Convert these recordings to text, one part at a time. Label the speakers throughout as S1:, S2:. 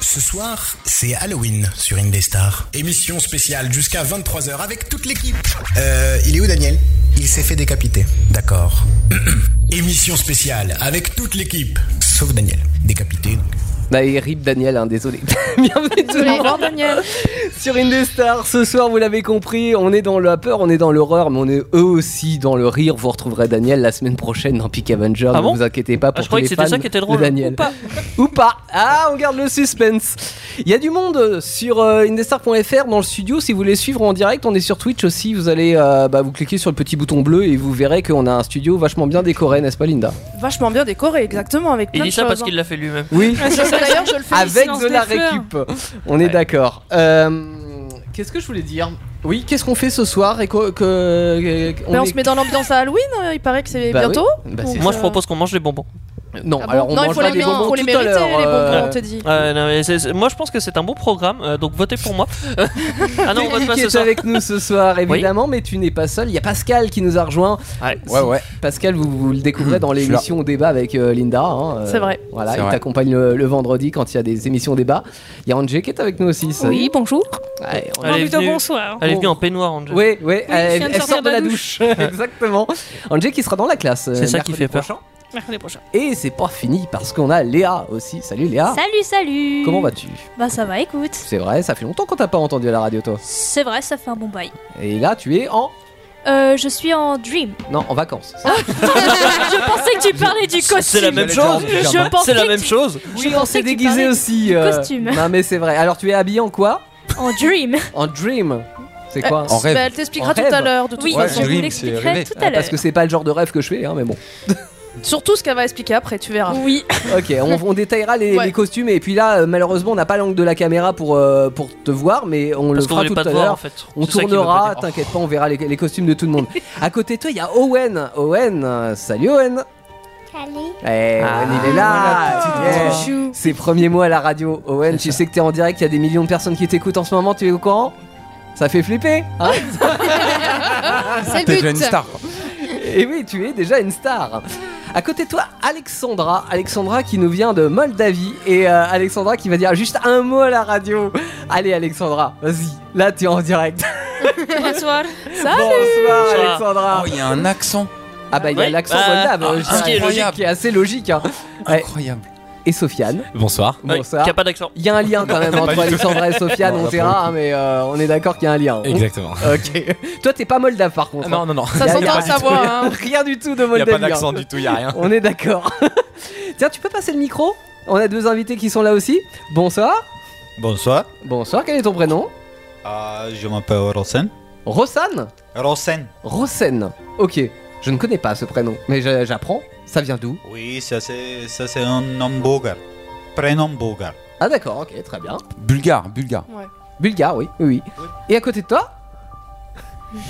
S1: Ce soir, c'est Halloween sur Indestar. Émission spéciale jusqu'à 23h avec toute l'équipe. Euh, il est où Daniel Il s'est fait décapiter. D'accord. Émission spéciale avec toute l'équipe. Sauf Daniel. Décapité.
S2: Bah, et rip Daniel, hein, désolé. Bienvenue tout le monde
S3: Daniel.
S2: sur Indestar. Ce soir, vous l'avez compris, on est dans la peur, on est dans l'horreur, mais on est eux aussi dans le rire. Vous retrouverez Daniel la semaine prochaine dans Peak Avenger.
S4: Ah bon
S2: ne vous inquiétez pas pour
S4: je croyais
S2: tous
S4: que
S2: les
S4: c'était
S2: fans
S4: ça qui était drôle.
S2: de Daniel.
S4: Ou pas.
S2: Ou pas. Ah, on garde le suspense. Il y a du monde sur euh, indestar.fr dans le studio. Si vous voulez suivre en direct, on est sur Twitch aussi. Vous allez euh, bah, vous cliquez sur le petit bouton bleu et vous verrez qu'on a un studio vachement bien décoré, n'est-ce pas, Linda
S3: Vachement bien décoré, exactement, avec
S4: Il
S3: plein
S4: dit
S3: de
S4: ça
S3: choses,
S4: parce
S3: hein.
S4: qu'il l'a fait lui-même.
S2: Oui.
S3: Parce que D'ailleurs, je le fais
S2: avec
S3: ici,
S2: de la
S3: lance des fleurs.
S2: récup. On est
S4: Ouais.
S2: d'accord. Euh, qu'est-ce que je voulais dire Oui, qu'est-ce qu'on fait ce soir et quoi- que,
S3: Mais
S2: que-
S3: Ben, on
S2: est-
S3: se met dans l'ambiance à Halloween, euh, il paraît que c'est
S2: Bah oui.
S3: bientôt.
S2: Bah,
S3: Ou
S2: c'est-
S4: Moi, je
S3: euh,
S4: propose qu'on mange des bonbons.
S2: Non,
S3: Ah bon
S2: alors on
S3: non, il faut
S2: mangera
S3: les,
S2: des
S3: mangera-
S2: bonbons
S3: faut les
S2: tout à
S3: mériter,
S2: l'heure.
S3: les
S2: euh,
S3: bonbons, on te dit.
S4: Euh, non, mais c'est- c'est- moi, je pense que c'est un bon programme, euh, donc votez pour moi. ah non, on vote
S2: Qui
S4: pas ce
S2: est
S4: soir.
S2: avec nous ce soir, évidemment, mais tu n'es pas seul. Il y a Pascal qui nous a rejoint.
S4: Ouais.
S2: Ouais, ouais. Pascal, vous, vous le découvrez dans l'émission au débat avec euh, Linda. hein, euh,
S3: C'est vrai.
S2: Voilà,
S5: C'est
S2: il
S5: vrai.
S2: t'accompagne le, le vendredi quand il y a des émissions au débat. Il y a Angé qui est avec nous aussi. salut.
S6: Oui, bonjour.
S2: Ouais,
S7: Oh,
S2: on-
S4: Elle est
S6: plutôt
S4: venue-
S6: bonsoir.
S4: Elle est venue en peignoir, Angel.
S2: Oui, oui,
S6: je
S2: elle,
S6: viens de
S2: elle
S6: sortir
S2: sort de la douche. Exactement. Angé qui sera dans la classe. euh,
S4: C'est ça qui
S2: mercredi
S4: fait peur.
S2: prochain.
S6: Mercredi prochain.
S2: Et c'est pas fini parce qu'on a Léa aussi. Salut Léa.
S7: Salut, salut
S2: Ah. Comment vas-tu
S7: Bah ça va, écoute.
S2: C'est vrai, ça fait longtemps qu'on t'a pas entendu à la radio toi.
S7: C'est vrai, ça fait un bon bail.
S2: Et là, tu es en
S7: Euh, je suis en dream. Ah,
S2: non en vacances.
S7: je pensais que tu parlais du costume.
S4: C'est la même chose.
S7: Je pensais
S4: C'est la
S7: que
S4: même
S7: tu-
S4: chose.
S7: je
S2: on
S7: pensais
S2: s'est
S7: que tu
S2: déguisé
S7: parlais
S2: aussi.
S7: du
S2: euh,
S7: costume.
S2: Non mais c'est vrai. Alors tu es habillé en quoi
S7: En dream.
S2: En dream. C'est
S3: Euh,
S2: quoi
S5: En rêve.
S3: bah, elle t'expliquera
S2: En
S3: tout
S2: rêve.
S3: à l'heure, de toute
S7: Oui,
S5: Ouais,
S3: façon.
S7: je vous
S5: dream, c'est
S7: l'expliquerai
S5: rêver.
S7: tout à
S2: Ah,
S7: l'heure.
S2: Parce que c'est pas le genre de rêve que je fais, hein, mais bon.
S3: Surtout ce qu'elle va expliquer après, tu verras.
S7: Oui.
S2: Ok, on, on détaillera les,
S3: Ouais.
S2: les costumes et puis là, euh, malheureusement, on n'a pas l'angle de la caméra pour, euh, pour te voir, mais on
S4: Parce
S2: le
S4: qu'on
S2: fera
S4: voulait
S2: tout
S4: pas te
S2: à
S4: voir en
S2: l'heure.
S4: fait.
S2: On
S4: C'est ça qui
S2: tournera,
S4: veut pas dire.
S2: t'inquiète pas, on verra les, les costumes de tout le monde. à côté de toi, il y a Owen. Owen, euh, salut Owen. Eh, Owen, il est là. Yeah. Ses premiers mots à la radio. Owen, tu sais que t'es en direct, il y a des millions de personnes qui t'écoutent en ce moment, tu es au courant Ça fait flipper, hein
S3: C'est
S5: T'es déjà une star. quoi.
S2: Et Eh oui, tu es déjà une star. À côté de toi, Alexandra. Alexandra qui nous vient de Moldavie. Et euh, Alexandra qui va dire juste un mot à la radio. Allez, Alexandra, vas-y. Là, tu es en direct.
S6: Bonsoir.
S2: Bonsoir,
S4: Bonsoir.
S2: Alexandra.
S5: Oh, il y a un accent
S2: Ah, bah, il y a
S4: Oui.
S2: l'accent
S4: Bah,
S2: moldave.
S4: ah,
S2: euh,
S4: ce
S5: qui est
S2: dirais,
S5: logique.
S2: Qui est assez logique. hein. Ouais.
S5: incroyable.
S2: Et Sofiane.
S8: Bonsoir.
S4: Ouais,
S2: Bonsoir.
S4: euh, Qui a pas d'accent.
S2: Il y a un lien quand même entre
S8: du tout.
S2: Alexandra et Sofiane,
S8: Non, là,
S2: on
S8: pour
S2: verra, hein, mais euh, on est d'accord qu'il y a un lien. On-
S8: Exactement.
S2: Ok. Toi, t'es pas moldave par contre. hein.
S8: Ah, non, non, non.
S3: Ça
S2: Y a- y
S3: s'entend
S2: a pas
S3: à
S2: du
S3: savoir. hein.
S2: Rien du tout de
S8: Il n'y a
S2: Moldavie.
S8: pas
S2: hein.
S8: d'accent du tout, il n'y a rien.
S2: On est d'accord. Tiens, tu peux passer le micro On a deux invités qui sont là aussi. Bonsoir.
S9: Bonsoir,
S2: Bonsoir, quel est ton prénom
S9: euh, je m'appelle Rosen.
S2: Rosan
S9: Rosen
S2: Rosen. Ok, je ne connais pas ce prénom, mais je- j'apprends. Ça vient d'où
S9: Oui, ça c'est ça, c'est un nom bulgare. Prénom bulgare.
S2: Ah d'accord, ok, très bien.
S5: Bulgare, bulgare.
S2: Bulgare, oui, oui, oui. Et à côté de toi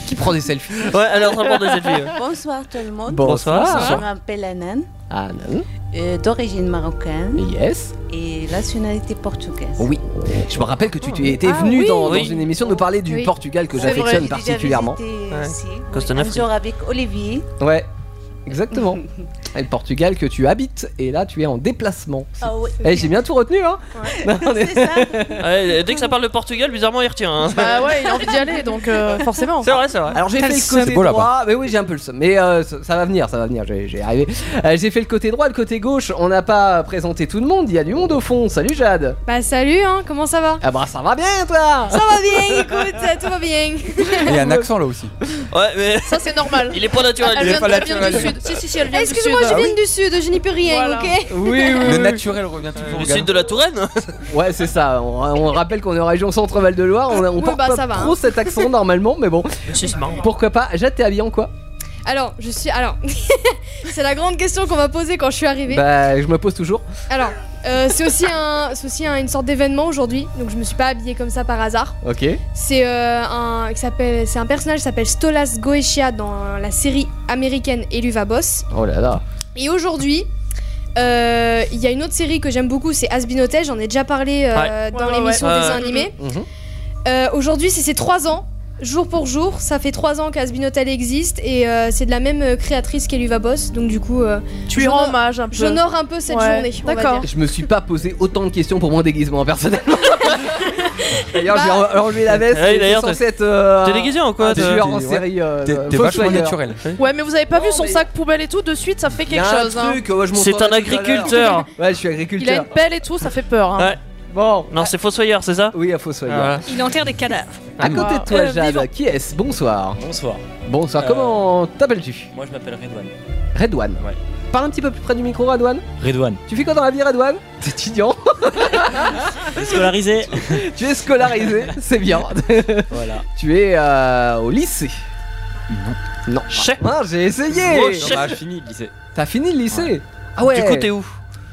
S2: Qui prend des selfies
S4: Ouais, elle est en train de prendre des selfies. ouais.
S10: Bonsoir tout le monde. Je
S2: Bonsoir.
S10: m'appelle Anan,
S2: Ah non,
S10: euh, d'origine marocaine
S2: yes.
S10: et nationalité portugaise.
S2: Oui. Je me rappelle que tu, tu étais
S3: Ah,
S2: venu
S3: oui.
S2: dans, dans
S4: Oui.
S2: une émission nous parler du
S3: Oui.
S2: Portugal que
S3: C'est vrai,
S2: j'affectionne
S10: J'ai déjà
S2: particulièrement.
S10: visité
S4: Ouais.
S10: aussi, oui,
S4: Costa
S10: un
S4: Nafri.
S10: jour avec Olivier.
S2: Ouais, exactement. Et le Portugal que tu habites, et là tu es en déplacement.
S10: Ah oui.
S2: Eh, j'ai bien tout retenu, hein Non, on est-
S10: C'est ça.
S4: Ouais, Dès que ça parle de Portugal, bizarrement, il retient. hein.
S3: Bah ouais, il a envie d'y aller, donc euh, forcément.
S4: C'est vrai, c'est vrai.
S2: Alors j'ai fait le
S5: seum.
S2: côté
S5: C'est beau, là-bas.
S2: droit, mais oui j'ai un peu le seum, mais euh, ça, ça va venir, ça va venir, j'ai j'ai arrivé. Euh, j'ai fait le côté droit, le côté gauche, on n'a pas présenté tout le monde, il y a du monde au fond, salut Jade
S6: Bah salut, hein, comment ça va
S2: Ah bah ça va bien toi
S6: Ça va bien, écoute, euh, tout va bien.
S5: Et il y a un accent là aussi.
S4: Ouais, mais
S3: Ça, c'est normal.
S4: il est pas naturel.
S3: Elle
S4: lui.
S3: vient, elle vient du sud. Si, si, si, elle vient du sud.
S6: Excuse-moi, je viens du sud, je n'y peux rien,
S3: Voilà.
S6: ok
S2: Oui, oui,
S5: Le
S2: oui.
S5: naturel revient toujours.
S4: Le
S5: au galop.
S4: sud de la Touraine
S2: Ouais c'est ça, on, on rappelle qu'on est en région centre-val de Loire, on, on
S6: Oui,
S2: porte
S6: bah,
S2: pas
S6: ça va,
S2: trop cet accent normalement, mais bon,
S4: C'est c'est marrant.
S2: pourquoi pas. Jade t'es habillée en quoi
S6: Alors, je suis. Alors, c'est la grande question qu'on m'a posée quand je suis arrivée.
S2: Bah je me pose toujours.
S6: Alors, euh, c'est aussi, un, c'est aussi un- une sorte d'événement aujourd'hui, donc je me suis pas habillée comme ça par hasard.
S2: Ok.
S6: C'est euh, un, qui s'appelle- c'est un personnage qui s'appelle Stolas Goetia dans la série américaine Eluva Boss.
S2: Oh là là.
S6: Et aujourd'hui, euh, il y a une autre série que j'aime beaucoup, c'est Asbin Hotel. J'en ai déjà parlé euh,
S4: Ouais.
S6: dans
S3: Ouais, ouais,
S6: l'émission
S2: Mm,
S4: ouais.
S6: des
S4: Euh,
S6: animés.
S2: Mhm.
S6: Euh, aujourd'hui, c'est ses 3 ans. jour pour jour. Ça fait trois ans qu'Asbinotal existe et euh, c'est de la même euh, créatrice qu'Eluva Boss. Donc du coup, euh,
S3: Tu lui rends hommage un peu.
S6: j'honore un peu cette
S3: Ouais,
S6: journée. on va
S3: d'accord.
S6: dire.
S2: Je me suis pas posé autant de questions pour mon déguisement personnellement. D'ailleurs,
S3: bah,
S2: j'ai en- enlevé la veste.
S4: Ouais,
S2: et
S4: Ah, d'ailleurs,
S2: D'ailleurs,
S4: t'es-
S2: censé être. euh,
S4: T'es déguisé en quoi
S2: un
S4: toi
S2: tueur en
S5: t'es-
S2: série. euh,
S5: T'es t'es
S2: Volkswagen.
S5: vachement naturel.
S3: Ouais, mais vous avez pas vu son
S2: mais-
S3: sac poubelle et tout De suite, ça fait
S2: Il y a
S3: quelque
S2: un
S3: chose. hein.
S2: truc, euh, ouais, je
S4: C'est
S2: montrerai
S4: un
S2: tout à l'heure.
S4: agriculteur.
S2: Ouais, je suis
S3: Il a une
S2: agriculteur.
S3: pelle et tout, ça fait peur. hein.
S4: Ouais.
S2: Bon.
S4: Non, c'est Fossoyeur, c'est ça
S2: Oui, à faux soyeur.
S4: Ah,
S7: Il enterre des cadavres.
S11: Ah,
S2: À côté de toi,
S8: Euh,
S2: Jade,
S8: vivant.
S2: qui est-ce Bonsoir.
S8: Bonsoir,
S2: Bonsoir,
S8: Euh,
S2: comment t'appelles-tu
S8: moi je m'appelle Redwan.
S2: Redouane.
S8: Ouais.
S2: Parle un petit peu plus près du micro, Redouane.
S8: Redwan,
S2: Tu fais quoi dans la vie, Redouane T'es étudiant, Ah,
S8: scolarisé
S2: tu es scolarisé, c'est bien.
S8: Voilà.
S2: tu es euh, au lycée. Non. Non.
S4: Chef.
S2: Ah,
S4: Gros
S2: j'ai essayé
S4: chef.
S8: J'ai fini le lycée.
S2: T'as fini le lycée Ah ouais
S4: Du coup, t'es où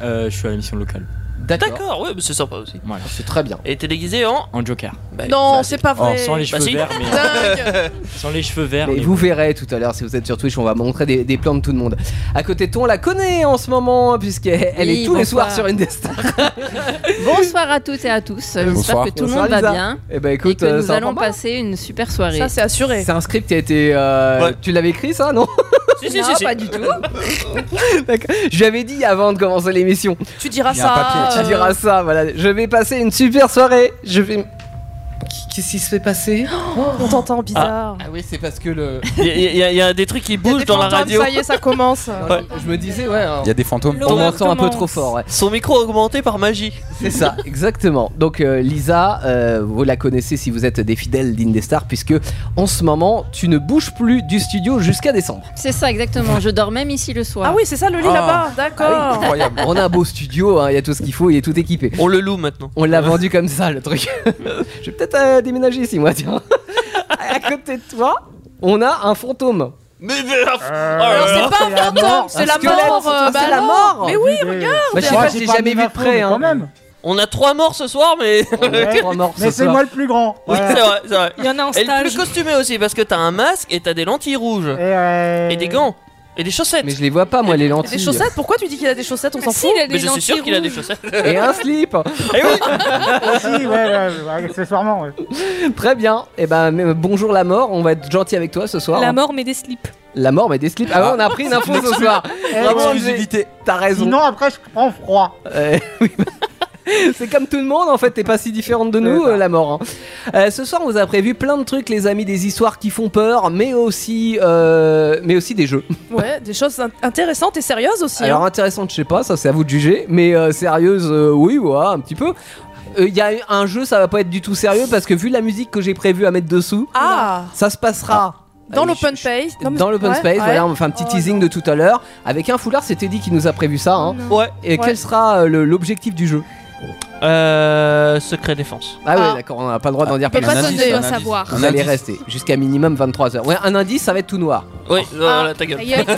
S8: Euh, je suis à la mission locale.
S2: D'accord.
S4: D'accord, ouais, mais c'est sympa aussi.
S8: Voilà.
S2: C'est très bien.
S4: Et t'es déguisé en.
S8: En Joker.
S3: Non,
S4: ça,
S3: c'est pas vrai.
S8: Oh, sans les cheveux
S4: si.
S8: verts, mais
S3: Dingue.
S8: sans les cheveux verts.
S2: Et
S8: mais
S2: vous
S8: bon.
S2: verrez tout à l'heure si vous êtes sur Twitch, on va montrer des, des plans de tout le monde. À côté de toi, on la connaît en ce moment, puisqu'elle elle est
S12: Oui,
S2: tous les
S12: bonsoir.
S2: soirs sur une Indestar.
S12: Bonsoir à toutes et à tous. J'espère
S5: Bonsoir.
S12: que tout le
S2: Bonsoir,
S12: monde
S2: Lisa.
S12: va bien.
S2: Eh ben
S12: Et
S2: écoute,
S12: que
S2: euh,
S12: nous
S2: ça
S12: allons
S2: reprend pas.
S12: passer une super soirée.
S3: Ça, c'est assuré.
S2: C'est un script qui a été. euh,
S4: Ouais.
S2: Tu l'avais écrit ça, non
S4: Si, si,
S12: non,
S4: si, si.
S12: pas du tout.
S2: D'accord. Je lui avais dit avant de commencer l'émission.
S3: Tu diras
S5: Il y a un
S3: ça.
S5: papier.
S2: Tu
S3: euh,
S2: diras ça, voilà. Je vais passer une super soirée. Je vais. Qu'est-ce qui se fait passer
S3: Oh, On t'entend bizarre.
S5: Ah oui, c'est parce que le.
S4: Il y, a- il y a- il y a des trucs
S3: Il
S4: qui
S3: y a
S4: bougent
S3: des
S4: Oh. dans la
S3: fantômes,
S4: radio.
S3: Ça y est, ça commence.
S2: Je me disais, ouais.
S11: hein.
S5: Il y a des fantômes.
S2: On
S7: L'horreur
S2: m'entend un peu
S7: commence.
S2: trop fort, ouais.
S4: Son micro augmenté par magie.
S2: C'est ça, exactement. Donc euh, Lisa, euh, vous la connaissez si vous êtes des fidèles d'Indestar, puisque en ce moment, tu ne bouges plus du studio jusqu'à décembre.
S12: C'est ça, exactement. Je dors même ici le soir.
S3: Ah oui, c'est ça le lit
S5: Ah.
S3: là-bas. D'accord.
S5: Incroyable.
S2: On a un beau studio, hein, il y a tout ce qu'il faut, il est tout équipé.
S4: On le loue maintenant.
S2: On l'a vendu comme ça, le truc. Je vais peut-être euh, déménager ici, moi, tiens. à côté de toi, on a un fantôme.
S4: Mais. mais- oh là
S3: Euh, Alors,
S4: là.
S3: c'est pas un fantôme, c'est
S2: Un
S3: la
S2: squelette.
S3: mort. euh,
S2: Ah,
S3: bah
S2: c'est la
S3: non.
S2: mort.
S3: Mais oui,
S2: Bah, je sais
S3: Moi,
S2: pas, je l'ai jamais vu de près. Hein.
S4: On a trois morts ce soir, mais.
S2: Trois morts ce soir.
S11: le plus grand.
S4: Oui, c'est vrai, c'est vrai.
S7: Il y en a en
S4: Et le plus
S7: stage.
S4: costumé aussi, parce que t'as un masque et t'as des lentilles rouges. Et des gants. Et des chaussettes.
S2: euh, Mais je les vois pas, moi, les lentilles.
S3: des chaussettes. Pourquoi tu dis qu'il a des chaussettes On s'en fout.
S7: il a des
S4: Mais je suis
S7: lentilles
S4: sûr qu'il a des
S7: rouges.
S4: chaussettes.
S2: Et un slip.
S4: Eh oui
S11: Ah, ouais, ouais, accessoirement.
S2: Très bien. Et ben, mais, euh, bonjour la mort. On va être gentil avec toi ce soir.
S7: La mort met des slips.
S2: La mort, mais des slips. Ah ouais, on a pris une info ce soir. Bravo,
S5: Exclusivité.
S2: T'as raison.
S11: après, je prends froid.
S2: Euh, oui, bah, C'est comme tout le monde en fait, t'es pas si différente de nous, euh, la mort. hein. Euh, ce soir, on vous a prévu plein de trucs, les amis, des histoires qui font peur, mais aussi, euh, mais aussi des jeux.
S3: Ouais, des choses int- intéressantes et sérieuses aussi.
S2: Alors
S3: hein.
S2: intéressante, je sais pas, ça c'est à vous de juger, mais euh, sérieuse, euh, oui, ouais, un petit peu. Il y a un jeu, ça va pas être du tout sérieux parce que vu la musique que j'ai prévu à mettre dessous,
S3: Ah,
S2: ça se passera.
S3: dans
S2: Euh,
S3: l'open
S2: je-
S3: space.
S2: je- Dans l'open space, voilà, on fait un petit
S5: Oh,
S2: teasing de tout à l'heure avec un foulard. C'était dit qui nous a prévu ça. hein.
S4: Ouais.
S2: Et
S3: Ouais.
S2: quel sera euh, le- l'objectif du jeu
S4: Euh. Secret défense.
S2: Ah,
S3: Ah.
S2: ouais, d'accord, on n'a pas le droit d'en dire
S3: peut
S2: plus.
S3: pas
S5: Un
S3: se
S5: indice,
S3: donner,
S5: un
S3: on
S5: indice.
S12: savoir.
S5: Un
S2: Vous allez
S5: indice.
S2: rester jusqu'à minimum 23h. Ouais, un indice, ça va être tout noir.
S4: Oui,
S7: Ah.
S4: voilà ta gueule.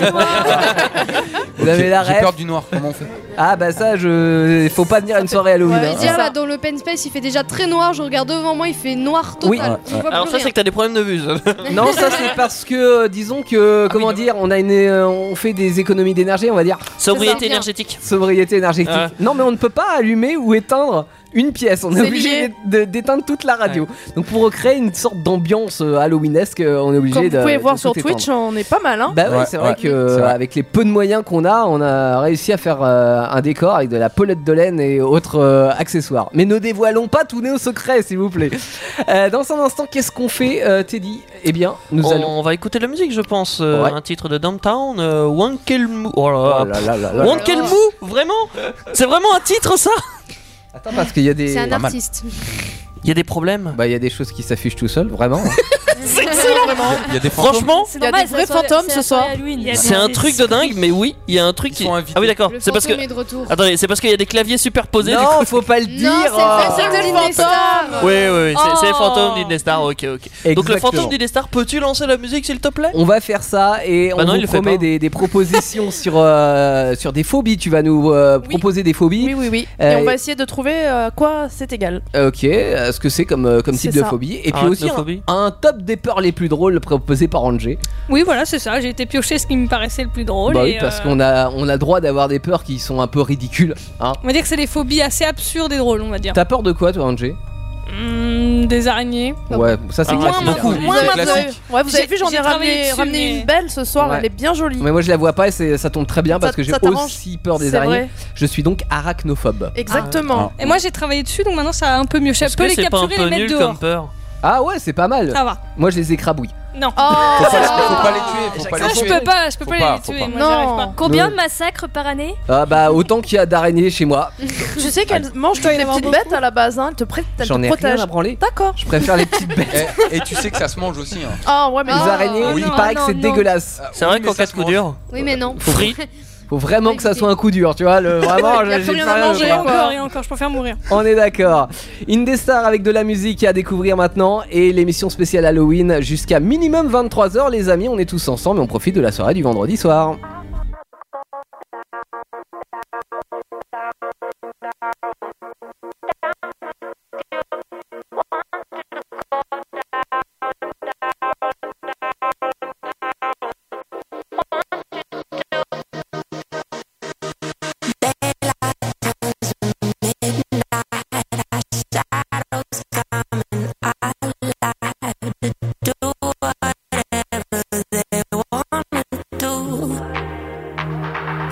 S2: Vous avez la
S5: J'ai
S2: ref.
S5: peur du noir, comment on fait
S2: Ah bah ça, je faut pas venir à une soirée Halloween.
S6: Ouais,
S2: hein.
S6: dire ah là dans l'open space, il fait déjà très noir. Je regarde devant moi, il fait noir total.
S2: Oui.
S6: Je vois
S4: Alors
S6: plus
S4: ça c'est
S6: rien.
S4: que t'as des problèmes de vue. ça.
S2: Non, ça c'est parce que euh, disons
S5: Ah
S2: que comment
S4: oui,
S2: dire, on a une euh, on fait des économies d'énergie, on va dire
S4: Sobriété
S6: bien.
S4: énergétique.
S2: sobriété énergétique.
S4: Ah.
S2: Non, mais on ne peut pas allumer ou éteindre une pièce, on est,
S3: C'est
S2: obligé
S3: lié.
S2: d'é- d'éteindre toute la radio. Donc pour recréer une sorte d'ambiance euh, halloweenesque, euh, on est obligé
S3: Comme
S2: de
S3: vous pouvez
S2: de
S3: voir
S2: tout
S3: sur
S2: éteindre.
S3: Twitch, on est pas mal. Hein.
S2: Bah ouais,
S5: Ouais,
S2: c'est vrai
S5: ouais.
S2: que euh,
S5: C'est vrai.
S2: avec les peu de moyens qu'on a, on a réussi à faire euh, un décor avec de la pelette de laine et autres euh, accessoires. Mais ne dévoilons pas tout nos secrets, s'il vous plaît. Euh, dans un instant, qu'est-ce qu'on fait, euh, Teddy Eh bien, nous
S4: On,
S2: allons.
S4: va écouter de la musique je pense. Euh,
S2: Ouais.
S4: Un titre de Downtown. Euh, Wankelmoo. Oh là
S2: Oh
S4: là.
S2: là là là là.
S4: Wankelmoo Vraiment C'est vraiment un titre ça
S2: Attends, parce qu'il y a des.
S6: C'est un
S5: Pas mal.
S6: artiste.
S4: Il y a des problèmes.
S2: Bah, il y a des choses qui s'affichent tout seul, vraiment. hein.
S5: Il y a des fantômes.
S4: Franchement,
S7: C'est
S3: Il y a
S7: normal,
S3: des vrais
S7: c'est la soirée-
S3: fantômes
S7: c'est
S3: ce
S7: la soirée
S3: soir.
S7: Halloween. Il y a
S4: c'est
S7: des-
S4: un
S7: des-
S4: truc de dingue mais oui, il y a un truc qui
S5: sont invités.
S4: Ah oui d'accord,
S6: Le
S4: c'est parce que
S6: fantôme est de retour.
S4: Attendez, c'est parce qu'il y a des claviers superposés du coup.
S2: non, faut pas le dire.
S6: Non, c'est
S3: c'est euh,
S6: le
S3: le
S6: fantôme d'Indestar.
S4: Oui, oui, oui, c'est c'est
S7: Oh.
S4: fantôme d'Indestar, ok, ok. Donc le
S2: Exactement.
S4: fantôme d'Indestar, peux-tu lancer la musique s'il te plaît
S2: On va faire ça et
S4: Bah
S2: on
S4: non, il
S2: vous
S4: le fait
S2: promet
S4: pas.
S2: des, des propositions sur, euh, sur des phobies. Tu vas nous euh,
S3: Oui.
S2: proposer des phobies.
S3: Oui, oui, oui.
S2: Euh,
S3: Et on va essayer de trouver euh, à quoi c'est égal.
S2: Ok, euh, ce que c'est comme, euh, comme
S3: C'est
S2: type de
S3: ça.
S2: phobie. Et puis aussi un,
S4: Arachnophobie.
S2: un top des peurs les plus drôles proposé par Angé.
S7: Oui, voilà, c'est ça. J'ai été piocher ce qui me paraissait le plus drôle.
S2: bah
S7: et,
S2: oui, parce
S7: euh,
S2: qu'on a, on a droit d'avoir des peurs qui sont un peu ridicules. Hein.
S7: On va dire que c'est des phobies assez absurdes et drôles, on va dire.
S2: T'as peur de quoi toi Angé
S7: Hmm, des araignées.
S2: Ouais, ça, c'est classique. Beaucoup.
S3: Moins
S2: C'est
S3: maintenant.
S2: classique.
S3: Ouais, vous avez
S7: J'ai-
S3: vu, j'en ai
S7: j'ai travaillé
S3: ramené,
S7: dessus,
S3: ramené
S7: mais-
S3: une belle ce soir,
S2: Ouais.
S3: elle est bien jolie.
S2: Mais moi je la vois pas et c'est- ça tombe très bien parce
S3: Ça-
S2: que j'ai
S3: ça t'arrange
S2: aussi peur des
S7: C'est
S2: araignées.
S7: vrai.
S2: Je suis donc arachnophobe.
S7: Exactement.
S2: Ah.
S7: Et moi j'ai travaillé dessus donc maintenant ça a un peu mieux. Je peux les capturer et les mettre dehors.
S4: peur
S2: Ah ouais, c'est pas mal.
S7: Ça va. Oh.
S2: Moi je les écrabouille.
S7: Non.
S3: Oh,
S2: Faut pas- faut pas les
S7: tuer.
S2: faut pas les
S7: je
S2: tuer.
S7: peux pas, je peux
S2: Faut
S7: pas,
S2: pas,
S7: les
S2: faut
S7: tuer.
S2: pas.
S7: Moi,
S3: Non.
S7: j'arrive pas.
S9: Combien
S2: Non.
S9: de massacres par année
S2: Ah bah autant qu'il y a d'araignées chez moi.
S7: Mmh.
S3: Tu sais qu'elles mangent toutes les petites bêtes à la base, hein. elles te, pré- elles
S2: J'en
S3: te
S2: ai rien
S3: protègent.
S2: à branler.
S3: D'accord.
S2: Je préfère les petites bêtes.
S5: Eh, Et tu sais que ça se mange aussi. Hein. Ah,
S3: Ah ouais, mais
S2: Les araignées,
S7: Oh
S2: il paraît que c'est dégueulasse.
S4: C'est vrai qu'en cas de coup dur.
S6: ah Oui, mais non.
S2: Faut- Faut vraiment que ça soit un coup dur, tu vois. Le, vraiment,
S7: Il y a
S2: j'ai-
S7: plus
S2: j'ai
S7: rien
S2: pas-
S7: à manger
S2: j'ai-
S7: encore et encore, je préfère mourir.
S2: On est d'accord. Indestar avec de la musique à découvrir maintenant et l'émission spéciale Halloween jusqu'à minimum 23h les amis, on est tous ensemble et on profite de la soirée du vendredi soir.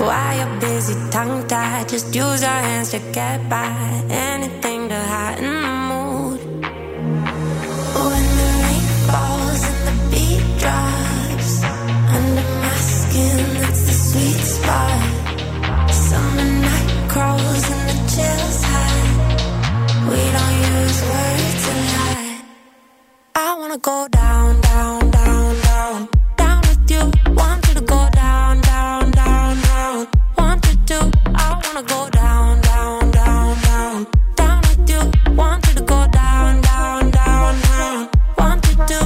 S13: Why you're busy, tongue tied? Just use our hands to get by. Anything to hide in the mood. When the rain falls and the beat drops under my skin, that's the sweet spot. Summer night crawls and the chills high. We don't use words to lie. I wanna go down, down, down, down, down with you. Want you to go down, down, down, down. Want you to. I wanna go down, down, down, down, down with you. Want you to go down, down, down, down. Want you to.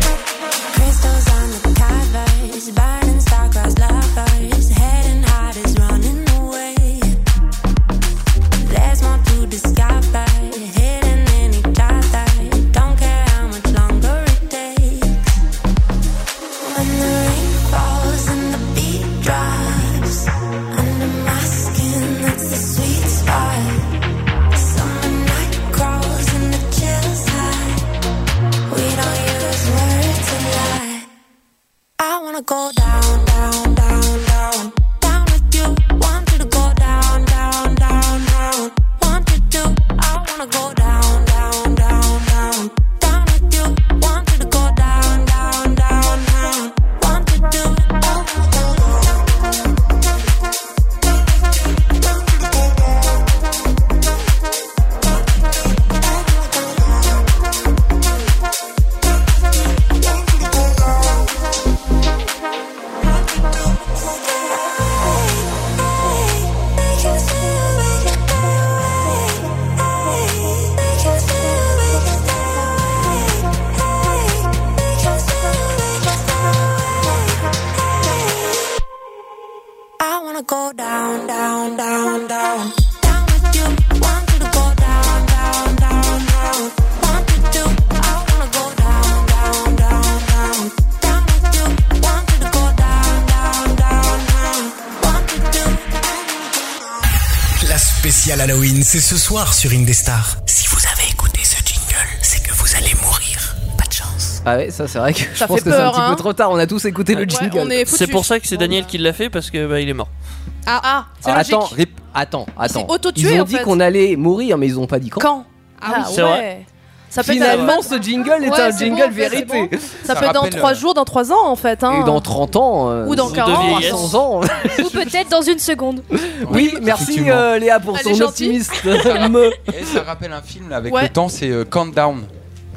S13: Crystals on the covers, burning star-crossed lovers, head and heart is running away. There's more to discover, hidden in each other. Don't care how much longer it takes. When the rain falls and the beat drops under my skin, that's the sweet spot. Summer night crawls and the chills high. We don't use words to lie. I wanna go down, down, down, down, down with you. Want you to go down, down, down, down. Want you to. I wanna go down, down, down, down, down with you. Want you to go down, down, down, down. Want you to. I wanna go down, down, down, down. Down with you. Want you to go down, down, down, down. Want you to. I wanna go down, down, down, down. Down with you. Want you to go down, down, down, down. Want you to.
S1: La spéciale Halloween, c'est ce soir sur Indestar. Si vous avez écouté ce jingle, c'est que vous allez mourir. Pas de chance.
S2: Ah ouais, ça c'est vrai que je
S3: Ça
S2: pense
S3: fait
S2: que c'est un
S3: peur,
S2: petit
S3: hein.
S2: peu trop tard, on a tous écouté le
S3: Ouais,
S2: jingle.
S3: on est foutus.
S4: C'est pour ça que c'est Daniel qui l'a fait parce que bah, il est mort.
S3: Ah, ah, c'est
S2: Ah,
S3: logique.
S2: attends, rip- attends, attends.
S3: auto-tué,
S2: Ils ont
S3: en
S2: dit
S3: fait.
S2: qu'on allait mourir mais ils ont pas dit quand.
S3: Quand Ah,
S2: C'est
S3: ouais.
S2: vrai.
S3: Ça peut être-
S2: Finalement ce jingle est
S3: Ouais,
S2: un
S3: c'est
S2: jingle
S3: bon, en fait, c'est
S2: vérité.
S3: bon. Ça, peut être dans
S5: euh,
S3: 3 jours, dans 3 ans en fait. Hein.
S2: Et dans 30 ans. euh,
S3: Ou dans 40 ans.
S2: 300 ans.
S9: Ou peut-être dans une seconde.
S2: Oui, merci euh, Léa pour
S9: Elle
S2: son
S9: est gentille.
S2: optimisme.
S5: Et Eh, ça rappelle un film là, avec
S2: Ouais. Oh.
S5: le temps, c'est euh, Countdown.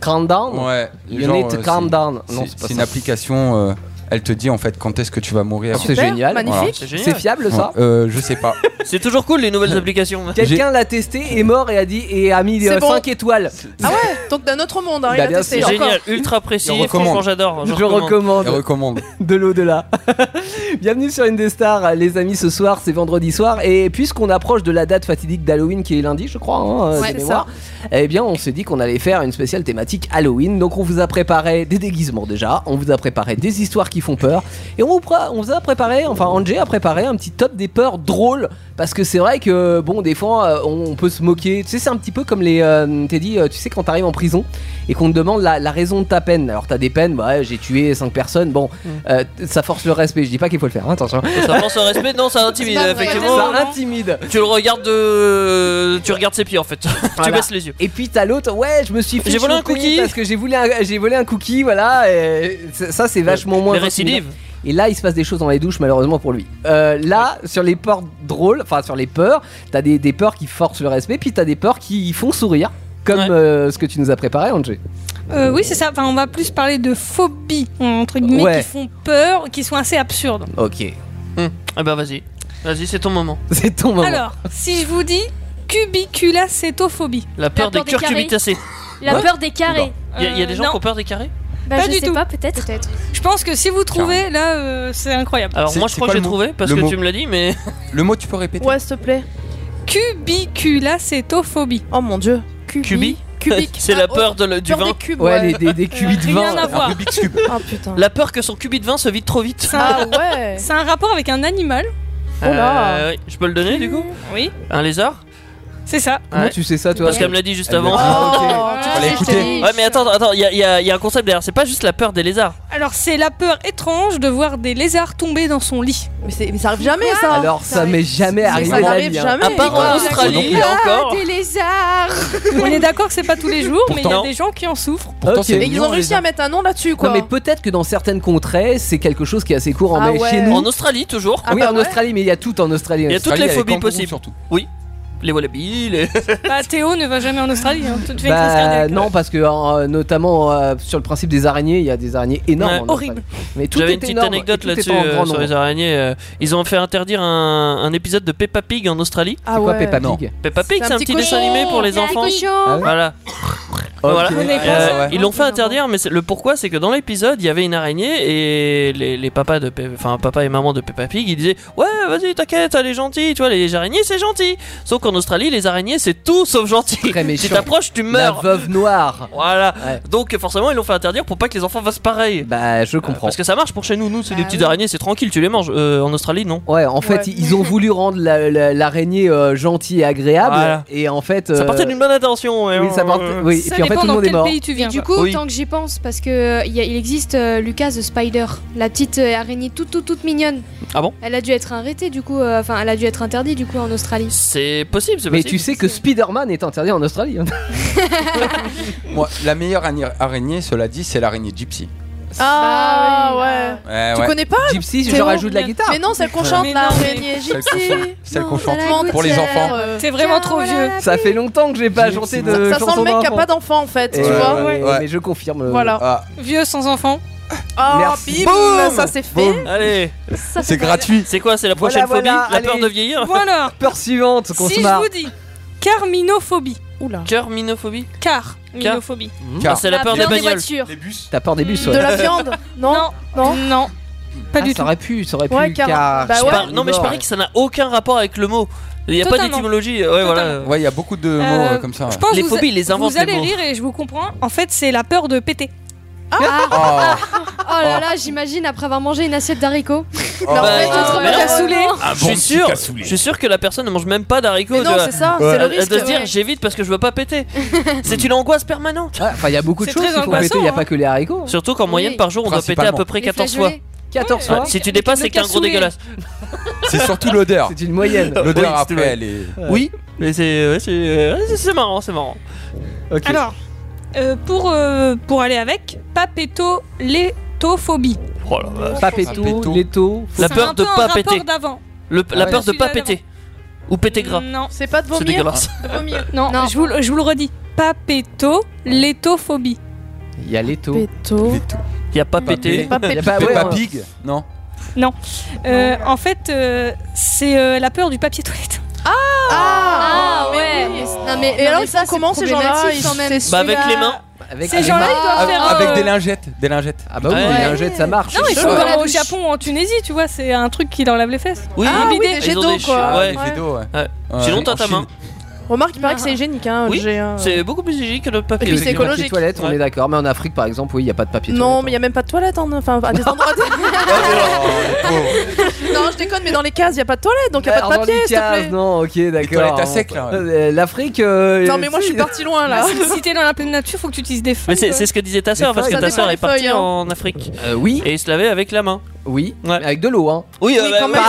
S2: Countdown
S5: Ouais.
S2: Unit
S5: euh, c'est-
S2: Countdown.
S5: c'est-
S2: Non, c'est pas
S5: C'est une
S2: ça.
S5: application. euh, elle te dit en fait quand est-ce que tu vas mourir.
S2: C'est Super, génial. magnifique.
S4: C'est
S5: Voilà.
S4: génial. C'est fiable, ça
S5: Ouais, euh, Je sais pas.
S4: C'est
S2: Euh.
S4: toujours cool les nouvelles applications.
S2: Quelqu'un l'a testé, est mort et a dit et a mis
S4: C'est
S2: 5
S4: bon.
S2: étoiles. Ah ouais
S3: Donc d'un autre monde, hein,
S2: Bah,
S3: il a
S2: bien
S3: testé.
S2: sûr.
S3: encore.
S4: Génial, ultra précis. Franchement, j'adore.
S2: Je recommande. De l'au-delà. Bienvenue sur une des stars, les amis. Ce soir, c'est vendredi soir. Et puisqu'on approche de la date fatidique d'Halloween, qui est lundi, je crois, hein,
S3: Ouais, c'est
S2: de mémoire, eh bien, on s'est dit qu'on allait faire une spéciale thématique Halloween. Donc, on vous a préparé des déguisements déjà. On vous a préparé des histoires qui font peur. Et on vous, pra- on vous a préparé, enfin, Angé a préparé un petit top des peurs drôles. Parce que c'est vrai que, bon, des fois, euh, on on peut se moquer. Tu sais, c'est un petit peu comme les. euh, T'es dit, euh, tu sais, quand t'arrives en prison et qu'on te demande la, la raison de ta peine. Alors, t'as des peines, bah, ouais, j'ai tué 5 personnes. Bon, euh, t- ça force le respect. Je dis pas qu'il faut le faire, hein, attention.
S4: Mm. Ça force un respect, non, ça intimide,
S2: C'est pas vrai.
S4: effectivement.
S2: Ça intimide.
S4: Tu le regardes de. Tu regardes ses pieds en fait. tu
S2: Voilà.
S4: baisses les yeux.
S2: Et puis t'as l'autre, ouais, je me suis fait
S4: J'ai volé un
S2: choper
S4: cookie.
S2: parce que j'ai voulu un- j'ai volé un cookie, voilà. et c- ça, c'est vachement moins.
S4: les
S2: intimidant.
S4: récidives.
S2: Et là, il se passe des choses dans les douches, malheureusement pour lui. Euh, là, sur les peurs drôles, enfin sur les peurs, t'as des, des peurs qui forcent le respect, puis t'as des peurs qui font sourire, comme euh, ce que tu nous as préparé, Angé.
S7: Euh, oui, c'est ça. Enfin, on va plus parler de phobies, entre guillemets,
S2: Ouais.
S7: qui font peur, qui sont assez absurdes.
S2: Ok.
S4: Eh ben vas-y. Vas-y, c'est ton moment.
S2: C'est ton moment.
S7: Alors, si je vous dis cubiculacétophobie.
S4: La peur des curcubitacées.
S7: La peur des
S4: carrés. Il y, a- il y a des
S7: Euh,
S4: gens
S7: non.
S4: qui ont peur des carrés
S14: Bah,
S7: pas
S14: je
S7: du
S14: sais
S7: tout.
S14: pas, peut-être.
S7: Je pense que si vous trouvez, là, euh, c'est incroyable.
S4: Alors moi je crois que j'ai trouvé parce
S5: Le
S4: que
S5: mot.
S4: tu me l'as dit, mais.
S5: Le mot, tu peux répéter
S7: Ouais, s'il te plaît. Cubiculacétophobie.
S3: Oh mon dieu.
S4: Cubi
S7: Cubique. Ah, oh,
S4: C'est
S3: Ah,
S4: la peur de le- du vin.
S2: Ouais, les- des, des cubits de vin.
S7: Rien à voir.
S3: Oh putain.
S4: La peur que son cubit de vin se vide trop vite.
S7: ouais C'est un rapport avec un animal.
S4: Euh, oui. Je peux le donner du coup
S7: Oui.
S4: Un lézard
S7: C'est ça.
S2: Comment tu sais ça, toi
S4: Parce qu'elle me l'a dit juste
S2: Elle me l'a
S4: avant.
S2: dit. Oh, Ah,
S7: tu sais, je t'ai dit.
S4: Ouais, mais attends, attends, il y, a- il y a il y a un concept derrière. C'est pas juste la peur des lézards.
S7: Alors c'est la peur étrange de voir des lézards tomber dans son lit. Mais, ça arrive jamais ça hein.
S2: Alors ça m'est jamais arrivé
S7: ça
S2: à la
S7: n'arrive
S2: vie, hein.
S7: jamais. À part en
S2: Ah,
S7: Australie,
S2: non plus.
S7: hein.
S4: Encore
S7: Des lézards On est d'accord que c'est pas tous les jours, mais il y a
S2: Pourtant-
S7: des gens qui en souffrent.
S2: Pourtant, Ok. c'est
S7: Et ils
S2: mignon,
S7: ont
S2: les
S7: réussi à
S2: lézards.
S7: mettre un nom là-dessus quoi.
S2: Non mais peut-être que dans certaines contrées c'est quelque chose qui est assez courant
S7: Ah ouais.
S2: mais
S7: Ah bah
S2: chez nous
S4: En Australie, toujours.
S2: oui en Australie mais il y a tout en euh, Australie
S4: Il y a toutes les phobies possibles. Oui. Les wallabies, les.
S7: Bah Théo ne va jamais en Australie, hein. tu te fais une crise
S2: Bah,
S7: cardiaque.
S2: non parce que euh, notamment euh, sur le principe des araignées il y a des araignées énormes
S4: Ouais.
S2: en Australie.
S4: Horrible.
S2: mais tout
S4: J'avais
S2: est
S4: une petite
S2: énorme et
S4: anecdote
S2: tout est
S4: là-dessus
S2: en
S4: euh,
S2: grand
S4: sur
S2: nombre.
S4: les araignées. euh, ils ont fait interdire un, un épisode de Peppa Pig en Australie.
S2: Ah C'est quoi ouais. Peppa
S4: Non.
S2: Pig
S4: Peppa Pig,
S2: C'est
S4: c'est
S2: un
S4: un
S2: petit
S4: petit dessin
S2: cochon.
S4: animé pour les
S2: C'est un
S4: enfants.
S2: cochon. Ah ouais.
S4: Voilà.
S2: Ok.
S4: Voilà.
S2: On est
S4: Euh,
S2: con.
S4: ils l'ont fait interdire, mais c'est- le pourquoi, c'est que dans l'épisode, il y avait une araignée et les, les papas de, Pe- enfin papa et maman de Peppa Pig, ils disaient ouais, vas-y, t'inquiète, elle est gentille, tu vois, les araignées, c'est gentil. Sauf qu'en Australie, les araignées, c'est tout sauf gentil. Si
S2: méchant.
S4: t'approches, tu meurs.
S2: La veuve noire.
S4: Voilà. Donc forcément, ils l'ont fait interdire pour pas que les enfants fassent pareil. Euh,
S2: Bah, je comprends.
S4: Parce que ça marche pour chez nous. Nous, c'est
S2: Bah
S4: des petites araignées, c'est tranquille, tu les manges. Euh, en Australie, non.
S2: Ouais, en fait, ils ont voulu rendre la- la- l'araignée euh, gentille et agréable,
S4: Voilà.
S2: et en fait.
S4: Ça
S2: euh,
S4: partait d'une bonne intention. hein. Euh, ouais,
S2: oui, ça
S4: on-
S2: partait- oui, et puis en fait, tout le monde est mort.
S6: Et du coup,
S2: Oui.
S6: tant que j'y pense, parce que euh, il y a- il existe euh, Lucas the Spider, la petite euh, araignée toute toute toute mignonne.
S4: Ah bon
S6: Elle a dû être arrêtée du coup, euh, enfin elle a dû être interdite du coup en Australie.
S4: C'est possible, c'est
S2: Mais
S4: possible.
S2: tu sais que Spider-Man est interdit en Australie.
S5: Moi, la meilleure araignée- araignée, cela dit, c'est l'araignée gypsy.
S3: Ah ouais.
S5: Ouais,
S3: Tu
S5: ouais.
S3: connais pas
S2: Gypsy,
S3: Théo
S5: genre, elle joue de la guitare.
S3: Mais non, celle qu'on
S5: Ouais.
S3: chante,
S5: Mais
S3: la
S5: non, mais-
S3: araignée
S5: Celle qu'on
S3: gypsy.
S5: chante- Celle qu'on chante
S3: la gouttière,
S5: pour les enfants.
S3: euh,
S7: C'est vraiment trop vieux.
S2: ça fait longtemps que j'ai pas chanté de.
S3: Ça sent le
S2: chansons
S3: mec qui a
S2: d'enfants.
S3: pas d'enfant en fait, tu
S2: Et-
S3: vois.
S2: ouais, Mais je confirme. euh,
S3: Voilà.
S5: Ah.
S7: Vieux sans enfant.
S3: Oh,
S2: Merci.
S3: bim,
S2: Boum.
S3: ça c'est fait.
S4: Allez,
S3: Ça, c'est pas-
S4: C'est quoi C'est la
S2: Voilà,
S4: prochaine
S2: voilà,
S4: phobie La peur
S2: allez.
S4: de vieillir
S7: Voilà.
S2: Peur suivante qu'on
S7: Si
S2: se
S7: je
S2: marre.
S7: vous dis carminophobie.
S3: Oula.
S4: Carminophobie Ah,
S7: Car. Minophobie.
S2: Car.
S4: c'est la peur des bagnoles.
S7: voitures.
S2: T'as peur des bus, ouais.
S7: De la viande.
S3: Non.
S7: Non. Non. Pas
S2: Ah,
S7: du
S2: ça
S7: tout.
S2: aurait pu, ça aurait pu.
S7: Ouais, car- bah
S4: Je
S7: ouais.
S4: par- Non, mais je parie que ça n'a aucun rapport avec le mot. Il n'y a pas
S7: Totalement.
S4: d'étymologie. Ouais, voilà.
S5: Ouais, il y a beaucoup de mots
S7: Euh,
S5: euh, comme ça.
S7: Je pense
S4: les
S7: vous
S4: phobies, ils les inventent
S7: Vous allez
S4: les mots.
S7: rire et je vous comprends. En fait, c'est la peur de péter.
S5: Ah.
S6: Oh là là, j'imagine après avoir mangé une assiette d'haricots.
S4: Bah,
S6: fait,
S4: euh,
S6: entre le
S4: mais non.
S6: cassoulet.
S4: Ah, je suis sûr, je suis sûr que la personne ne mange même pas d'haricots.
S6: Mais non,
S4: tu vois.
S6: c'est ça, c'est le
S4: Elle- Elle
S6: risque,
S4: doit se dire
S6: ouais.
S4: j'évite parce que je veux pas péter. c'est une angoisse permanente.
S2: Enfin, il y a beaucoup de
S4: C'est
S2: choses
S4: très
S2: qu'il faut péter, il
S4: angoissant,
S2: n'y a pas que les haricots.
S4: Surtout qu'en moyenne par jour, on doit péter à peu près 14 fois.
S2: 14
S4: Ah,
S2: fois.
S4: si tu dépasses, c'est qu'un gros dégueulasse.
S5: C'est surtout l'odeur.
S2: C'est une moyenne.
S5: L'odeur
S4: Oui, c'est
S5: après,
S4: vrai.
S5: elle est.
S4: Oui, mais c'est ouais, c'est euh, c'est- c'est marrant, c'est marrant.
S7: Alors, euh, pour, euh, pour aller avec, papétolétophobie.
S4: Oh la vache.
S2: Papéto, léto.
S4: La
S7: C'est
S4: peur
S7: un
S4: de
S7: peu un
S4: pas
S7: rapport
S4: péter.
S7: d'avant.
S4: Le-
S7: Ah
S4: la
S7: ouais.
S4: peur de
S7: Celui-là
S4: pas
S7: d'avant.
S4: péter. Ou péter gras.
S7: Non,
S3: c'est pas de
S4: vomir. dégueulasse.
S7: Non, Je, vous, le- je vous le redis. Papétolétophobie.
S2: Il y a l'éto.
S4: Il y a pas pété.
S7: Pas pété.
S5: Peppa
S7: Ouais, ouais.
S5: Pig Non.
S7: Non. Euh, en fait, euh, c'est euh, la peur du papier toilette. Ah,
S3: Ah, mais oui.
S6: Non, mais,
S3: Et
S6: non,
S3: alors,
S6: mais
S3: ils font
S6: ça, c'est
S3: comment, ces gens-là
S6: problématique
S3: Ils-
S6: quand même.
S3: c'est
S4: Bah, avec les mains.
S2: Avec
S7: Ces gens-là, ils doivent faire.
S5: Ah, Avec
S7: euh,
S5: des lingettes, des lingettes.
S2: Ah bah
S5: oui,
S7: Ouais.
S5: des lingettes, ça marche.
S7: Non, ils sont comme au Japon ou en Tunisie, tu vois, c'est un truc qui leur lave les fesses.
S4: Ah Oui,
S3: Ah
S7: Un
S4: oui,
S7: bidet.
S4: ils ont des chi- Ouais. Ouais. J'ai longtemps
S5: en
S4: ta main.
S3: Remarque, il paraît que c'est hygiénique. Hein,
S4: Ah. Oui,
S3: j'ai un-
S4: c'est beaucoup plus hygiénique que notre
S2: Et
S4: papier.
S2: puis c'est écologique. toilette, on est d'accord, mais en Afrique par exemple, oui, il n'y a pas de papier
S3: Non, mais il n'y a même pas de toilette. en- Enfin, à des endroits. non, je déconne, mais dans les cases, il n'y a pas de toilette, donc il n'y a pas de
S2: Alors, dans
S3: papier,
S2: les
S3: s'il te
S2: cases,
S3: plaît.
S2: Non, ok, d'accord.
S5: toilettes à sec, là, ouais.
S2: Euh, L'Afrique. euh,
S3: Non, mais moi, je suis partie loin, là.
S7: Ah, si si t'es dans la pleine nature, faut que tu utilises des feuilles.
S4: Mais c'est c'est ce que disait ta sœur,
S7: Des
S4: parce que
S3: ah,
S7: feuilles.
S4: ta
S7: Ça
S4: sœur
S7: dépend
S4: est
S7: des
S4: partie
S7: feuilles, hein.
S4: en Afrique.
S2: oui.
S4: Et il se lavait avec la main.
S2: Oui, avec de l'eau, hein.
S4: Oui, euh, bah,
S3: quand
S4: ouais.
S3: même,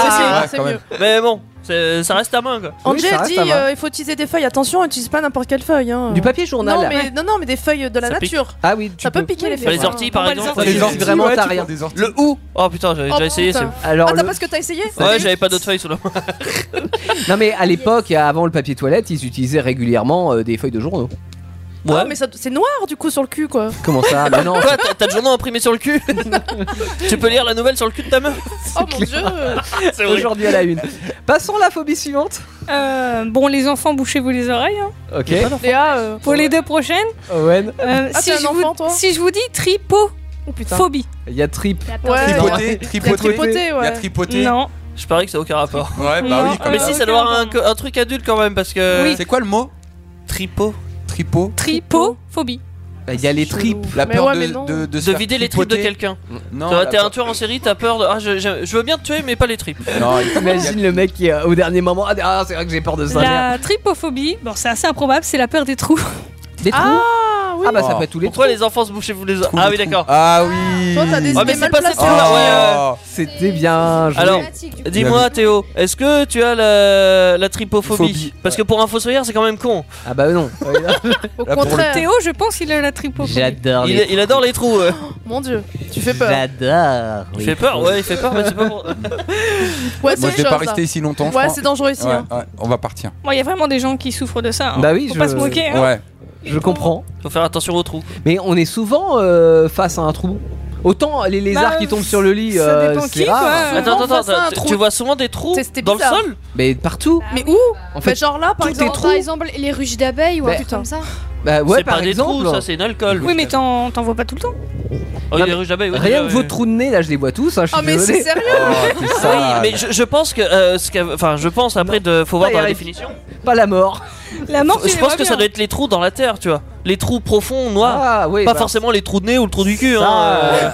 S3: c'est mieux, c'est mieux.
S4: Mais bon, c'est- ça reste ta main, quoi.
S3: Angel dit euh, il faut utiliser des feuilles. Attention, utilise pas n'importe quelle feuille. hein.
S2: Du papier journal.
S3: Non, mais, non, non, mais des feuilles de la
S4: Ça pique.
S3: nature.
S2: Ah oui, tu
S3: Ça peut piquer les fesses.
S4: Les orties, par exemple.
S2: Les orties, vraiment, t'as rien.
S4: Le ou. Oh putain, j'avais
S3: Oh,
S4: déjà essayé.
S3: putain.
S4: c'est-
S2: Alors,
S3: ah, t'as
S2: le-
S3: pas ce que t'as essayé
S4: Ouais, j'avais pas d'autres feuilles sous la main.
S2: Non, mais à l'époque, euh, avant le papier toilette, ils utilisaient régulièrement euh, des feuilles de journaux.
S3: Ah, mais ça- c'est noir du coup sur le cul quoi.
S2: Comment ça Mais non,
S4: Quoi, t'as- t'as le journal imprimé sur le cul Tu peux lire la nouvelle sur le cul de ta meuf
S3: Oh mon dieu
S4: C'est horrible.
S2: aujourd'hui à la une.
S3: hein.
S2: Passons à la phobie suivante.
S7: Euh, bon, les enfants, bouchez-vous les oreilles. hein.
S2: Ok.
S3: Léa, euh,
S7: Pour les deux prochaines,
S2: Owen,
S7: euh,
S3: Ah,
S7: si,
S3: t'es un
S7: je vous,
S3: enfant, toi
S7: si je vous dis tripophobie.
S3: Oh putain.
S2: il y a trip.
S3: Ouais.
S5: Tripoté, tripoté.
S3: tripoté, ouais.
S5: Il y a tripoté.
S7: Non.
S4: Je parie que ça a aucun rapport.
S5: Ouais, bah
S7: Non,
S5: oui, quand
S4: Mais
S5: même.
S4: si, ça doit avoir un, un truc adulte quand même, parce que.
S7: Oui.
S5: C'est quoi le mot
S4: Tripot.
S5: Tripot
S7: Tripophobie.
S2: Bah, Il y a les tripes.
S5: La
S3: Mais
S5: peur
S3: ouais,
S5: de,
S3: mais non.
S5: de, de se
S4: De
S5: faire
S4: vider les tripes de
S5: tripoter.
S4: quelqu'un.
S5: Non,
S4: Toi,
S5: la
S4: T'es un
S5: peur-
S4: tueur en série, t'as peur de. Ah, je, je- je veux bien te tuer, mais pas les tripes.
S5: Non, il-
S2: Imagine le mec qui, euh, au dernier moment, ah, ah, c'est vrai que j'ai peur de ça. merde.
S7: La tripophobie, bon, c'est assez improbable, c'est la peur des trous.
S2: Des trous
S3: Ah oui
S2: Ah bah ça
S5: Oh.
S2: peut être tous les trous.
S4: Pourquoi les enfants se bouchez-vous les os
S5: Trou
S4: Ah
S5: de
S4: oui,
S5: trou.
S4: d'accord.
S5: Ah oui.
S3: Toi, t'as des
S4: Ah,
S3: idées
S4: mais c'est
S3: mal
S4: pas
S3: placées.
S4: celle-là, ouais. euh,
S5: Oh.
S2: C'était bien joué.
S4: Alors,
S6: Problématique, du
S4: dis-moi, Théo, est-ce que tu as la, la tripophobie
S5: Phobie,
S4: Parce que pour un fossoyeur, c'est quand même con.
S2: Ah bah non.
S3: Au
S5: Là, pour le
S3: contraire.
S7: Théo, je pense qu'il a la tripophobie.
S2: J'adore.
S4: Il,
S2: les
S4: il adore les trous. euh.
S3: Mon dieu, tu fais peur.
S2: J'adore.
S4: Il fait peur, ouais, il fait peur, mais c'est pas pour.
S3: Ouais, c'est
S5: Moi, je vais
S3: chaud,
S5: pas
S3: ça.
S5: rester ici longtemps. je
S3: Ouais,
S5: crois.
S3: c'est dangereux ici. hein.
S5: Ouais, ouais, on va partir.
S7: Bon, il y a vraiment des gens qui souffrent de ça. hein.
S2: Bah oui,
S7: Faut
S2: je-
S7: pas se moquer. hein.
S5: Ouais.
S2: Je comprends.
S4: Faut faire attention aux trous.
S2: Mais on est souvent euh, face à un trou. Autant les lézards
S7: Bah,
S2: qui tombent sur le lit,
S7: ça
S2: euh,
S7: dépend
S2: c'est
S7: qui,
S2: rare.
S7: quoi.
S4: Attends,
S3: Souvent,
S4: attends,
S3: face à un
S4: attends, tu-
S3: trou.
S4: tu vois souvent des trous
S3: C'est- c'était
S4: dans le
S3: bizarre.
S4: sol
S2: Mais partout.
S3: Mais où
S2: En
S3: Bah,
S2: fait,
S3: genre là, par
S2: tout est
S3: exemple.
S2: trou.
S6: Par exemple, les ruches d'abeilles ou un
S2: Bah,
S6: truc comme ça.
S2: bah ouais,
S4: C'est
S2: par
S4: pas des
S2: exemple.
S4: trous, ça c'est une alcool.
S7: Oui, mais t'en t'en vois pas tout le temps.
S4: Oh,
S2: Non,
S4: il est
S2: mais
S4: russe jamais, oui,
S2: Rien
S4: oui,
S2: que
S4: oui.
S2: vos trous de nez, là, je les vois tous. Hein, je suis
S3: Ah, mais
S2: désolé.
S3: c'est sérieux
S5: Oh, t'es
S4: Oui,
S5: sale.
S4: mais je, je pense que. euh, ce qu'a- Enfin, je pense après, de, faut voir
S2: Ouais,
S4: dans la
S2: ouais.
S4: définition.
S2: Pas la mort.
S7: La mort, tu
S4: je
S7: les
S4: pense
S7: vois
S4: que ça
S7: bien.
S4: doit être les trous dans la terre, tu vois. Les trous profonds, noirs.
S2: Ah oui.
S4: pas
S2: bah,
S4: forcément les trous de nez ou le trou du cul.
S2: ça,
S4: hein, euh,
S2: euh,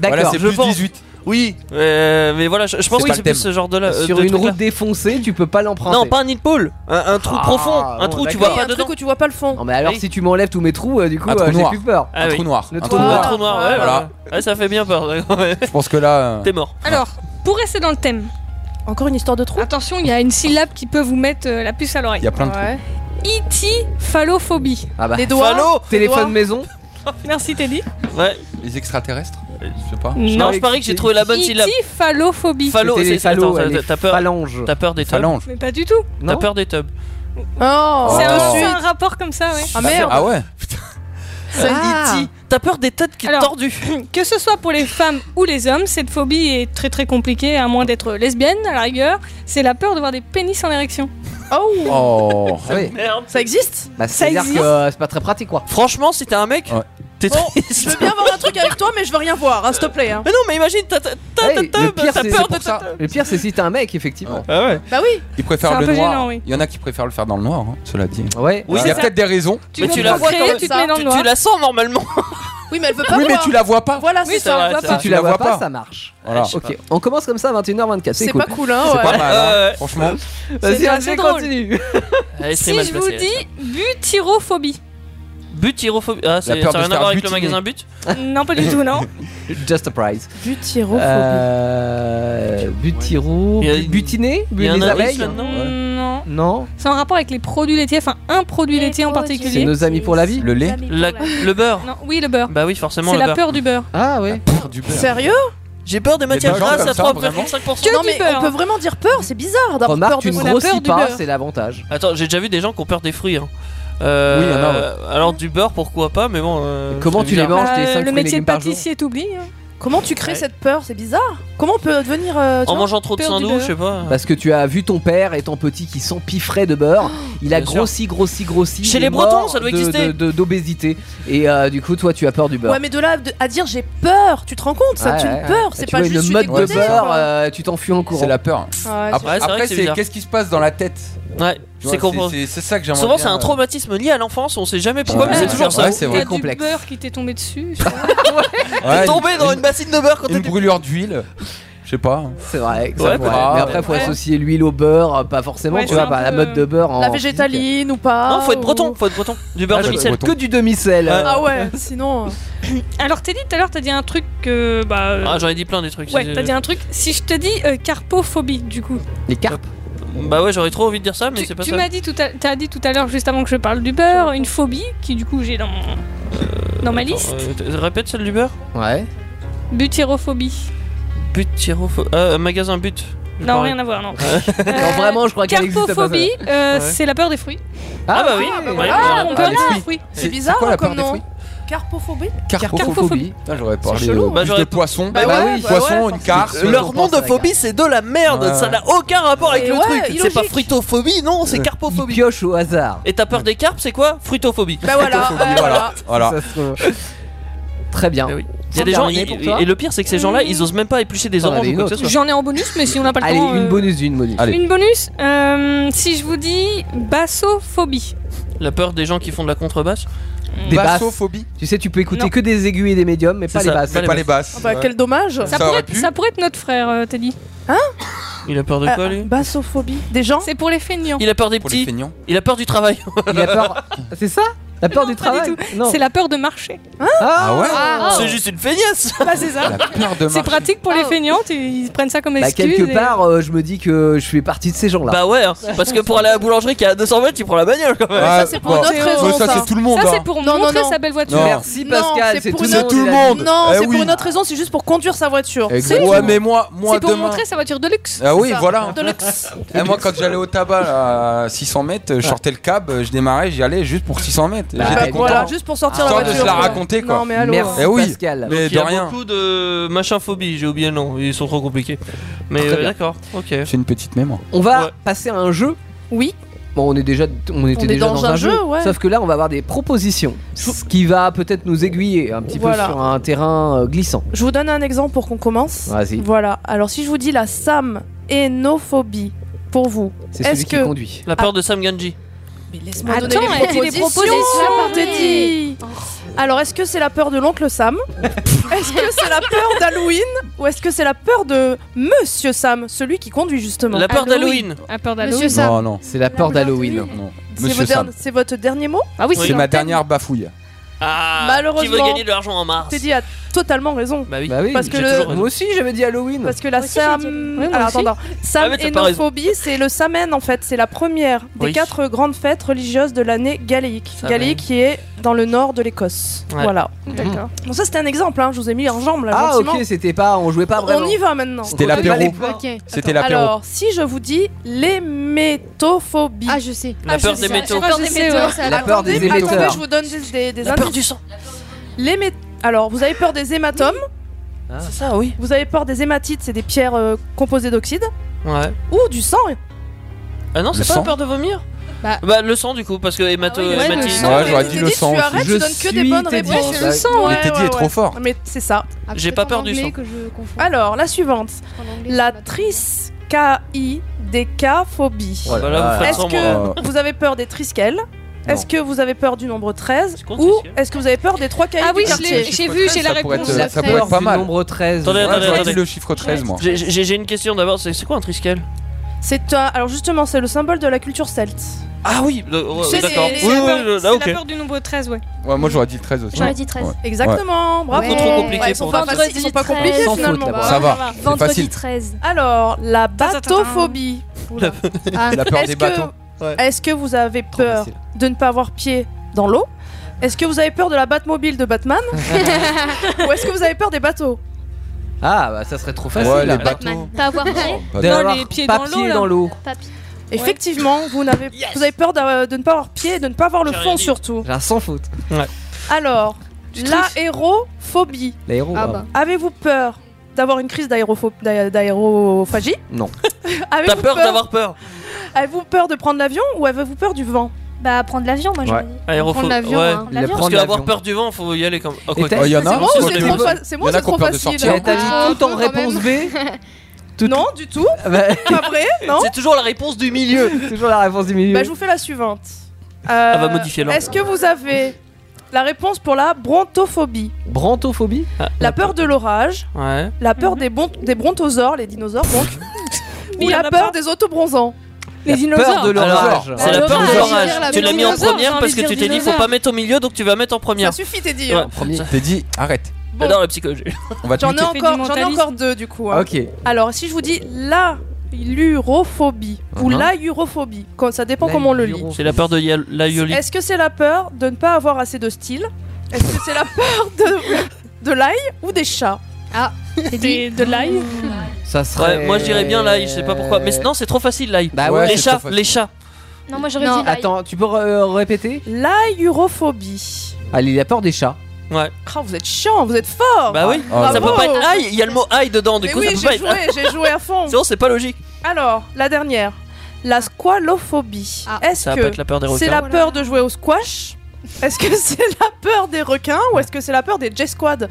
S2: D'accord.
S5: Voilà, c'est
S4: je
S5: plus
S4: pense.
S5: 18.
S4: Oui, euh, mais voilà, je, je pense
S5: C'est
S4: que
S5: pas
S4: c'est
S5: le thème.
S4: plus ce genre de là. euh,
S2: Sur
S4: de
S2: une
S4: truc-là.
S2: route défoncée, tu peux pas l'emprunter.
S4: Non, pas un nid de poule. Un, un trou
S2: Ah,
S4: profond.
S2: bon,
S4: Un trou, tu
S2: d'accord.
S4: vois
S3: Il y a
S4: pas
S3: un truc
S4: dedans.
S3: où tu vois pas le fond.
S2: Non, mais alors
S4: Oui.
S2: si tu m'enlèves tous mes trous, euh, du coup,
S5: Un trou
S2: euh, j'ai
S5: noir.
S2: plus peur.
S4: Ah
S5: un
S4: oui.
S5: trou noir.
S2: Le
S5: un
S2: trou
S5: trou
S4: Un
S2: noir.
S5: noir.
S4: trou noir, ouais, voilà.
S5: Voilà.
S4: Ouais, ça fait bien peur. ouais, quand même.
S5: Je pense que là. euh,
S4: T'es mort.
S7: Alors, pour rester dans le thème,
S3: Encore une histoire de trou
S7: attention, il y a une syllabe qui peut vous mettre euh, la puce à l'oreille.
S5: Il y a plein de trous.
S7: Itiphalophobie.
S2: Ah bah.
S3: Les doigts.
S4: Fallot
S3: les
S2: Téléphone
S3: doigts.
S2: maison.
S7: Merci Teddy.
S4: Ouais.
S5: Les extraterrestres Je sais pas.
S4: Non,
S7: Non.
S4: je parie que j'ai trouvé la bonne syllabe.
S7: Itiphalophobie.
S4: Fallot,
S2: C'était les
S4: c'est ça.
S2: phallos, les
S4: T'as peur,
S2: phalanges.
S4: t'as peur des tubs.
S5: Phalange.
S7: Mais pas du tout.
S4: T'as
S2: Non
S4: peur des tubs.
S3: Oh,
S7: C'est un, c'est
S3: suite.
S7: un rapport comme ça, ouais.
S3: Ah merde
S5: Ah ouais
S3: C'est E.T.
S4: E T'as peur des têtes qui est
S7: Ah. Alors,
S4: tordue.
S7: Que ce soit pour les femmes ou les hommes, cette phobie est très très compliquée, à moins d'être lesbienne à la rigueur. C'est la peur de voir des pénis en érection.
S3: Oh
S5: Oh
S2: Ouais.
S4: Merde.
S3: Ça existe
S2: Ah Bah, c'est-à-dire
S7: existe.
S2: que euh, c'est pas très pratique quoi.
S4: Franchement, si t'es un mec,
S5: Ouais.
S4: t'es
S3: Bon,
S4: triste.
S3: Je veux bien voir un truc avec toi, mais je veux rien voir, hein, s'il te plaît. hein.
S4: Mais non, mais imagine, t'as t'as- t'as-
S2: Hey,
S4: t'as-
S2: le pire,
S4: t'as
S2: c'est-
S4: peur
S2: c'est
S4: de
S2: pour
S4: ta.
S2: Le pire, c'est si t'es un mec, effectivement.
S4: Ah ouais.
S3: Bah oui
S5: Ils
S7: C'est
S5: préfèrent
S7: un
S5: le
S7: peu
S5: noir.
S7: gênant, oui.
S5: Il y en a qui préfèrent le faire dans le noir, hein, cela dit.
S2: Ouais.
S4: Oui,
S5: Il y a
S7: ça.
S5: peut-être des raisons.
S4: Mais
S7: veux
S4: tu
S7: te
S4: la
S7: procréer,
S4: vois comme
S7: tu te
S4: ça.
S7: mets dans
S4: Tu-
S7: le noir.
S4: Tu la sens normalement.
S3: Oui, mais elle veut pas
S5: Oui, mais
S3: voir.
S5: tu la vois pas.
S3: Voilà, c'est
S7: Oui,
S3: ça.
S7: ça,
S4: vrai,
S7: on voit
S4: c'est
S7: pas.
S2: Si tu
S5: Ah, Tu
S2: la
S5: la
S2: vois
S5: vois
S2: pas,
S5: pas.
S2: ça marche.
S5: Voilà.
S4: Je sais
S2: Ok, on commence comme ça à 21h24, c'est
S3: C'est
S2: cool.
S3: pas cool, hein
S5: C'est
S3: ouais.
S5: pas mal, hein.
S4: Ouais.
S5: franchement.
S2: Vas-y,
S7: C'est
S2: Angèle,
S7: assez drôle.
S2: continue.
S4: Allez, c'est
S7: Si
S4: mal
S7: je vous
S4: placé.
S7: dis butyrophobie.
S4: Butyrophobie. Ah, c'est-
S5: peur
S4: ça n'a rien
S5: de se
S4: à
S5: faire
S4: voir avec le
S5: butiner.
S4: magasin But
S7: non, pas du tout, non.
S2: Just a prize.
S3: Butyrophobie.
S2: Euh, butiro,
S4: Il y a-
S2: bu- butiné, bu-
S4: il y a un
S2: les
S4: indice
S2: abeilles.
S4: là-dedans. Non, ouais.
S7: Non.
S2: Non,
S7: Mm. C'est en rapport avec les produits laitiers, enfin un produit laitier en
S2: c'est
S7: particulier.
S2: nos amis pour la vie.
S5: Le lait
S4: La- Le beurre.
S7: Non, oui, le beurre.
S4: Bah oui, forcément,
S7: C'est
S4: le
S7: la
S4: beurre.
S7: peur du beurre.
S2: Ah ouais.
S5: du
S3: Sérieux
S4: J'ai peur des
S5: des
S4: matières
S5: gens
S4: grasses
S5: comme
S4: à
S5: ça,
S4: 3,5%.
S7: Que
S3: Non,
S7: du
S3: mais
S7: beurre.
S3: on peut vraiment dire peur, c'est bizarre d'avoir peur
S2: Remarque,
S3: de
S2: tu ne
S7: On a peur
S2: grossis
S7: du
S2: pas,
S7: beurre.
S2: c'est l'avantage.
S4: Attends, j'ai déjà vu des gens qui ont peur des fruits. hein. Euh,
S5: Oui, il y en a,
S4: Alors, du beurre, pourquoi pas, mais bon. euh,
S2: Comment
S4: c'est
S2: tu les
S4: bizarre.
S2: manges tes
S7: Euh,
S2: 5
S7: le métier de
S2: par jour
S7: pâtissier, t'oublies. hein.
S3: Comment tu crées cette peur C'est bizarre. Comment on peut devenir. euh, tu
S4: En
S3: vois,
S4: mangeant trop de
S3: peur du
S4: sandwich,
S3: beurre
S4: je sais pas.
S2: Parce que tu as vu ton père étant petit qui s'empiffrait de beurre. Il a
S4: Bien
S2: grossi, grossi, grossi.
S4: Chez
S2: Il
S4: les
S2: est mort
S4: Bretons, ça doit
S2: de-
S4: exister.
S2: de- de- D'obésité. Et euh, du coup, toi, tu as peur du beurre.
S3: Ouais, mais de là de- à dire j'ai peur, tu te rends compte Ça
S2: Ouais,
S3: me tue
S2: ouais,
S3: une
S2: ouais.
S3: peur,
S2: Et
S3: c'est
S2: tu
S3: pas
S2: vois
S3: juste
S2: une
S3: je suis
S2: mode de
S3: dégoûté,
S2: beurre,
S3: quoi.
S2: euh, tu t'enfuis en courant.
S5: C'est la peur.
S3: Ah ouais,
S4: c'est
S5: après,
S4: vrai. Ouais, c'est vrai
S5: après,
S4: que c'est
S5: c'est
S4: bizarre.
S5: qu'est-ce qui se passe dans la tête
S4: Ouais,
S5: Tu vois,
S4: c'est comprendre.
S5: c'est- c'est ça que j'aimerais
S4: Souvent,
S5: bien,
S4: c'est un
S5: euh,
S4: traumatisme lié à l'enfance, on sait jamais pourquoi,
S5: Ouais,
S4: mais c'est
S5: ouais,
S4: toujours
S5: ouais,
S4: ça.
S5: c'est
S7: T'as
S5: vrai.
S7: du beurre qui t'est tombé dessus.
S5: Ouais,
S4: T'es tombé dans une bassine de beurre quand
S5: Une brûlure d'huile. Je sais pas.
S2: C'est vrai.
S5: Ouais,
S2: Ça pourrait.
S5: peut-être.
S2: bah, mais après, faut
S5: Ouais.
S2: associer l'huile au beurre, euh, pas forcément,
S4: Ouais,
S2: tu
S4: c'est
S2: vois,
S4: un
S2: par la
S4: peu-
S2: mode de beurre. En...
S3: euh, La végétaline ou pas
S4: Non, faut être
S3: ou-
S4: breton, faut être breton. Du beurre
S2: Ah,
S4: de
S2: je-
S4: micelle.
S2: Que du demi-sel. euh.
S3: Ah ouais, sinon.
S7: Alors, Teddy, tout à l'heure, t'as dit un truc que. Bah, euh,
S4: Ah, j'en ai dit plein des trucs.
S7: Ouais,
S4: c'est-
S7: t'as dit un truc. Si je te dis euh, carpophobie, du coup.
S2: Les carpes
S4: Bah ouais, j'aurais trop envie de dire ça, mais c'est pas
S7: Tu
S4: ça.
S7: m'as dit tout à, t'as dit tout à l'heure, juste avant que je parle du beurre, une phobie qui, du coup, j'ai dans, mon- dans ma liste.
S4: Euh, t- répète celle du beurre
S2: Ouais.
S7: Butyrophobie.
S4: But, tyropho- euh, magasin but.
S7: Non, rien à voir, non. Euh,
S2: Non, vraiment, je crois qu'elle existe. pas, ça.
S7: Carpophobie, euh,
S2: Ouais.
S7: c'est la peur des fruits.
S2: Ah
S4: bah oui,
S7: bah
S4: ouais,
S7: voilà,
S4: voilà.
S7: on
S4: Ah,
S7: peut
S4: des
S7: dire
S4: fruits.
S7: fruits.
S5: C'est- c'est bizarre, quoi la hein, peur comme des nom. fruits
S3: Carpophobie
S5: Carpophobie.
S2: Ah,
S5: Putain, J'aurais parlé
S4: chelou,
S5: euh,
S4: hein. Bah,
S5: plus
S4: j'aurais-
S5: de poisson.
S4: Bah ouais, bah ouais,
S5: Poisson, une carpe.
S4: Leur nom de phobie, c'est de la merde.
S5: Ouais.
S4: Ça n'a aucun rapport avec
S3: Mais
S4: le
S3: ouais,
S4: truc. C'est
S3: illogique.
S4: pas fritophobie, non, c'est carpophobie.
S2: Pioche au hasard.
S4: Et t'as peur des carpes, c'est quoi Fruitophobie.
S3: Bah voilà, ouais, voilà.
S5: Voilà.
S2: Ça se trouve. Très bien.
S4: Bah Il y a des gens, ils- et le pire, c'est que ces gens-là, ils osent même pas éplucher des
S2: On en
S5: Oh,
S4: oranges
S2: avait
S4: ou
S2: une
S4: quoi que ce
S2: autre.
S4: soit.
S7: Mm. J'en ai en bonus, mais si on n'a pas le
S2: Allez,
S7: temps.
S2: une
S7: euh,
S2: bonus, une bonus.
S7: Une bonus, euh, si je vous dis bassophobie.
S3: Ah
S4: La peur des gens qui font de la contrebasse.
S2: Des basses.
S5: Bassophobie.
S2: Tu sais, tu peux écouter
S7: Non.
S2: que des aiguilles et des médiums, mais pas
S4: C'est
S2: les
S4: ça,
S2: basses.
S4: pas les Pas les basses.
S3: Ah bah, quel dommage Hein
S7: Ça, pourrait être, ça pourrait être notre frère, euh, Teddy.
S4: Il a peur de quoi,
S3: Euh,
S4: lui
S3: Bassophobie. Des gens
S7: C'est pour les feignants.
S4: Il a peur des petits. Il a peur du travail.
S2: Il a peur. C'est ça La peur du travail
S3: Ah
S2: Non.
S7: C'est la peur de marcher.
S3: Hein
S5: Ah ouais
S4: C'est juste une feignasse.
S7: Bah, c'est ça.
S5: La peur de
S7: C'est
S5: marcher.
S7: pratique pour les
S3: Ah.
S7: feignantes, et ils prennent ça comme
S2: Bah,
S7: excuse.
S2: quelque
S7: et-
S2: part, euh, je me dis que je fais partie de ces gens-là.
S4: Bah ouais, hein, parce que pour aller à la boulangerie qui est à 200 mètres, tu prends la bagnole quand même.
S5: Ah, Ça, c'est pour bon, notre bon, raison, ça, ça. c'est tout le monde,
S7: Ça,
S5: hein.
S7: c'est pour
S3: Non, non,
S7: montrer
S3: non.
S7: sa belle voiture.
S5: Non.
S2: Merci,
S3: Non,
S2: Pascal, c'est
S3: pour
S2: tout le
S3: une
S2: monde.
S3: autre-
S5: tout
S2: il
S5: le
S2: a
S5: monde.
S2: dit.
S3: Non,
S5: Eh
S3: c'est
S5: oui.
S3: pour une autre raison, c'est juste pour conduire sa voiture. C'est
S5: Ouais, mais moi, moi
S7: C'est pour
S5: demain.
S7: montrer sa voiture de luxe.
S5: Ah oui,
S7: c'est ça.
S5: voilà.
S7: De luxe.
S5: Eh, moi, quand j'allais au tabac là, à 600 mètres, je sortais le cab, je démarrais, j'y allais juste pour 600 mètres.
S2: Bah,
S5: J'étais content.
S3: Voilà, juste pour sortir la
S5: Histoire
S3: voiture.
S5: de se la
S3: quoi.
S5: raconter quoi.
S3: Non, mais allô.
S2: Merci,
S5: Eh oui.
S2: Pascal.
S5: Mais
S4: Donc, il
S5: de
S4: y a
S5: rien.
S4: beaucoup de machin phobie, j'ai oublié le nom, ils sont trop compliqués. Mais
S2: Très
S4: euh,
S2: bien.
S4: d'accord, ok.
S5: J'ai une petite mémoire.
S2: On va
S4: Ouais.
S2: passer à un jeu.
S3: Oui.
S2: Bon, on est déjà, on était
S3: est
S2: déjà
S3: dans un
S2: un
S3: jeu, ouais.
S2: Sauf que là, on va avoir des propositions, ce qui va peut-être nous aiguiller un petit
S3: Voilà.
S2: peu sur un terrain euh, glissant.
S3: Je vous donne un exemple pour qu'on commence.
S2: Vas-y.
S3: Voilà. Alors si je vous dis la saménophobie pour vous,
S2: C'est
S3: est-ce
S2: celui
S3: que
S2: qui conduit.
S4: La peur de Sam Ganji.
S3: Mais laisse-moi donner
S7: Attends, elle dit
S3: les
S7: des
S3: propositions,
S7: propositions.
S3: Teddy. Alors est-ce que c'est la peur de l'oncle Sam Est-ce que c'est la peur d'Halloween ou est-ce que c'est la peur de Monsieur Sam, celui qui conduit justement
S4: La peur d'Halloween.
S7: À peur
S3: Monsieur
S7: d'Halloween.
S3: Sam.
S5: Non, non.
S2: C'est la peur d'Halloween.
S5: non.
S3: C'est
S5: Monsieur
S3: votre,
S5: Sam.
S3: derni- c'est votre dernier mot
S7: Ah oui,
S4: Oui.
S5: C'est ma
S7: l'antenne.
S5: dernière bafouille.
S4: Ah,
S3: Malheureusement.
S4: Qui veut gagner de l'argent en mars
S3: Teddy a totalement raison.
S4: Bah oui.
S2: Bah oui.
S3: Parce que
S4: j'ai
S3: le-
S4: toujours raison.
S2: Moi aussi, j'avais dit Halloween.
S3: Parce que la
S7: Moi aussi, j'ai
S3: Sam.
S7: dit- Ouais, moi
S3: Alors
S7: aussi.
S3: attends, attends. Sam
S4: Ah, mais t'as pas raison.
S3: Enophobie, c'est le Samen en fait. C'est la première des
S4: Oui.
S3: quatre grandes fêtes religieuses de l'année galéique.
S4: Samen.
S3: Galéique qui est dans le nord de l'Écosse.
S4: Ouais.
S3: Voilà.
S7: D'accord.
S3: Bon, ça c'était un exemple, hein. je vous ai mis en jambe là.
S2: Ah
S3: gentiment.
S2: ok, c'était pas, on jouait pas Ah, vraiment.
S3: On y va maintenant.
S5: C'était
S2: Faut pas les
S5: l'apéro.
S2: voir.
S14: Ok.
S5: C'était l'apéro.
S3: Alors, si je vous dis l'hémétophobie.
S14: Ah, je sais.
S4: La peur des métaux.
S14: peur des métaux.
S2: La peur des
S3: Attendez, attendez,
S2: émetteurs.
S3: je vous donne des, des, des
S4: La
S3: indices.
S4: peur du sang.
S3: L'hémé- Alors, vous avez peur des hématomes,
S4: C'est ça, oui.
S3: vous avez peur des hématites, c'est des pierres euh, composées d'oxyde,
S4: Ouais.
S3: ou du sang.
S4: Ah non,
S5: Le
S4: c'est pas
S5: sang.
S4: la peur de vomir
S14: Bah-
S4: le sang du coup, parce que
S3: Ah
S4: euh, hémato.
S14: oui, ouais,
S4: hématine-
S14: le sang.
S5: Ouais,
S3: mais
S5: j'aurais
S3: je
S5: dit
S3: t'ai
S5: le
S3: dit,
S5: sang
S3: euh, Tu arrêtes,
S5: aussi.
S3: je donne que des
S2: suis
S3: bonnes
S2: Teddy.
S3: réponses.
S2: Ouais, c'est le
S3: sang,
S5: Bah, Mais Teddy est trop fort.
S3: Mais c'est ça.
S4: J'ai pas peur du sang.
S14: Que je confonds.
S3: Alors, la suivante.
S14: En anglais,
S3: La
S14: c'est pas-
S3: triskaïdécaphobie.
S4: Bah là, vous faites
S3: Est-ce
S4: sans moi.
S5: moi.
S3: que vous avez peur des trisquelles Est-ce que vous avez peur du nombre 13
S4: C'est quoi,
S3: Ou
S4: trisquelle
S3: est-ce que vous avez peur des trois cailloux
S7: Ah oui,
S3: du
S7: je l'ai-
S3: quartier
S7: j'ai vu, j'ai la
S5: Ça pourrait
S7: réponse.
S5: être-
S2: La
S5: ça
S2: peur
S5: pourrait être pas
S2: du
S5: mal.
S2: nombre 13.
S4: Attendez,
S5: Ouais,
S4: attendez,
S5: J'aurais dit
S4: attendez.
S5: le chiffre 13, moi.
S4: J'ai- J'ai j'ai une question d'abord, c'est c'est quoi un triskel
S3: C'est un- Alors justement, c'est le symbole de la culture celte.
S4: Ah oui, le- ouais,
S3: sais,
S4: d'accord.
S3: c'est-
S4: Oui,
S3: c'est
S4: oui,
S7: la peur-
S4: oui,
S7: c'est
S4: là,
S7: la
S4: ok.
S7: peur du nombre 13, ouais.
S5: Ouais, moi j'aurais dit le 13 aussi.
S14: J'aurais dit 13.
S5: Ouais.
S3: Exactement, bravo.
S14: Beaucoup trop
S4: compliqué
S3: Ouais, ils sont
S4: pour
S3: pas
S14: toi.
S3: faciles, ils sont pas compliqués
S2: Sans faute,
S3: finalement.
S2: là-bas.
S5: bah, Ça
S7: Ah,
S5: va, c'est
S14: Vendredi
S5: facile.
S14: 13.
S3: Alors, la
S7: Attends, attends, attends.
S3: battophobie. Oula.
S14: Ah,
S5: La peur
S3: Est-ce
S5: des
S3: que-
S5: bateaux.
S3: Est-ce que vous avez peur
S5: facile.
S3: de ne pas avoir pied dans l'eau Est-ce que vous avez peur de la Batmobile de Batman Ou est-ce que vous avez peur des bateaux
S2: Ah bah ça serait trop facile.
S5: Ouais, les
S2: là.
S5: bateaux.
S14: Pas avoir pied.
S5: Pas de-
S7: Non,
S2: D'avoir
S7: les pieds
S2: pas
S7: dans l'eau,
S2: pied
S7: là.
S2: dans l'eau.
S14: Papy.
S3: Effectivement, vous, n'avez- vous avez peur d'a- de, ne pas avoir pied et de ne pas avoir le
S4: J'ai rien
S3: fond
S4: dit.
S3: surtout.
S2: J'ai un sans faute.
S3: Alors, L'aérophobie.
S2: L'aéro.
S3: Ah
S2: ah
S3: bah. Avez-vous peur d'avoir une crise d'aéropho- d'a- d'aérophagie
S2: Non.
S3: Avez-vous
S4: T'as peur d'avoir peur
S3: Avez-vous peur de prendre l'avion ou avez-vous peur du vent Bah prendre l'avion, moi
S2: Ouais.
S4: Aérophobe. Ouais. Parce qu'avoir
S2: Prendre l'avion.
S4: peur du vent, faut y aller comme. Oh,
S2: Et
S4: quoi
S2: t'as-
S4: que-
S2: Oh, y en a,
S4: C'est
S2: hein,
S4: bon,
S2: qui
S4: c'est
S2: sont
S4: trop
S2: des-
S4: fa-
S3: c'est
S4: c'est
S3: bon,
S4: bon,
S3: c'est trop
S4: peur de
S3: facile.
S4: sortir.
S2: T'as dit tout en réponse B
S3: Non, du tout. Pas vrai, non
S4: C'est toujours la réponse du milieu.
S2: Bah, Toujours la réponse du milieu.
S3: Bah, je vous euh, fais la suivante. Ah,
S4: Elle
S3: bah,
S4: va modifier l'ordre.
S3: Est-ce que vous avez la réponse pour la brontophobie
S2: Brontophobie
S3: La peur de l'orage,
S4: Ah. Ouais.
S3: la peur des, bon- des brontosaures, les dinosaures donc, ou la peur des autobronzants
S15: Les
S4: Peur de l'orage. C'est la peur de l'orage. Tu l'as mis en
S3: Dinosaure, j'ai
S4: première
S3: envie
S4: parce
S3: de
S4: que
S3: dire
S4: tu t'es dit faut
S3: dinosaure.
S4: pas mettre au milieu donc tu vas mettre en première.
S3: Ça suffit, t'es dit.
S4: Ouais.
S3: hein.
S1: T'es dit, arrête.
S4: J'adore la psychologie.
S1: On va te
S3: J'en ai
S1: muter.
S3: encore, j'en ai encore deux du coup. hein.
S2: Ok.
S3: Alors si je vous dis la lurophobie ou
S4: Mhm.
S3: la urophobie, quand- ça dépend comment on le lit.
S4: C'est la peur de Yal- l'aïoli.
S3: Est-ce que c'est la peur de ne pas avoir assez de style Est-ce que c'est la peur de, de l'ail ou des chats Ah, Mmh.
S15: dit de l'ail
S2: Ça
S4: serait. moi je dirais bien l'ail, je sais pas pourquoi. Mais non, c'est trop facile l'ail.
S2: Bah ouais,
S4: les
S2: c'est
S4: chats,
S2: trop facile.
S4: les chats.
S3: Non, moi
S2: Non, attends, tu peux euh, répéter
S3: La urophobie.
S2: Allez, il a peur des chats.
S4: Ouais.
S3: Oh, vous êtes chiant, vous êtes fort
S4: Bah oui,
S2: Ah,
S4: ça
S2: ouais.
S4: peut pas être aïe, il y a le mot aïe dedans, du
S3: Mais
S4: coup
S3: oui,
S4: ça peut
S3: j'ai
S4: pas être.
S3: joué, j'ai joué à fond.
S4: Sinon, c'est pas logique.
S3: Alors, la dernière, la squalophobie.
S2: Ah.
S3: Est-ce
S4: Ça va pas être la peur des
S3: que
S4: requins.
S3: c'est la peur de jouer au squash Est-ce que c'est la peur des requins ou est-ce que c'est la peur des J-Squad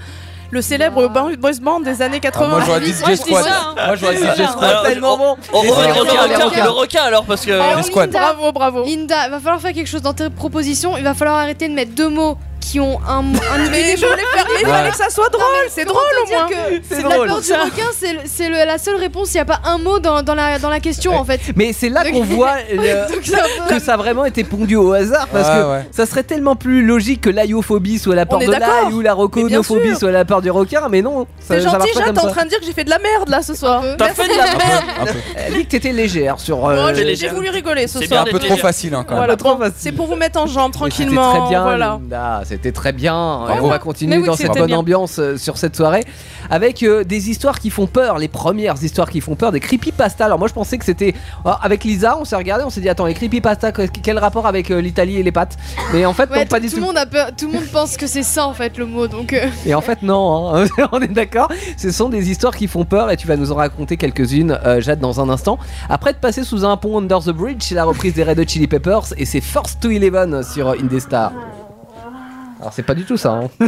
S3: le célèbre
S2: Ah.
S3: ba- boys band des années 80
S1: moi, j'aurais dit Moi, je dis J-Squad. ça, hein. Moi, j'aurais dit J-Squad.
S4: Alors,
S1: Tellement
S4: on-
S1: bon.
S4: On
S1: Les
S4: remet
S1: squats.
S4: le requin,
S6: Les
S4: le
S6: squats.
S4: requin alors parce que.
S6: Alors, Linda,
S3: Ah bravo, bravo.
S6: Linda, va falloir faire quelque chose dans tes propositions. Il va falloir arrêter de mettre deux mots qui ont un mot. Un
S3: Mais je voulais faire, mais il fallait que ça soit drôle, c'est drôle au moins.
S6: C'est la peur du requin, c'est le- c'est le- la seule réponse. Il n'y a pas un mot dans, dans la, dans la question en fait.
S2: Mais c'est là
S6: Donc-
S2: qu'on voit le-
S6: Donc, c'est un peu-
S2: que ça a vraiment été pondu au hasard parce
S1: Ouais,
S2: que
S1: ouais.
S2: ça serait tellement plus logique que l'aiophobie soit la peur
S3: On est
S2: de l'ail
S3: d'accord.
S2: ou la
S3: Mais bien
S2: roconophobie
S3: sûr.
S2: soit la peur du requin, mais non. ça-
S3: C'est
S2: ça marche
S3: gentil,
S2: pas
S3: Jade,
S2: comme
S3: t'es en
S2: ça.
S3: train de dire que j'ai fait de la merde là ce soir.
S2: T'as
S3: Merci.
S2: fait de la merde Elle dit que t'étais légère sur.
S3: Bon,
S2: euh,
S3: j'ai- j'ai voulu rigoler ce
S2: C'est
S3: soir.
S2: bien d'être Un peu trop légère. facile, hein, quand même.
S3: Voilà,
S2: Un peu trop
S3: bon, C'est pour vous mettre en jambe
S2: Mais c'était
S3: tranquillement.
S2: très bien,
S3: voilà.
S2: Linda, c'était très bien. Et
S3: Bravo.
S2: on va continuer
S3: Mais oui,
S2: dans cette
S3: c'était
S2: bonne
S3: bien.
S2: ambiance euh, sur cette soirée avec euh, des histoires qui font peur, les premières histoires qui font peur, des creepypasta. Alors moi je pensais que c'était Alors, avec Lisa, on s'est regardé, on s'est dit attends les creepypasta que- quel rapport avec euh, l'Italie et les pâtes Mais en fait
S6: Ouais,
S2: non, pas du
S6: tout
S2: tout.
S6: le monde a peur, tout le monde pense que c'est ça en fait le mot donc. euh,
S2: Et en fait non, hein. on est d'accord. Ce sont des histoires qui font peur et tu vas nous en raconter quelques-unes, euh, Jade, dans un instant. Après de passer sous un pont Under the Bridge, c'est la reprise des Red Hot Chili Peppers et c'est Force to Eleven sur euh, Indestar. Alors c'est pas du tout ça. hein.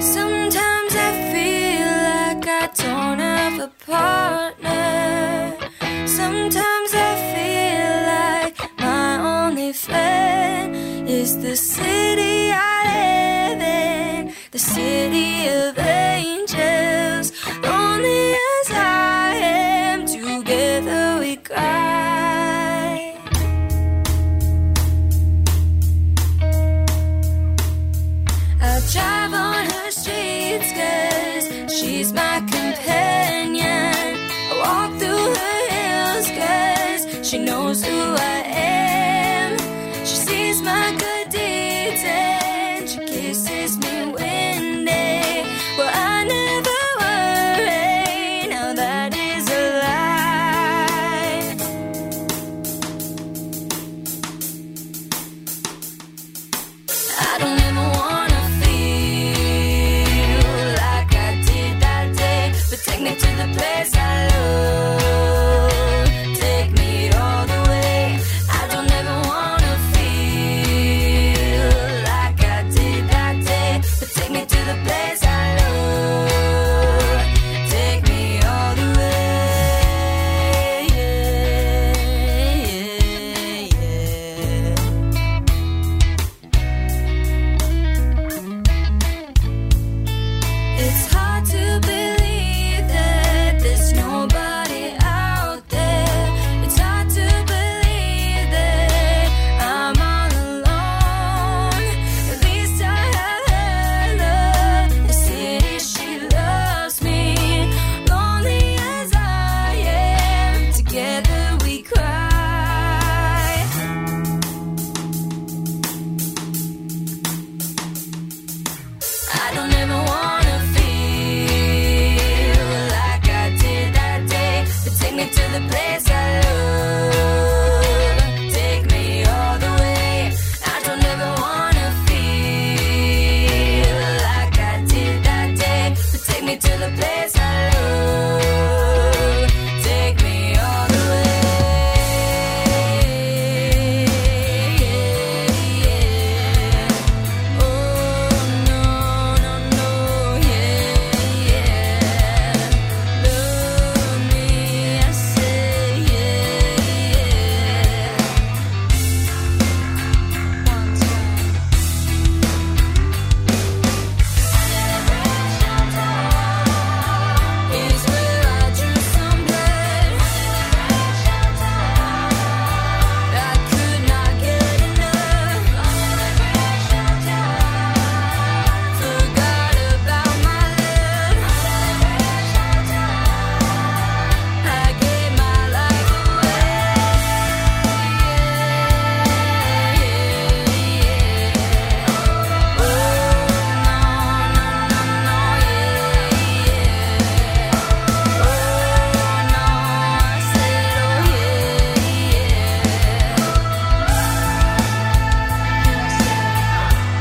S16: Sometimes I feel like I don't have a partner. Sometimes I feel like my only friend is the city I live in, the city of angels. Lonely as I am, together we cry. I'll drive on her streets cause she's my companion. I walk through her hills cause she knows who I am. She sees my good deeds and she kisses me when day. Well, I never worry, now that is a lie. I don't ever wanna feel like I did that day. But take me to the place I love. Take me all the way. I don't ever wanna feel like I did that day.
S17: I don't ever wanna feel like I did that day. But take me to the place I love. Take me all the way. I don't ever wanna feel like I did that day. But take me to the place I love. Take me all the way. Forgot about my love. I gave my life away. Oh no no no no yeah Oh no I said oh yeah yeah.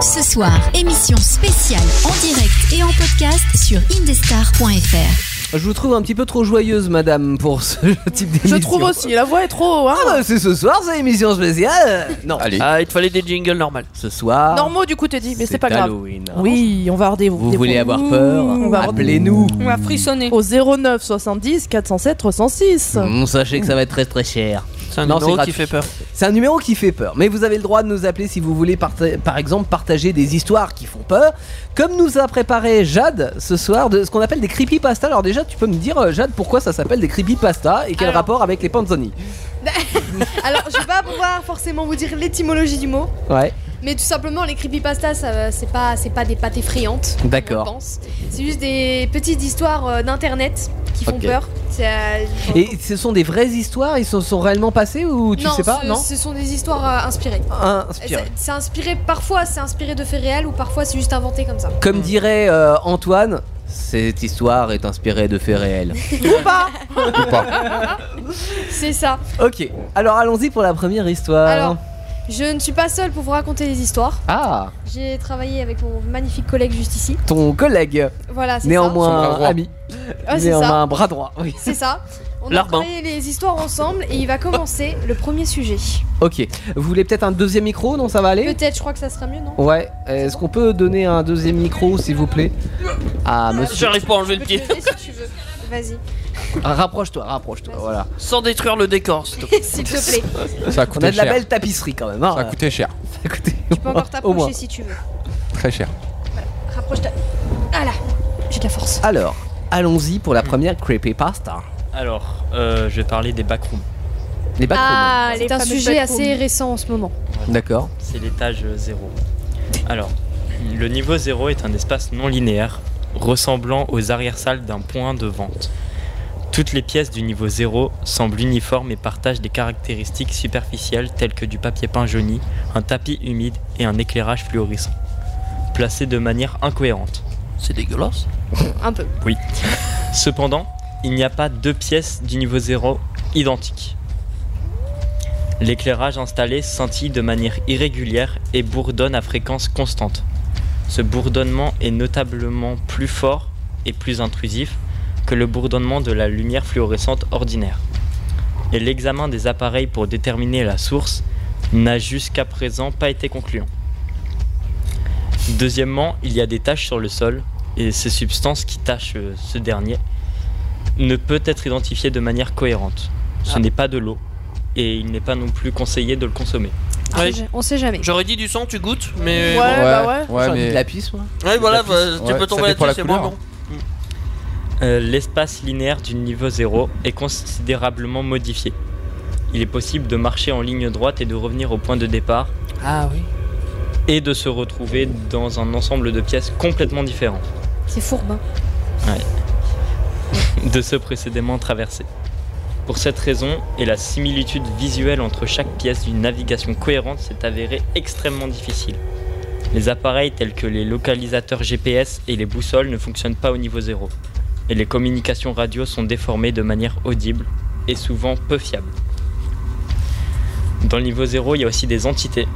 S18: Ce soir, émission spéciale en direct et en podcast sur indestar.fr.
S2: Je vous trouve un petit peu trop joyeuse, madame, pour ce type
S3: Je
S2: d'émission.
S3: trouve aussi, la voix est trop. hein.
S2: Ah bah, c'est ce soir, c'est émission spéciale. euh, Non.
S4: Allez. Ah, il te fallait des jingles normales.
S2: Ce soir.
S3: Normaux, du coup, t'es dit, mais c'est pas grave.
S4: Halloween.
S3: Oui, on va avoir des.
S2: Vous
S3: des-
S2: voulez avoir peur
S3: Mmh, on va avoir-
S2: Appelez-nous.
S3: On va frissonner. Au 09 70 407 306.
S2: Mmh, sachez que ça va être très très cher.
S4: C'est un numéro qui fait peur.
S2: C'est un numéro qui fait peur. Mais vous avez le droit de nous appeler si vous voulez, parta- par exemple, partager des histoires qui font peur. Comme nous a préparé Jade ce soir de ce qu'on appelle des creepypasta. Alors, déjà, tu peux me dire, euh, Jade, pourquoi ça s'appelle des creepypasta et quel
S6: Alors.
S2: rapport avec les panzani
S6: Alors, je vais pas pouvoir forcément vous dire l'étymologie du mot,
S2: Ouais,
S6: mais tout simplement, les creepypastas, ça, c'est pas, c'est pas des pâtes effrayantes. Je
S2: d'accord.
S6: pense. C'est juste des petites histoires euh, d'internet qui font
S2: Ok.
S6: peur. C'est, euh,
S2: Et ce sont des vraies histoires Ils se sont réellement passées ou tu
S6: non,
S2: sais pas
S6: ce,
S2: Non Ah,
S6: ce sont des histoires euh, inspirées.
S2: Inspirées.
S6: C'est- C'est inspiré parfois, c'est inspiré de faits réels ou parfois c'est juste inventé comme ça.
S2: Comme dirait euh, Antoine, cette histoire est inspirée de faits réels.
S6: C'est ça.
S2: ok, alors allons-y pour la première histoire.
S6: Alors, je ne suis pas seule pour vous raconter des histoires.
S2: Ah,
S6: J'ai travaillé avec mon magnifique collègue juste ici.
S2: ton collègue.
S6: Voilà, c'est ça.
S2: Néanmoins ami.
S6: Ah, c'est
S2: Néanmoins
S6: ça.
S2: un bras droit. Oui.
S6: C'est ça. On a
S2: Larbin.
S6: travaillé les histoires ensemble et il va commencer le premier sujet.
S2: Ok. Vous voulez peut-être un deuxième micro Non, ça va aller
S6: Peut-être, je crois que ça sera mieux, non
S2: Ouais. Est-ce qu'on peut donner un deuxième micro, s'il vous plaît Ah, monsieur.
S4: J'arrive pas à enlever le pied.
S6: Fais si tu veux. Vas-y.
S2: Ah, Rapproche-toi, rapproche-toi. Voilà.
S4: Sans détruire le décor, s'il te plaît.
S6: S'il te plaît.
S5: Ça a
S2: On
S5: coûté
S2: a de la
S5: cher.
S2: belle tapisserie quand même. hein.
S5: Ça a coûté cher.
S6: Tu peux encore
S2: Bah, Au moins.
S6: t'approcher si tu veux.
S5: Très cher.
S6: Rapproche-toi. Ah là, j'ai de la force.
S2: Alors, allons-y pour la première creepypasta.
S8: Alors, euh, je vais parler des backrooms.
S2: Les backrooms.
S6: Ah,
S14: les
S6: c'est un
S14: fameux
S6: sujet
S14: backrooms.
S6: assez récent en ce moment.
S2: D'accord.
S8: C'est l'étage 0. Alors, le niveau 0 est un espace non linéaire ressemblant aux arrière-salles d'un point de vente. Toutes les pièces du niveau 0 semblent uniformes et partagent des caractéristiques superficielles telles que du papier peint jauni, un tapis humide et un éclairage fluorescent, placés de manière incohérente.
S4: C'est dégueulasse.
S6: Un peu.
S8: Oui. Cependant, il n'y a pas deux pièces du niveau 0 identiques. L'éclairage installé scintille de manière irrégulière et bourdonne à fréquence constante. Ce bourdonnement est notablement plus fort et plus intrusif que le bourdonnement de la lumière fluorescente ordinaire. Et l'examen des appareils pour déterminer la source n'a jusqu'à présent pas été concluant. Deuxièmement, il y a des taches sur le sol et ces substances qui tachent euh, ce dernier ne peut être identifiées de manière cohérente. Ce n'est pas de l'eau et il n'est pas non plus conseillé de le consommer.
S4: Ouais.
S6: On sait jamais.
S4: J'aurais dit du sang, tu goûtes, mais.
S8: Ouais,
S4: bon.
S8: bah ouais. Ouais, mais-
S2: la pisse, moi.
S4: Ouais, voilà,
S8: La pisse.
S4: bah, tu
S8: Ouais,
S4: peux
S8: ça
S4: tomber là-dessus,
S8: dépend la
S4: c'est
S8: couleur.
S4: bon. bon.
S8: Euh, L'espace linéaire du niveau 0 est considérablement modifié. Il est possible de marcher en ligne droite et de revenir au point de départ
S4: Ah oui.
S8: et de se retrouver dans un ensemble de pièces complètement différent
S6: C'est fourbe. hein.
S8: Ouais. de ceux précédemment traversés. Pour cette raison, et la similitude visuelle entre chaque pièce d'une navigation cohérente s'est avérée extrêmement difficile. Les appareils tels que les localisateurs GPS et les boussoles ne fonctionnent pas au niveau zéro, et les communications radio sont déformées de manière audible et souvent peu fiable. Dans le niveau zéro, il y a aussi des entités.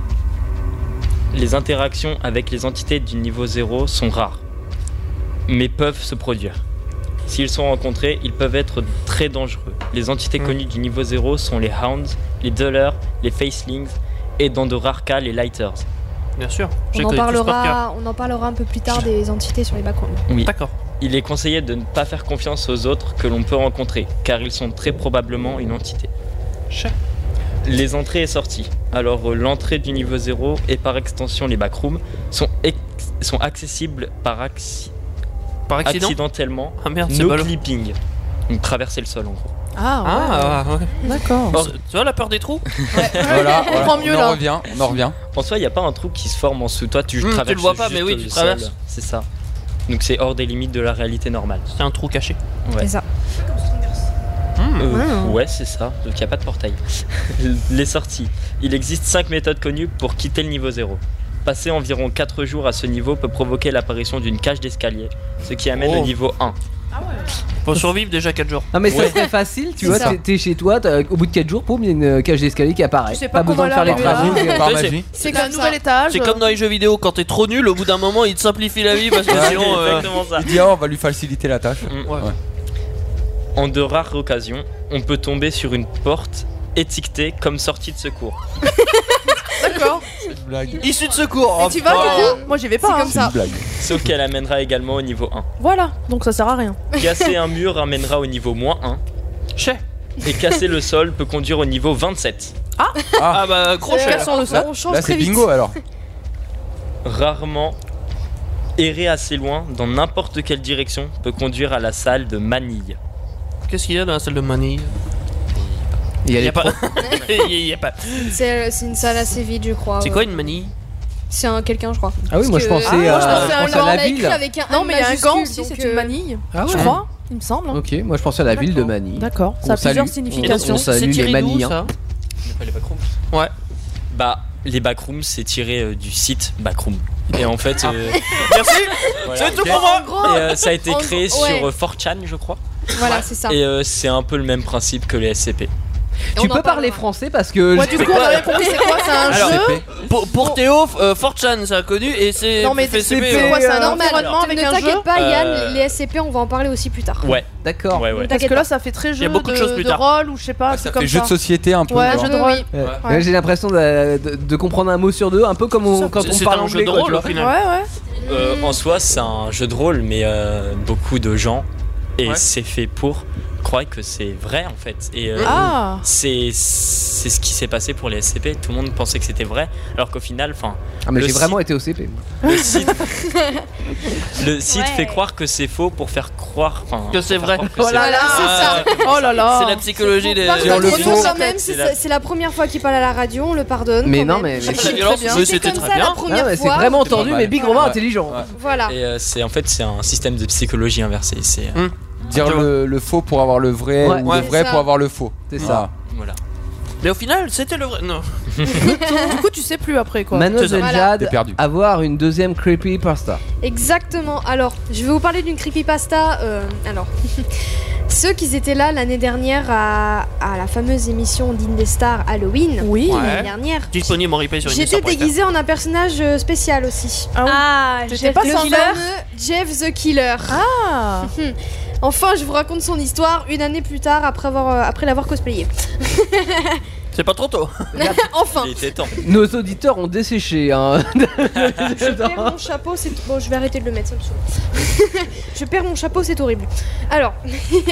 S8: Les interactions avec les entités du niveau zéro sont rares mais peuvent se produire. S'ils sont rencontrés, ils peuvent être très dangereux. Les entités connues du niveau 0 sont les Hounds, les Dullers, les Facelings et dans de rares cas les Lighters.
S4: Bien sûr,
S6: On en, parlera, on en parlera un peu plus tard des entités sur les backgrounds.
S8: Oui.
S4: D'accord.
S8: Il est conseillé de ne pas faire confiance aux autres que l'on peut rencontrer, car ils sont très probablement une entité. Les entrées et sorties. Alors euh, l'entrée du niveau 0 et par extension les backrooms sont, ex- sont accessibles par, acci-
S4: Par accident
S8: accidentellement
S4: Ah merde, c'est
S8: no
S4: ballot.
S8: clipping. Donc traverser le sol en gros.
S4: Ah, ouais.
S8: D'accord.
S4: Tu vois la peur des trous
S5: Voilà, voilà.
S4: comprend mieux,
S5: on
S4: là.
S5: en revient, on en revient.
S8: En soi, il n'y a pas un trou qui se forme en dessous. Toi, tu
S4: Hmm, tu le
S8: traverses.
S4: vois pas,
S8: juste
S4: mais oui,
S8: le
S4: tu
S8: sol.
S4: traverses.
S8: C'est ça. Donc c'est hors des limites de la réalité normale.
S4: C'est un trou caché.
S8: Ouais.
S6: ça.
S8: Euh,
S4: Ouais.
S8: ouais, c'est ça. Donc il n'y a pas de portail. Les sorties. Il existe 5 méthodes connues pour quitter le niveau 0. Passer environ 4 jours à ce niveau peut provoquer l'apparition d'une cage d'escalier, ce qui amène
S4: Oh.
S8: au niveau 1.
S4: Faut survivre déjà 4 jours.
S2: Non mais ça
S4: Ouais.
S2: serait facile, tu
S4: C'est
S2: vois,
S4: ça.
S2: t'es- t'es chez toi, t'as- au bout de 4 jours, poum, il y a une cage d'escalier qui apparaît.
S3: Je sais pas
S2: besoin de
S3: comment
S2: faire les
S3: elle est
S6: hein.
S3: arrivée
S2: travaux.
S3: là.
S4: Par magie.
S3: C'est un nouvel étage.
S4: C'est comme dans les jeux vidéo, quand t'es trop nul, au bout d'un moment, ils te simplifient la vie parce que
S5: Ouais,
S4: sinon. euh,
S8: exactement ça.
S5: Il dit, ah, on va lui faciliter la tâche.
S8: Mm.
S5: Ouais.
S8: En de rares occasions, on peut tomber sur une porte étiquetée comme sortie de secours.
S3: D'accord.
S4: Issue de secours. Oh,
S3: Et tu vas du coup Moi j'y vais pas. hein.
S8: Sauf qu'elle amènera également au niveau 1.
S3: Voilà, donc ça sert à rien.
S8: Casser un mur amènera au niveau moins 1. Et casser le sol peut conduire au niveau 27.
S3: Ah
S4: Ah bah gros
S3: C'est-
S4: chef.
S3: Cassons le sol, on change très vite.
S8: Rarement errer assez loin dans n'importe quelle direction peut conduire à la salle de manille.
S4: Qu'est-ce qu'il y a dans la salle de manille
S2: Il
S4: y a, pas. Il y a pas.
S6: C'est c'est une salle assez vide, je crois. Ah,
S4: C'est
S6: ouais.
S4: quoi une manille
S6: C'est un quelqu'un, je crois.
S2: Ah oui, moi,
S6: Parce
S2: je
S6: que-
S2: pensais, Ah, moi, je euh, pensais je à un pensais à la
S6: On l'a écrit
S2: ville.
S6: Avec un
S3: Non, mais il y a un
S6: majuscule,
S3: gant aussi,
S6: donc,
S3: c'est
S6: euh,
S3: une manille.
S2: Ah
S3: Je
S2: ouais.
S3: crois, il me semble. hein.
S2: Ok, moi je pensais à la ville de Manille.
S3: D'accord,
S2: On
S3: ça a plusieurs
S2: salue-
S3: significations.
S2: On salue les Manilles. hein.
S8: les backrooms
S4: Ouais.
S8: Bah, les backrooms, c'est tiré euh, du site Backroom. Et en fait. euh,
S4: Ah. Merci
S8: voilà,
S4: C'est tout
S8: ok.
S4: pour moi
S6: En gros,
S8: Et, euh, ça a été
S6: en
S8: créé
S6: gros, ouais.
S8: sur euh, 4chan, je crois.
S6: Voilà, c'est ça.
S8: Et euh, c'est un peu le même principe que les SCP.
S2: Tu peux parler français parce que.
S3: Ouais,
S2: Euh, je-
S3: du coup, on avait compris c'est quoi C'est un
S4: Alors,
S3: jeu
S4: pour, pour Théo, euh, 4chan, c'est inconnu et c'est.
S3: Non, mais
S4: fait
S3: c'est-
S4: CP,
S3: c'est
S4: euh,
S3: quoi, c'est un
S6: Normal,
S3: environnement
S6: ne
S3: avec un jeu
S6: t'inquiète pas,
S8: Euh,
S6: Yann, les SCP, on va en parler aussi plus tard.
S8: Ouais.
S2: D'accord.
S8: Ouais, ouais.
S3: Parce que là, ça fait très
S8: Il y a
S3: jeu
S8: beaucoup de choses plus
S3: de
S8: tard.
S3: rôle ou je sais pas, c'est comme
S5: fait jeu
S3: ça.
S5: de société un peu.
S3: Ouais,
S5: genre.
S3: jeu de rôle.
S2: Ouais.
S3: Ouais.
S2: Ouais, J'ai l'impression de, de- de comprendre un mot sur deux, un peu comme on- quand
S4: C'est-
S2: on
S4: c'est
S2: parle
S4: un jeu
S2: anglais.
S4: de
S2: quoi, tu
S4: rôle,
S2: vois.
S4: au final.
S3: Ouais, ouais.
S8: Euh, en soi, c'est un jeu de rôle, mais euh, beaucoup de gens, et
S4: Ouais.
S8: c'est fait pour, croient que c'est vrai en fait. Et euh,
S3: Ah.
S8: c'est c'est ce qui s'est passé pour les SCP. Tout le monde pensait que c'était vrai, alors qu'au final, enfin,
S2: Ah, mais
S8: le
S2: j'ai
S8: site-
S2: vraiment été au CP. moi.
S8: le site
S6: Ouais.
S8: fait croire que c'est faux pour faire croire enfin,
S4: Que c'est
S8: pour
S4: vrai.
S8: faire croire
S3: Oh
S8: que c'est
S3: là
S8: vrai.
S3: là,
S8: Ah,
S3: c'est ça. Oh là là.
S4: C'est la psychologie des.
S6: Par
S8: Et on
S6: contre,
S8: le
S6: on
S8: pose.
S6: quand même, c'est
S8: C'est la-
S6: c'est la première fois qu'il parle à la radio, on le pardonne.
S2: Mais
S6: quand
S2: non,
S6: même.
S2: mais- hein. mais-
S4: C'est violence,
S6: bien.
S4: mais
S6: C'est
S4: c'était
S6: comme
S4: très
S6: ça,
S4: bien.
S6: la première
S2: Ah ouais, c'est
S6: fois.
S2: vraiment
S5: C'était pas
S2: entendu,
S5: mal.
S2: mais Big Romain
S5: Ouais.
S2: intelligent.
S5: Ouais.
S6: Voilà.
S8: Et euh, c'est en fait c'est un système de psychologie inversée. C'est euh,
S3: Hmm.
S4: Hum.
S5: Dire le, le faux pour avoir le vrai,
S2: Ouais.
S5: ou
S4: Ouais.
S5: le vrai
S6: C'est ça.
S5: pour avoir le faux.
S2: C'est
S5: Voilà.
S2: ça.
S8: voilà.
S4: Mais au final, c'était le vrai. Non.
S3: Du coup, tu sais plus après quoi.
S2: Manos
S4: C'est ça.
S2: El Jad,
S5: T'es perdu.
S2: avoir une deuxième creepy pasta.
S6: Exactement. Alors, je vais vous parler d'une creepypasta. euh, alors, ceux qui étaient là l'année dernière à, à la fameuse émission d'Indestar Halloween,
S3: Oui.
S4: Ouais.
S6: l'année dernière,
S4: Disponible en replay sur une hein.
S6: j'étais déguisée en un personnage euh, spécial aussi.
S3: Ah oui.
S12: Ah,
S3: T'étais
S12: j'ai
S3: pas
S6: le
S3: sans
S6: fameux Jeff the Killer.
S3: Ah.
S6: Enfin, je vous raconte son histoire une année plus tard après avoir euh, après l'avoir cosplayé.
S4: C'est pas trop tôt.
S6: enfin.
S8: Il était temps.
S2: Nos auditeurs ont desséché. Hein.
S6: Je perds mon chapeau, c'est bon. Je vais arrêter de le mettre. Ça me saoule. je perds mon chapeau, c'est horrible. Alors,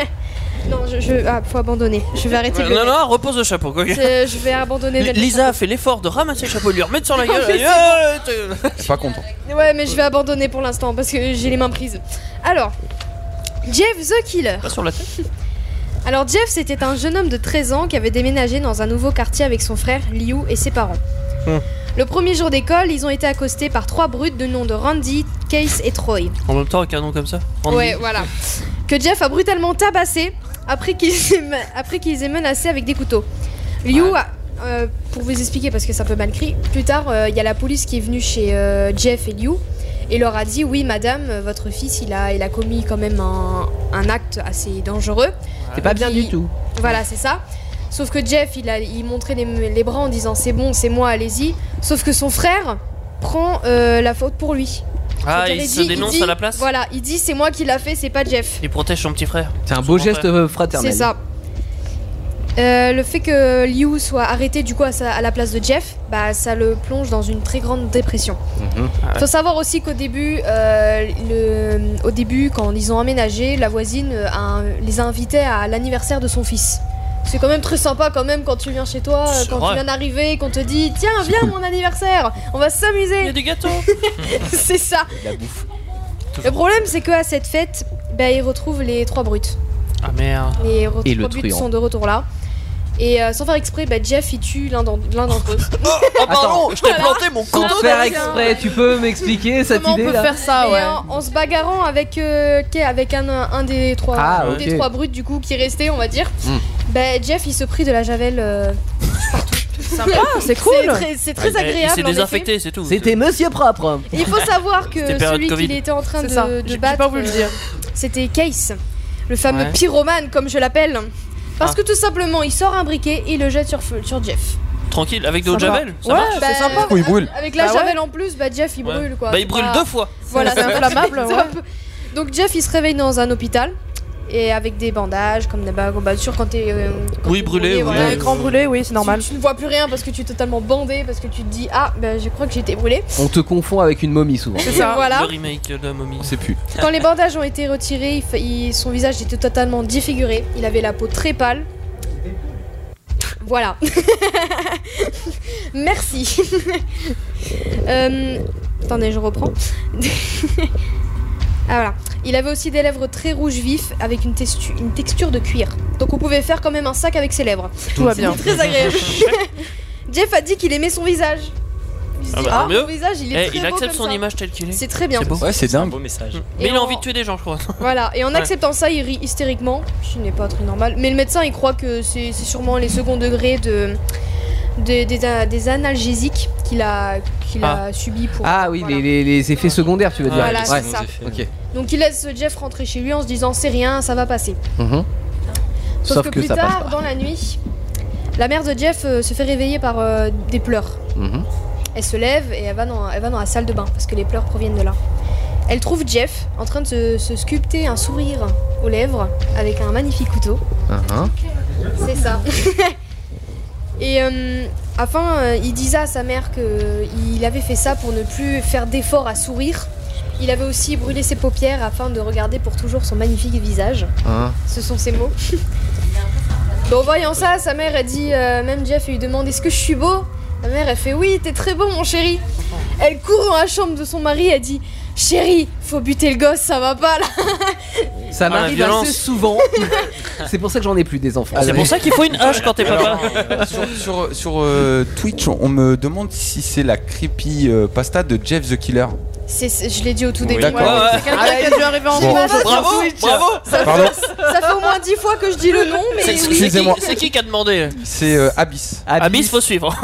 S6: non, je, je- ah, faut abandonner. Je vais arrêter de le
S4: Non,
S6: mettre.
S4: non, repose le chapeau. quoi.
S6: C'est- Je vais abandonner. de le
S4: Lisa a fait l'effort de ramasser le chapeau, de lui remettre sur la gueule.
S6: mais
S4: et, euh, t'es-
S5: Je suis pas content.
S6: mettre. Ouais, mais je vais abandonner pour l'instant parce que j'ai les mains prises. Alors, Jeff the Killer.
S4: Pas sur la tête
S6: Alors Jeff, c'était un jeune homme de 13 ans qui avait déménagé dans un nouveau quartier avec son frère Liu et ses parents.
S4: Hmm.
S6: Le premier jour d'école, ils ont été accostés par trois brutes de nom de Randy, Case et Troy.
S4: En même temps, un canon comme ça. Randy.
S6: Ouais, voilà. Que Jeff a brutalement tabassé après qu'ils aient, me- après qu'ils aient menacé avec des couteaux. Liu a- euh, pour vous expliquer parce que ça peut mal crier, plus tard euh, il y a la police qui est venue chez euh, Jeff et Liu et leur a dit oui madame euh, votre fils il a, il a commis quand même un, un acte assez dangereux.
S2: C'est pas bien du tout.
S6: Voilà c'est ça. Sauf que Jeff il, a, il montrait les, les bras en disant c'est bon c'est moi allez-y. Sauf que son frère prend euh, la faute pour lui.
S4: Ah,
S6: C'est-à-dire,
S4: il se
S6: dit-
S4: dénonce
S6: dit-
S4: à la place
S6: Voilà il dit c'est moi qui l'a fait c'est pas Jeff.
S4: Il protège son petit frère.
S2: C'est un beau geste euh, fraternel.
S6: C'est ça. Euh, le fait que Liu soit arrêté du coup à, sa- à la place de Jeff, bah ça le plonge dans une très grande dépression. Faut savoir aussi qu'au début, euh, le- au début quand ils ont emménagé, la voisine euh, a un- les a invités à l'anniversaire de son fils. C'est quand même très sympa quand même quand tu viens chez toi, euh,
S4: C'est
S6: quand
S4: vrai.
S6: tu viens d'arriver, et qu'on te dit tiens viens mon anniversaire, on va s'amuser. Il y a
S4: du gâteau.
S6: c'est ça. Le problème c'est que à cette fête, bah, ils retrouvent les trois brutes.
S4: Ah merde.
S6: Les re-
S4: Et le
S6: trois buts
S4: truand.
S6: sont de retour là. Et euh, sans faire exprès, bah, Jeff il tue l'un d'en- l'un d'entre eux.
S2: pardon, Oh
S4: je t'ai planté mon
S2: Sans faire exprès, tu peux m'expliquer cette
S6: Comment on
S2: idée
S6: peut
S2: là
S6: faire ça ouais. en, en se bagarrant avec, euh, qu'est- avec un, un des trois,
S2: Ah,
S6: un
S2: ok.
S6: des trois brutes du coup qui restait, on va dire.
S2: Mm.
S6: Bah, Jeff il se prit de la javel euh, partout.
S3: Sympa, c'est cool.
S6: très- C'est très,
S4: Ah, Il- il
S6: agréable.
S4: s'est
S6: en effet.
S4: désinfecté, c'est tout.
S2: C'était Monsieur Propre.
S6: Il faut savoir que
S4: C'était période
S6: celui
S4: Covid.
S6: qu'il était en train
S3: C'est
S6: de,
S3: ça,
S6: de
S3: j'ai- j'ai
S6: battre,
S3: pas voulu le
S6: euh,
S3: dire.
S6: c'était Case, le fameux
S4: Ouais.
S6: pyromane comme je l'appelle. Parce
S4: Ah.
S6: que tout simplement, il sort un briquet et il le jette sur, feu- sur Jeff.
S4: Tranquille, avec de l'eau de
S6: Ça va.
S4: javel. Ça
S6: Ouais,
S4: marche.
S6: bah, C'est sympa.
S5: Oui, il brûle.
S6: Avec la
S3: Bah ouais.
S6: javel en plus, bah Jeff il
S4: Ouais.
S6: brûle quoi.
S4: Bah, il
S6: C'est
S4: brûle deux fois.
S6: Voilà,
S4: C'est
S6: c'est
S3: inflammable,
S6: inflammable.
S3: ouais.
S6: Donc Jeff il se réveille dans un hôpital et avec des bandages comme bah, bah, sûr quand t'es euh, quand
S4: Oui,
S6: t'es
S4: brûlé, oui.
S6: voilà,
S4: Ouais,
S6: grand
S4: ouais.
S6: brûlé, oui c'est normal. Tu, tu ne vois plus rien parce que tu es totalement bandé parce que tu te dis ah bah, je crois que j'ai été brûlé.
S2: On te confond avec une momie souvent.
S6: C'est ça. Voilà.
S4: Le remake de Mommy.
S5: C'est plus.
S6: Quand les bandages ont été retirés, il fa- il- son visage était totalement défiguré. Il avait la peau très pâle. Voilà. Merci. Euh, attendez, je reprends. ah voilà. Il avait aussi des lèvres très rouges vifs avec une, testu- une texture de cuir. Donc on pouvait faire quand même un sac avec ses lèvres.
S3: Tout va bien.
S6: C'était très agréable. Jeff a dit qu'il aimait son visage. Il se
S4: Ah
S6: dit,
S4: bah,
S6: Ah,
S4: tant mieux.
S6: mon visage, il est
S4: Eh,
S6: très
S4: il
S6: beau
S4: accepte
S6: comme
S4: son
S6: ça.
S4: image telle qu'il est.
S6: C'est très bien.
S4: beau.
S5: Ouais, c'est dingue.
S8: beau message.
S4: Mais
S6: Et
S4: il a
S6: en-
S4: envie de tuer des gens, je crois.
S6: Voilà, et en
S4: Ouais.
S6: acceptant ça, il rit hystériquement, ce qui n'est pas très normal. Mais le médecin, il croit que c'est c'est sûrement les seconds degrés de, de- des, des analgésiques qu'il a, qu'il a subi pour.
S2: Ah oui,
S6: voilà.
S2: les, les- les effets secondaires, tu veux dire.
S6: Voilà, c'est ça.
S2: Ok.
S6: Donc il laisse Jeff rentrer chez lui en se disant c'est rien, ça va passer.
S2: Mhm.
S6: Sauf, que, plus
S2: ça passe
S6: tard, dans la nuit, la mère de Jeff euh, se fait réveiller par euh, des pleurs.
S2: Mhm.
S6: Elle se lève et elle va, dans, elle va dans la salle de bain parce que les pleurs proviennent de là. Elle trouve Jeff en train de se, se sculpter un sourire aux lèvres avec un magnifique couteau. C'est ça. et euh, afin, euh, il disait à sa mère qu'il avait fait ça pour ne plus faire d'effort à sourire. Il avait aussi brûlé ses paupières afin de regarder pour toujours son magnifique visage.
S2: Hein.
S6: Ce sont ses mots. Bon, voyant ça, sa mère a dit, euh, même Jeff il lui demande est-ce que je suis beau La mère elle fait oui, t'es très beau mon chéri. Elle court dans la chambre de son mari, elle dit chéri, faut buter le gosse, ça va pas là.
S2: Ça
S4: Ah, la
S2: m'arrive
S4: violence.
S2: assez souvent. c'est pour ça que j'en ai plus des enfants. Ah,
S4: C'est pour ça qu'il faut une hache quand t'es papa.
S5: sur sur, sur, euh, Twitch, on- on me demande si c'est la creepy euh, pasta de Jeff the Killer.
S6: C'est- c'est- je l'ai dit au tout
S5: Oui,
S6: début.
S5: d'accord.
S6: ouais,
S5: Ouais,
S6: c'est
S5: ouais.
S6: quelqu'un
S5: Ah,
S6: qui a dû arriver en
S5: Bon.
S6: retard sur
S4: Bravo,
S6: Twitch.
S4: bravo.
S6: Ça
S5: Pardon.
S6: fait, ça fait au moins dix fois que je dis le nom, mais
S4: C'est
S6: oui.
S4: c'est qui,
S5: Excusez-moi.
S4: c'est qui qui a demandé
S5: C'est euh, Abyss.
S4: Abyss. faut suivre.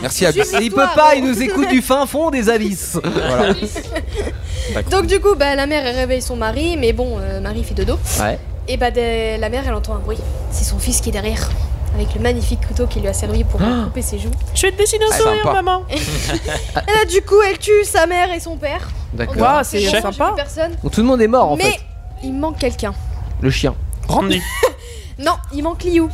S5: Merci Abyss.
S2: Il peut pas, il nous écoute du fin fond des abysses.
S5: Voilà.
S6: Donc du coup, bah, la mère elle réveille son mari, mais bon, euh, mari fait dodo.
S2: Ouais.
S6: Et bah des- la mère elle entend un bruit. C'est son fils qui est derrière, avec le magnifique couteau qui lui a servi pour euh, couper ses joues.
S3: Je vais te dessiner un
S6: Ah,
S3: sourire,
S6: sympa.
S3: maman.
S6: Et là du coup, elle tue sa mère et son père.
S2: Ah, D'accord.
S6: En disant,
S2: Waouh, c'est
S6: bon sang,
S2: sympa.
S6: j'ai plus Personne.
S2: Bon, Tout le monde est mort en
S6: mais
S2: fait.
S6: il manque quelqu'un.
S2: Le chien.
S4: Randy.
S6: Non, il manque Liu.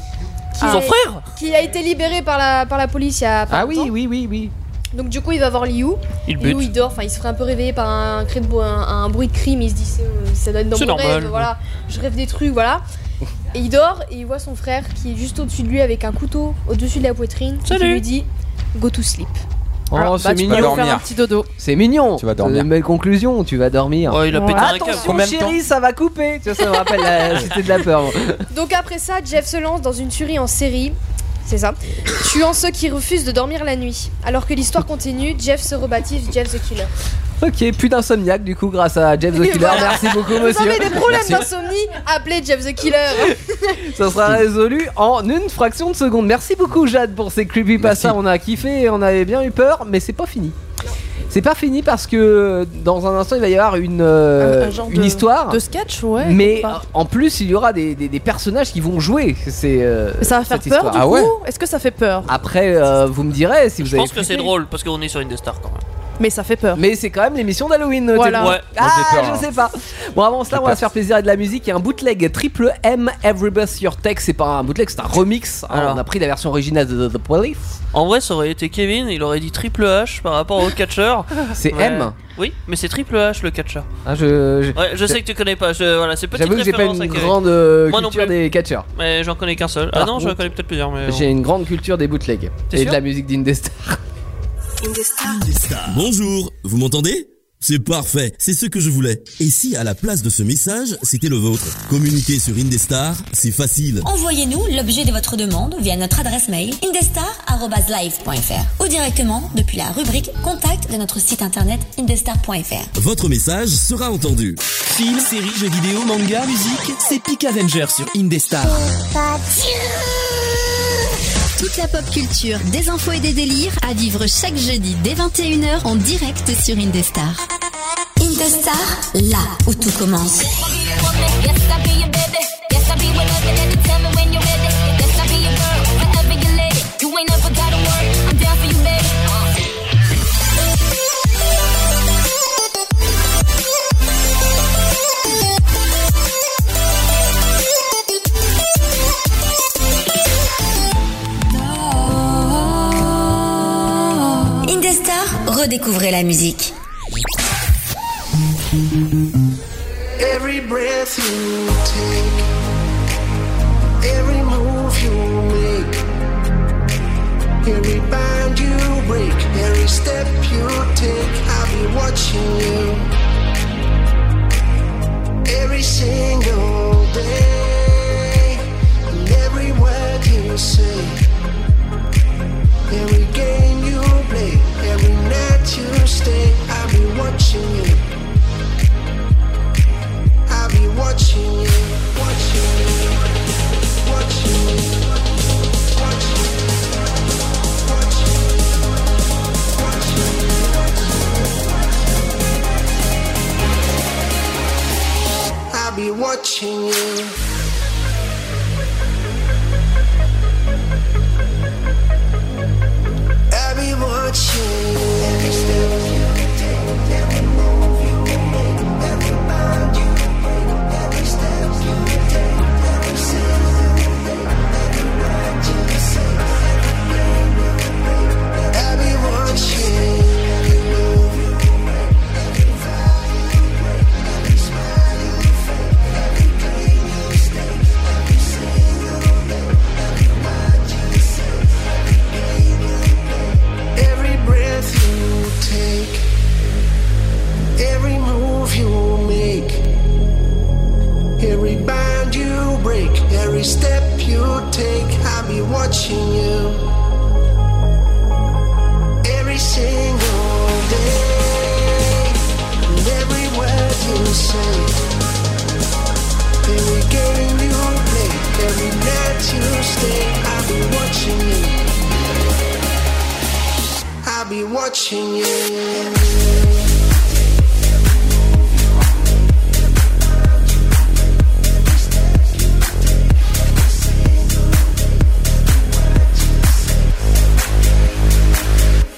S6: qui
S2: Ah. Son
S6: est-
S2: frère
S6: Qui a été libéré par la, par la police il y a pas
S2: Ah oui,
S6: longtemps.
S2: oui, oui, oui.
S6: Donc du coup, il va voir Liu.
S2: Il
S6: Liu,
S2: bute.
S6: il dort. Enfin, il se fait un peu réveiller par un, cri de bo- un, un bruit de crime. Il se dit, c'est, euh, ça doit être dans
S4: C'est
S6: mon
S4: normal.
S6: rêve. Voilà, je rêve des trucs, voilà. Et il dort et il voit son frère qui est juste au-dessus de lui avec un couteau au-dessus de la poitrine. et qui
S4: Salut.
S6: lui dit, go to sleep.
S2: Oh,
S3: Voilà, bah,
S2: c'est
S3: tu peux
S2: mignon.
S3: aller faire un petit dodo.
S2: C'est mignon. Tu vas dormir. Une belle conclusion, tu vas dormir. Oh,
S3: il a Ouais. pété un câble.
S2: Attention,
S3: Combien de
S2: chérie, ça va couper. Tu vois, ça me rappelle la cité de la peur.
S6: Donc après ça, Jeff se lance dans une tuerie en série. C'est ça. Tuant ceux qui refusent de dormir la nuit. Alors que l'histoire continue, Jeff se rebaptise Jeff the Killer.
S2: Ok, plus d'insomniaque du coup, grâce à Jeff the Killer.
S6: Voilà.
S2: Merci beaucoup,
S6: Vous
S2: monsieur.
S6: avez des problèmes d'insomnie Appelez Jeff the Killer.
S2: Ça sera résolu en une fraction de seconde. Merci beaucoup Jade pour ces creepypasta. On a kiffé, et on avait bien eu peur, mais c'est pas fini. C'est pas fini parce que dans un instant il va y avoir une, euh,
S3: Un genre
S2: une
S3: de-
S2: histoire.
S3: de sketch, ouais,
S2: Mais
S3: quelque part.
S2: en plus il y aura des, des- des personnages qui vont jouer. C'est. euh,
S3: Mais ça va faire
S2: cette
S3: peur
S2: histoire.
S3: du coup Est-ce que ça fait peur
S2: Après euh, vous me direz si vous
S4: Je
S2: avez.
S4: pense que c'est
S2: kiffé.
S4: drôle parce qu'on est sur Indestar quand même.
S3: Mais ça fait peur.
S2: Mais c'est quand même l'émission d'Halloween. t'es
S4: Voilà.
S2: bon.
S4: Ouais.
S2: Ah,
S4: Moi, j'ai peur, hein.
S2: je sais pas. Bon, avant cela, on va se faire plaisir et de la musique. Il y a un bootleg triple M Every Bus Your Tech. C'est pas un bootleg, c'est un remix. hein.
S4: Alors.
S2: On a pris la version originale de The Police.
S4: En vrai, ça aurait été Kevin, il aurait dit triple H par rapport au catcher.
S2: C'est
S4: Ouais.
S2: M
S4: Oui, mais c'est triple H le catcher.
S2: Ah, je, je-
S4: Ouais, je sais que tu connais pas. Je, voilà, c'est petite
S2: J'avoue que j'ai pas
S4: référence
S2: une
S4: à Kevin.
S2: grande euh,
S4: Moi non
S2: culture
S4: plus.
S2: des catcheurs.
S4: Mais j'en connais qu'un seul.
S2: Par
S4: Ah non, j'en
S2: contre,
S4: connais peut-être plusieurs. Mais
S2: J'ai une grande culture des bootlegs
S4: T'es
S2: et de
S4: sûr
S2: la musique d'Indestar.
S8: Bonjour, vous m'entendez C'est parfait, c'est ce que je voulais. Et si à la place de ce message, c'était le vôtre Communiquer sur Indestar, c'est facile.
S18: Envoyez-nous l'objet de votre demande via notre adresse mail indestar.live.fr ou directement depuis la rubrique Contact de notre site internet indestar.fr.
S8: Votre message sera entendu. Film, série, jeux vidéo, manga, musique, c'est Peak Avenger sur Indestar.
S18: Toute la pop culture, des infos et des délires à vivre chaque jeudi dès 21h en direct sur Indestar. Indestar, là où tout commence.
S10: Uh.
S18: Indestar, redécouvrez la musique.
S19: Every breath you take, every move you make, every bind you break, every step you take, I'll be watching you. Every single day, and every word you say, every game you play, every night you stay, I'll be watching you. I'll be watching you, watching you, watching you, watching you, watching you, watching you, watching you. I'll be watching you. I'll be watching you. Every step you take, every move you make, every bound you break, every step you take, every season you make, every word you say, every game you play. I'll be watching you. Every move you make, every vow you break, every smile you fake, every pain you stay, every single day, every word you say, every game you Every breath you take, every move you make, every bind you break, every step you take, I'll be watching you. Every single day, and every word you say, every game you play, every night you stay, I'll be watching you. I'll be watching you.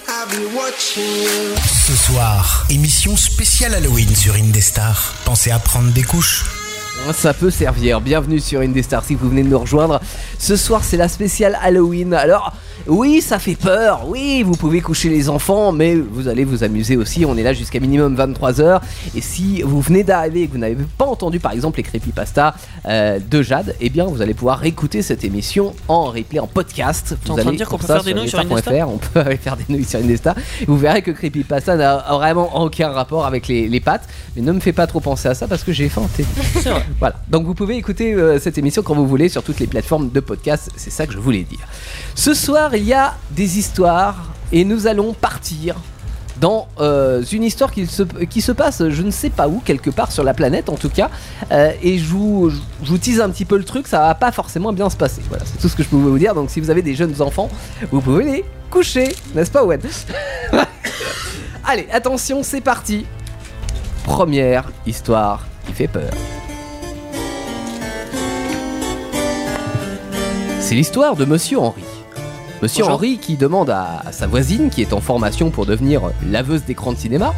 S19: I'll be watching you.
S5: Ce soir, émission spéciale Halloween sur Indestar. Pensez à prendre des couches.
S2: Oh, Ça peut servir. Bienvenue sur Indestar si vous venez de nous rejoindre. Ce soir, c'est la spéciale Halloween. Alors, oui, ça fait peur. Oui, vous pouvez coucher les enfants, mais vous allez vous amuser aussi. On est là jusqu'à minimum 23h. Et si vous venez d'arriver et que vous n'avez pas entendu, par exemple, les creepypasta euh, de Jade, eh bien, vous allez pouvoir écouter cette émission en replay, en podcast.
S4: T'es
S2: Vous
S4: en train de
S2: allez
S4: dire qu'on
S2: pour
S4: peut
S2: ça
S4: faire des nouilles sur
S2: indestar.fr,
S4: Indestar
S2: On peut aller faire des nouilles sur Indestar. Vous verrez que creepypasta n'a vraiment aucun rapport avec les, les pâtes. Mais ne me fais pas trop penser à ça parce que j'ai faim. t'es- voilà. Donc vous pouvez écouter euh, cette émission quand vous voulez sur toutes les plateformes de podcast. C'est ça que je voulais dire. Ce soir, il y a des histoires et nous allons partir dans euh, une histoire qui se, qui se passe, je ne sais pas où, quelque part sur la planète en tout cas. Euh, et je vous, je vous tease un petit peu le truc, ça va pas forcément bien se passer. Voilà, c'est tout ce que je pouvais vous dire. Donc si vous avez des jeunes enfants, vous pouvez les coucher, n'est-ce pas, Owen Allez, attention, c'est parti. Première histoire qui fait peur. C'est l'histoire de Monsieur Henri. Monsieur
S4: Bonjour.
S2: Henri qui demande à, à sa voisine, qui est en formation pour devenir laveuse d'écran de cinéma,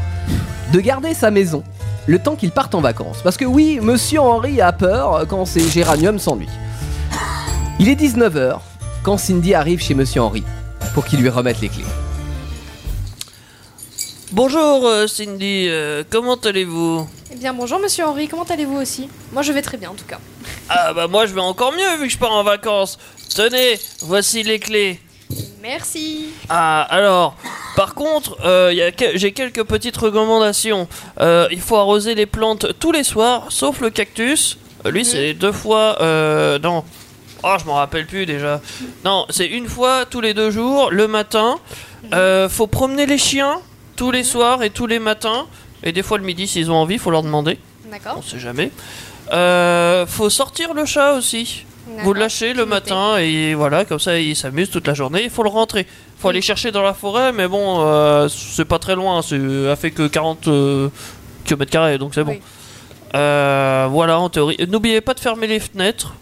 S2: de garder sa maison le temps qu'il parte en vacances. Parce que oui, Monsieur Henri a peur quand ses géraniums s'ennuient. Il est 19h quand Cindy arrive chez Monsieur Henri pour qu'il lui remette les clés.
S4: Bonjour euh, Cindy, euh, comment allez-vous
S6: Eh bien, bonjour monsieur Henri, comment allez-vous aussi Moi je vais très bien en tout cas.
S4: Ah bah moi je vais encore mieux vu que je pars en vacances. Tenez, voici les clés.
S6: Merci
S4: Ah, alors, par contre, euh, y a que- j'ai quelques petites recommandations. Euh, il faut arroser les plantes tous les soirs, sauf le cactus. Euh, lui, c'est deux fois. Euh, non. Oh, je m'en rappelle plus déjà. Non, c'est une fois tous les deux jours, le matin. Euh, faut promener les chiens tous les soirs et tous les matins. Et des fois le midi, s'ils ont envie, faut leur demander.
S6: D'accord.
S4: On sait jamais. Euh, faut sortir le chat aussi. Vous le lâchez le matin et voilà, comme ça il s'amuse toute la journée. Il faut le rentrer. Faut aller chercher dans la forêt, mais bon, euh, c'est pas très loin. C'est a fait que 40 km, donc c'est bon. Euh, voilà, en théorie. N'oubliez pas de fermer les fenêtres.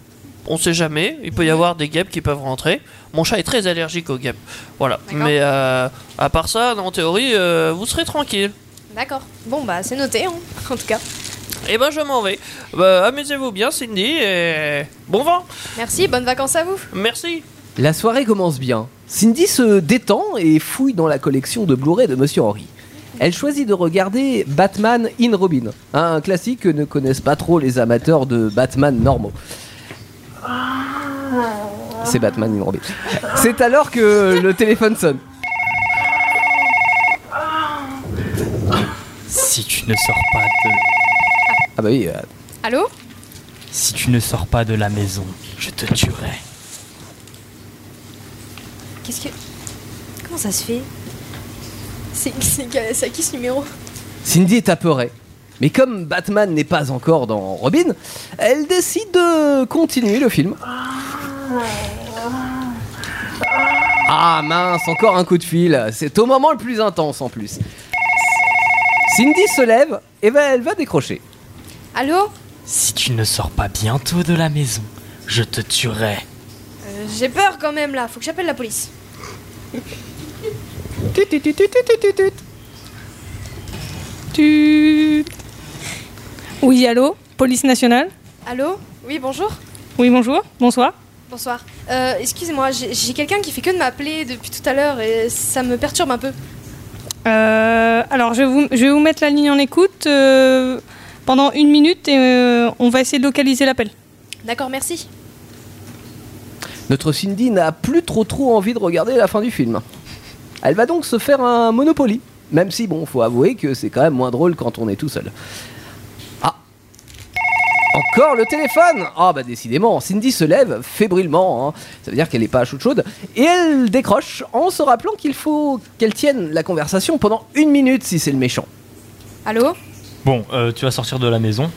S4: On sait jamais. Il peut y avoir des guêpes qui peuvent rentrer. Mon chat est très allergique aux guêpes. Voilà. Mais euh, à part ça, en théorie, euh, vous serez tranquille.
S6: D'accord. Bon bah c'est noté hein, en tout cas.
S4: Et ben je m'en vais. Bah, Amusez-vous bien, Cindy, et bon vent.
S6: Merci, bonnes vacances à vous.
S4: Merci.
S2: La soirée commence bien. Cindy se détend et fouille dans la collection de Blu-ray de Monsieur Henry. Elle choisit de regarder Batman in Robin, hein, un classique que ne connaissent pas trop les amateurs de Batman normaux. C'est Batman in Robin. C'est alors que le téléphone sonne.
S8: Si tu ne sors pas de...
S2: Ah bah oui.
S6: Allô
S8: Si tu ne sors pas de la maison, je te tuerai.
S6: Qu'est-ce que. Comment ça se fait C'est c'est- c'est à qui ce numéro
S2: Cindy est apeurée. Mais comme Batman n'est pas encore dans Robin, elle décide de continuer le film. Ah mince, encore un coup de fil. C'est au moment le plus intense en plus. Cindy se lève et va- elle va décrocher.
S6: Allô
S8: Si tu ne sors pas bientôt de la maison, je te tuerai.
S6: Euh, J'ai peur quand même là, faut que j'appelle la police.
S7: Tut, tut, tut, tut, tut, tut, tut. Tut. Oui, allô Police nationale
S6: Allô Oui, bonjour
S7: Oui, bonjour, bonsoir.
S6: Bonsoir. Euh, Excusez-moi, j'ai j'ai quelqu'un qui fait que de m'appeler depuis tout à l'heure et ça me perturbe un peu.
S7: Euh, alors, je vais, vous, je vais vous mettre la ligne en écoute euh, pendant une minute et euh, on va essayer de localiser l'appel.
S6: D'accord, merci.
S2: Notre Cindy n'a plus trop trop envie de regarder la fin du film. Elle va donc se faire un Monopoly. Même si, bon, faut avouer que c'est quand même moins drôle quand on est tout seul. Ah Encore le téléphone Ah bah décidément, Cindy se lève fébrilement, hein. ça veut dire qu'elle n'est pas à chaude chaude, et elle décroche en se rappelant qu'il faut qu'elle tienne la conversation pendant une minute si c'est le méchant.
S6: Allô
S8: Bon, euh, tu vas sortir de la maison.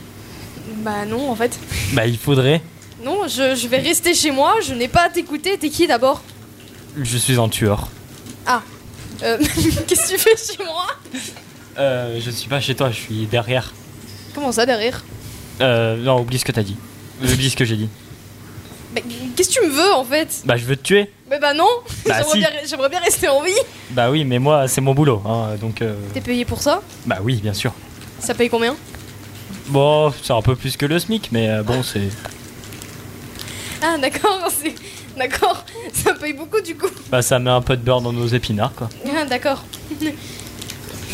S6: Bah non, en fait.
S8: Bah il faudrait.
S6: Non, je, je vais rester chez moi, je n'ai pas à t'écouter, t'es qui d'abord
S8: Je suis un tueur.
S6: Ah. Euh, Qu'est-ce que tu fais chez moi
S8: Euh, je ne suis pas chez toi, je suis derrière.
S6: Comment ça derrière
S8: Euh, non, oublie ce que t'as dit. Oublie ce que j'ai dit.
S6: Bah, Qu'est-ce que tu me veux en fait
S8: Bah je veux te tuer.
S6: Mais bah non
S8: Bah,
S6: J'aimerais
S8: si.
S6: bien, j'aimerais bien rester en vie
S8: Bah oui, mais moi c'est mon boulot, hein, donc. euh,
S6: T'es payé pour ça
S8: Bah oui, bien sûr.
S6: Ça paye combien
S8: Bon, c'est un peu plus que le SMIC, mais euh, bon, c'est.
S6: Ah, d'accord, c'est. D'accord, ça paye beaucoup du coup.
S8: Bah, ça met un peu de beurre dans nos épinards, quoi.
S6: Ah, d'accord.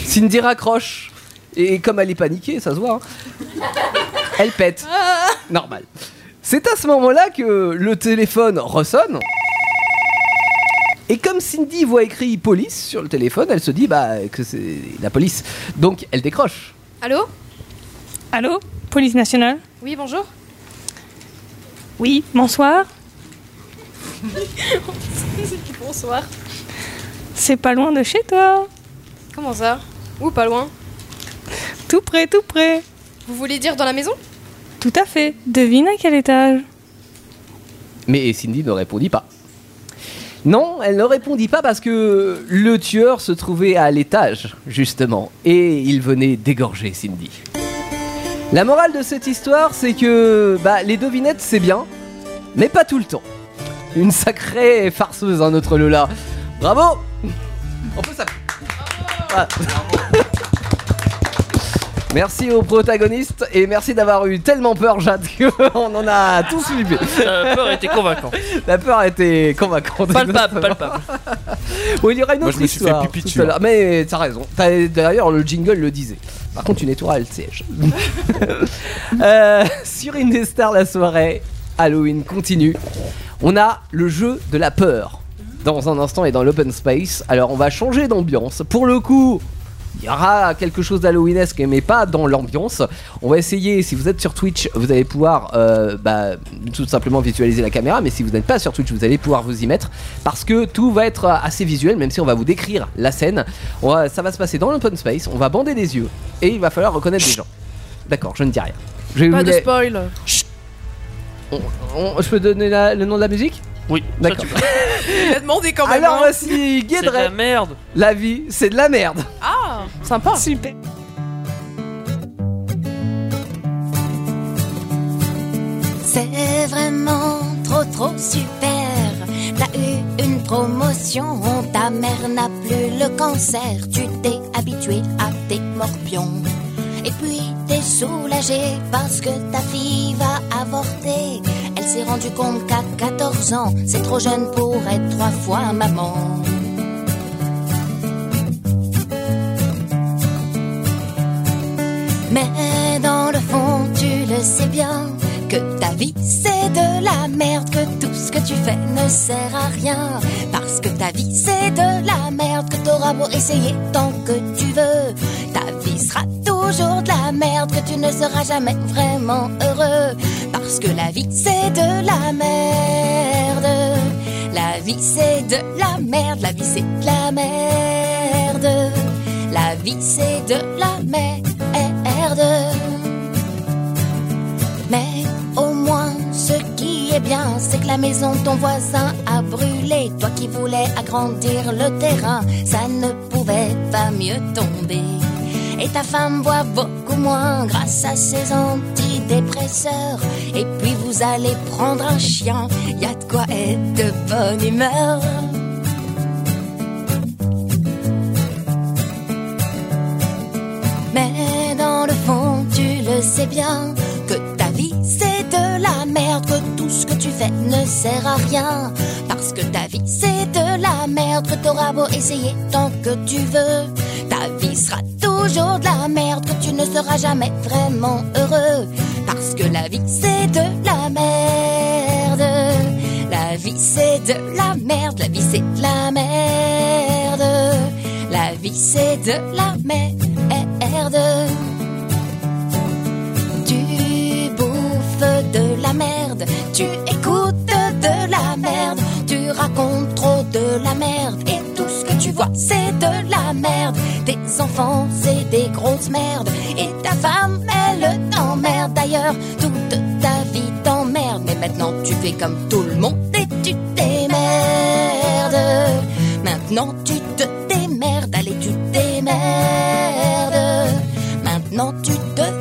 S2: Cindy raccroche. Et comme elle est paniquée, ça se voit. hein. Elle pète. Normal. C'est à ce moment-là que le téléphone ressonne. Et comme Cindy voit écrit police sur le téléphone, elle se dit bah que c'est la police. Donc elle décroche.
S6: Allô
S7: Allô Police nationale
S6: Oui, bonjour
S7: Oui, bonsoir.
S6: Bonsoir.
S7: C'est pas loin de chez toi.
S6: Comment ça Ou pas loin
S7: Tout près, tout près.
S6: Vous voulez dire dans la maison
S7: Tout à fait. Devine à quel étage
S2: Mais Cindy ne répondit pas. Non, elle ne répondit pas parce que le tueur se trouvait à l'étage, justement, et il venait d'égorger Cindy. La morale de cette histoire, c'est que bah, les devinettes, c'est bien, mais pas tout le temps. Une sacrée farceuse, hein, notre Lola. Bravo On peut s'appeler. Voilà. Merci aux protagonistes et merci d'avoir eu tellement peur, Jade, qu'on en a tous flippé.
S4: La Euh, peur était convaincante.
S2: La peur était convaincante.
S4: Palpable, palpable.
S2: Oui, il y aura une
S4: Moi,
S2: autre
S4: je me suis fait
S2: histoire.
S4: pipi
S2: tout
S4: dessus,
S2: à l'heure.
S4: hein.
S2: Mais t'as raison. T'as- D'ailleurs, le jingle le disait. Par contre, tu nettoieras le siège. Euh, sur Indestar, la soirée Halloween continue. On a le jeu de la peur dans un instant et dans l'open space. Alors, on va changer d'ambiance. Pour le coup, il y aura quelque chose d'halloweenesque, mais pas dans l'ambiance. On va essayer, si vous êtes sur Twitch, vous allez pouvoir euh, bah, tout simplement visualiser la caméra, mais si vous n'êtes pas sur Twitch, vous allez pouvoir vous y mettre, parce que tout va être euh, assez visuel, même si on va vous décrire la scène. On va- ça va se passer dans l'open space, on va bander des yeux, et il va falloir reconnaître des gens. D'accord, je ne dis rien. Je vais
S3: Pas
S2: vous
S3: de
S2: la-
S3: spoil.
S2: on- je peux donner la- le nom de la musique
S4: Oui,
S2: d'accord.
S3: Il a demandé quand même.
S2: Alors
S3: hein.
S2: voici Guédret.
S4: merde.
S2: La vie, c'est de la merde.
S3: Ah, sympa.
S7: Super.
S17: C'est vraiment trop trop super. T'as eu une promotion, ta mère n'a plus le cancer. Tu t'es habitué à tes morpions. Et puis t'es soulagé parce que ta fille va avorter. Elle s'est rendue compte qu'à 14 ans, c'est trop jeune pour être trois fois maman. Mais dans le fond, tu le sais bien que ta vie c'est de la merde, que tout ce que tu fais ne sert à rien. Parce que ta vie c'est de la merde, que t'auras beau essayer tant que tu veux. Ta vie sera toujours de la merde, que tu ne seras jamais vraiment heureux. Parce que la vie c'est de la merde. La vie c'est de la merde, la vie c'est de la merde. La vie c'est de la merde. Mais au moins, ce qui est bien, c'est que la maison de ton voisin a brûlé. Toi qui voulais agrandir le terrain, ça ne pouvait pas mieux tomber. Et ta femme boit beaucoup moins grâce à ses antidépresseurs. Et puis vous allez prendre un chien, y a de quoi être de bonne humeur. Mais dans le fond, tu le sais bien que ta vie c'est de la merde, que tout ce que tu fais ne sert à rien. Parce que ta vie c'est de la merde, que t'auras beau essayer tant que tu veux. Ta vie sera toujours de la merde, que tu ne seras jamais vraiment heureux. Parce que la vie c'est de la merde. La vie c'est de la merde, la vie c'est de la merde. La vie c'est de la merde. Tu bouffes de la merde, tu écoutes de la merde, tu racontes trop de la merde et tout ce que tu vois c'est de la merde. Tes enfants c'est des grosses merdes et ta femme elle t'emmerde d'ailleurs toute ta vie t'emmerde mais maintenant tu fais comme tout le monde et tu t'émerdes. Maintenant tu te démerdes, allez tu t'émerdes. Maintenant tu te démerdes.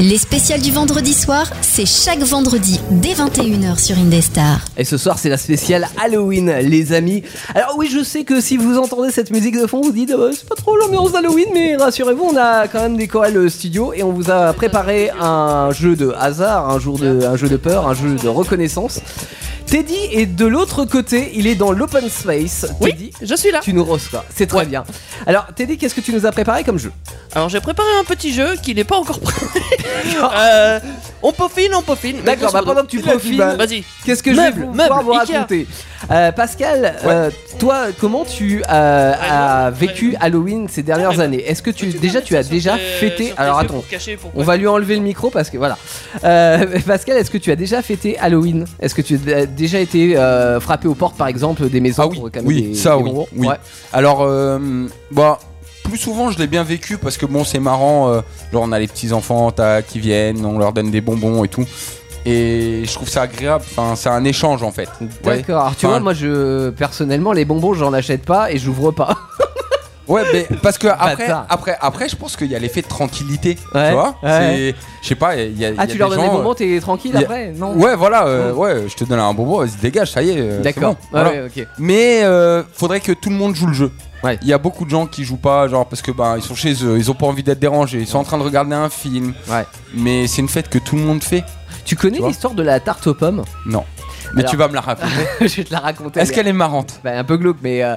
S18: Les spéciales du vendredi soir, c'est chaque vendredi dès 21h sur Indestar.
S2: Et ce soir, c'est la spéciale Halloween, les amis. Alors oui, je sais que si vous entendez cette musique de fond, vous dites, Ah bah, c'est pas trop l'ambiance d'Halloween, mais rassurez-vous, on a quand même décoré le studio et on vous a préparé un jeu de hasard, un, jour de, un jeu de peur, un jeu de reconnaissance. Teddy est de l'autre côté, il est dans l'open space. Oui, Teddy,
S3: je suis là.
S2: Tu nous reçois, c'est très bien. Alors Teddy, qu'est-ce que tu nous as préparé comme jeu
S4: Alors j'ai préparé un petit jeu qui n'est pas encore prêt. Euh, on peaufine, on peaufine. mais
S2: D'accord,
S4: grosso
S2: bah
S4: modo.
S2: pendant que tu
S4: Il a dit,
S2: profites,
S4: bah, vas-y.
S2: Qu'est-ce que je vais
S4: Meuble,
S2: pouvoir
S4: meuble,
S2: vous
S4: Ikea.
S2: raconter Euh, Pascal, euh, toi, comment tu euh, as vécu Halloween ces dernières années Est-ce que tu déjà tu as déjà fêté Alors
S4: yeux
S2: attends,
S4: pour cacher pourquoi
S2: on va lui enlever le micro parce que voilà. Euh, Pascal, est-ce que tu as déjà fêté Halloween Est-ce que tu as déjà été euh, frappé aux portes par exemple des maisons pour réclamer
S5: Ah Oui,
S2: des-
S5: ça
S2: des
S5: oui.
S2: bonbons
S5: oui.
S2: Ouais.
S5: Alors, euh, bah, plus souvent je l'ai bien vécu parce que bon, c'est marrant. euh, genre, on a les petits enfants t'as- qui viennent, on leur donne des bonbons et tout. Et je trouve ça agréable. Enfin, c'est un échange en fait. Ouais.
S2: D'accord. Alors, tu
S5: Enfin,
S2: vois, moi je personnellement les bonbons j'en achète pas et j'ouvre pas.
S5: Bah, Ouais, mais parce que après,
S2: Bâtard.
S5: après, après, je pense qu'il y a l'effet de tranquillité.
S2: Ouais,
S5: Tu vois
S2: ouais.
S5: C'est- Je sais pas, il y a. il y
S2: Ah,
S5: a
S2: tu leur donnes des
S5: gens,
S2: bonbons,
S5: euh,
S2: t'es tranquille
S5: il y a-
S2: après Non.
S5: Ouais, voilà, euh,
S2: Mm.
S5: ouais, je te donne un bonbon, vas-y, dégage, ça y est. euh, c'est
S2: D'accord.
S5: bon,
S2: Ouais,
S5: voilà.
S2: ouais, ok.
S5: Mais euh, faudrait que tout le monde joue le jeu. Il y a beaucoup de gens qui jouent pas, genre parce que bah, ils sont chez eux, ils ont pas envie d'être dérangés, ils sont en train de regarder un film. Mais c'est une fête que tout le monde fait.
S2: Tu connais l'histoire de la tarte aux pommes
S5: Non. Mais
S2: Alors-
S5: tu vas me la raconter.
S2: je vais te la raconter.
S5: Est-ce qu'elle est marrante
S2: bah, Un peu glauque, mais euh,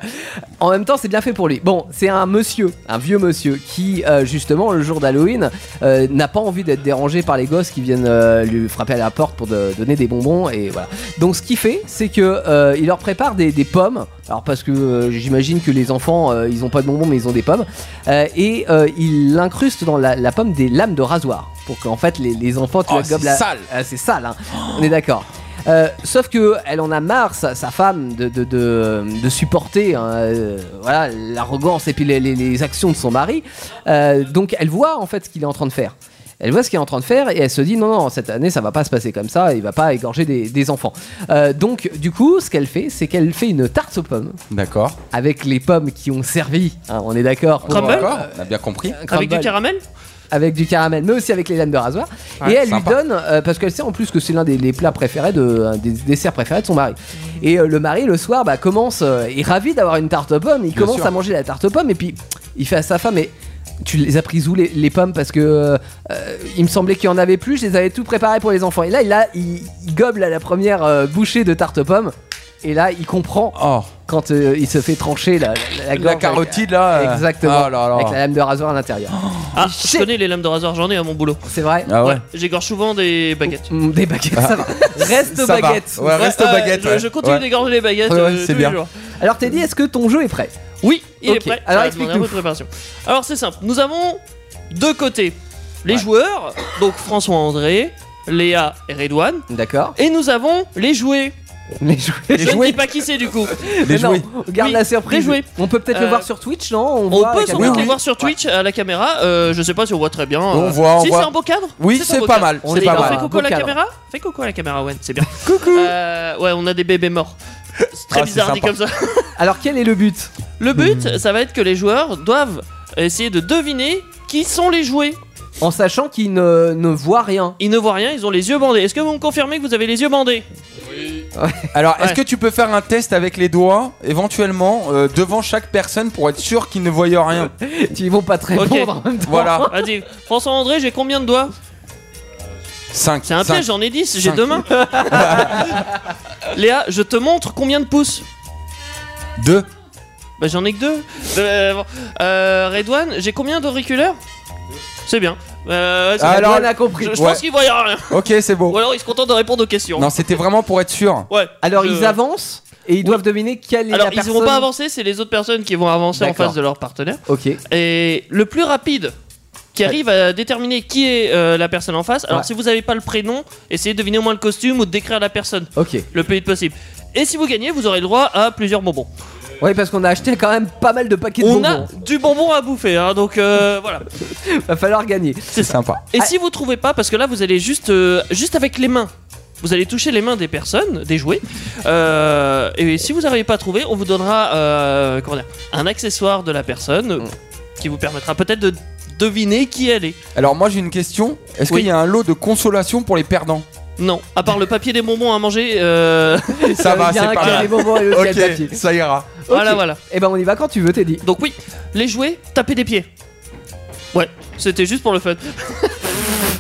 S2: en même temps, c'est bien fait pour lui. Bon, c'est un monsieur, un vieux monsieur, qui, euh, justement, le jour d'Halloween, euh, n'a pas envie d'être dérangé par les gosses qui viennent euh, lui frapper à la porte pour de- donner des bonbons. Et voilà. Donc, ce qu'il fait, c'est que euh, il leur prépare des, des pommes. Alors, parce que euh, j'imagine que les enfants, euh, ils ont pas de bonbons, mais ils ont des pommes. Euh, et euh, il incruste dans la, la pomme des lames de rasoir. Pour qu'en fait, les, les enfants, tu
S5: Oh,
S2: vois, gobent
S5: c'est
S2: la-
S5: sale.
S2: ah, c'est sale, hein. on est d'accord. Euh, sauf que elle en a marre, sa, sa femme, de, de, de, de supporter hein, euh, voilà l'arrogance et puis les, les- les actions de son mari. Euh, donc elle voit en fait ce qu'il est en train de faire. Elle voit ce qu'il est en train de faire et elle se dit non non cette année ça va pas se passer comme ça, il va pas égorger des, des enfants. Euh, donc du coup ce qu'elle fait c'est qu'elle fait une tarte aux pommes.
S5: D'accord.
S2: Avec les pommes qui ont servi, hein, on est d'accord. pour-
S5: Crumble
S2: euh,
S5: On a bien compris.
S2: Crumble. Avec du caramel, mais aussi avec les lames de rasoir.
S5: Ouais,
S2: et elle
S5: sympa.
S2: lui donne, euh, parce qu'elle sait en plus que c'est l'un des, des plats préférés, de, un des desserts préférés de son mari. Et euh, le mari, le soir, bah, commence, euh, il est ravi d'avoir une tarte aux pommes, il
S5: Bien
S2: commence
S5: sûr.
S2: à manger la tarte aux pommes, et puis il fait à sa femme, mais tu les as prises où les, les pommes Parce que euh, euh, il me semblait qu'il y en avait plus, je les avais tout préparé pour les enfants. Et là, il, a, il, il gobe là, la première euh, bouchée de tarte aux pommes, et là, il comprend
S5: Oh.
S2: quand euh, il se fait trancher la, la,
S5: La
S2: gorge avec-
S5: carotide, là, euh,
S2: Exactement,
S5: ah là là.
S2: avec la lame de rasoir à l'intérieur.
S4: Ah, je connais les lames de rasoir, j'en ai à mon boulot.
S2: C'est vrai
S5: Ah ouais.
S4: J'égorge souvent des baguettes. Ah.
S2: Des baguettes, ça va. Reste aux
S4: Ça va.
S2: baguettes.
S4: Ouais, reste aux Ouais, ouais, baguettes, je- ouais. je continue Ouais. d'égorger les baguettes, Ouais, ouais, euh, c'est tous les bien. jours.
S2: Alors, Teddy, est-ce que ton jeu est prêt
S4: Oui, Il
S2: Ok,
S4: est prêt. Euh,
S2: Alors,
S4: Ça va demander un peu
S2: explique-nous.
S4: de préparation. Alors c'est simple. Nous avons deux côtés. Les joueurs, donc François André, Léa et Redouane.
S2: D'accord.
S4: Et nous avons les jouets.
S2: Les jouets.
S4: Les je ne dis pas qui c'est du coup.
S2: Mais non, on garde
S4: Oui,
S2: la surprise.
S4: les jouets.
S2: On peut peut-être le
S4: Euh,
S2: voir sur Twitch, non On,
S4: On
S2: voit
S4: peut
S2: la
S4: sans
S2: caméra.
S4: doute les voir sur Twitch à la caméra. Euh, je sais pas si on voit très bien.
S5: On
S4: Euh,
S5: voit, on
S4: si
S5: voit.
S4: c'est un beau cadre.
S5: Oui,
S4: un
S5: c'est
S4: beau
S5: pas
S4: cadre.
S5: mal,
S4: On
S5: c'est
S4: est
S5: pas
S4: dans-
S5: mal.
S4: Fais coucou à la
S5: Beau cadre.
S4: caméra. Fais coucou à la caméra, Owen. C'est bien. Coucou. Ouais, on a des bébés morts. C'est très
S5: Ah, c'est
S4: bizarre dit
S5: sympa.
S4: comme ça.
S2: Alors quel est le but
S4: Le but, ça va être que les joueurs doivent essayer de deviner qui sont les jouets.
S2: En sachant qu'ils ne, ne voient rien.
S4: Ils ne voient rien, ils ont les yeux bandés. Est-ce que vous me confirmez que vous avez les yeux bandés
S5: Alors, est-ce
S4: Ouais.
S5: que tu peux faire un test avec les doigts, éventuellement, euh, devant chaque personne pour être sûr qu'ils ne voient rien
S2: Ils vont pas te
S4: Ok.
S5: répondre en même temps. Voilà.
S4: Vas-y. François André, j'ai combien de doigts
S5: 5.
S4: C'est un piège, j'en ai 10, j'ai deux mains. Léa, je te montre combien de pouces
S5: 2.
S4: Bah j'en ai que deux. Euh, bon. Euh, Redouane, j'ai combien d'auriculaires C'est bien. Euh, ouais, c'est
S5: Alors-
S4: bien. Je, je
S5: Ouais.
S4: pense qu'il voyait rien.
S5: Ok, c'est bon.
S4: Ou alors il se contente de répondre aux questions.
S5: Non, c'était vraiment pour être sûr.
S4: Ouais.
S2: Alors
S4: Je-
S2: ils avancent et ils doivent deviner quelle est
S4: Alors
S2: la
S4: ils
S2: personne.
S4: vont pas avancer, c'est les autres personnes qui vont avancer en
S2: D'accord.
S4: face de leur partenaire.
S2: Ok.
S4: Et le plus rapide qui arrive à déterminer qui est euh, la personne en face. Alors
S2: Ouais.
S4: si vous n'avez pas le prénom, essayez de deviner au moins le costume ou de décrire la personne
S2: Ok.
S4: le plus vite possible. Et si vous gagnez, vous aurez le droit à plusieurs bonbons.
S2: Oui, parce qu'on a acheté quand même pas mal de paquets de
S4: On a
S2: bonbons.
S4: du bonbon à bouffer, hein, donc euh, voilà.
S2: Va falloir gagner.
S4: C'est
S5: sympa.
S4: Et si vous trouvez pas, parce que là vous allez juste, euh, juste avec les mains, vous allez toucher les mains des personnes, des jouets. Euh, et si vous n'arrivez pas à trouver, on vous
S5: Mm.
S4: donnera euh, comment dire, un accessoire de la personne euh, qui vous permettra peut-être de deviner qui elle est.
S5: Alors moi j'ai une question. Est-ce qu'il y a un lot de consolation pour les perdants
S4: Non, à part le papier des bonbons à manger, euh,
S5: Ça va, c'est pas mal.
S2: les bonbons et le
S5: Ok,
S2: ciel papier.
S5: ça ira.
S4: Voilà,
S2: Ok.
S4: voilà.
S2: Et ben on y va quand tu veux, Teddy.
S4: Donc oui, les jouets, taper des pieds. Ouais, c'était juste pour le fun.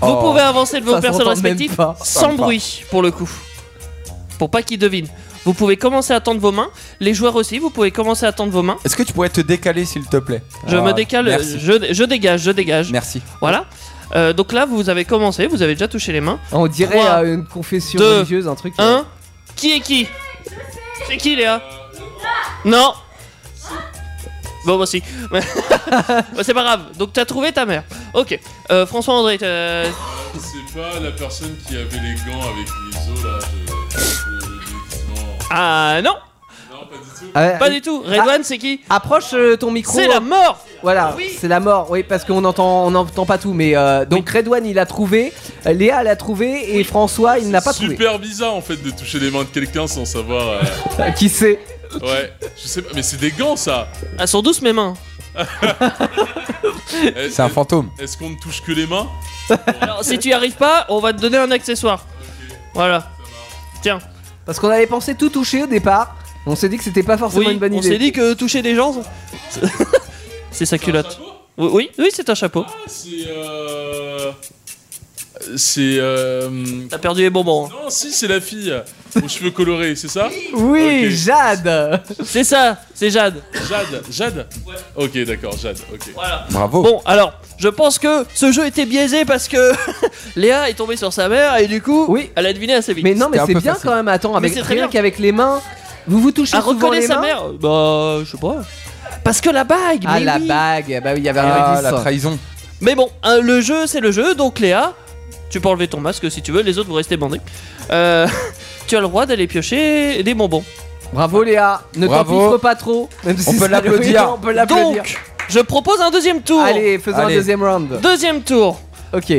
S4: Vous
S2: Oh.
S4: pouvez avancer de vos
S2: Ça
S4: personnes
S2: s'entend même
S4: respectives
S2: pas.
S4: sans
S2: Sympa.
S4: bruit pour le coup. Pour pas qu'ils devinent. Vous pouvez commencer à tendre vos mains. Les joueurs aussi, vous pouvez commencer à tendre vos mains.
S5: Est-ce que tu pourrais te décaler s'il te plaît
S4: Je
S5: Ah,
S4: me décale,
S5: merci.
S4: je, je dégage, je dégage.
S5: Merci.
S4: Voilà. Euh, donc là, vous avez commencé, vous avez déjà touché les mains.
S2: On dirait
S4: Trois,
S2: euh, une confession
S4: deux,
S2: religieuse, un truc. euh.
S4: un. Qui est qui C'est qui Léa Non Bon, aussi. c'est pas grave. Donc, t'as trouvé ta mère. Ok. Euh, François-André, t'as-
S20: C'est pas la personne qui avait les gants avec les os là. de- de- de- de-
S4: Ah non
S20: Non, pas du tout.
S2: Ah ouais.
S4: Pas du tout. Redouane, c'est qui
S2: Approche euh, ton micro.
S4: C'est la mort.
S2: Voilà, c'est la mort. Oui, parce qu'on entend, on n'entend pas tout. Mais euh, donc Redouane, il a trouvé. euh, Léa l'a trouvé et François, il n'a pas trouvé.
S20: Super bizarre en fait de toucher les mains de quelqu'un sans savoir. euh,
S2: Qui c'est
S20: Ouais, je sais pas, mais c'est des gants ça
S4: Elles sont douces Ah, mes mains.
S5: C'est un fantôme.
S20: Est-ce qu'on ne touche que les mains
S4: Alors, si tu y arrives pas, on va te donner un accessoire. Voilà. Tiens.
S2: Parce qu'on avait pensé tout toucher au départ. On s'est dit que c'était pas forcément
S4: Oui,
S2: une bonne
S4: on
S2: idée.
S4: s'est dit que toucher des gens, c'est sa culotte. Oui, oui, oui, c'est un chapeau.
S20: C'est. Euh... C'est. Euh...
S4: T'as perdu les bonbons. hein.
S20: Non, si, c'est la fille aux cheveux colorés, c'est ça
S2: Oui, Jade.
S4: C'est ça, c'est Jade.
S20: Jade, Jade Ok, d'accord, Jade, ok.
S4: Voilà.
S5: Bravo.
S4: Bon, alors, je pense que ce jeu était biaisé parce que Léa est tombée sur sa mère et du coup, elle a deviné assez vite.
S2: Mais non, mais c'est bien quand même. Attends, avec
S4: c'est très
S2: rien
S4: bien.
S2: qu'avec les mains, vous vous touchez
S4: Elle
S2: souvent
S4: reconnaît
S2: les
S4: sa
S2: mains
S4: mère Bah, je sais pas. Parce que la bague
S2: Ah
S4: mais
S2: la
S4: oui.
S2: bague, bah oui, il y avait un
S5: Ah
S2: indice.
S5: la trahison.
S4: Mais bon, hein, le jeu, c'est le jeu, donc Léa, tu peux enlever ton masque si tu veux, les autres vous restez bandés. Euh, tu as le droit d'aller piocher des bonbons.
S2: Bravo Léa, ne
S4: Bravo.
S2: t'empiffre pas trop. Même si
S4: On peut
S2: c'est-
S4: l'applaudir.
S2: On peut l'applaudir.
S4: Donc, je propose un deuxième tour.
S2: Allez, faisons un deuxième round.
S4: Deuxième tour.
S2: Ok.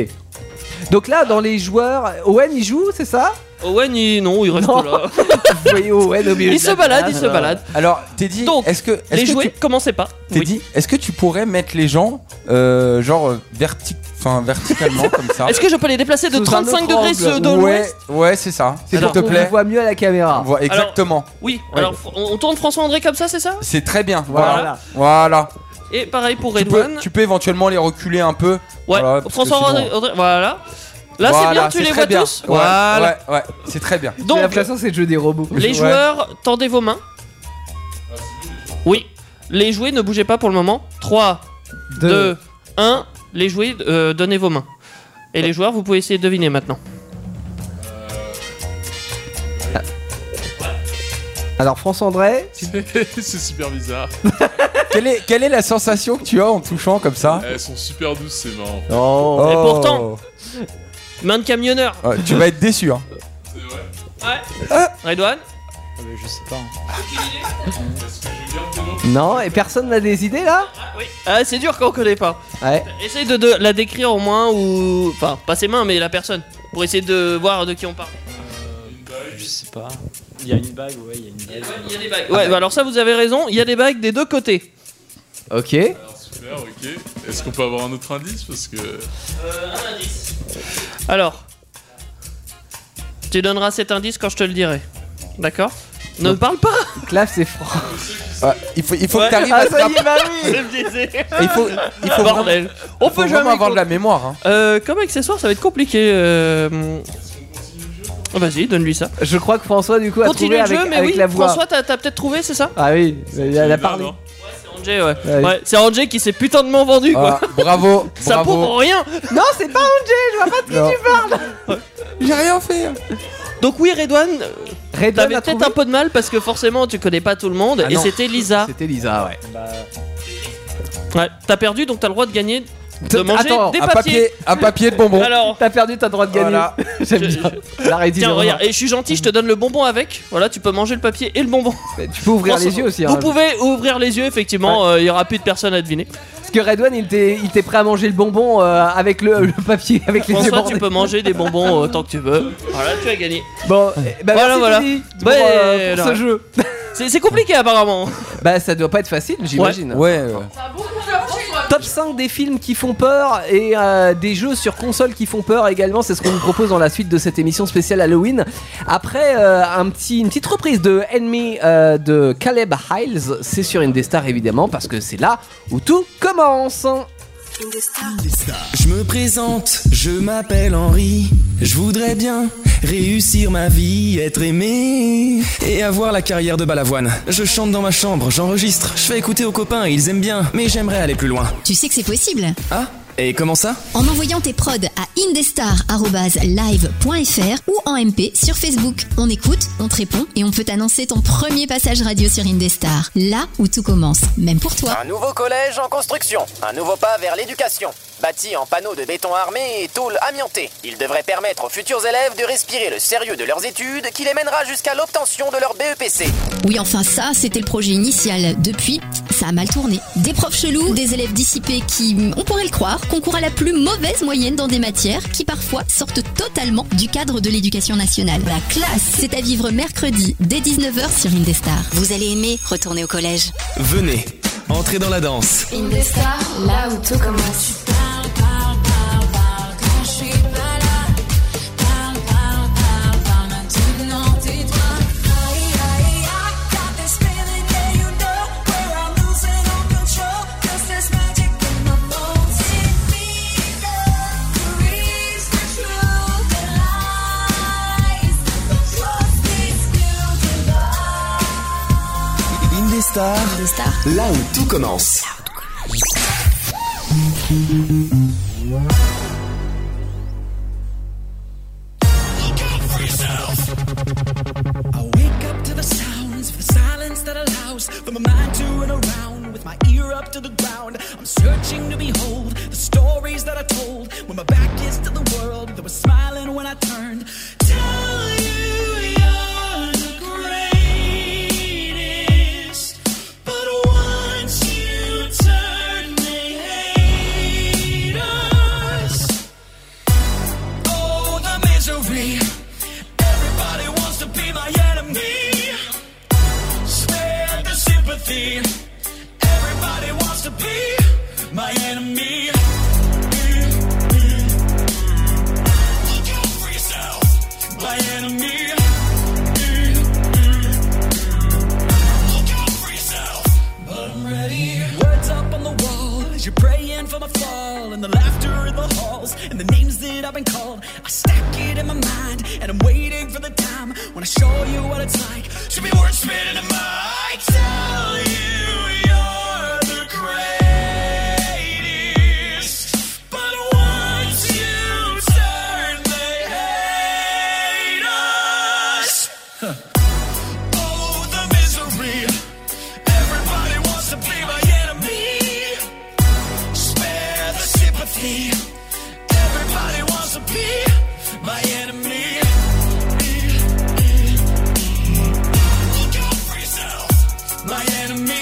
S2: Donc là, dans les joueurs, Owen il joue, c'est ça
S4: Owen, il- non, il reste là.
S2: Vous voyez Owen au milieu
S4: Il
S2: de
S4: se
S2: la
S4: balade,
S2: place.
S4: il se balade.
S5: Alors Teddy, est-ce que est-ce
S4: Bah, les
S5: que
S4: jouets,
S5: tu-
S4: commencez pas.
S5: Teddy, est-ce que tu pourrais mettre les gens euh, genre euh, verti- enfin, verticalement comme ça
S4: Est-ce que je peux les déplacer de
S5: Sous un
S4: 35
S5: autre
S4: degrés
S5: angle.
S4: ce- de
S5: Ouais,
S4: l'ouest
S5: ouais, c'est ça. S'il
S2: Alors,
S5: te
S2: on
S5: plaît.
S2: le voit mieux à la caméra.
S5: On voit exactement.
S4: Oui, alors fr- on on tourne François-André comme ça, c'est ça
S5: C'est très bien.
S4: Voilà.
S5: Voilà. Voilà.
S4: Et pareil pour
S5: Tu peux,
S4: Redouane.
S5: tu peux éventuellement les reculer un peu. Ouais.
S4: François-André, André- voilà. Là, c'est bien, tu les vois tous. Voilà.
S5: Ouais, ouais, c'est très bien.
S4: Donc, J'ai l'impression
S2: c'est le jeu des robots.
S4: Les joueurs, tendez vos mains. Oui. Les jouets, ne bougez pas pour le moment. 3,
S2: Deux.
S4: 2, 1. Les jouets, euh, donnez vos mains. Et les joueurs, vous pouvez essayer de deviner maintenant.
S2: Alors François André,
S20: C'est super bizarre.
S5: quelle, est, quelle est la sensation que tu as en touchant comme ça
S20: Eh, Elles sont super douces ces mains. en fait.
S5: Oh.
S4: Et pourtant, main de camionneur.
S5: Ouais, tu vas être déçu. Hein. Ah.
S4: Ouais. Redouane
S8: Ah, Je sais pas. hein.
S2: Non, et personne n'a des idées là
S4: Ah, c'est dur quand on connaît pas.
S2: Ouais.
S4: Essaye de, de la décrire au moins, ou. Enfin, pas ses mains, mais la personne. Pour essayer de voir de qui on parle.
S8: Je sais pas. Il y a une bague, ouais, il y a une bague.
S4: Il y a des bagues. Ouais, bah alors ça, vous avez raison, il y a des bagues des deux côtés.
S2: Ok.
S20: Ah, Super, ok. Est-ce qu'on peut avoir un autre indice Parce que.
S3: Euh,
S4: Alors, tu donneras cet indice quand je te le dirai. D'accord Ne me parle pas
S2: Là c'est franc.
S5: il faut, il faut
S4: Ouais.
S5: que t'arrives
S4: Ah,
S5: à te
S4: ça y est,
S5: rappeler-
S4: bah oui. Je me disais.
S5: Il faut, il faut
S4: Bordel.
S5: vraiment-
S4: On
S5: il faut
S4: peut
S5: vraiment
S4: jamais
S5: avoir de la
S4: compter.
S5: mémoire. hein.
S4: Euh, comme accessoire, ça va être compliqué. euh, Vas-y, donne-lui ça.
S2: Je crois que François du coup a
S4: Continue
S2: trouvé
S4: le
S2: avec,
S4: jeu, mais
S2: avec
S4: oui.
S2: la voix.
S4: François, t'as t'as peut-être trouvé, c'est ça
S2: Ah oui, il a Ah parlé.
S4: Angé, ouais. Ouais, c'est Angé qui s'est putainement vendu, quoi.
S5: Ah, bravo,
S4: Ça
S5: bravo.
S4: prouve rien.
S2: Oh. Non, c'est pas Angé, je vois pas de qui
S5: Non.
S2: tu parles.
S5: J'ai rien fait.
S4: Donc oui, Redouane,
S2: Redouane
S4: t'avais peut-être
S2: a trouvé
S4: un peu de mal parce que forcément tu connais pas tout le monde
S2: Ah
S4: et
S2: non.
S4: c'était Lisa.
S2: C'était Lisa, ouais.
S4: Ouais, t'as perdu donc t'as le droit de gagner, de manger
S2: Attends,
S4: des
S5: un
S4: papiers.
S5: papier, un papier de bonbon.
S4: Alors,
S2: T'as perdu, t'as le droit de gagner.
S5: Voilà.
S2: J'aime bien. La hein. rédit,
S4: tiens,
S2: j'aime
S4: regarde,
S2: bien.
S4: et je suis gentil, je te donne le bonbon avec. Voilà, tu peux manger le papier et le bonbon.
S2: Tu peux ouvrir les yeux aussi. hein.
S4: Vous pouvez ouvrir les yeux, effectivement, euh, il y aura plus de personne à deviner.
S2: Parce que Redouane, il était il était prêt à manger le bonbon euh, avec le, le papier, avec les yeux
S4: François,
S2: bordés.
S4: tu peux manger des bonbons autant que tu veux. Voilà, tu as gagné.
S2: Bon, eh ben,
S4: voilà,
S2: merci,
S4: voilà.
S2: Teddy, pour,
S4: Bah,
S2: euh, pour
S4: alors,
S2: ce jeu.
S4: C'est c'est compliqué apparemment.
S2: Bah ça doit pas être facile, j'imagine.
S5: Ouais. ouais.
S2: Toi top 5 des films qui font peur et euh, des jeux sur console qui font peur également. C'est ce qu'on vous propose dans la suite de cette émission spéciale Halloween. Après euh, un petit, une petite reprise de Enemy euh, de Caleb Hiles, c'est sur Indestar évidemment parce que c'est là où tout commence.
S4: Je me présente, je m'appelle Henri. Je voudrais bien réussir ma vie, être aimé et avoir la carrière de balavoine. Je chante dans ma chambre, j'enregistre, je fais écouter aux copains, ils aiment bien, mais j'aimerais aller plus loin.
S18: Tu sais que c'est possible
S4: Ah Et comment ça
S18: En envoyant tes prods à indestar.live.fr ou en MP sur Facebook. On écoute, on te répond et on peut t'annoncer ton premier passage radio sur Indestar. Là où tout commence, même pour toi.
S2: Ah,
S21: Un nouveau collège en construction, un nouveau pas vers l'éducation. Bâti en panneaux de béton armé et tôle amiantée, il devrait permettre aux futurs élèves de respirer le sérieux de leurs études qui les mènera jusqu'à l'obtention de leur E BEPC.
S18: Oui, enfin ça, c'était le projet initial. Depuis, ça a mal tourné. Des profs chelous, des élèves dissipés qui, on pourrait le croire, concourent à la plus mauvaise moyenne dans des matières qui parfois sortent totalement du cadre de l'éducation nationale. La classe, c'est à vivre mercredi dès 19h sur Indestar. Vous allez aimer retourner au collège.
S4: Venez, entrez dans la danse.
S22: Indestar, là où tout commence.
S4: Indestar, là où tout commence.
S1: I wake up to the sounds of the silence that allows for my mind to run around with my ear up to the ground. I'm searching to behold the stories that I told when my back is to the world that was smiling when I turned. Tell you you're the greatest, but once you turn, they hate us. Oh, the misery. Everybody wants to be my enemy. Spare the sympathy. Everybody wants to be my enemy. Look out for yourself, my enemy. Look out for yourself, but I'm ready. Words up on the wall as you're praying for my fall, and the laughter in the halls, and the names that I've been called. I stack it in my mind, and I'm waiting for the time when I show you what it's like. Should be words spitting in my I tell you you're the greatest, but once you turn, they hate us. Oh, the misery. Everybody wants to be my enemy. Spare the sympathy. Everybody wants to be my enemy. Look out for yourself, my enemy.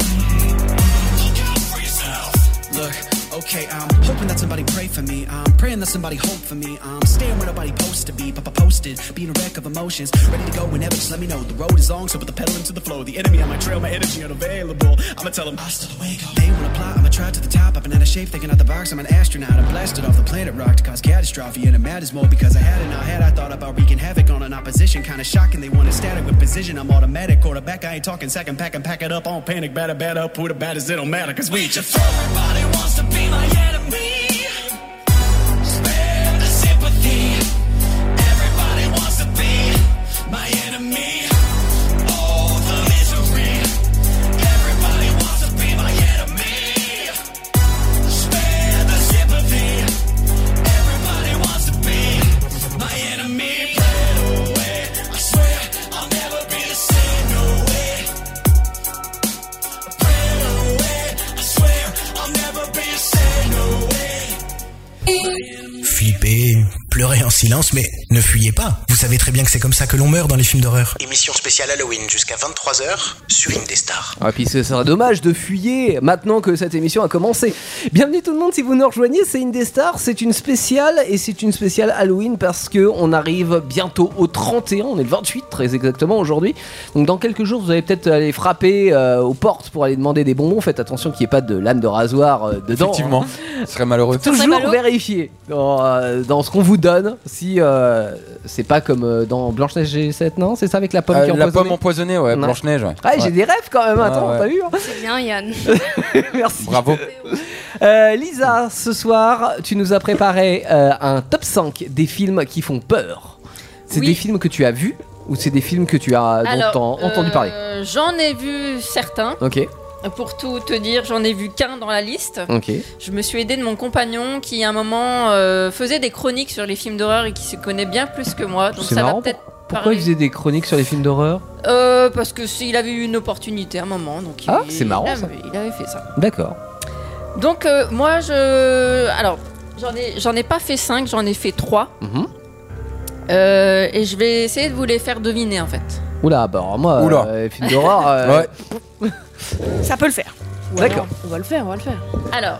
S1: Look out for yourself. Look, okay, I'm hoping that somebody pray for me. I'm praying that somebody hope for me. I'm staying where nobody supposed to be, but I posted, being a wreck of emotions. Ready to go whenever, just let me know. The road is long, so put the pedal into the flow. The enemy on my trail, my energy unavailable. I'ma tell them, hasta luego. They wanna plot, I'ma try to the top. I've been out of shape, thinking out the box. I'm an astronaut. I blasted off the planet rock to cause catastrophe, and it matters more because I had it in our head. I thought about wreaking havoc on an opposition. Kinda shocking, they wanted static with precision. I'm automatic, quarterback. I ain't talking second pack and pack it up. I don't panic, batter, batter up. Who the bat is, it don't matter, cause we just. Everybody wants to be my enemy. Spare the sympathy. Everybody wants to be my enemy. All the misery. Everybody wants to be my enemy. Spare the sympathy. Everybody wants to be my enemy. Play it away. I swear I'll never be the same. No way. Pray it away. I swear I'll never be the same. No way. Pleurez en silence, mais ne fuyez pas. Vous savez très bien que c'est comme ça que l'on meurt dans les films d'horreur. Émission spéciale Halloween jusqu'à 23h sur Indestar.
S2: Ah, puis ce sera dommage de fuyer maintenant que cette émission a commencé. Bienvenue tout le monde si vous nous rejoignez, c'est Indestar, c'est une spéciale et c'est une spéciale Halloween parce que on arrive bientôt au 31, on est le 28 très exactement aujourd'hui. Donc dans quelques jours, vous allez peut-être aller frapper euh, aux portes pour aller demander des bonbons. Faites attention qu'il n'y ait pas de lame de rasoir euh, dedans.
S5: Effectivement,
S2: hein.
S5: ce serait malheureux.
S2: Toujours vérifier dans, euh, dans ce qu'on vous donne si euh, c'est pas comme euh, dans Blanche-Neige G7, non C'est ça avec la pomme
S5: Euh,
S2: qui est
S5: la
S2: empoisonnée
S5: pomme empoisonnée, ouais, Blanche-Neige, ouais.
S2: Ah, j'ai
S5: Ouais.
S2: des rêves quand même,
S5: Ah,
S2: attends,
S5: ouais.
S2: t'as vu hein
S6: C'est bien, Yann.
S2: Merci.
S5: Bravo.
S2: Euh, Lisa, ce soir, tu nous as préparé euh, un top 5 des films qui font peur. C'est
S12: Oui.
S2: des films que tu as vus ou c'est des films que tu as dont
S12: Alors,
S2: t'as Ah, entendu
S12: euh,
S2: parler
S12: J'en ai vu certains.
S2: Ok,
S12: Pour tout te dire, j'en ai vu qu'un dans la liste.
S2: ok.
S12: Je me suis aidée de mon compagnon qui, à un moment, euh, faisait des chroniques sur les films d'horreur et qui se connaît bien plus que moi. Donc
S2: C'est
S12: ça
S2: marrant.
S12: va peut-être
S2: Pourquoi il faisait des chroniques sur les films d'horreur
S12: Euh, parce que s'il avait eu une opportunité à un moment, donc
S2: Ah,
S12: il,
S2: c'est marrant,
S12: il
S2: ça.
S12: avait, il avait fait ça.
S2: D'accord.
S12: Donc euh, moi, je, alors j'en ai, j'en ai pas fait 5, j'en ai fait 3
S2: Mhm.
S12: et je vais essayer de vous les faire deviner en fait.
S2: Oula, bah alors moi,
S5: Oula.
S2: euh, les films d'horreur. euh,
S12: Ça peut le faire.
S2: D'accord.
S12: On va le faire, on va le faire. Alors,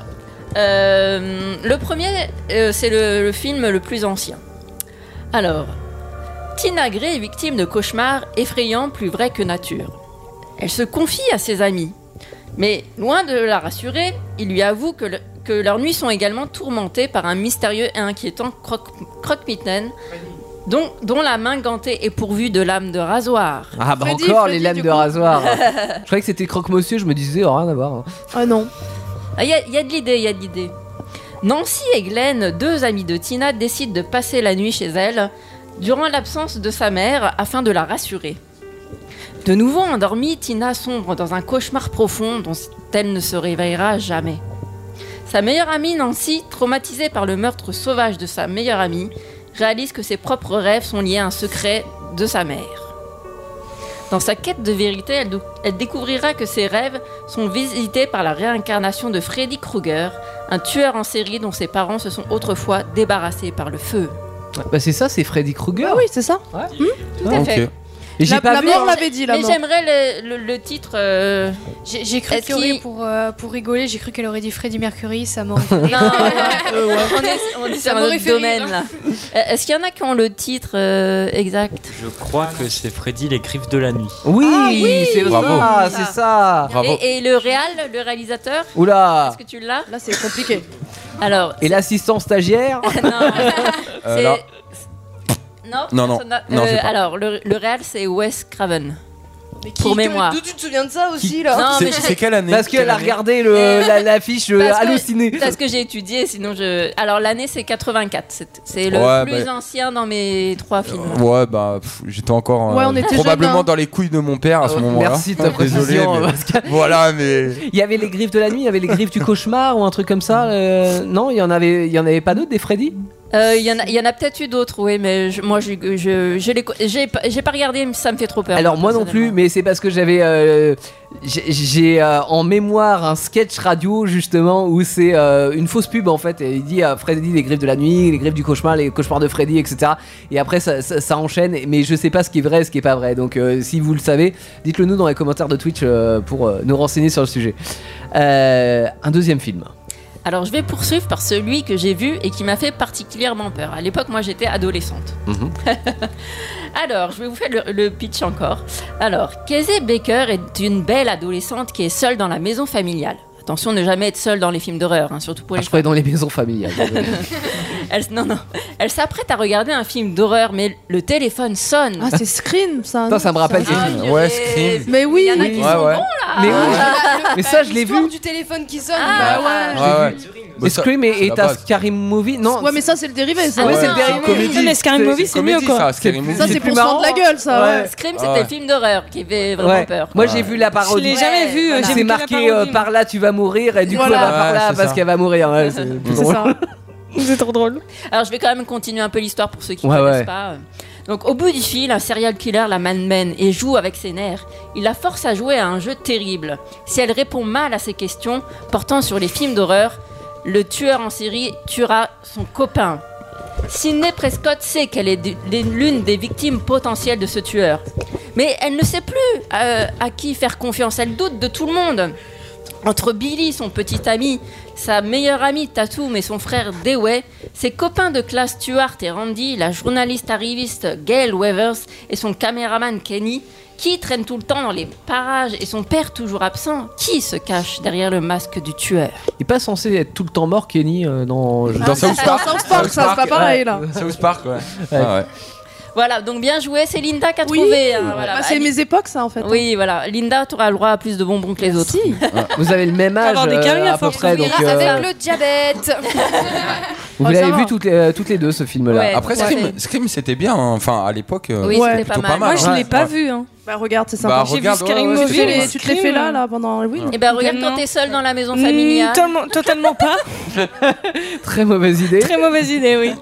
S12: euh, le premier, euh, c'est le, le film le plus ancien. Alors, Tina Gray est victime de cauchemars effrayants plus vrais que nature. Elle se confie à ses amis, mais loin de la rassurer, il lui avoue que, le- que leurs nuits sont également tourmentées par un mystérieux et inquiétant croque- croque-mitaine dont, dont la main gantée est pourvue de lames de rasoir.
S2: Ah bah
S12: Freddy,
S2: encore
S12: Freddy,
S2: les lames
S12: du
S2: de
S12: coup.
S2: rasoir. je croyais que c'était croque-monsieur, je me disais, oh, rien à voir.
S12: Ah non. Il y, a- y a de l'idée, il y a de l'idée. Nancy et Glenn, deux amies de Tina, décident de passer la nuit chez elle durant l'absence de sa mère afin de la rassurer. De nouveau endormie, Tina sombre dans un cauchemar profond dont elle ne se réveillera jamais. Sa meilleure amie Nancy, traumatisée par le meurtre sauvage de sa meilleure amie, réalise que ses propres rêves sont liés à un secret de sa mère. Dans sa quête de vérité, elle, dou- elle découvrira que ses rêves sont visités par la réincarnation de Freddy Krueger, un tueur en série dont ses parents se sont autrefois débarrassés par le feu.
S2: Bah c'est ça, c'est Freddy Krueger. oui,
S12: c'est ça. Ah Hmm Tout à fait.
S2: Et j'ai pas vu.
S12: mort Mais j'aimerais le, le- le titre. euh,
S6: J'ai j'ai cru
S12: Est-ce
S6: qu'elle aurait,
S12: qu'il-
S6: pour, euh, pour rigoler, j'ai cru qu'elle aurait dit Freddie Mercury, ça m'aurait
S12: on est, on est
S6: Ça
S12: sur un
S6: m'aurait
S12: autre
S6: fait rire.
S12: domaine là. Euh, Est-ce qu'il y en a qui ont le titre euh, exact
S8: Je crois que c'est Freddy les griffes de la nuit.
S2: Oui, c'est ça,
S12: Bravo.
S2: Ah, c'est ça.
S12: et, et le réal, le réalisateur
S2: Oula.
S12: Est-ce Ah. que tu l'as Là, c'est compliqué. Alors,
S2: Et l'assistant stagiaire
S12: Euh, C'est- là. non,
S2: Non, non,
S12: personne n'a- Euh,
S2: non, j'ai pas.
S12: alors, le, le réal, c'est Wes Craven. pour mémoire.
S3: D'où tu te souviens de ça aussi
S12: Qui-
S3: là
S12: Non, mais je-
S2: Parce qu'elle a regardé le- la- l'affiche euh,
S12: Parce que-
S2: hallucinée.
S12: Parce que j'ai étudié, sinon je. Alors l'année c'est 84, c'est- c'est le
S5: Ouais,
S12: plus
S5: bah-
S12: ancien dans mes trois films.
S5: Ouais, bah pff, j'étais encore euh,
S12: Ouais, on était
S5: probablement
S12: jeunes, hein.
S5: dans les couilles de mon père à ce
S2: Ah Ouais,
S5: moment-là.
S2: merci de ta
S5: Désolé,
S2: précision,
S5: mais-
S2: Pascal.
S5: voilà, mais
S2: Il y avait les griffes de la nuit, il y avait les griffes du cauchemar ou un truc comme ça. euh, non, il y en avait, il y en avait pas d'autres des Freddy.
S12: Euh, Il y en a, il y en a peut-être eu d'autres, oui, mais je- moi je, je, je les co- j'ai pas j'ai pas regardé, mais ça me fait trop peur.
S2: Alors moi non plus, mais c'est parce que j'avais, euh, j'ai- j'ai euh, en mémoire un sketch radio justement où c'est euh, une fausse pub en fait. Et il dit à Freddy les griffes de la nuit, les griffes du cauchemar, les cauchemars de Freddy, etc. Et après ça, ça- ça enchaîne, mais je sais pas ce qui est vrai, et ce qui est pas vrai. Donc euh, si vous le savez, dites-le nous dans les commentaires de Twitch euh, pour euh, nous renseigner sur le sujet. Euh, un deuxième film.
S12: Alors je vais poursuivre par celui que j'ai vu et qui m'a fait particulièrement peur. À l'époque, moi j'étais adolescente.
S5: Mhm.
S12: Alors, je vais vous faire le, le pitch encore. Alors, Casey Baker est une belle adolescente qui est seule dans la maison familiale. Attention, ne jamais être seule dans les films d'horreur, hein, surtout pour
S2: Ah,
S12: les
S2: je croyais dans les maisons familiales.
S12: Elle, non, non. Elle s'apprête à regarder un film d'horreur, mais le téléphone sonne.
S3: Ah, c'est Scream ça.
S2: Putain, ça me rappelle
S3: Ah,
S2: des films.
S3: purée.
S2: Ouais, Scream.
S3: Mais oui,
S12: Il y en a qui sont bons, là.
S2: Mais oui.
S12: Ah.
S2: Mais ça, je l'ai vu.
S6: L'histoire du téléphone qui sonne.
S12: Ah,
S6: bah
S2: Je l'ai
S5: Ouais,
S2: vu.
S5: ouais.
S2: Mais
S5: ça-
S2: Scream et,
S5: c'est
S2: et
S5: la
S2: ta
S5: base.
S2: Scary Movie. Non,
S3: Ouais, mais ça c'est le dérivé ça.
S2: Ah ouais, c'est le dérivé.
S5: une comédie.
S2: Non, mais
S5: Scary Movie, c'est mieux, quoi. Ça, Scary Movie.
S3: Ça c'est pour se rendre la gueule ça. ouais.
S12: Scream,
S2: Ah
S12: c'était
S2: ouais.
S12: le film d'horreur qui fait vraiment
S2: Ouais.
S12: peur.
S2: Moi j'ai vu la parodie.
S12: Je l'ai jamais vu,
S2: Ouais, C'est
S12: j'ai vu que la
S2: marqué euh,
S12: parodie.
S2: par là tu vas mourir et du
S12: Voilà.
S2: coup elle va par
S12: Ouais,
S2: là
S12: c'est
S2: parce
S12: ça.
S2: qu'elle va mourir. Ouais, c'est plus drôle.
S12: C'est trop drôle. Alors je vais quand même continuer un peu l'histoire pour ceux qui ne
S2: Ouais,
S12: connaissent
S2: ouais.
S12: pas. euh. Donc au bout du fil, un serial killer la manmène et joue avec ses nerfs. Il la force à jouer à un jeu terrible. Si elle répond mal à ses questions portant sur les films d'horreur, le tueur en série tuera son copain. Sidney Prescott sait qu'elle est d- l'est l'une des victimes potentielles de ce tueur. Mais elle ne sait plus euh, à qui faire confiance. Elle doute de tout le monde. Entre Billy, son petit ami, sa meilleure amie Tatum et son frère Dewey, ses copains de classe Stuart et Randy, la journaliste arriviste Gail Weathers et son caméraman Kenny, qui traîne tout le temps dans les parages et son père toujours absent, qui se cache derrière le masque du tueur
S2: Il est pas censé être tout le temps mort, Kenny, euh, dans.
S5: Dans South Park.
S3: South Park, ça, c'est pas pareil, là.
S5: South Park, ouais.
S2: Oh,
S5: Ah ouais.
S12: Voilà, donc bien joué, c'est Linda qui a trouvé. hein, voilà.
S3: Bah, c'est
S12: Allez.
S3: mes époques, ça, en fait.
S12: Oui, voilà. Linda, tu auras le droit à plus de bonbons que les autres.
S2: Vous avez le même âge
S12: avoir des
S2: euh,
S12: caries à
S2: à peu
S12: force.
S2: près,
S12: Oui,
S2: donc
S12: avec
S2: euh,
S12: le
S6: diabète. Oh,
S2: vous
S6: ça
S2: l'avez
S6: va.
S2: vu toutes les, euh, toutes les deux ce film-là.
S12: Ouais,
S5: Après,
S12: tout à
S5: Scream,
S12: fait.
S5: Scream, c'était bien, hein. enfin à l'époque. euh,
S3: Ouais.
S5: plutôt pas mal.
S7: Moi, je
S5: hein.
S7: l'ai pas
S5: Ouais.
S7: vu. Hein.
S3: Bah, regarde, c'est
S5: Bah,
S3: sympa.
S5: regarde,
S7: vu Scary
S5: ouais, ouais,
S3: Tu
S5: c'était
S3: les-
S5: pas
S3: tu te
S5: mal.
S3: les fais là, là, pendant. Oui.
S12: Et ben regarde quand t'es seule dans la maison familiale.
S7: totalement, totalement pas.
S2: Très mauvaise idée.
S7: Très mauvaise idée, oui.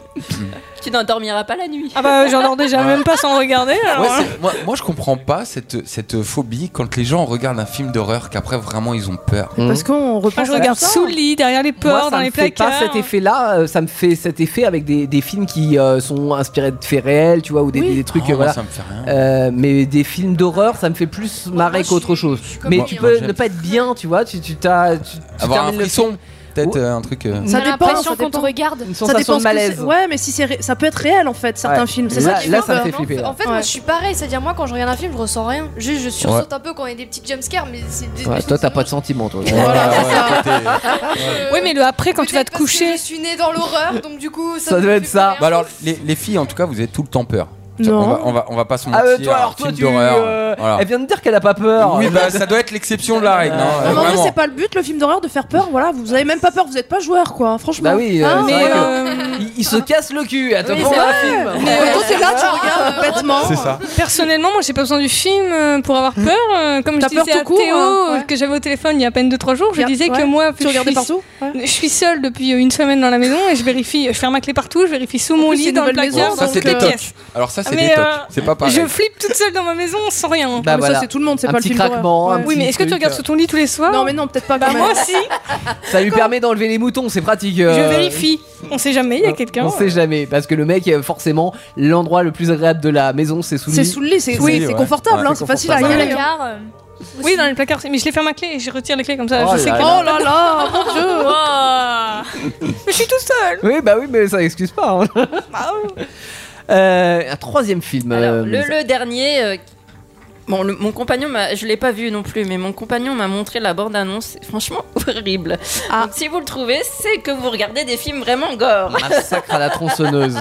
S12: Tu n'endormiras pas la nuit.
S7: Ah bah, j'en dors déjà
S5: Ouais.
S7: même pas sans regarder. alors,
S5: Ouais,
S7: hein.
S5: c'est- moi, moi, je comprends pas cette, cette phobie quand les gens regardent un film d'horreur qu'après vraiment ils ont peur.
S3: Parce qu'on
S7: Moi,
S3: repense
S7: je
S3: à
S7: regarde
S3: ça.
S7: sous le lit, derrière les
S2: Moi,
S7: portes,
S2: ça
S7: dans
S2: me
S7: les
S2: fait
S7: placards.
S2: pas cet effet-là. euh, Ça me fait cet effet avec des, des films qui euh, sont inspirés de faits réels, tu vois, ou des, des trucs.
S5: Oh,
S2: euh,
S5: moi,
S2: voilà.
S5: ça me fait rien.
S2: Euh, mais des films d'horreur, ça me fait plus marrer qu'autre chose.
S5: comme
S2: Mais
S5: toi.
S2: tu
S5: Moi,
S2: peux
S5: j'aime.
S2: ne pas être bien, tu vois. Tu, tu, t'as- tu, tu
S5: Avoir un
S2: termines le
S5: frisson,
S2: film.
S5: peut-être euh, un truc. euh,
S3: Ça
S14: On a
S3: dépend,
S14: l'impression
S3: ça
S14: qu'on
S3: dépend.
S14: te regarde.
S2: Une
S3: Ça
S2: sensation
S3: dépend
S2: de
S3: ce que
S2: malaise.
S3: c'est. Ouais, mais si c'est ré- ça peut être réel en fait certains
S2: Ouais.
S3: films. C'est
S2: Là-
S3: ça qui
S2: là,
S3: fait
S2: ça me
S3: peur.
S2: fait flipper.
S6: En fait,
S3: Ouais.
S6: moi, je suis pareil. C'est-à-dire, moi, quand je regarde un film, je ressens rien. Juste, je sursaute un peu quand il y a des petits jumpscares, mais c'est des-
S2: Ouais, toi, t'as pas de sentiment, toi.
S7: Oui, mais le après, quand tu vas te
S6: euh, parce que
S7: coucher.
S6: je suis née dans l'horreur, donc du coup, ça,
S2: Ça doit être ça.
S5: Bah alors, les, les filles, en tout cas, vous avez tout le temps peur.
S2: Non.
S5: On va, on va, on va pas se
S2: Ah,
S5: mentir.
S2: euh, toi, alors
S5: un
S2: toi,
S5: film
S2: tu.
S5: d'horreur,
S2: euh,
S5: voilà.
S2: Elle vient de dire qu'elle a pas peur.
S5: Oui, bah ça doit être l'exception de la règle. hein,
S3: Non, mais en vrai,
S5: vraiment.
S3: c'est pas le but le film d'horreur de faire peur. Voilà, vous avez même pas peur, vous êtes pas joueur quoi, franchement.
S2: Bah oui, euh,
S3: Hein,
S2: c'est vrai
S3: mais,
S2: que
S3: euh,
S2: il, il se casse le cul. Attends,
S3: Oui,
S2: prends
S3: c'est
S2: un
S3: vrai.
S2: film. Ah.
S3: Mais quand t'es là, tu regardes bêtement.
S2: C'est ça.
S7: Personnellement, moi, j'ai pas besoin du film euh, pour avoir peur. euh, Comme je
S3: Mmh. T'as
S7: disais
S3: peur
S7: à
S3: tout court,
S7: Théo,
S3: hein,
S7: euh, que j'avais au téléphone il y a à peine 2-3 jours, je
S3: Regarde,
S7: disais que
S3: ouais.
S7: moi,
S3: Tu
S7: je
S3: regardais
S7: suis-
S3: partout
S7: Je suis seule depuis euh, une semaine dans la maison et je vérifie, je ferme ma clé partout, je vérifie sous mon
S3: plus, c'est
S7: lit,
S3: une
S7: dans le
S3: nouvelle maison,
S7: placard,
S5: ça,
S7: dans
S5: c'est
S7: toutes
S5: des
S7: les
S5: tocs.
S7: pièces.
S5: Alors, ça, c'est
S7: Mais,
S5: des tocs.
S7: euh,
S5: C'est pas pareil.
S7: Je flippe toute seule dans ma maison sans rien.
S5: Bah,
S3: mais
S5: voilà.
S3: ça c'est tout le monde, c'est
S2: Un
S3: pas le
S2: petit
S3: film
S2: craquement,
S3: d'horreur.
S2: un
S3: Ouais.
S7: Oui, mais
S2: petit
S7: est-ce que tu
S2: truc,
S7: regardes
S2: euh,
S7: sous ton lit tous les soirs
S3: Non mais non, peut-être pas.
S7: Bah,
S3: quand même.
S7: moi aussi,
S2: Ça lui permet d'enlever les moutons, c'est pratique. euh,
S7: je vérifie. On sait jamais, il
S5: euh,
S7: y a quelqu'un.
S2: On sait jamais, parce que le mec, euh, forcément, l'endroit le plus agréable de la maison, c'est sous le
S3: C'est
S2: lit.
S3: sous le lit, c'est
S2: Sous le
S3: oui,
S2: lit,
S3: c'est
S2: ouais.
S3: confortable,
S2: Ouais,
S3: hein,
S2: c'est
S3: c'est facile à
S2: confortable.
S3: y aller. hein.
S7: Oui, dans les euh, placards, mais je les ferme à clé et je retire les clés comme ça.
S2: Oh
S7: je sais
S2: là
S7: que.
S3: Oh là là, mon dieu.
S7: là Mais je suis tout seul
S2: Oui, bah oui, mais ça excuse pas. hein.
S3: Bah
S2: Euh, un troisième film. euh,
S12: Le, le dernier. euh, Bon, le- mon compagnon, m'a- je l'ai pas vu non plus, mais mon compagnon m'a montré la bande-annonce. C'est franchement horrible.
S7: Ah.
S12: Donc, si vous le trouvez, c'est que vous regardez des films vraiment gore.
S5: Ah,
S2: Massacre à la tronçonneuse.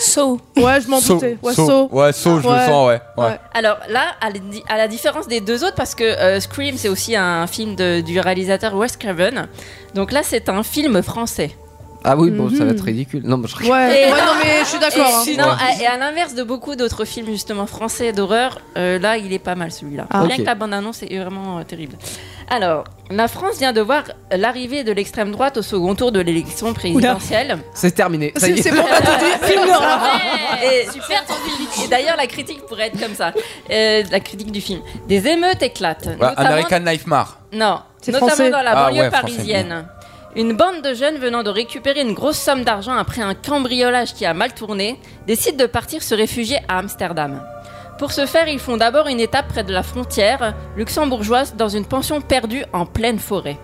S7: So.
S3: Ouais, je m'en
S5: Saut,
S3: doutais. Ouais,
S5: saut.
S3: saut.
S5: Ouais, saut, je
S3: Ouais.
S5: le sens, ouais. ouais.
S12: Alors là, à la, di- à la différence des deux autres, parce que euh, Scream, c'est aussi un film de- du réalisateur Wes Craven. Donc là, c'est un film français.
S2: Ah oui, bon, ça va
S12: Mhm.
S2: être ridicule. Non, mais je
S3: Ouais, ouais, non mais je suis d'accord. hein.
S12: Et, non, à- et à l'inverse de beaucoup d'autres films justement français d'horreur, euh, là il est pas mal celui-là.
S2: Ah,
S12: Bien
S2: ok.
S12: que la bande-annonce est vraiment euh, terrible. Alors, la France vient de voir l'arrivée de l'extrême droite au second tour de l'élection présidentielle.
S2: C'est terminé. Ça y
S3: C'est
S2: est.
S3: c'est bon, t'as tout dit.
S7: Film d'horreur.
S12: Et, et d'ailleurs la critique pourrait être comme ça. Euh, la critique du film. Des émeutes éclatent.
S5: Bah,
S12: notamment-
S5: American Nightmare.
S12: non,
S3: C'est
S12: notamment
S3: français.
S12: dans la
S5: Ah
S12: banlieue
S5: ouais, français,
S12: parisienne. Une bande de jeunes venant de récupérer une grosse somme d'argent après un cambriolage qui a mal tourné décide de partir se réfugier à Amsterdam. Pour ce faire, ils font d'abord une étape près de la frontière luxembourgeoise dans une pension perdue en pleine forêt.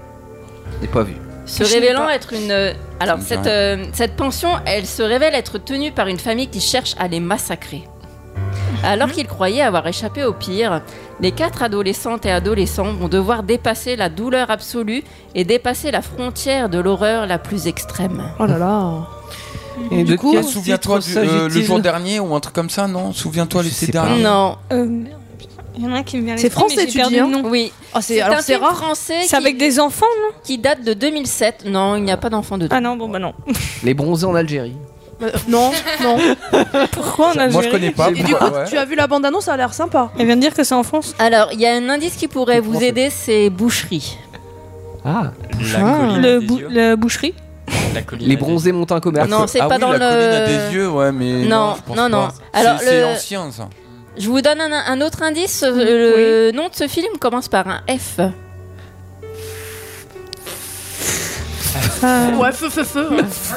S2: J'ai pas vu.
S12: Se
S7: Je l'ai
S12: révélant
S7: pas.
S12: être une... euh, Alors,
S5: me dit
S12: cette,
S5: rien.
S12: euh, cette pension, elle se révèle être tenue par une famille qui cherche à les massacrer. Alors qu'ils croyaient avoir échappé au pire, les quatre adolescentes et adolescents vont devoir dépasser la douleur absolue et dépasser la frontière de l'horreur la plus extrême.
S3: Oh là là.
S7: eh
S2: Et de
S5: Ouais,
S2: quel
S5: Souviens-toi
S2: titre
S5: du- euh, le
S2: s'agit-il
S5: jour dernier ou un truc comme ça, non Souviens-toi l'été
S2: sais pas.
S5: dernier.
S12: Non,
S7: Euh, merde, putain, Il y en a un qui me vient à
S3: C'est
S7: l'esprit,
S3: français,
S7: mais j'ai
S3: tu
S7: perdu
S3: dis,
S7: le
S3: hein
S7: nom.
S12: oui.
S3: Oh,
S12: C'est
S3: c'est
S12: un
S3: alors c'est
S12: film
S3: rare.
S12: français
S7: Ah, C'est avec
S12: qui,
S7: des enfants, non
S12: qui date de 2007. Non, il n'y a pas d'enfant dedans.
S7: Ah non, bon bah non.
S2: Les bronzés en Algérie.
S3: Euh, Non, non.
S7: Pourquoi en Algérie
S5: Moi, je connais pas.
S3: Et du coup,
S5: pourquoi, ouais.
S3: tu as vu la bande annonce, ça a l'air sympa.
S7: Elle vient de dire que c'est en France.
S12: Alors, il y a un indice qui pourrait vous aider, c'est boucherie.
S2: Ah,
S8: La colline a
S7: Le,
S8: des
S7: bou-
S8: yeux.
S7: le boucherie.
S8: La colline
S2: les
S8: a des
S2: bronzés montent un commerce.
S12: Non, c'est
S5: Ah
S12: pas
S5: oui,
S12: dans
S5: la
S12: le-
S5: colline a des yeux, ouais, mais.
S12: Non,
S5: je pense
S12: non, non.
S5: pas.
S12: Alors,
S5: C'est- c'est
S12: le-
S5: ancien, ça.
S12: Je vous donne un, un autre indice. Euh, Le nom de ce film commence par un F.
S7: Ah.
S3: Ouais, feu, feu, hein. feu.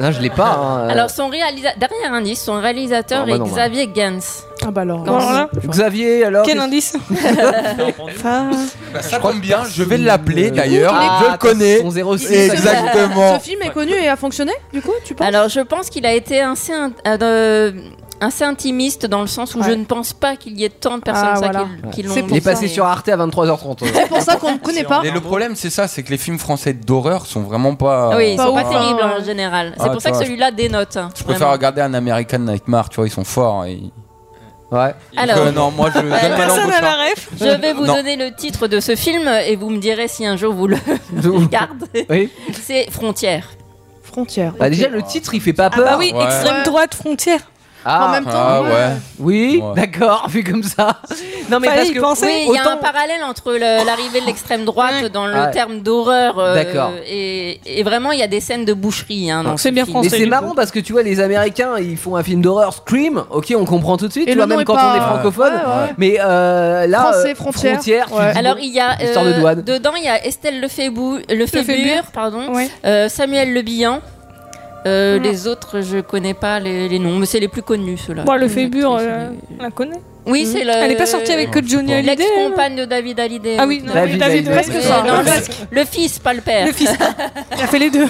S2: Non, je l'ai pas. hein.
S12: Alors, son réalisateur. Dernier indice, son réalisateur
S2: Ah, bah
S12: est
S2: non, bah.
S12: Xavier Gans.
S3: Ah bah alors.
S12: Gans.
S2: Xavier, alors.
S12: Quel
S2: qu'est-ce-
S12: indice
S5: ça tombe bien, je vais l'appeler d'ailleurs.
S12: Ah,
S5: je le connais.
S2: son
S5: Exactement.
S12: Ce film est connu et a fonctionné, du coup, tu penses Alors, je pense qu'il a été assez, in- euh, assez intimiste dans le sens où je ne pense pas qu'il y ait tant de personnes
S3: Ah,
S12: que ça
S3: voilà.
S12: qui- qui l'ont
S2: Il est passé sur Arte à 23h30.
S12: C'est pour ça qu'on ne connaît pas.
S5: Et le problème, c'est ça, c'est que les films français d'horreur sont vraiment pas.
S12: Ah,
S5: hein.
S12: oui, ils sont pas
S5: Enfin,
S12: terribles en général. C'est
S5: Ah,
S12: pour ça
S5: tu
S12: que
S5: vois,
S12: celui-là dénote.
S5: Je préfère regarder un American Nightmare, tu vois, ils sont forts. Et...
S2: Ouais.
S12: Alors.
S5: non, moi je donne ma langue au chat.
S12: Je vais vous
S5: Non.
S12: donner le titre de ce film et vous me direz si un jour vous le regardez.
S2: Oui.
S12: C'est Frontières.
S3: Frontières.
S2: Bah, déjà, le titre, il fait pas
S12: Ah
S2: peur.
S12: bah oui, Ouais. extrême
S7: droite, frontière.
S2: Ah,
S12: En même temps, Ah ouais. ouais.
S2: Oui, d'accord, vu comme ça. Non, mais parce que.
S12: Oui, il y a un parallèle entre le- l'arrivée de l'extrême droite dans le
S2: Ouais.
S12: terme d'horreur. euh,
S2: D'accord.
S12: et, et vraiment, il y a des scènes de boucherie. hein, dans ce film.
S2: Mais c'est marrant parce que tu vois, les Américains, ils font un film d'horreur, Scream, ok, on comprend tout de suite,
S12: Et
S2: tu
S12: le
S2: vois,
S12: nom
S2: même
S12: est
S2: quand
S12: pas-
S2: on est francophone.
S12: Ouais, ouais.
S2: Mais euh, là,
S12: Français,
S2: euh,
S12: frontière.
S2: frontière, tu dis,
S12: Alors
S2: bon,
S12: il y a
S2: histoire de
S12: euh,
S2: douane.
S12: dedans il y a Estelle Lefébou, Lefébure,
S7: Lefébure,
S12: pardon,
S7: ouais.
S12: euh, Samuel Le Bihan. Euh,
S7: Mm.
S12: Les autres, je connais pas les, les noms, mais c'est les plus connus ceux-là.
S7: Bon, le
S12: Les
S7: Fébure,
S12: actrices,
S7: euh,
S12: les-
S7: on la connaît.
S12: Oui, c'est le.
S7: Elle est pas sortie avec que Johnny Hallyday.
S12: L'ex-compagne de David Hallyday.
S7: Ah oui, non, David oui, David, Hallyday. presque
S12: Oui,
S7: ça.
S12: non,
S7: Presque.
S12: le, le fils, pas le père.
S7: Le fils.
S12: Il a fait les deux.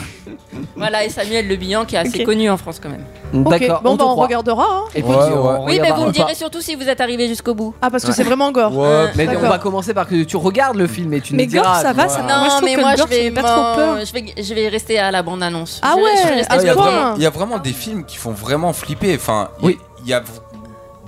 S12: Voilà, et Samuel Le Bihan qui est assez connu en France quand même.
S2: Mm, D'accord,
S12: bon,
S2: on te
S12: bah, on
S2: croit.
S12: regardera, hein.
S2: Et puis,
S5: Ouais,
S2: on
S5: ouais.
S12: Oui, mais
S2: regardera.
S12: vous me direz surtout si vous êtes arrivé jusqu'au bout.
S3: Ah, parce que
S2: Ouais.
S3: c'est vraiment gore.
S2: Ouais, mais on
S3: D'accord.
S2: va commencer par que tu regardes le film et tu
S3: Mais
S2: nous
S3: gore,
S2: diras.
S3: ça
S2: tu
S3: va,
S2: vois.
S3: ça va.
S12: Non,
S3: Moi, je trouve
S12: mais
S3: que
S12: moi
S3: le
S12: je
S3: gore,
S12: vais,
S3: ça fait pas trop
S12: m'en-
S3: peur.
S12: je vais, je vais rester à la bande annonce.
S3: Ah ouais,
S5: Ah, Il y, a vraiment-
S12: point.
S5: il y a vraiment des films qui font vraiment flipper. Enfin, il- il y a v-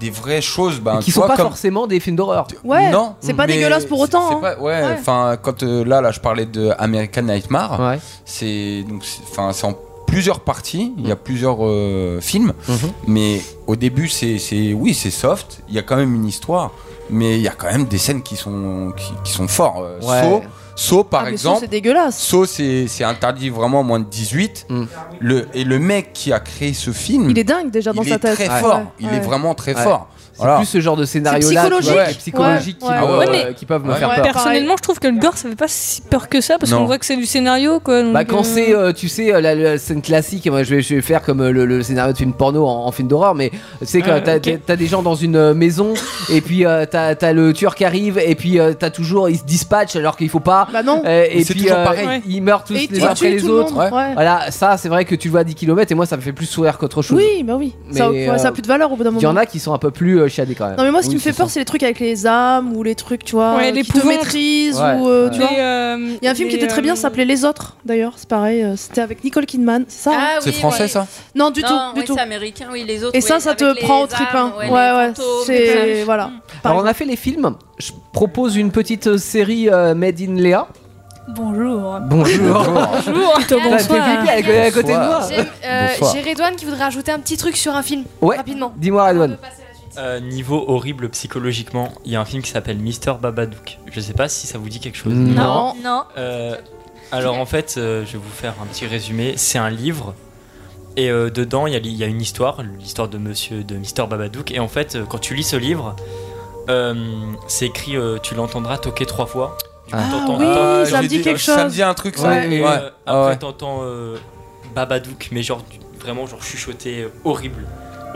S5: des vraies choses. Ben,
S2: Qui
S5: tu
S2: sont
S5: vois,
S2: pas
S5: comme...
S2: forcément des films d'horreur.
S3: Ouais,
S5: Non,
S3: c'est pas
S5: mais
S3: dégueulasse pour autant.
S5: c'est
S3: hein.
S5: pas- ouais, enfin, quand euh, là, là, je parlais de American Nightmare, c'est donc, c'est- enfin, c'est en plusieurs parties. Il y a plusieurs euh, films, mais au début, c'est, c'est- oui, c'est soft. Il y a quand même une histoire, mais il y a quand même des scènes qui sont qui, qui sont fortes. Euh,
S2: Ouais.
S5: Saw- Saw, par
S3: Ah, mais Saw,
S5: exemple.
S3: c'est dégueulasse.
S5: Saw, c'est, c'est interdit vraiment à moins de 18. Le, et le mec qui a créé ce film,
S3: Il est dingue déjà dans
S5: il
S3: sa
S5: est
S3: tête.
S5: très
S3: Ouais.
S5: fort.
S3: Ouais.
S5: Il
S3: Ouais.
S5: est vraiment très
S2: Ouais.
S5: fort.
S2: C'est plus ce genre de scénario-là, tu vois,
S7: psychologique.
S2: qui est psychologique, qui euh, me-
S7: Ouais, mais-
S2: qui peuvent me faire peur.
S7: Personnellement, je trouve que le gore, ça fait pas si peur que ça parce
S2: Non.
S7: qu'on voit que c'est du scénario. Quoi, donc,
S2: Bah quand
S3: Mhm.
S7: euh,
S2: c'est, euh, tu sais, euh, la, la scène classique, et moi je vais, je vais faire comme euh, le, le scénario de film porno en, en film d'horreur, mais tu sais, quand
S7: Ah,
S2: t'as
S7: ok.
S2: t'as- t'as des gens dans une euh, maison, et puis euh, t'as t'as le tueur qui arrive, et puis euh, t'as toujours, ils se dispatchent alors qu'il faut pas.
S3: Bah non.
S2: Euh, et
S5: C'est
S2: puis
S5: toujours
S2: euh,
S5: pareil. Ouais.
S2: ils meurent tous
S3: Et-
S2: les
S3: et
S2: uns
S3: tuent
S2: après les
S3: tout le
S2: autres.
S3: monde, ouais.
S2: Voilà, ça c'est vrai que tu le vois à 10 km, et moi ça me fait plus sourire qu'autre chose.
S3: Oui, bah oui. ça,
S2: Mais,
S3: ouais, ça
S2: euh,
S3: a plus de valeur au bout d'un
S2: Il
S3: moment.
S2: y en a qui sont un peu plus euh, chiadés quand même.
S3: Non mais moi ce qui
S2: Oui,
S3: me fait
S2: c'est
S3: peur c'est les trucs avec les âmes ou les trucs tu vois euh,
S7: Ouais,
S3: qui te
S7: l'épouvante.
S3: maîtrisent
S2: Ouais,
S3: ou euh,
S2: ouais.
S3: tu
S2: Les,
S3: vois. Il y a un film qui
S7: les,
S3: était très bien, ça s'appelait Les Autres d'ailleurs, c'est pareil, euh, c'était avec Nicole Kidman, c'est ça hein
S5: C'est français, ça
S3: Non du tout, du
S12: oui,
S3: tout.
S12: C'est américain, oui, les autres.
S3: Et
S12: oui,
S3: ça ça
S12: avec
S3: te
S12: les
S3: prend au
S12: armes,
S3: tripin. Ouais
S12: les
S3: ouais,
S12: fantômes, tout
S3: c'est
S12: ça.
S3: voilà.
S2: Alors on a fait les films, je propose une petite euh, série euh, Made in Léa.
S7: Bonjour.
S2: Bonjour.
S7: Bonjour.
S2: Plutôt Bah, bonsoir. t'es bébé, elle est à côté de moi.
S16: J'ai euh,
S2: Bonsoir.
S16: j'ai Redouane qui voudrait ajouter un petit truc sur un film.
S2: Ouais.
S16: Rapidement.
S2: Dis-moi Radwan.
S8: Euh, niveau horrible psychologiquement, il y a un film qui s'appelle Mister Babadook. Je sais pas si ça vous dit quelque chose.
S16: Non. Non. Non.
S8: Euh, alors en fait, euh, je vais vous faire un petit résumé. C'est un livre et euh, dedans il y, a, il y a une histoire, l'histoire de Monsieur de Mister Babadook. Et en fait, euh, quand tu lis ce livre, euh, c'est écrit, euh, tu l'entendras toquer trois fois. Du coup,
S5: Ah
S8: t'entends-
S5: oui,
S8: t'entends-
S5: ça me dit quelque
S8: ça me
S5: chose.
S8: dit un truc. Ça.
S5: Ouais.
S8: Et,
S5: Ouais.
S8: euh,
S5: Ah
S8: après
S5: ouais.
S8: t'entends euh, Babadook, mais genre du- vraiment genre chuchoté, euh, horrible.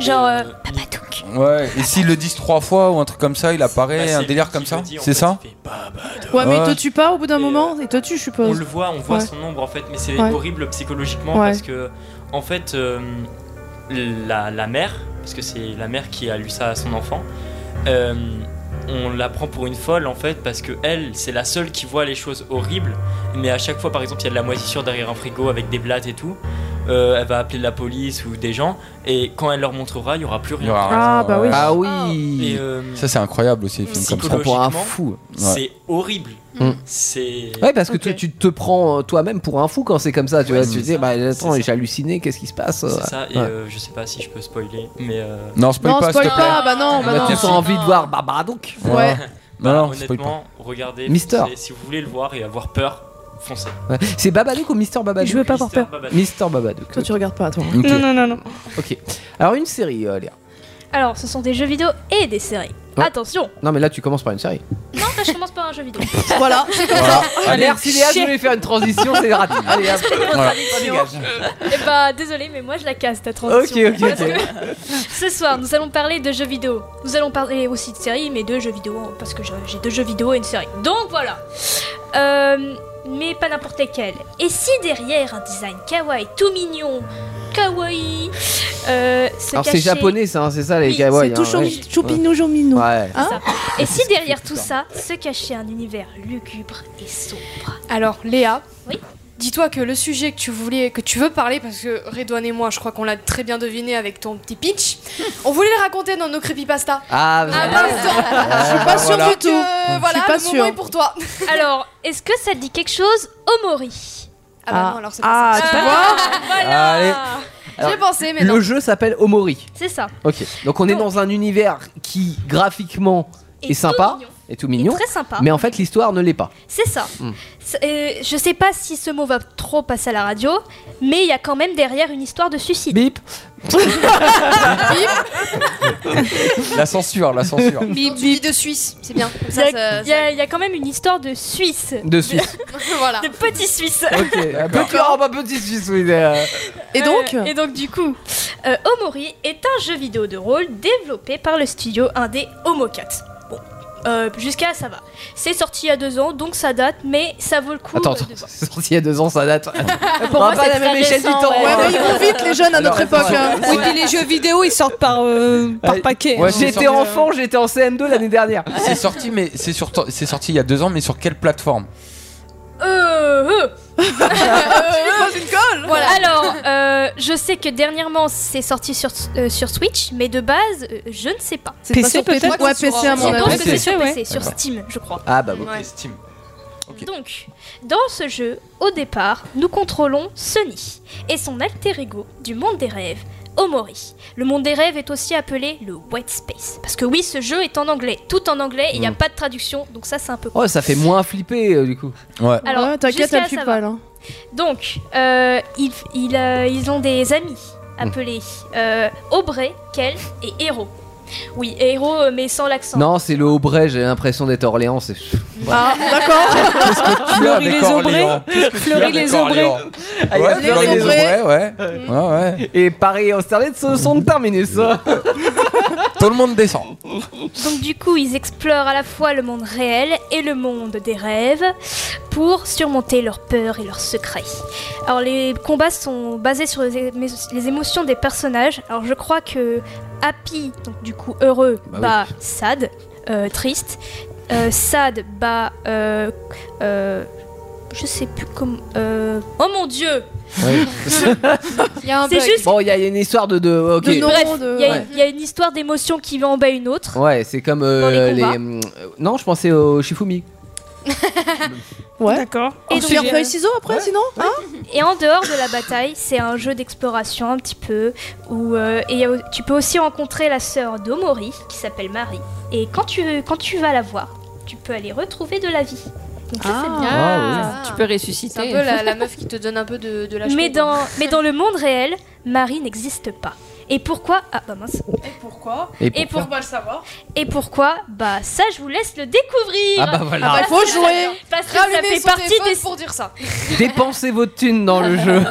S16: Genre
S8: Et, euh,
S5: Ouais, et s'ils le disent trois fois ou un truc comme ça, il apparaît,
S8: Bah, c'est
S5: un
S8: lui
S5: délire
S8: qui
S5: comme
S8: le
S5: ça
S8: dit, en
S5: C'est
S8: fait,
S5: ça
S3: Ouais mais il
S5: Ouais.
S3: te tue pas au bout d'un moment, il te tue je suppose.
S8: On le voit, on voit
S3: Ouais.
S8: son ombre en fait, mais c'est
S3: Ouais.
S8: horrible psychologiquement
S3: Ouais.
S8: parce que en fait euh, la, la mère, parce que c'est la mère qui a lu ça à son enfant, euh, on la prend pour une folle en fait parce que elle, c'est la seule qui voit les choses horribles, mais à chaque fois par exemple il y a de la moisissure derrière un frigo avec des blattes et tout. euh, elle va appeler la police ou des gens et quand elle leur montrera il y aura plus rien.
S5: Il y aura rien.
S2: Ah oui.
S8: Et, euh,
S5: Ça, c'est incroyable aussi, les films comme ça.
S8: psychologiquement,
S5: Ouais.
S8: C'est horrible.
S2: Mm.
S8: C'est.
S2: Ouais, parce que tu, tu te prends euh, toi-même pour un fou quand c'est comme ça. Tu
S8: Ouais,
S2: vois, tu
S8: c'est
S2: te dis,
S8: ça,
S2: bah
S8: c'est
S2: attends,
S8: ça.
S2: j'ai halluciné, qu'est-ce qui se passe
S8: C'est ça, et
S2: Ouais.
S8: euh, je sais pas si je peux spoiler, mais. euh,
S5: Non, spoil
S2: Non,
S5: pas,
S2: spoil
S5: s'il te plaît.
S2: pas,
S3: bah non,
S2: On a tous envie
S3: Ah.
S2: de voir Barbadook.
S5: Ouais.
S8: Bah,
S5: Non, non, spoil
S8: honnêtement, regardez.
S2: Mister.
S8: Si, si vous voulez le voir et avoir peur, foncez.
S2: Ouais. C'est Babadook ou Mister Babadook
S8: Je veux pas avoir Mister peur. Babadook.
S2: Mister Babadook.
S3: Toi tu regardes pas toi.
S2: Ok.
S7: Non, non, non, non.
S2: Ok. Alors une série, euh, Léa.
S14: Alors, ce sont des jeux vidéo et des séries.
S2: Ouais.
S14: Attention
S2: Non, mais là tu commences par une série.
S14: Non,
S9: après, je commence par un jeu vidéo. Ah,
S3: Voilà, c'est comme
S2: Voilà.
S3: ça.
S2: Allez, Merci Léa, je voulais faire une transition, c'est raté. Allez, hop. Voilà.
S9: Et bah désolé mais moi je la casse ta transition.
S2: Ok, ok, ok.
S9: Parce que ce soir nous allons parler de jeux vidéo. Nous allons parler aussi de séries mais de jeux vidéo hein, parce que j'ai j'ai deux jeux vidéo et une série. Donc voilà. Euh, mais pas n'importe lesquels. Et si derrière un design kawaii tout mignon, kawaii, euh, se
S2: Alors c'est
S9: cachait-
S2: japonais ça, hein, c'est ça les
S9: Oui,
S2: kawaii.
S9: c'est tout
S2: hein, ouais.
S9: choupi- choupinou,
S2: Ouais.
S9: chouminou.
S2: Ouais.
S9: C'est ça. Et si derrière tout ça se cachait un univers lugubre et sombre
S16: Alors, Léa,
S9: oui
S16: dis-toi que le sujet que tu voulais, que tu veux parler, parce que Redouane et moi, je crois qu'on l'a très bien deviné avec ton petit pitch, on voulait le raconter dans nos creepypasta.
S2: Ah, bah, Ah,
S16: Je suis
S5: Ah,
S16: pas sûre du tout. voilà,
S9: pas
S16: le moment
S9: sûre.
S16: est pour toi.
S9: Alors, est-ce que ça te dit quelque chose, Omori
S16: Ah bah non, alors c'est
S9: Ah,
S16: pas ça.
S9: tu vois
S2: Allez. Alors,
S16: pensé, mais
S2: le
S16: non.
S2: jeu s'appelle Omori.
S9: C'est ça.
S2: Ok, donc on est dans un univers qui graphiquement
S9: Est
S2: est sympa, est tout mignon,
S9: très sympa.
S2: mais en fait l'histoire ne l'est pas.
S9: C'est ça.
S2: Hmm.
S9: C'est- euh, je sais pas si ce mot va trop passer à la radio, mais il y a quand même derrière une histoire de suicide.
S2: Bip
S5: La censure, la censure.
S9: Bip, de Suisse, c'est bien. Il y, a- y a- y a quand même une histoire de Suisse.
S2: De Suisse.
S9: voilà. De petits Suisses.
S2: Ok, petit, oh, bah, petit Suisse, oui. euh,
S9: Et donc Et donc du coup, euh, Omori est un jeu vidéo de rôle développé par le studio indé Homocat. Bon, euh, jusqu'à là, ça va. C'est sorti il y a deux ans, donc ça date, mais ça vaut le coup.
S2: Attends,
S9: euh,
S2: attends, c'est sorti il y a deux ans, ça date.
S9: Pour
S2: On
S9: moi,
S2: va pas
S9: c'est
S2: à la même
S9: très
S2: échelle du
S9: récent,
S2: temps.
S9: ouais.
S2: hein.
S9: Ouais, mais ils vont vite, les jeunes, à notre
S2: Alors,
S9: époque, hein.
S7: Oui, puis les jeux vidéo ils sortent par, euh, par paquet.
S2: Ouais, j'étais enfant, j'étais en CM2 l'année dernière.
S5: C'est sorti, mais c'est sur- c'est sorti il y a deux ans, mais sur quelle plateforme
S9: Euh, euh.
S16: une colle
S9: Voilà. Alors, euh, je sais que dernièrement c'est sorti sur, euh, sur Switch, mais de base, euh, je ne sais pas.
S16: C'est pas PC, sur peut-être
S9: peut-être
S16: peut-être Ouais, PC, à mon
S9: Je
S16: avis.
S9: pense que c'est
S16: PC,
S9: sur
S16: ouais.
S9: PC, sur
S16: D'accord.
S9: Steam, je crois.
S2: Ah bah, ok,
S9: Ouais.
S5: Steam.
S9: Donc, dans ce jeu, au départ, nous contrôlons Sony et son alter ego du monde des rêves, Omori. Le monde des rêves est aussi appelé le White Space. Parce que oui, ce jeu est en anglais, tout en anglais, et il n'y a
S2: Mm.
S9: pas de traduction, donc ça c'est un peu
S2: Oh, ça fait moins flipper euh, du coup.
S5: Ouais.
S9: alors,
S3: Ouais, t'inquiète,
S9: jusqu'à
S3: elle
S9: là,
S3: flippe
S9: ça
S3: pas,
S9: va.
S3: elle, hein.
S9: Donc, euh, il- il, euh, ils ont des amis
S2: Mm.
S9: appelés euh, Aubrey, Kel et Hero. Oui, Hero, euh, mais sans l'accent.
S2: Non, c'est le Aubray, j'ai l'impression d'être Orléans. C'est...
S9: Ah, d'accord.
S2: Ah, Fleury
S5: avec
S2: les Aubrais.
S5: Orléans Qu'est-ce que tu
S2: Fleury
S5: as
S2: les
S5: avec
S2: Aubrais.
S5: Orléans
S2: Ah, il y a
S5: Ouais, Fleury les Aubrais, ouais. Ouais, ouais.
S2: Et Paris et Austerlitz sont de terminus.
S5: Tout le monde descend.
S9: Donc du coup, ils explorent à la fois le monde réel et le monde des rêves pour surmonter leurs peurs et leurs secrets. Alors les combats sont basés sur les, é- les émotions des personnages. Alors je crois que happy, donc du coup heureux,
S12: Bah
S9: bah,
S12: oui.
S9: sad, euh, triste, euh, sad, bah euh, euh, je sais plus comment. euh, oh mon dieu. Il y a un C'est bug. juste-
S2: Bon, il y a il y a une histoire de. de... Ok.
S9: Bref, il y a-
S2: Ouais.
S9: il y, a une histoire d'émotion qui va en bas une autre.
S2: Ouais, c'est comme euh,
S9: Dans les
S2: les.
S9: combats.
S2: hum, euh, Non, je pensais au Shifumi.
S3: Ouais. D'accord. Et
S9: Et
S3: tu
S9: donc,
S3: fais
S9: j'ai-
S3: feuille ciseaux après, sinon Hein
S9: Et en dehors de la bataille, c'est un jeu d'exploration un petit peu où euh, et y a- tu peux aussi rencontrer la sœur d'Omori qui s'appelle Marie. Et quand tu quand tu vas la voir, tu peux aller retrouver de la vie. Donc ça, c'est bien.
S12: Ah Tu peux ressusciter.
S9: Ah. C'est un peu la- la meuf
S12: qui
S9: te donne un peu de, de
S12: la
S9: mais
S12: cheville,
S9: dans
S12: quoi.
S9: mais dans le monde réel, Marie n'existe pas. Et pourquoi Ah bah mince. Et pourquoi
S3: Et pourquoi
S9: pour-
S3: Faut pas le savoir.
S9: Et pourquoi Bah ça je vous laisse le découvrir.
S2: Ah bah voilà. Ah bah,
S9: Parce
S2: faut
S9: que-
S2: jouer.
S9: Parce que ça
S16: Rallumez
S9: fait
S16: son
S9: partie
S16: téléphone
S9: des
S16: pour dire ça.
S2: Dépensez votre thune dans le jeu.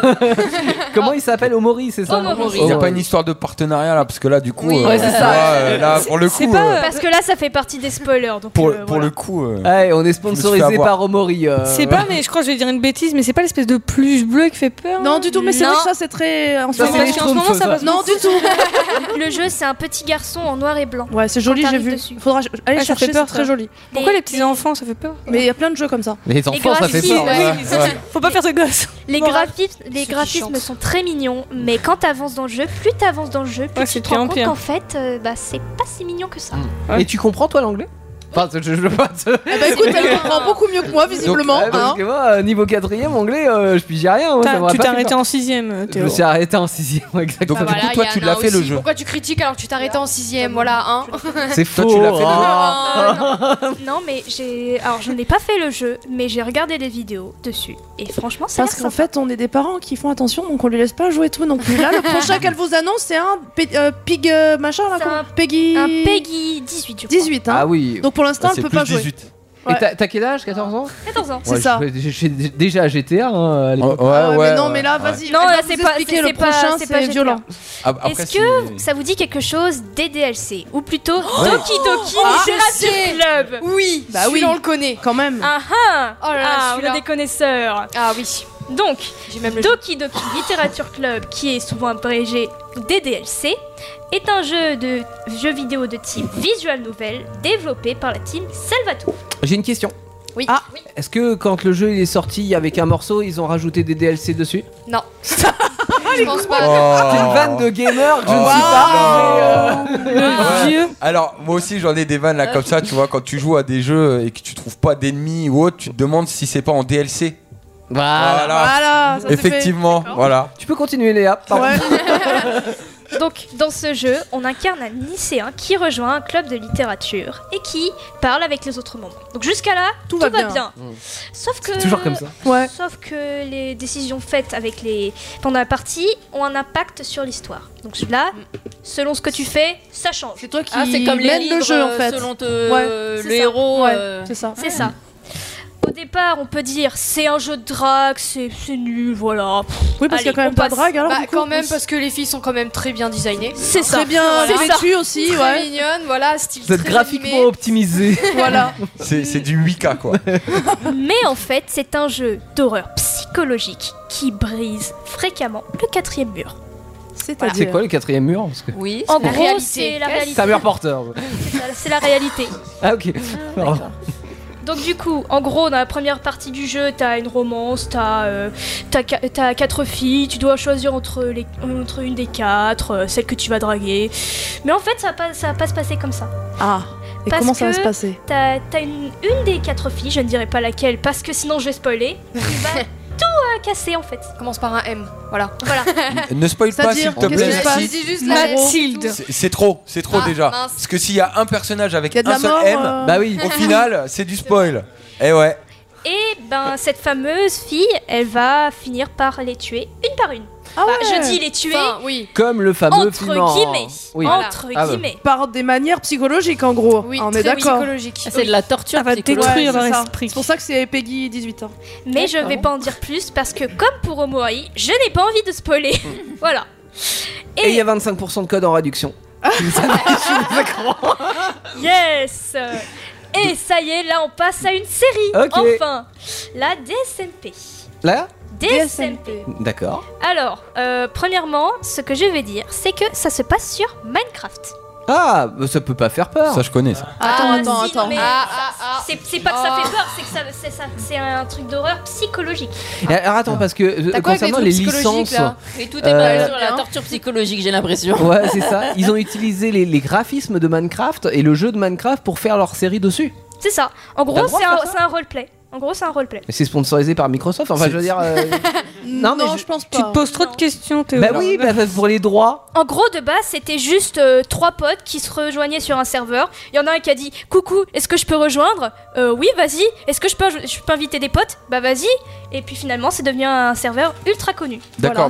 S2: Comment il s'appelle Omori, c'est ça
S5: Il n'y a pas une histoire de partenariat là, parce que là, du coup,
S2: Oui.
S5: euh,
S2: Ouais, c'est
S5: tu
S2: ça.
S5: vois, euh, là, pour le coup, euh,
S9: Parce que là ça fait partie des spoilers donc
S5: pour
S9: euh,
S5: pour le coup, euh,
S2: Ouais, on est
S5: je me suis
S2: sponsorisé
S5: fait avoir.
S2: par Omori. euh,
S7: C'est
S2: voilà.
S7: pas, mais je crois que je vais dire une bêtise, mais c'est pas l'espèce de plus bleu qui fait peur. hein.
S3: Non, du tout, mais c'est vrai
S9: Non.
S3: que ça, c'est très. En
S7: Ça, c'est les
S3: en ce moment,
S7: Schtroumpfs,
S3: ça
S7: ça.
S3: passe
S7: Non,
S3: du tout.
S9: Le jeu, c'est un petit garçon en noir et blanc.
S3: Ouais, c'est joli, j'ai vu. Faudra aller
S7: Ah, ça
S3: chercher,
S7: fait
S3: c'est
S7: peur, ça.
S3: très joli.
S7: Pourquoi les
S9: petits
S7: enfants, ça fait peur
S3: Mais il y a plein de jeux comme ça.
S2: Les enfants, ça fait
S9: graphismes-
S2: peur. ouais. Ouais.
S7: Faut pas faire de gosse.
S9: Les
S7: Bon,
S9: graphismes, les
S7: Ceux qui
S9: graphismes
S7: chantent.
S9: sont très mignons, mais quand t'avances dans le jeu, plus t'avances dans le jeu, plus
S7: Ouais, c'est
S9: tu te
S7: pire en
S9: rends compte
S7: pire.
S9: qu'en fait, euh, bah, c'est pas si mignon que ça.
S2: Et tu comprends toi l'anglais Enfin, je, je veux pas te.
S3: Bah écoute, elle comprend beaucoup mieux que moi, visiblement.
S2: Donc, ouais, parce
S3: hein.
S2: que moi, euh, niveau quatrième anglais, euh, je puis rien. moi,
S7: T'as-
S2: ça m'aurait
S7: tu
S2: pas
S7: t'es
S2: fait
S7: arrêté
S2: peur.
S7: en sixième, euh,
S2: Je
S7: Théo.
S2: me suis arrêté en sixième, ouais, exactement.
S5: Bah, du coup,
S16: Voilà,
S5: toi,
S16: y en
S5: tu
S16: a
S5: l'as fait, le
S16: aussi.
S5: jeu.
S16: Pourquoi tu critiques alors que tu t'arrêtais en sixième Voilà, hein.
S2: C'est
S5: Toi,
S2: faux,
S5: tu l'as fait,
S2: hein.
S9: Ah, non. Non, mais j'ai. Alors, je n'ai pas fait le jeu, mais j'ai regardé des vidéos dessus. Et franchement, ça a
S3: Parce
S9: l'air
S3: qu'en fait, on est des parents qui font attention, donc on les laisse pas jouer tout non plus. Là, le prochain qu'elle vous annonce, c'est un pe- euh, Pig euh, machin là,
S9: C'est
S3: comment
S9: un-
S3: Peggy.
S9: un Peggy 18, je crois.
S3: 18, hein.
S2: Ah oui.
S3: Donc pour l'instant,
S2: Ah,
S3: elle
S2: c'est
S3: peut
S2: plus
S3: pas jouer.
S2: 18. Et t'as- t'as quel âge 14 ans
S9: 14 ans.
S2: Ouais, je- je- je- Déjà à GTA hein, à l'époque.
S5: ouais,
S9: Ah ouais,
S3: non, Euh, mais là, vas-y.
S9: Non,
S3: elle va
S9: là,
S3: vous
S9: c'est pas,
S3: expliquer, le
S9: c'est pas-
S3: prochain,
S9: c'est pas
S3: c'est
S9: GTA.
S3: violent.
S5: Ah,
S2: bah,
S5: après,
S9: Est-ce
S5: c'est-
S9: que ça vous dit quelque chose des DLC Ou plutôt
S5: Ouais.
S9: Doki Doki
S3: Oh, ah, je
S9: Literature
S3: sais.
S9: Club
S3: Oui, bah oui. on le connaît quand même.
S9: Ah ah
S3: Oh là là,
S9: Ah,
S3: celui-là.
S9: on est des connaisseurs
S16: Ah oui.
S9: Donc,
S16: même le
S9: Doki Doki Literature Club, qui est souvent abrégé DDLC, est un jeu de jeu vidéo de type visual novel développé par la team Salvatore.
S2: J'ai une question.
S16: Oui.
S2: Ah, est-ce que quand le jeu il est sorti avec un morceau, ils ont rajouté des DLC dessus
S16: Non.
S3: je pense
S6: Bah,
S16: pas.
S5: Oh.
S2: C'est une vanne de gamer que je ne
S5: Oh.
S2: suis pas. mais, euh,
S5: Ouais. Alors, moi aussi, j'en ai des vannes là comme ça, tu vois, quand tu joues à des jeux et que tu trouves pas d'ennemis ou autre, tu te demandes si c'est pas en DLC.
S2: Voilà,
S9: voilà, ça c'est
S5: Effectivement, voilà.
S2: Tu peux continuer, Léa. pardon.
S9: Donc, dans ce jeu, on incarne un lycéen qui rejoint un club de littérature et qui parle avec les autres membres. Donc, jusqu'à là, tout, va, bien. Sauf que.
S2: toujours comme ça.
S9: Sauf que les décisions faites avec les... pendant la partie ont un impact sur l'histoire. Donc, là, selon ce que tu fais, ça change. C'est toi qui
S12: Ah, c'est comme les mène le livres, jeu, en euh, fait. selon te- le héros, euh,
S9: c'est ça.
S12: Ouais.
S9: C'est ça. Au départ, on peut dire c'est un jeu de drague, c'est c'est nul, voilà.
S3: Oui, parce qu'il y a
S9: Allez,
S3: quand même
S9: on
S3: pas de
S9: passe.
S3: drague, alors
S9: Bah,
S3: du coup,
S9: quand même,
S3: oui.
S16: Parce que les filles sont quand même très bien designées.
S9: C'est ça.
S16: Très bien
S9: Voilà.
S16: vêtues
S9: C'est ça.
S16: aussi,
S9: Très
S16: ouais. mignonne, voilà, style
S2: Vous êtes graphiquement optimisé.
S16: Voilà.
S5: C'est c'est du 8K quoi.
S9: Mais en fait, c'est un jeu d'horreur psychologique qui brise fréquemment le quatrième mur.
S2: Ah, C'est quoi le quatrième mur Parce que-
S9: Oui, en
S16: c'est la
S9: gros,
S16: réalité.
S9: c'est la
S16: Qu'est-ce
S9: réalité.
S2: C'est un mur porteur.
S9: C'est la réalité.
S2: Ah, ok. Pardon.
S9: Donc du coup, en gros, dans la première partie du jeu, t'as une romance, t'as euh, t'as qua- t'as quatre filles, tu dois choisir entre, les, entre une des quatre, euh, celle que tu vas draguer. Mais en fait, ça va pas, ça va pas se passer comme ça.
S3: Ah, et
S9: Parce
S3: comment ça va
S9: que
S3: se passer
S9: T'as t'as une, une des quatre filles, je ne dirai pas laquelle, parce que sinon je vais spoiler, qui va tout euh, casser en fait.
S16: Commence par un M, voilà.
S9: Voilà.
S5: Ne spoil pas s'il
S16: C'est-à-dire,
S5: te
S16: qu'est-ce
S5: plaît.
S16: qui se passe
S5: si-
S16: Dis juste la- Mathilde.
S5: C'est- C'est trop, c'est trop
S16: Ah,
S5: déjà.
S16: mince.
S5: Parce que s'il y a un personnage avec
S9: Il y a de
S5: un
S9: la
S5: seul
S9: mort,
S5: M,
S9: euh.
S2: Bah oui.
S5: au final, c'est du spoil. Eh ouais.
S9: Et ben cette fameuse fille, elle va finir par les tuer une par une. Enfin,
S3: Ah ouais.
S9: Je dis les tuer.
S16: oui.
S2: Comme le fameux
S9: Entre
S2: film en-
S9: guillemets.
S2: Oui.
S9: Entre
S2: Ah, bah.
S9: guillemets.
S3: Par des manières psychologiques, en gros.
S9: Oui,
S3: Ah, on est
S9: très
S3: d'accord. Ah,
S9: psychologique. Ah, C'est de la
S3: torture. Ça va
S9: psychologique.
S3: détruire
S9: Ouais,
S3: leur
S9: c'est ça.
S3: esprit. C'est pour ça que c'est Peggy 18 ans.
S9: Mais je vais pas en dire plus parce que comme pour Omori, je n'ai pas envie de spoiler. voilà.
S2: Et il y a 25% de code en réduction.
S9: Yes Et ça y est, là on passe à une série.
S2: Ok.
S9: Enfin, la DSMP.
S2: Là
S9: DSMP.
S2: D'accord.
S9: Alors, euh, premièrement, ce que je vais dire, c'est que ça se passe sur Minecraft.
S2: Ah, bah, ça peut pas faire peur.
S5: Ça, je connais ça.
S9: Ah,
S16: attends,
S9: si,
S16: attends.
S9: mais
S16: Ah,
S9: ça- C'est c'est pas que ça fait peur, c'est que ça- c'est ça- c'est un truc d'horreur psychologique.
S2: Et Alors attends, parce que euh,
S9: T'as quoi avec les
S2: concernant
S9: trucs
S2: les,
S9: psychologiques,
S2: licences. euh,
S9: là
S12: Et tout est basé sur la torture psychologique, j'ai l'impression.
S2: Ouais, c'est ça. Ils ont utilisé les, les graphismes de Minecraft et le jeu de Minecraft pour faire leur série dessus.
S9: C'est ça. En
S2: T'as
S9: gros,
S2: le droit
S9: c'est
S2: de
S9: un,
S2: faire
S9: c'est un roleplay. En gros, c'est un roleplay.
S2: Mais C'est sponsorisé par Microsoft. Enfin, je veux dire. euh,
S9: non,
S3: mais je, pense pas. Tu te
S9: poses trop de questions,
S2: Bah oui, bah, pour les droits.
S9: En gros, de base, c'était juste euh, trois potes qui se rejoignaient sur un serveur. Il y en a un qui a dit Coucou, est-ce que je peux rejoindre Euh, Oui, vas-y. Est-ce que je peux, je peux inviter des potes Bah vas-y. Et puis finalement, c'est devenu un serveur ultra connu.
S5: D'accord,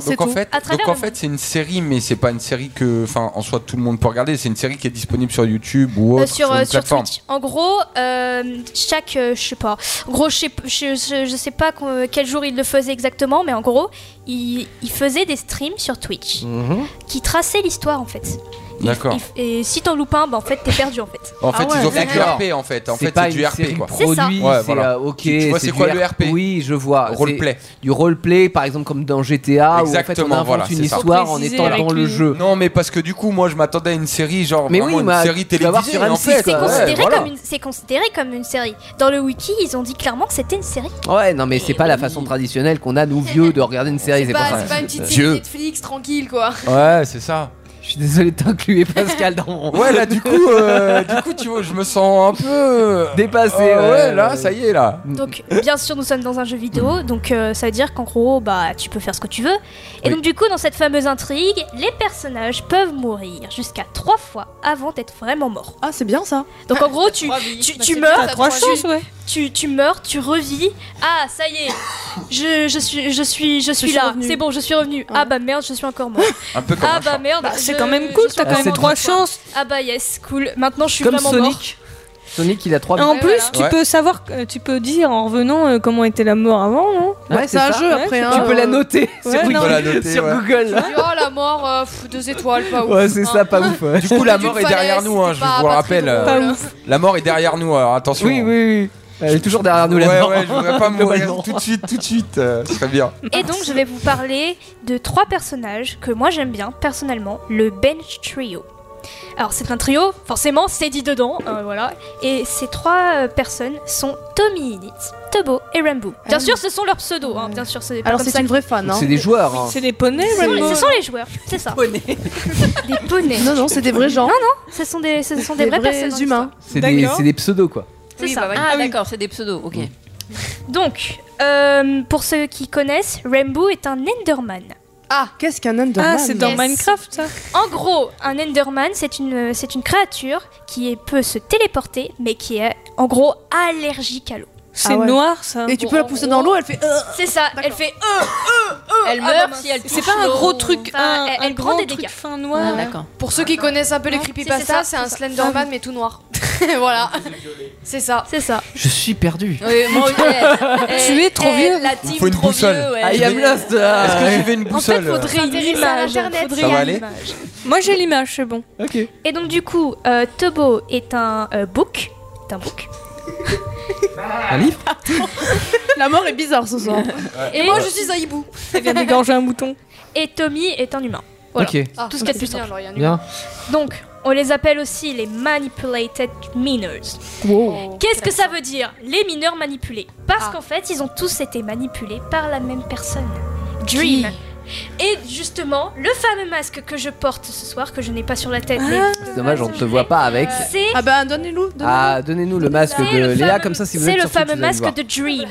S9: Voilà, c'est
S5: donc en
S9: tout.
S5: fait,
S9: À travers
S5: donc en
S9: le
S5: fait, c'est une série, mais c'est pas une série que, enfin, en soi, tout le monde peut regarder. C'est une série qui est disponible sur YouTube ou
S9: Euh,
S5: autre,
S9: sur,
S5: sur
S9: euh,
S5: une
S9: sur
S5: plateforme.
S9: Twitch. En gros, euh, chaque, euh, je sais pas, en gros, je sais, je, je- je sais pas qu'on- euh, quel jour il le faisait exactement, mais en gros, il, il faisait des streams sur Twitch
S5: Mhm.
S9: qui traçaient l'histoire en fait. Il-
S5: D'accord.
S9: il- Et si t'en loupes un, bah en fait t'es perdu en fait.
S5: En fait,
S2: Ah ouais,
S5: ils ont fait du
S2: d'accord.
S5: RP en fait. En
S2: C'est
S5: fait,
S2: pas
S5: c'est du
S2: une
S5: RP
S2: série
S5: quoi.
S2: produit, c'est, euh, ok,
S5: Tu- tu vois, c'est
S2: du
S5: quoi le RP
S2: Oui, je vois.
S5: Roleplay.
S2: C'est Du roleplay, par exemple, comme dans GTA, où en fait on invente une histoire en étant dans le jeu.
S5: Non, mais parce que du coup, moi, je m'attendais à une série genre
S2: Mais
S5: vraiment
S2: oui, mais
S5: une série
S2: tu vas voir
S5: télévisée.
S2: sur
S5: mais en
S2: M6,
S5: fait,
S2: quoi,
S5: ouais,
S9: Considéré
S5: voilà.
S9: comme une- C'est considéré comme une série. Dans le wiki, ils ont dit clairement que c'était une série.
S2: Ouais, non, mais c'est pas la façon traditionnelle qu'on a, nous vieux, de regarder une série.
S16: C'est
S2: C'est,
S16: pas,
S2: pour ça.
S16: Bah, c'est pas une petite série
S2: Vieux.
S16: Netflix tranquille quoi.
S5: Ouais, c'est ça.
S2: Je suis désolé de t'incluer, Pascal, dans mon.
S5: Ouais, là, du coup, euh, du coup, tu vois, je me sens un peu euh,
S2: dépassé.
S5: ouais,
S2: ouais.
S5: là, ça y est, là.
S9: Donc bien sûr, nous sommes dans un jeu
S5: Mm.
S9: vidéo, donc euh, ça veut dire qu'en gros, bah tu peux faire ce que tu veux. Et donc du coup, dans cette fameuse intrigue, les personnages peuvent mourir jusqu'à trois fois avant d'être vraiment morts.
S3: Ah, c'est bien ça.
S9: Donc en gros, tu, tu,
S3: Bah,
S9: tu
S3: c'est bien,
S9: meurs,
S3: t'as trois
S9: tu,
S3: chances, ouais.
S9: tu, tu meurs, tu revis. Ah, ça y est, je, je suis, je suis, je suis
S3: suis
S9: là.
S3: revenue.
S9: C'est bon, je suis revenu. Ah bah merde, je suis encore mort.
S5: Un peu
S9: ah bah merde,
S7: Bah, c'est
S9: je-
S7: quand même cool,
S9: je suis
S7: t'as quand
S9: encore
S7: même
S9: mort
S7: trois
S9: une fois.
S7: chances.
S9: Ah bah yes, cool. Maintenant, je suis
S7: Comme
S9: vraiment
S7: Sonic.
S9: mort.
S2: Sonic, il a 3
S7: Et en plus, tu peux savoir, euh, tu peux dire en revenant euh, comment était la mort avant, non
S2: Ouais, c'est un jeu après. hein. Tu peux la noter sur
S7: hein. Ouais,
S2: Google.
S7: non, mais-
S2: sur Google.
S16: Tu dis, oh la mort, euh, pff, deux étoiles, pas ouf.
S2: Ouais, c'est ça, pas ouf. ouais.
S5: Du coup, la
S16: d'une
S5: mort est
S16: falaise,
S5: derrière nous, hein, je
S16: pas-
S5: vous
S16: pas
S5: rappelle.
S16: très
S5: euh,
S16: drôle.
S5: La mort est derrière nous, alors attention.
S2: Oui, oui, oui. Elle est toujours derrière nous,
S5: ouais,
S2: la mort.
S5: Ouais, je voudrais pas mourir
S2: Globalement.
S5: tout de suite, tout de suite. euh, ce serait bien.
S9: Et donc, je vais vous parler de trois personnages que moi j'aime bien personnellement, le Bench Trio. Alors, c'est un trio, forcément, c'est dit dedans, euh, voilà. Et ces trois euh, personnes sont Tommy Hiddit, Tobo et Rambo. Bien sûr, ce sont leurs pseudos, hein, bien sûr, c'est pas
S3: Ah Alors,
S9: comme
S3: c'est
S9: ça
S3: une
S9: que-
S3: vraie fan, hein.
S2: C'est des joueurs. hein.
S7: C'est des poneys,
S9: Ce sont, les-
S7: Rainbow.
S9: ce sont les joueurs, c'est ça. Des poneys.
S3: Non, non, c'est des vrais gens.
S9: Non, non, ce sont des, ce sont des,
S3: Des
S9: vraies
S3: vrais
S9: personnes. hein. dans
S3: humains.
S9: l'histoire.
S2: C'est des, c'est des pseudos, quoi.
S9: C'est
S16: bah,
S9: ça.
S12: Ah, d'accord, c'est des pseudos, ok.
S7: Mm.
S9: Donc, euh, pour ceux qui connaissent, Rambo est un Enderman.
S16: Ah, qu'est-ce qu'un Enderman
S7: Ah, c'est dans Minecraft, ça
S9: En gros, un Enderman, c'est une, c'est une créature qui est- peut se téléporter, mais qui est en gros allergique à l'eau.
S7: C'est noir, ça.
S16: Ah
S7: Oh.
S16: Et tu peux la pousser dans l'eau, elle fait. euh,
S9: C'est ça, elle fait euh, euh, euh.
S12: Elle
S9: ah
S12: meurt
S9: bah mince.
S12: si elle touche
S7: C'est pas un gros
S12: l'eau.
S7: truc,
S9: Enfin,
S7: un,
S9: elle-
S7: un
S9: elle prend
S7: grand
S9: des
S7: truc
S9: dégâts.
S7: fin noir.
S12: Ah, d'accord.
S16: Pour ceux qui connaissent un peu les
S9: c'est ça,
S16: creepypastas, c'est un
S3: Ah,
S9: c'est ça.
S16: Slenderman mais tout noir. voilà. C'est ça.
S9: C'est ça.
S2: Je suis perdu.
S12: Oui, moi, ok.
S7: Tu es trop vieux.
S12: La
S5: Il
S12: team
S5: faut une
S12: trop
S5: boussole.
S12: vieux,
S3: Ah,
S12: ouais.
S2: I am lost. euh,
S5: Est-ce que j'y vais une boussole euh,
S9: Faudrait une
S16: S'intéresser à
S9: image.
S16: l'Internet.
S9: faudrait
S5: Ça va
S9: une
S5: aller
S9: image.
S7: Moi, j'ai l'image, c'est bon.
S2: Ok.
S9: Et donc du coup, euh, Tobo est un euh, book. est un book.
S2: Un livre
S3: La mort est bizarre ce soir.
S9: Et,
S16: Moi, je suis un hibou.
S2: Eh
S7: Elle vient d'égorger un mouton.
S9: et Tommy est un humain. Voilà.
S2: Ok.
S16: Ah,
S9: Tout ce qu'il y a de
S16: c'est
S9: plus
S16: bien,
S9: simple.
S16: alors, il y a un
S2: Bien.
S9: Donc, on les appelle aussi les manipulated minors.
S16: humain.
S9: Qu'est-ce que ça veut dire Les mineurs manipulés. Parce qu'en fait, ils ont tous été manipulés par la même personne. Dream. Et justement, le fameux masque que je porte ce soir, que je n'ai pas sur la tête, mais
S2: C'est dommage, on ne te voit pas avec.
S9: c'est
S3: Ah bah, donnez-le. donnez-le.
S2: Ah, donnez-nous le masque
S9: C'est
S2: de
S9: le
S2: Léa,
S9: fameux-
S2: comme ça, si vous
S9: c'est
S2: êtes
S9: le
S2: sur Twitch,
S9: fameux
S2: vous allez
S9: masque
S2: voir.
S9: de Dream.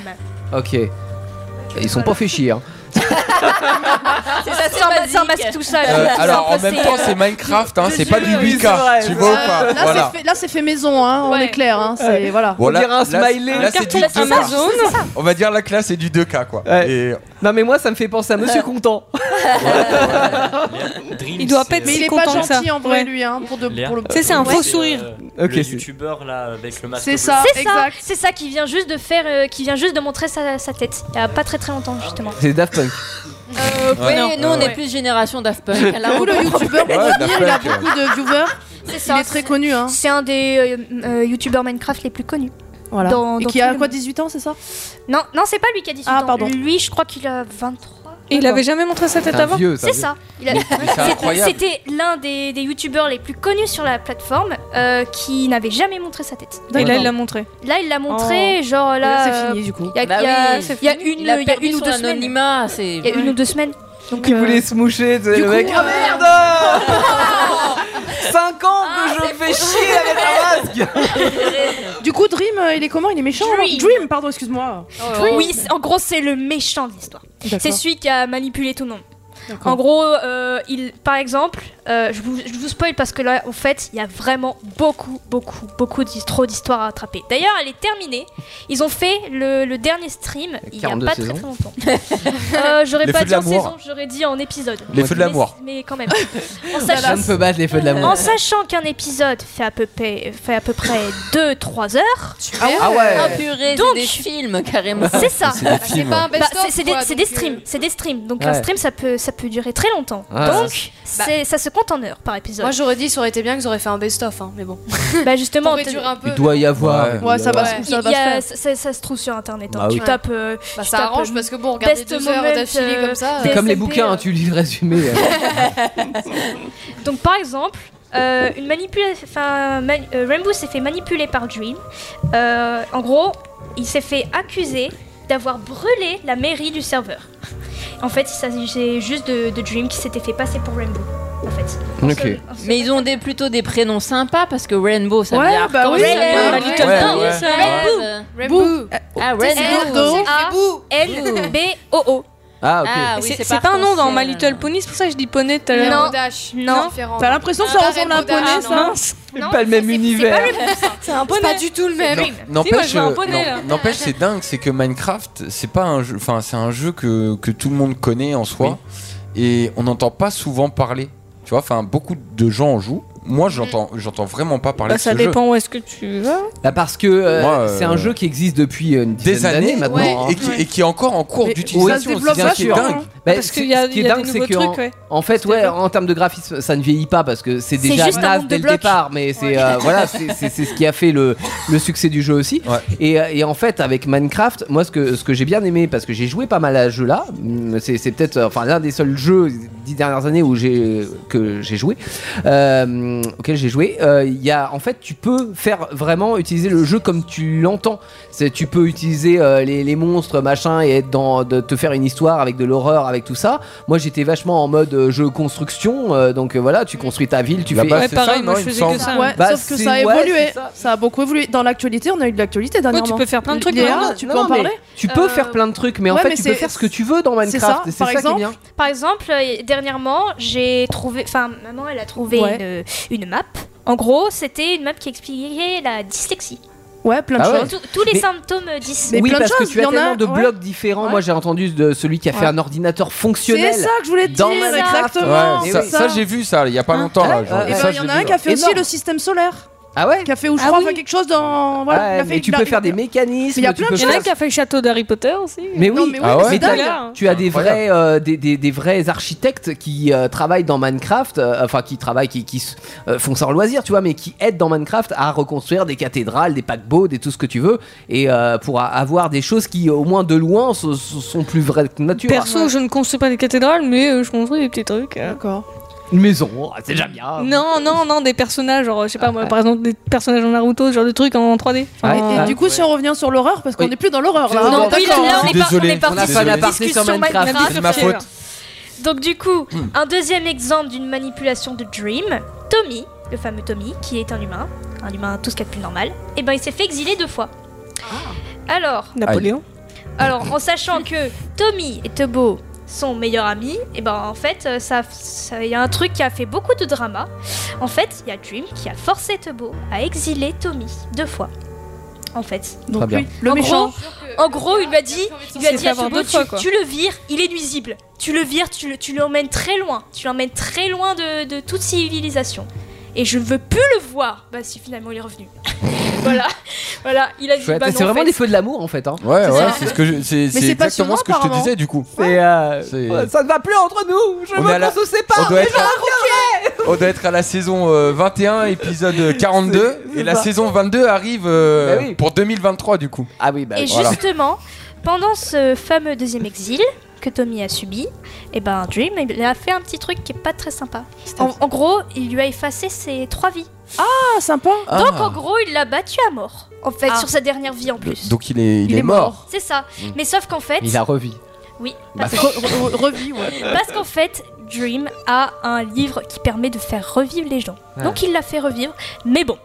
S2: Ok. Ils sont pas fait chier. hein.
S9: C'est ça, c'est un, c'est un masque tout seul.
S5: euh,
S9: hein, tout
S5: alors en
S9: simple,
S5: même
S9: c'est,
S5: temps,
S9: euh,
S5: c'est Minecraft, hein, c'est
S2: je-
S5: pas du
S2: oui, c'est
S5: 8K.
S2: vrai,
S5: Tu vois ou
S3: Euh,
S5: pas
S3: là,
S5: Voilà.
S3: c'est fait- là, c'est fait maison, hein, on
S9: Ouais.
S3: est clair. Hein, c'est- voilà.
S2: On
S5: Voilà,
S2: dirait un
S5: là,
S2: smiley.
S5: Là, c'est du 2K.
S7: Amazon.
S5: On va dire la classe c'est du 2K quoi.
S2: Ouais.
S5: Et
S2: Non, mais moi, ça me fait penser à Monsieur Content.
S7: Il doit pas être
S3: Mais il
S7: si
S3: est pas
S7: content que ça.
S3: gentil en vrai,
S7: Ouais.
S3: lui. Hein, pour de,
S8: Léa.
S3: pour le...
S7: Tu sais, c'est un
S8: Ouais,
S7: faux
S8: c'est,
S7: sourire.
S8: euh,
S2: Ok,
S8: le
S2: c'est-
S8: youtubeur là avec le masque.
S3: C'est
S8: bleu.
S3: ça,
S9: C'est ça,
S3: exact.
S9: c'est ça qui vient juste de faire, euh, qui vient juste de montrer sa, sa tête. Il y a pas très très longtemps justement.
S2: C'est Daft Punk.
S9: Euh,
S12: Oui, nous, on
S9: Ouais.
S12: est plus génération Daft Punk. Là,
S3: Vous,
S12: on
S3: le
S12: comprend.
S3: youtubeur, pour
S5: Ouais,
S3: revenir, il a
S5: Daft Punk,
S3: beaucoup de viewers.
S9: C'est
S3: Il est très connu. Hein.
S9: C'est un des euh, euh, youtubeurs Minecraft les plus connus.
S3: Voilà.
S9: Dans-
S3: Et
S9: dans
S3: qui
S9: tout
S3: a
S9: le
S3: quoi,
S9: monde.
S3: 18 ans, c'est ça
S9: Non, non, c'est pas lui qui a 18
S3: Ah,
S9: ans.
S3: pardon.
S9: Lui, je crois qu'il a 23.
S7: Et il avait jamais montré sa tête
S2: C'est un
S7: avant
S2: vieux, ça.
S9: C'est ça. Il a-
S5: c'est incroyable.
S9: C'était l'un des, des youtubeurs les plus connus sur la plateforme euh, qui n'avait jamais montré sa tête.
S7: Et là, il l'a montré.
S9: Là, il l'a
S2: Oh.
S9: montré, genre là.
S3: Oh. c'est
S9: euh,
S3: fini du coup.
S9: Il y a,
S12: Bah
S9: il y a-
S12: oui,
S9: il y a une, il
S12: Il a
S9: y a
S12: perdu
S9: une ou
S12: son
S9: deux semaines.
S12: anonymat, c'est.
S9: Il y a une ou deux semaines. Donc,
S2: Qui
S9: euh,
S2: voulait se moucher, tu sais, le mec. Ah merde 5 ans
S9: Ah,
S2: que je fais chier avec un masque
S3: Du coup, Dream, euh, il est comment Il est méchant
S9: Dream. Oh,
S3: non Dream, pardon, excuse-moi.
S9: Oui, c'est- en gros, c'est le méchant de l'histoire. C'est celui qui a manipulé tout le monde.
S3: D'accord.
S9: En gros, euh, il, par exemple, euh, je, vous, je vous spoil parce que là, en fait, il y a vraiment beaucoup, beaucoup, beaucoup d'his- trop d'histoires à attraper. D'ailleurs, elle est terminée. Ils ont fait le, le dernier stream il y a
S2: 42
S9: pas
S2: saisons.
S9: très, très longtemps. Euh, j'aurais
S5: Les
S9: pas
S5: feux de
S9: dit en
S5: l'amour.
S9: saison, j'aurais dit en épisode.
S5: Les feux de
S9: Mais-
S5: l'amour.
S9: Mais quand même. En
S2: Ça ne
S9: sachant,
S2: peut battre les feux de l'amour.
S9: en sachant qu'un épisode fait à peu près, fait à peu près 2-3 heures,
S2: Ah
S12: Ah,
S2: ouais
S12: purée,
S9: Donc-
S12: c'est des films, carrément.
S9: c'est ça.
S5: C'est des
S16: C'est
S5: films.
S16: pas un
S9: Bah,
S16: best-of.
S9: c'est- c'est des,
S16: quoi,
S9: c'est
S16: donc,
S9: des
S16: euh,
S9: streams, c'est des streams. Donc
S2: Ouais. Ah,
S9: un stream, ça peut, ça peut durer très longtemps.
S2: Ouais.
S9: Donc
S16: Bah,
S9: c'est- ça se compte en heures par épisode.
S16: Moi, j'aurais dit, ça aurait été bien qu'ils auraient fait un best-of, hein, mais bon.
S9: bah justement,
S16: Pour
S9: te-
S16: réduire un peu.
S2: Il doit y avoir.
S5: Ouais.
S2: il doit
S3: Ouais, ça
S2: y
S3: va,
S2: avoir.
S16: Ouais.
S3: se- ça
S9: il
S3: va
S9: y
S3: se faire.
S9: a- ça, ça se trouve sur internet. hein.
S2: Bah
S9: tu
S2: oui.
S9: tapes. euh,
S16: Bah,
S9: tu
S16: ça
S9: tapes,
S16: arrange
S9: euh,
S16: parce que bon, regarder
S9: best
S16: deux heures
S9: moment,
S16: d'affilée
S9: euh,
S16: comme ça.
S2: C'est
S9: des-
S2: comme les
S9: SMP,
S2: bouquins,
S9: euh.
S2: hein, tu lis le résumé. euh.
S9: Donc par exemple, euh, une manipula- enfin, man- euh, Rainbow s'est fait manipuler par Dream. Euh, en gros, il s'est fait accuser d'avoir brûlé la mairie du serveur. En fait, il s'agissait juste de, de Dream qui s'était fait passer pour Rainbow. En fait.
S2: Ok.
S12: Mais ils ont des, plutôt des prénoms sympas parce que Rainbow, ça
S3: Ouais,
S12: veut dire
S3: bah
S12: arc-en-ciel.
S3: oui,
S12: Rainbow,
S7: ouais,
S12: Little
S5: ouais,
S12: Pony,
S5: ouais.
S12: ça.
S3: Bouh.
S12: Ah,
S9: L
S12: Rainbow.
S9: O A L B O O.
S2: Ah
S12: Ah,
S2: ok.
S12: oui,
S7: C'est c'est pas un nom dans My
S12: arc-en-ciel.
S7: Little Pony, c'est pour ça que je dis poney tout à l'heure.
S9: Non.
S16: Dash.
S9: Non.
S3: T'as l'impression que
S16: Ah,
S3: ça ressemble à un
S16: Rainbow Dash,
S3: poney,
S7: Ah,
S16: non.
S3: ça
S7: mince.
S9: Non,
S2: Pas le même univers.
S7: C'est un
S16: C'est pas du tout le même.
S5: Non, N'empêche,
S7: Si, moi, je vois un
S5: euh,
S7: poney,
S5: non,
S7: là.
S5: n'empêche, c'est dingue, c'est que Minecraft, c'est pas un jeu, enfin, c'est un jeu que, que tout le monde connaît en soi, et on n'entend pas souvent parler. Tu vois, enfin, beaucoup de gens en jouent, moi, j'entends, j'entends vraiment pas parler
S7: Bah,
S5: de
S7: ça
S5: ce
S7: dépend
S5: jeu.
S7: où est-ce que tu vas.
S2: Bah, parce que euh,
S5: Moi, euh,
S2: c'est un jeu qui existe depuis euh, une
S5: Des
S2: dizaine
S5: années
S2: d'années maintenant. hein.
S5: et, qui, et qui est encore en cours
S2: Mais-
S5: d'utilisation.
S2: ça se
S5: c'est
S2: développe
S5: ça qui est
S2: vachement,
S5: dingue.
S2: hein. Bah,
S7: Parce
S2: ce-
S7: qu'il y a-
S2: ce qui est
S7: il y a
S2: dingue,
S7: des
S2: c'est
S7: nouveaux
S2: que
S7: trucs,
S2: en,
S7: ouais.
S2: en fait, ouais, en termes de graphisme, ça ne vieillit pas parce que c'est
S7: C'est
S2: déjà
S7: juste un
S2: naze
S7: monde de
S2: dès le
S7: blocs.
S2: départ, mais c'est euh, voilà, c'est c'est- c'est ce qui a fait le, le succès du jeu aussi. Et, euh, et en fait, avec Minecraft, moi, ce que ce que j'ai bien aimé, parce que j'ai joué pas mal à ce jeu-là, mm, c'est c'est peut-être euh, enfin l'un des seuls jeux des dix dernières années où j'ai que j'ai joué, euh, auquel j'ai joué. euh, Il y a en fait, tu peux faire vraiment utiliser le jeu comme tu l'entends. C'est- Tu peux utiliser euh, les, les monstres, machin, et être dans, de te faire une histoire avec de l'horreur, avec tout ça. Moi, j'étais vachement en mode euh, jeu construction, euh, donc euh, voilà, tu construis ta ville, tu fais.
S5: Là-bas, Ouais, c'est pareil, ça, moi, non, je il me faisais semble. que ça. hein.
S3: Ouais,
S2: Bah,
S3: sauf que
S2: c'est-
S3: ça a
S2: ouais,
S3: évolué.
S2: c'est
S3: ça. a beaucoup évolué. Dans l'actualité, on a eu de l'actualité dernièrement.
S7: tu peux faire plein de trucs,
S3: Léa,
S9: hein.
S7: maintenant.
S3: tu
S2: Non,
S3: peux en
S2: mais
S3: parler
S2: Tu peux faire plein de trucs, mais en
S9: ouais,
S2: fait,
S9: mais
S2: tu peux
S9: c'est-
S2: faire ce que tu veux dans
S9: C'est ça,
S2: Minecraft. et c'est ça
S9: par exemple,
S2: qui est bien.
S9: Par exemple, euh, dernièrement, j'ai trouvé. Enfin, maman, elle a trouvé
S3: Ouais.
S9: une, une map. En gros, c'était une map qui expliquait la dyslexie.
S3: Ouais, plein de
S2: Ah ouais.
S3: choses.
S9: Tous- tous les
S2: Mais-
S9: symptômes dys.
S2: oui, parce que tu
S3: il y
S2: as
S3: en a-
S2: tellement de
S3: ouais.
S2: blocs différents. Moi, j'ai entendu de celui qui a fait
S3: Ouais.
S2: un ordinateur fonctionnel.
S3: C'est ça que je voulais te dire,
S2: dans Minecraft.
S3: exactement.
S5: Ouais,
S2: Et
S5: ça,
S2: oui. Hein
S5: ça, j'ai vu ça il y a pas longtemps. là, genre.
S3: Et ben,
S5: Ça,
S3: il y
S5: j'ai
S3: en a
S5: vu,
S3: un
S5: là.
S3: qui a fait aussi
S2: Énorme.
S3: le système solaire.
S2: Ah ouais
S3: Qui a fait, ou je crois, enfin, quelque chose dans. Voilà,
S2: Ouais,
S3: il a fait-
S2: mais tu
S3: il a-
S2: peux faire des mécanismes.
S3: Il y a
S2: tu
S3: plein de
S2: peux
S7: Il y en a
S2: faire-
S7: un qui a fait le château d'Harry Potter aussi.
S2: Mais oui,
S7: Ah ouais. c'est
S2: t'as-
S7: dingue.
S2: tu as des vrais, euh, des, des- des vrais architectes qui euh, travaillent dans Minecraft, euh, enfin qui travaillent, qui, qui s- euh, font ça en loisir, tu vois, mais qui aident dans Minecraft à reconstruire des cathédrales, des paquebots, des tout ce que tu veux, et euh, pour a- avoir des choses qui, au moins de loin, so- so- sont plus vraies que nature.
S7: Perso, je ne construis pas des cathédrales, mais euh, je construis des petits trucs.
S3: D'accord.
S2: Une maison, oh, c'est déjà
S3: Ah,
S2: bien.
S7: Non, non, non, des personnages, genre, je sais pas, moi, par exemple, des personnages en Naruto, ce genre de trucs en 3D. Enfin,
S3: Et, et du coup, si on revient sur l'horreur, parce qu'on n'est plus dans l'horreur là.
S7: Non,
S3: hein,
S7: oui,
S3: d'accord.
S7: là, on
S3: Hein.
S7: est par- on est Désolé, parti on a sur pas une
S2: d'aparté discussion sur Minecraft. Minecraft. C'est ma faute. Hmm.
S9: Donc du coup, un deuxième exemple d'une manipulation de Dream, Tommy, le fameux Tommy, qui est un humain, un humain tout ce qu'il y a de plus normal, et ben il s'est fait exiler deux fois. Alors,
S7: Napoléon.
S9: alors en sachant que Tommy et Tebo sont meilleurs amis, et ben en fait ça, ça- il y a un truc qui a fait beaucoup de drama. En fait, il y a Dream qui a forcé Tebo à exiler Tommy deux fois. En fait.
S3: Donc,
S2: bien.
S3: oui, le
S9: en
S3: méchant.
S9: Gros, en gros, il lui a dit, il lui a
S7: s'est
S9: dit
S7: fait
S9: à
S7: avoir
S9: Tobo,
S7: deux fois, quoi.
S9: tu, tu le vires, il est nuisible. Tu le vires, tu le- tu l'emmènes très loin. Tu l'emmènes très loin de, de toute civilisation. Et je ne veux plus le voir. Bah si finalement il est revenu. voilà, voilà, il a dit.
S2: Chouette.
S9: Bah, non,
S2: c'est
S9: en
S2: vraiment
S9: fait,
S2: des feux de l'amour en fait. Hein.
S5: Ouais,
S9: C'est
S5: ouais,
S9: ça.
S5: c'est ce que je- c'est- c'est
S2: c'est
S5: exactement
S2: passionnant,
S5: ce que je te
S2: apparemment.
S5: disais du coup.
S2: C'est, euh,
S5: C'est-
S2: euh, Ça ne va plus entre nous. Je
S5: On est
S2: veux
S5: à la-
S2: qu'on se sépare.
S5: on doit être
S2: déjà,
S5: à- On doit être à la saison euh, 21, épisode 42, et la
S2: ça.
S5: saison 22 arrive euh,
S2: Bah oui.
S5: pour 2023 du coup.
S2: Ah oui, bah
S9: Et justement, pendant ce fameux deuxième exil que Tommy a subi, et ben Dream, il a fait un petit truc qui est pas très sympa. En, en gros, il lui a effacé ses trois vies.
S3: Ah, sympa.
S9: Donc en gros, il l'a battu à mort. En fait, sur sa dernière vie en plus.
S5: Donc il est, il est mort.
S9: C'est ça.
S5: Mm.
S9: Mais sauf qu'en fait.
S2: Il a revi.
S9: Oui.
S2: Bah,
S9: Parce,
S2: re-
S3: revit,
S9: Parce qu'en fait, Dream a un livre qui permet de faire revivre les gens.
S2: Ah.
S12: Ouais.
S9: Donc il l'a fait revivre, mais bon.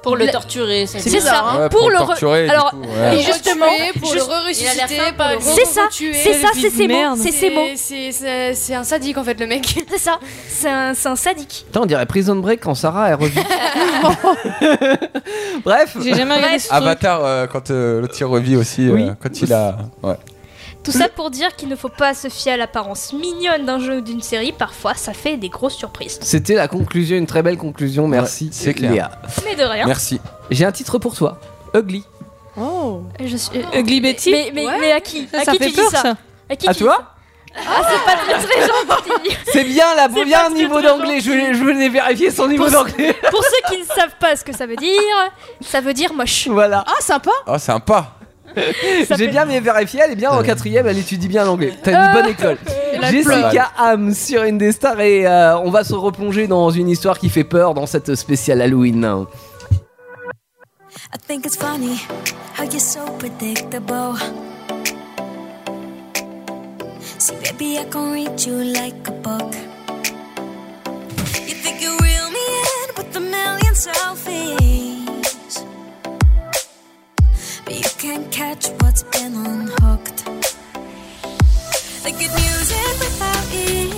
S12: Pour
S9: Il
S12: le
S9: l'a-
S12: torturer, c'est
S9: C'est hein. ça.
S12: bizarre.
S9: pour, le re- Alors,
S12: Et
S9: justement,
S12: pour
S9: juste-
S12: le
S9: il a l'air sympa,
S12: pas le
S9: C'est ça, c'est ça, c'est ses mots, c'est ses mots.
S16: C'est- C'est c'est un sadique en fait le mec.
S9: C'est ça, c'est un, c'est un sadique.
S2: Putain, on dirait Prison Break quand Sarah est revenue. Bref.
S9: J'ai jamais regardé Bref. ce truc.
S5: Avatar, euh, quand euh, l'autre il revit aussi, euh, quand il a. Ouais.
S9: Tout
S2: Hmm.
S9: ça pour dire qu'il ne faut pas se fier à l'apparence mignonne d'un jeu ou d'une série, parfois ça fait des grosses surprises.
S2: C'était la conclusion, une très belle conclusion. Merci.
S5: c'est clair.
S2: Léa.
S9: Mais de rien.
S2: J'ai un titre pour toi. Ugly.
S3: Oh.
S9: Je suis... euh,
S7: Ugly Betty
S9: Mais, mais, mais à qui
S7: Ça,
S9: À
S7: ça
S9: qui
S7: fait
S9: tu dis
S7: peur,
S9: ça
S7: ça.
S9: À qui
S2: à
S9: tu dis
S2: toi
S9: Ah, c'est pas très, très gentil.
S2: C'est bien là,
S9: C'est
S2: bien
S9: pas
S2: un niveau
S9: très
S2: d'anglais. Je,
S9: gentil.
S2: je venais vérifier son niveau
S9: Pour-
S2: d'anglais.
S9: Pour ceux qui ne savent pas ce que ça veut dire, ça veut dire moche.
S2: Voilà.
S3: Ah, sympa
S5: Ah, sympa.
S2: J'ai bien vérifié, elle est bien en quatrième, elle étudie bien l'anglais. T'as une
S9: Euh,
S2: bonne école.
S3: Elle a
S2: Jessica Ham sur Indestar et euh, on va se replonger dans une histoire qui fait peur dans cette spéciale Halloween.
S17: I think it's funny how you're so predictable. See, baby, I can read you like a book. You think you reel me in with a million selfies, but you can't catch what's been unhooked. Like good music without it,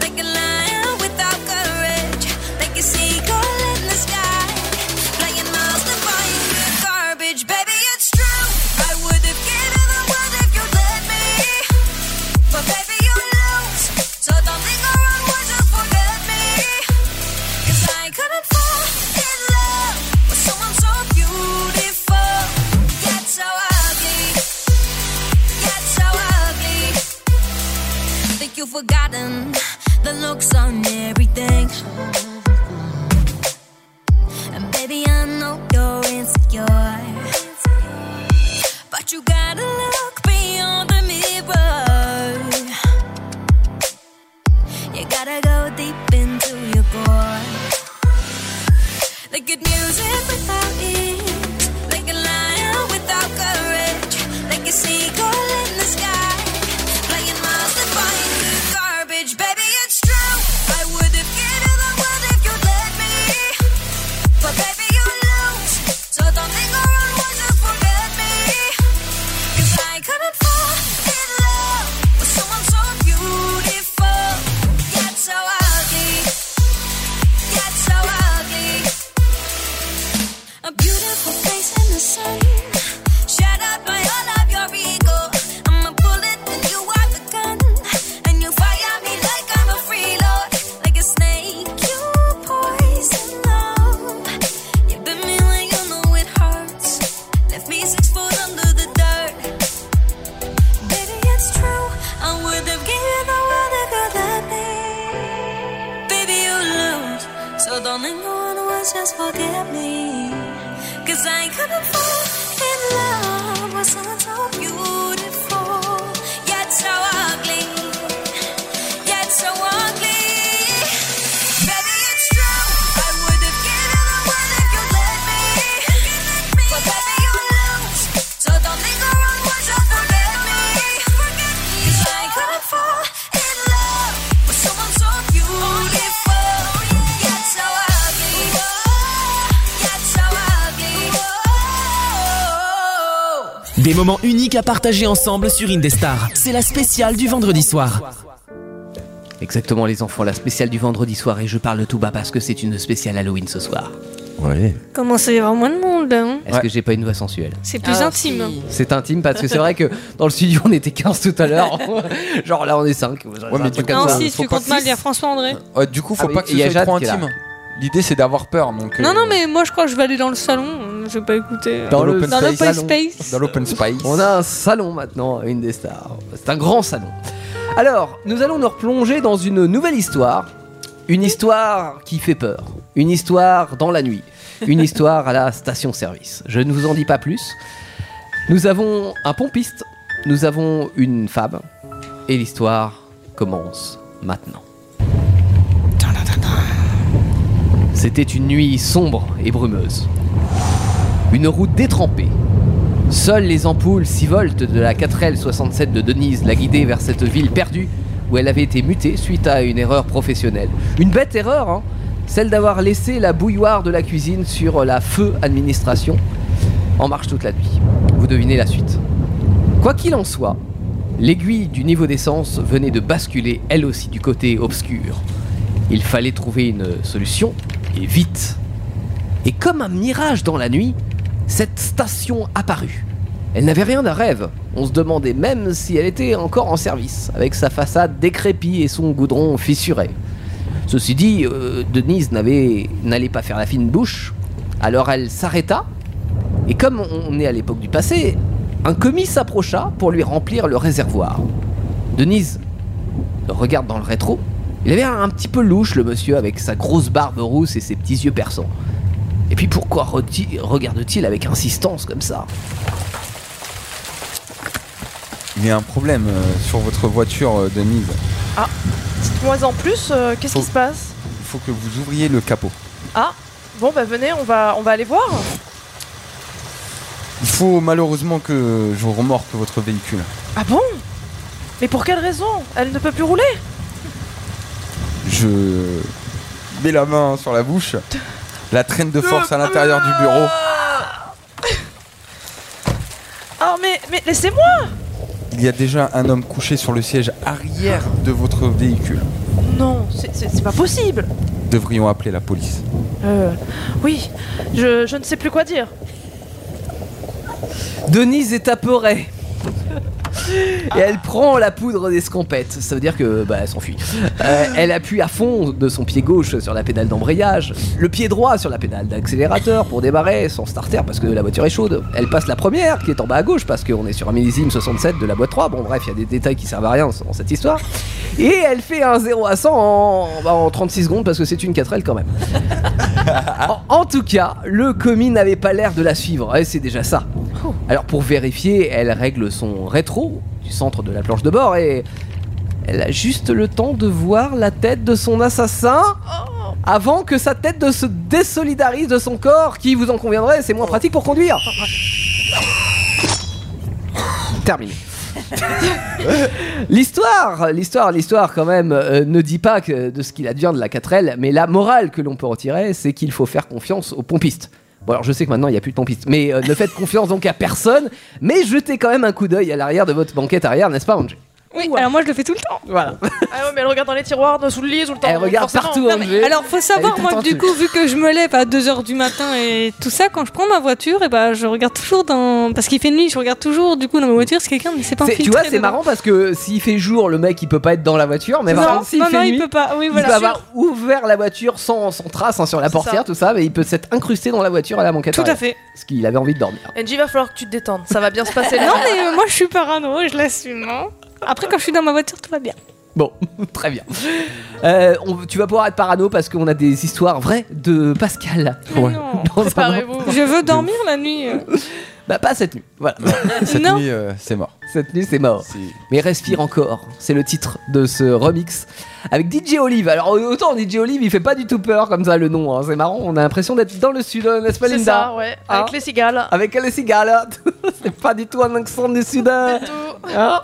S17: like a lion without courage, like a seagull in the sky. Playing miles to find good garbage, baby, it's true. I would have given the world if you let me. But baby, you lose. So don't think around, would you forget me? Cause I couldn't
S10: skin, the looks on everything. And baby, I know you're insecure, but you gotta look beyond the mirror. You gotta go deep into your core. Like good music without ease, like a lion without courage, like a seagull in the sky, playing miles to find good garbage. Baby, it's true. I would have given the world if you let me, but baby, you lose. So don't linger on, why just forget me? 'Cause I couldn't fall in love with someone so beautiful, yet so ugly, yet so ugly. A beautiful face in the sun. Shut up by all of your ego. I'm a bullet and you are the gun. And you fire me like I'm a freeload. Like a snake, you poison love. You bit me when you know it hurts. Left me six foot under the dirt. Baby, it's true. I would have given the world if you let me. Baby, you lose. So don't linger on words, just forget me. Cause I couldn't fall in love with someone so beautiful, yet so ugly, yet so ugly. Baby, it's true. I would have given the world if you let me. But baby, you lose. So don't linger on words, just forget me. Cause I couldn't fall in love with someone so beautiful, yet so ugly.
S4: Des moments uniques à partager ensemble sur Indestar. C'est la spéciale du vendredi soir.
S2: Exactement les enfants, la spéciale du vendredi soir et je parle tout bas parce que c'est une spéciale Halloween ce soir.
S4: Ouais.
S7: Comment c'est vraiment de monde hein
S2: Est-ce que j'ai pas une voix sensuelle
S7: C'est plus
S6: Ah,
S7: intime.
S2: C'est intime parce que c'est vrai que dans le studio on était 15 tout à l'heure. Genre là on est 5. Ouais,
S5: mais du
S7: Non, si, tu comptes mal, il y a François-André.
S5: Ouais, Euh, du coup, faut
S2: Ah
S5: pas
S2: oui,
S5: que
S2: il y a
S5: ce soit
S2: Jade
S5: trop
S2: qui est là.
S5: intime. L'idée, c'est d'avoir peur. Donc, euh,
S7: Non, non, mais moi je crois que je vais aller dans le salon. Je vais pas écouter.
S5: Dans l'open
S7: Dans l'open
S5: space.
S7: space.
S5: Dans l'open space.
S2: On a un salon maintenant, une des stars. C'est un grand salon. Alors, nous allons nous replonger dans une nouvelle histoire. Une histoire qui fait peur. Une histoire dans la nuit. Une histoire à la station-service. Je ne vous en dis pas plus. Nous avons un pompiste. Nous avons une femme. Et l'histoire commence maintenant. C'était une nuit sombre et brumeuse. Une route détrempée. Seules les ampoules 6 volts de la 4L67 de Denise la guidaient vers cette ville perdue où elle avait été mutée suite à une erreur professionnelle. Une bête erreur, hein celle d'avoir laissé la bouilloire de la cuisine sur la feu administration en marche toute la nuit. Vous devinez la suite. Quoi qu'il en soit, l'aiguille du niveau d'essence venait de basculer elle aussi du côté obscur. Il fallait trouver une solution, et vite. Et comme un mirage dans la nuit, cette station apparut. Elle n'avait rien d'un rêve. On se demandait même si elle était encore en service, avec sa façade décrépie et son goudron fissuré. Ceci dit, euh, Denise n'avait- n'allait pas faire la fine bouche, alors elle s'arrêta, et comme on est à l'époque du passé, un commis s'approcha pour lui remplir le réservoir. Denise regarde dans le rétro. Il avait un petit peu louche, le monsieur, avec sa grosse barbe rousse et ses petits yeux perçants. Et puis pourquoi reti- regarde-t-il avec insistance comme ça
S5: Il y a un problème euh, sur votre voiture, euh, Denise.
S3: Ah, dites-moi en plus, euh, qu'est-ce qui
S5: Faut-
S3: se passe
S5: Il faut que vous ouvriez le capot.
S3: Ah, bon, bah venez, on va, on va aller voir.
S5: Il faut malheureusement que je remorque votre véhicule.
S3: Ah bon Mais pour quelle raison Elle ne peut plus rouler
S5: Je mets la main sur la bouche, la traîne de force à l'intérieur du bureau.
S3: Ah, mais, mais laissez-moi
S5: Il y a déjà un homme couché sur le siège arrière de votre véhicule.
S3: Non, c'est- c'est c'est pas possible
S5: Devrions appeler la police.
S3: Euh, oui, je, je ne sais plus quoi dire.
S2: Denise est apeurée. Et elle prend la poudre d'escampette. Ça veut dire que bah, elle s'enfuit. Euh, elle appuie à fond de son pied gauche sur la pédale d'embrayage, le pied droit sur la pédale d'accélérateur pour démarrer sans starter parce que la voiture est chaude. Elle passe la première qui est en bas à gauche parce qu'on est sur un millésime 67 de la boîte 3. Bon, bref, il y a des détails qui servent à rien dans cette histoire. Et elle fait un 0 à 100 en, bah, en 36 secondes parce que c'est une 4L quand même. En, en tout cas, le commis n'avait pas l'air de la suivre, et c'est déjà ça. Alors pour vérifier, elle règle son rétro du centre de la planche de bord et elle a juste le temps de voir la tête de son assassin avant que sa tête de se désolidarise de son corps, qui vous en conviendrez, c'est moins pratique pour conduire. Terminé. l'histoire, l'histoire, l'histoire quand même euh, ne dit pas que de ce qu'il advient de la 4L, mais la morale que l'on peut retirer, c'est qu'il faut faire confiance aux pompistes. Bon alors je sais que maintenant il n'y a plus de pompistes, mais euh, ne faites confiance donc à personne, mais jetez quand même un coup d'œil à l'arrière de votre banquette arrière, n'est-ce pas Angé
S7: Oui, alors moi je le fais tout le temps.
S2: Voilà.
S3: Ah ouais, mais elle regarde dans les tiroirs, dans- sous le lit, sous le temps.
S2: Elle regarde partout,
S7: Non, mais
S2: Angé.
S7: alors faut savoir
S2: Elle est
S7: moi que du
S2: attendue.
S7: coup vu que je me lève à 2h du matin et tout ça quand je prends ma voiture et bah je regarde toujours dans parce qu'il fait nuit je regarde toujours du coup dans ma voiture c'est quelqu'un mais c'est pas
S2: C'est-
S7: infiltré
S2: tu vois, c'est
S7: dedans.
S2: marrant parce que s'il fait jour, le mec il peut pas être dans la voiture, mais par
S7: Non,
S2: contre s'il
S7: non,
S2: fait
S7: non, il
S2: nuit,
S7: peut pas. Oui,
S2: il
S7: voilà,
S2: peut
S7: sûr.
S2: avoir ouvert la voiture sans, sans trace hein, sur la
S3: C'est
S2: portière,
S3: ça.
S2: tout ça, mais il peut s'être incrusté dans la voiture à la banquette.
S3: Tout à
S2: arrière,
S3: fait.
S2: Parce qu'il avait envie de dormir.
S3: NJ, va falloir que tu te détendes, ça va bien se passer.
S7: non mais euh, moi je suis parano et je l'assume hein. après quand je suis dans ma voiture tout va bien
S2: Bon, très bien. Euh, on- tu vas pouvoir être parano parce qu'on a des histoires vraies de Pascal. Ouais. Dans un moment.
S7: Oh. je veux dormir la nuit euh.
S2: Bah pas cette nuit. Voilà.
S23: Cette
S7: Non.
S23: nuit, euh, c'est mort.
S2: Cette nuit, c'est mort. Mais respire encore, c'est le titre de ce remix avec DJ Olive. Alors autant DJ Olive, il fait pas du tout peur comme ça le nom. hein. C'est marrant, on a l'impression d'être dans le sud, euh, n'est-ce pas
S3: C'est
S2: Linda
S3: ça, ouais. Avec
S2: Hein
S3: les cigales.
S2: Avec les cigales, c'est pas du tout un accent du sud. hein. Hein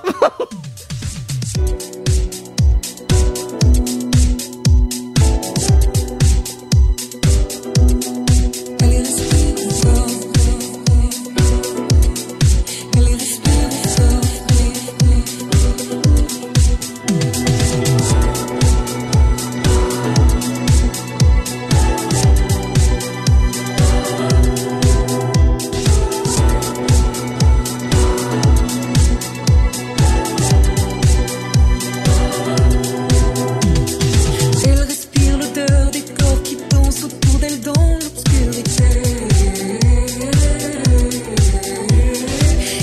S1: Elle respire l'odeur des corps qui dansent autour d'elle dans l'obscurité.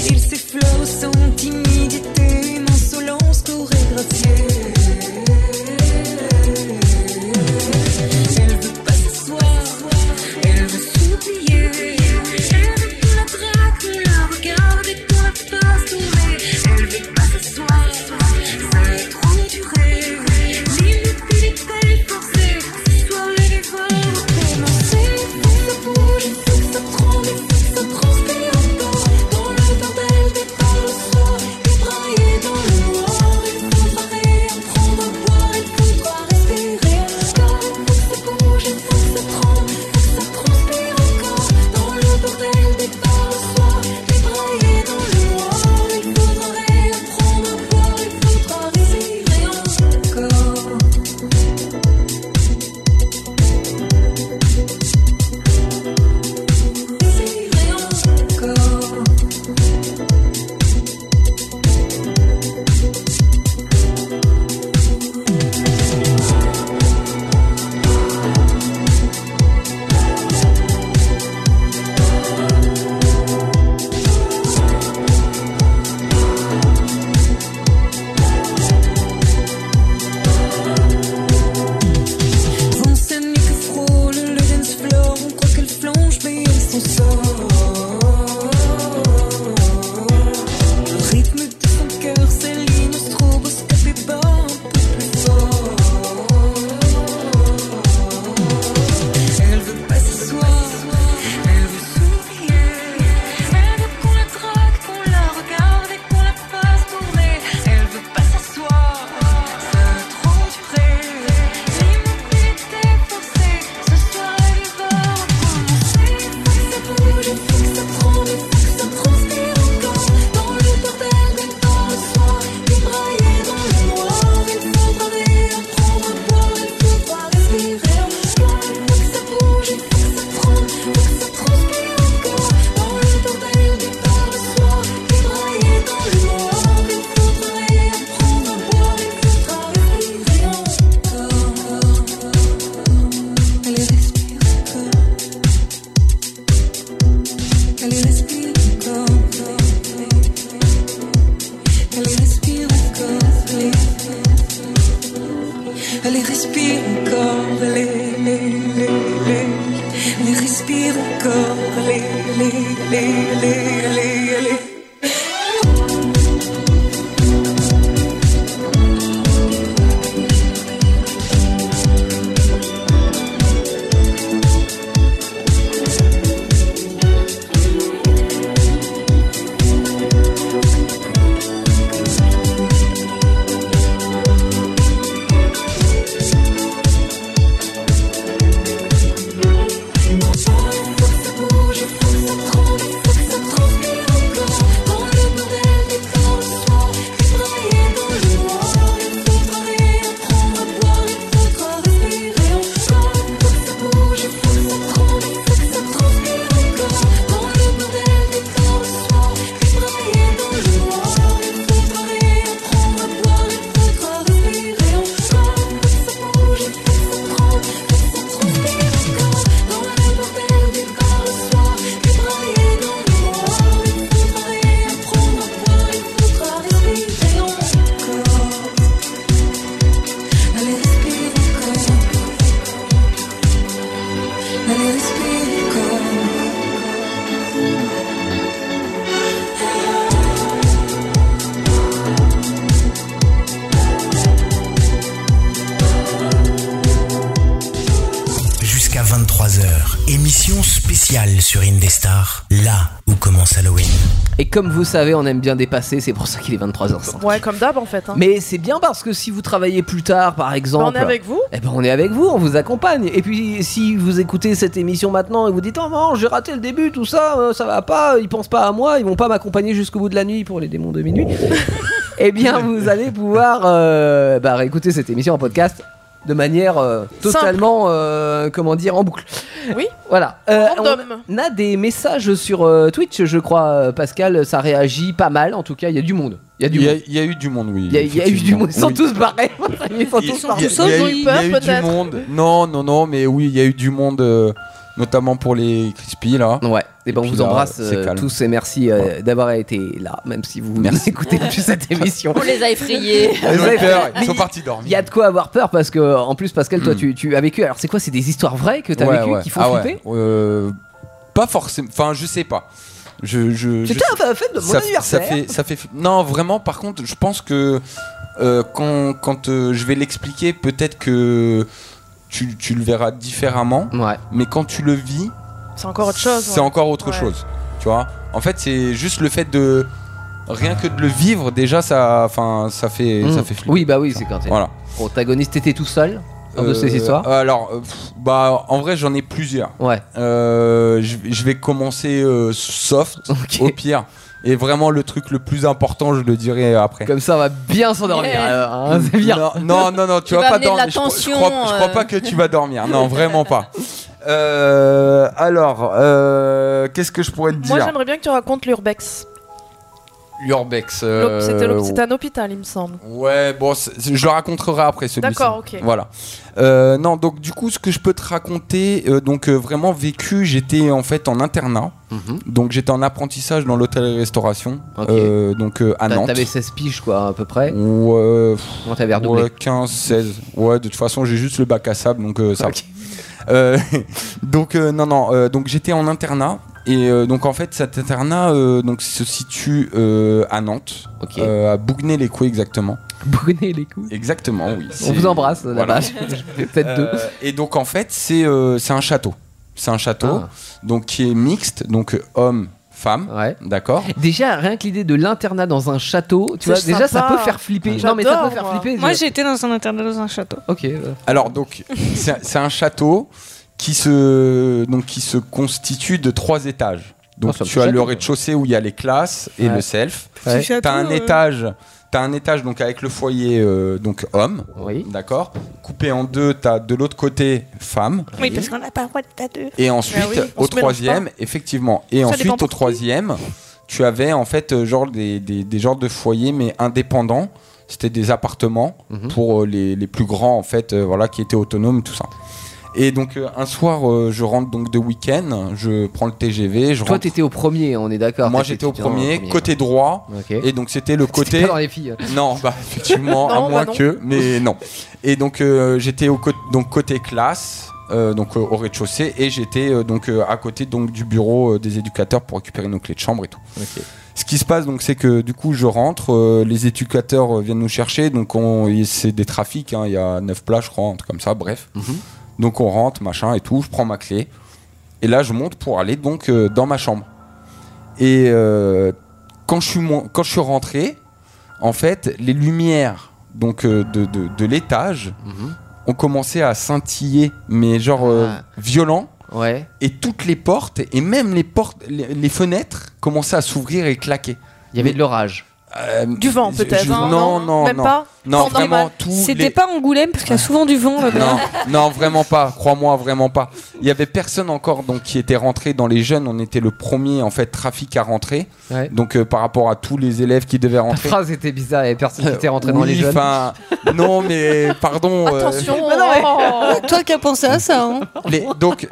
S1: Il s'effleure au son timidité, une insolence chorégraphiée. Elle veut pas s'asseoir, elle veut s'oublier. Elle veut qu'on la drague, qu'on la regarde et qu'on la fasse tourner. Elle veut pas s'asseoir, ça est trop duré. Limite, il est très forcé. Ce soir, les rêves vont commencer. Faut que ça bouge, faut que ça tremble, faut que ça transpire encore. Dans le bordel des balles au sol, débraillé dans le noir. Il faudra réapprendre à boire, il faudra respirer encore. Faut que ça bouge, faut que ça tremble, faut que ça transpire encore. Dans le bordel des balles au sol, débraillé dans le noir. Il faudra réapprendre à boire, il faudra respirer encore. Vent saigne que frôle le dance floor. On croit qu'elle flanche, mais elle s'en sort. Le rythme de son cœur, c'est l'innostrobe, se taper bas un peu plus fort. Elle veut pas s'asseoir, elle veut s'oublier. Elle veut qu'on la drague, qu'on la regarde et qu'on la fasse tourner. Elle veut pas s'asseoir, ça a trop duré. L'immobilité forcée, ce soir elle va recommencer. Faut que ça bouge, faut que
S11: les respire encore, les, les, les, les, les, les.
S1: Jusqu'à 23h, émission spéciale sur Indestar, là où commence Halloween.
S2: Et comme vous savez, on aime bien dépasser, c'est pour ça qu'il est 23h05.
S3: Ouais, comme d'hab en fait. hein. Bah,
S2: Mais c'est bien parce que si vous travaillez plus tard, par exemple.
S3: on est avec vous.
S2: Eh ben, on est avec vous, on vous accompagne. Et puis, si vous écoutez cette émission maintenant et vous dites Oh non, j'ai raté le début, tout ça, euh, ça va pas, ils pensent pas à moi, ils vont pas m'accompagner jusqu'au bout de la nuit pour les démons de minuit. eh bien, vous allez pouvoir euh, bah, réécouter cette émission en podcast de manière euh, totalement, euh, comment dire, en boucle.
S3: Oui.
S2: Voilà. Euh,
S3: Random.
S2: on a des messages sur euh, Twitch, je crois, euh, Pascal. Ça réagit pas mal. En tout cas, il y a du monde. Il y a du monde.
S5: Il y a eu du monde, oui.
S2: Il y a- il y a eu du monde. Ils sont
S5: Oui.
S2: tous barrés. Ils sont
S5: Il-
S2: tous
S5: il y a-
S2: barrés.
S5: il y a eu- il y a eu du monde. Non, non, non, mais oui, il y a eu du monde, euh, notamment pour les crispy là.
S2: Ouais. Et ben on vous embrasse euh, tous et merci euh, d'avoir été là, même si vous écoutez depuis cette émission.
S12: On les a effrayés.
S2: Vous avez-
S5: ils sont
S2: Mais
S5: partis dormir. Hmm.
S2: Il y a de quoi avoir peur parce que, en plus, Pascal, toi, tu, tu as vécu. Alors, c'est quoi C'est des histoires vraies que tu as
S5: Ouais,
S2: vécues
S5: ouais.
S2: qui font
S5: Ah ouais.
S2: flipper
S5: Euh, Pas forcément. Enfin, je sais pas. Je, je,
S2: C'était
S5: je-
S2: la fête de mon
S5: ça,
S2: anniversaire.
S5: Ça fait, ça fait. Non, vraiment. Par contre, je pense que euh, quand, quand euh, je vais l'expliquer, peut-être que tu, tu le verras différemment. Mais quand tu le vis,
S3: C'est encore autre chose.
S5: c'est
S3: ouais.
S5: encore autre
S3: Ouais.
S5: chose. Tu vois. En fait, c'est juste le fait de rien que de le vivre déjà, ça, enfin, ça fait,
S2: Mmh.
S5: ça fait flipper.
S2: Oui, bah oui, c'est quand t'es
S5: Voilà.
S2: protagoniste, t'étais tout seul dans de
S5: Euh,
S2: ces histoires.
S5: Alors, euh, pff, bah, en vrai, j'en ai plusieurs.
S2: Ouais.
S5: Euh, je, je vais commencer euh, soft, au pire. Et vraiment, le truc le plus important, je le dirai après.
S2: Comme ça, on va bien s'endormir.
S12: Yeah.
S2: alors, hein, c'est bien.
S5: Non, non, non, non, tu,
S12: Tu
S5: vas
S12: vas
S5: pas
S12: amener de la
S5: dormir. Je, crois- je
S12: tension,
S5: crois, je crois
S12: euh.
S5: pas que tu vas dormir. Non, vraiment pas. Euh, alors, euh, qu'est-ce que je pourrais te
S3: Moi
S5: dire
S3: j'aimerais bien que tu racontes l'urbex.
S5: Oh. Urbex.
S3: L'hôp-
S5: euh,
S3: C'était l'hôp- c'était un hôpital, il me semble.
S5: Ouais, bon, c'est- je le raconterai après celui-ci.
S3: D'accord, ok.
S5: Voilà. Euh, non, donc du coup, ce que je peux te raconter, euh, donc euh, vraiment vécu, j'étais en fait en internat.
S2: Mhm.
S5: Donc j'étais en apprentissage dans l'hôtellerie-restauration. euh, donc euh, à
S2: T'a-
S5: Nantes.
S2: T'avais 16 piges, quoi, à peu près.
S5: Ou euh,
S2: Comment t'avais redoublé
S5: ouais, 15, 16. Ouais, de toute façon, j'ai juste le bac à sable, donc euh, ça. va. Euh, donc euh, non, non. euh, donc j'étais en internat. Et euh, donc en fait cet internat euh, donc se situe euh, à Nantes, euh, à Bougney-les-Coués exactement.
S2: Bougney-les-Coués.
S5: Exactement, oui. Euh,
S2: On vous embrasse là-bas. Peut-être deux.
S5: Et donc en fait c'est euh, c'est un château, c'est un château
S2: Ah.
S5: donc qui est mixte donc euh, homme femme, d'accord.
S2: Déjà, rien que l'idée de l'internat dans un château, tu vois,
S5: C'est
S2: déjà ça
S5: sympa.
S2: peut faire flipper. Non, mais ça peut faire flipper.
S7: Moi,
S2: je-
S7: j'étais dans un internat dans un château.
S2: Ok. euh.
S5: Alors donc c'est c'est un château qui se donc qui se constitue de trois étages. Donc
S2: Oh, ça me
S5: tu as le
S2: château.
S5: rez-de-chaussée où il y a les classes et
S2: Ouais.
S5: le self.
S2: Petit Ouais.
S5: Tu
S2: château,
S5: as un
S7: hein.
S2: euh.
S5: étage, t'as un étage donc avec le foyer euh, donc homme, d'accord. Coupé en deux, tu as de l'autre côté femme.
S7: Oui, parce qu'on n'a pas le droit de tas deux.
S5: Et
S3: Ah
S5: ensuite, au troisième, effectivement. Et
S7: Ça dépend
S5: ensuite, au
S7: pour
S5: troisième, tu avais en fait euh, genre des, des, des genres de foyers, mais indépendants.
S2: Mhm.
S5: C'était des appartements pour euh, les, les plus grands, en fait, euh, voilà, qui étaient autonomes, tout ça. Et donc euh, un soir, euh, je rentre donc de week-end, je prends le TGV, je
S2: Toi,
S5: rentre.
S2: t'étais au premier, on est d'accord.
S5: Moi
S2: t'étais-
S5: j'étais au
S2: t'étais dans le
S5: premier, côté droit, et donc c'était le côté.
S2: pas dans les filles.
S5: Non, bah effectivement,
S2: Non,
S5: à moins
S2: bah non.
S5: que, mais non. Et donc euh, j'étais au co- donc côté classe, euh, donc euh, au rez-de-chaussée, et j'étais euh, donc euh, à côté donc du bureau euh, des éducateurs pour récupérer nos clés de chambre et tout. Ce qui se passe donc c'est que du coup je rentre, euh, les éducateurs euh, viennent nous chercher, donc on- et c'est des trafics, hein, il y a 9 plages je crois, un truc comme ça, bref. Donc on rentre, machin et tout, je prends ma clé. Et là, je monte pour aller donc euh, dans ma chambre. Et euh, quand, je suis mon- quand je suis rentré, en fait, les lumières donc, euh, de, de- de l'étage
S2: Mhm.
S5: ont commencé à scintiller, mais genre euh,
S2: Ah.
S5: violent. Et toutes les portes, et même les portes, les, les fenêtres commençaient à s'ouvrir et claquer.
S2: Il y avait de l'orage.
S5: du
S7: vent, peut-être. hein,
S5: Non, non, non.
S7: Même pas
S5: Non,
S7: Normal.
S5: vraiment, tout.
S7: C'était pas Angoulême parce qu'il y a souvent du vent là-bas.
S5: Non, non, vraiment pas. Crois-moi, vraiment pas. Il y avait personne encore donc qui était rentré dans les jeunes. On était le premier en fait trafic à rentrer.
S2: Ouais.
S5: Donc euh, par rapport à tous les élèves qui devaient
S2: La
S5: rentrer.
S2: phrase était bizarre, il y avait personne qui était rentré dans
S5: Euh, Oui,
S2: les jeunes.
S5: enfin, non mais pardon. euh, Oh.
S24: Toi qui as pensé à ça, hein
S5: les- donc,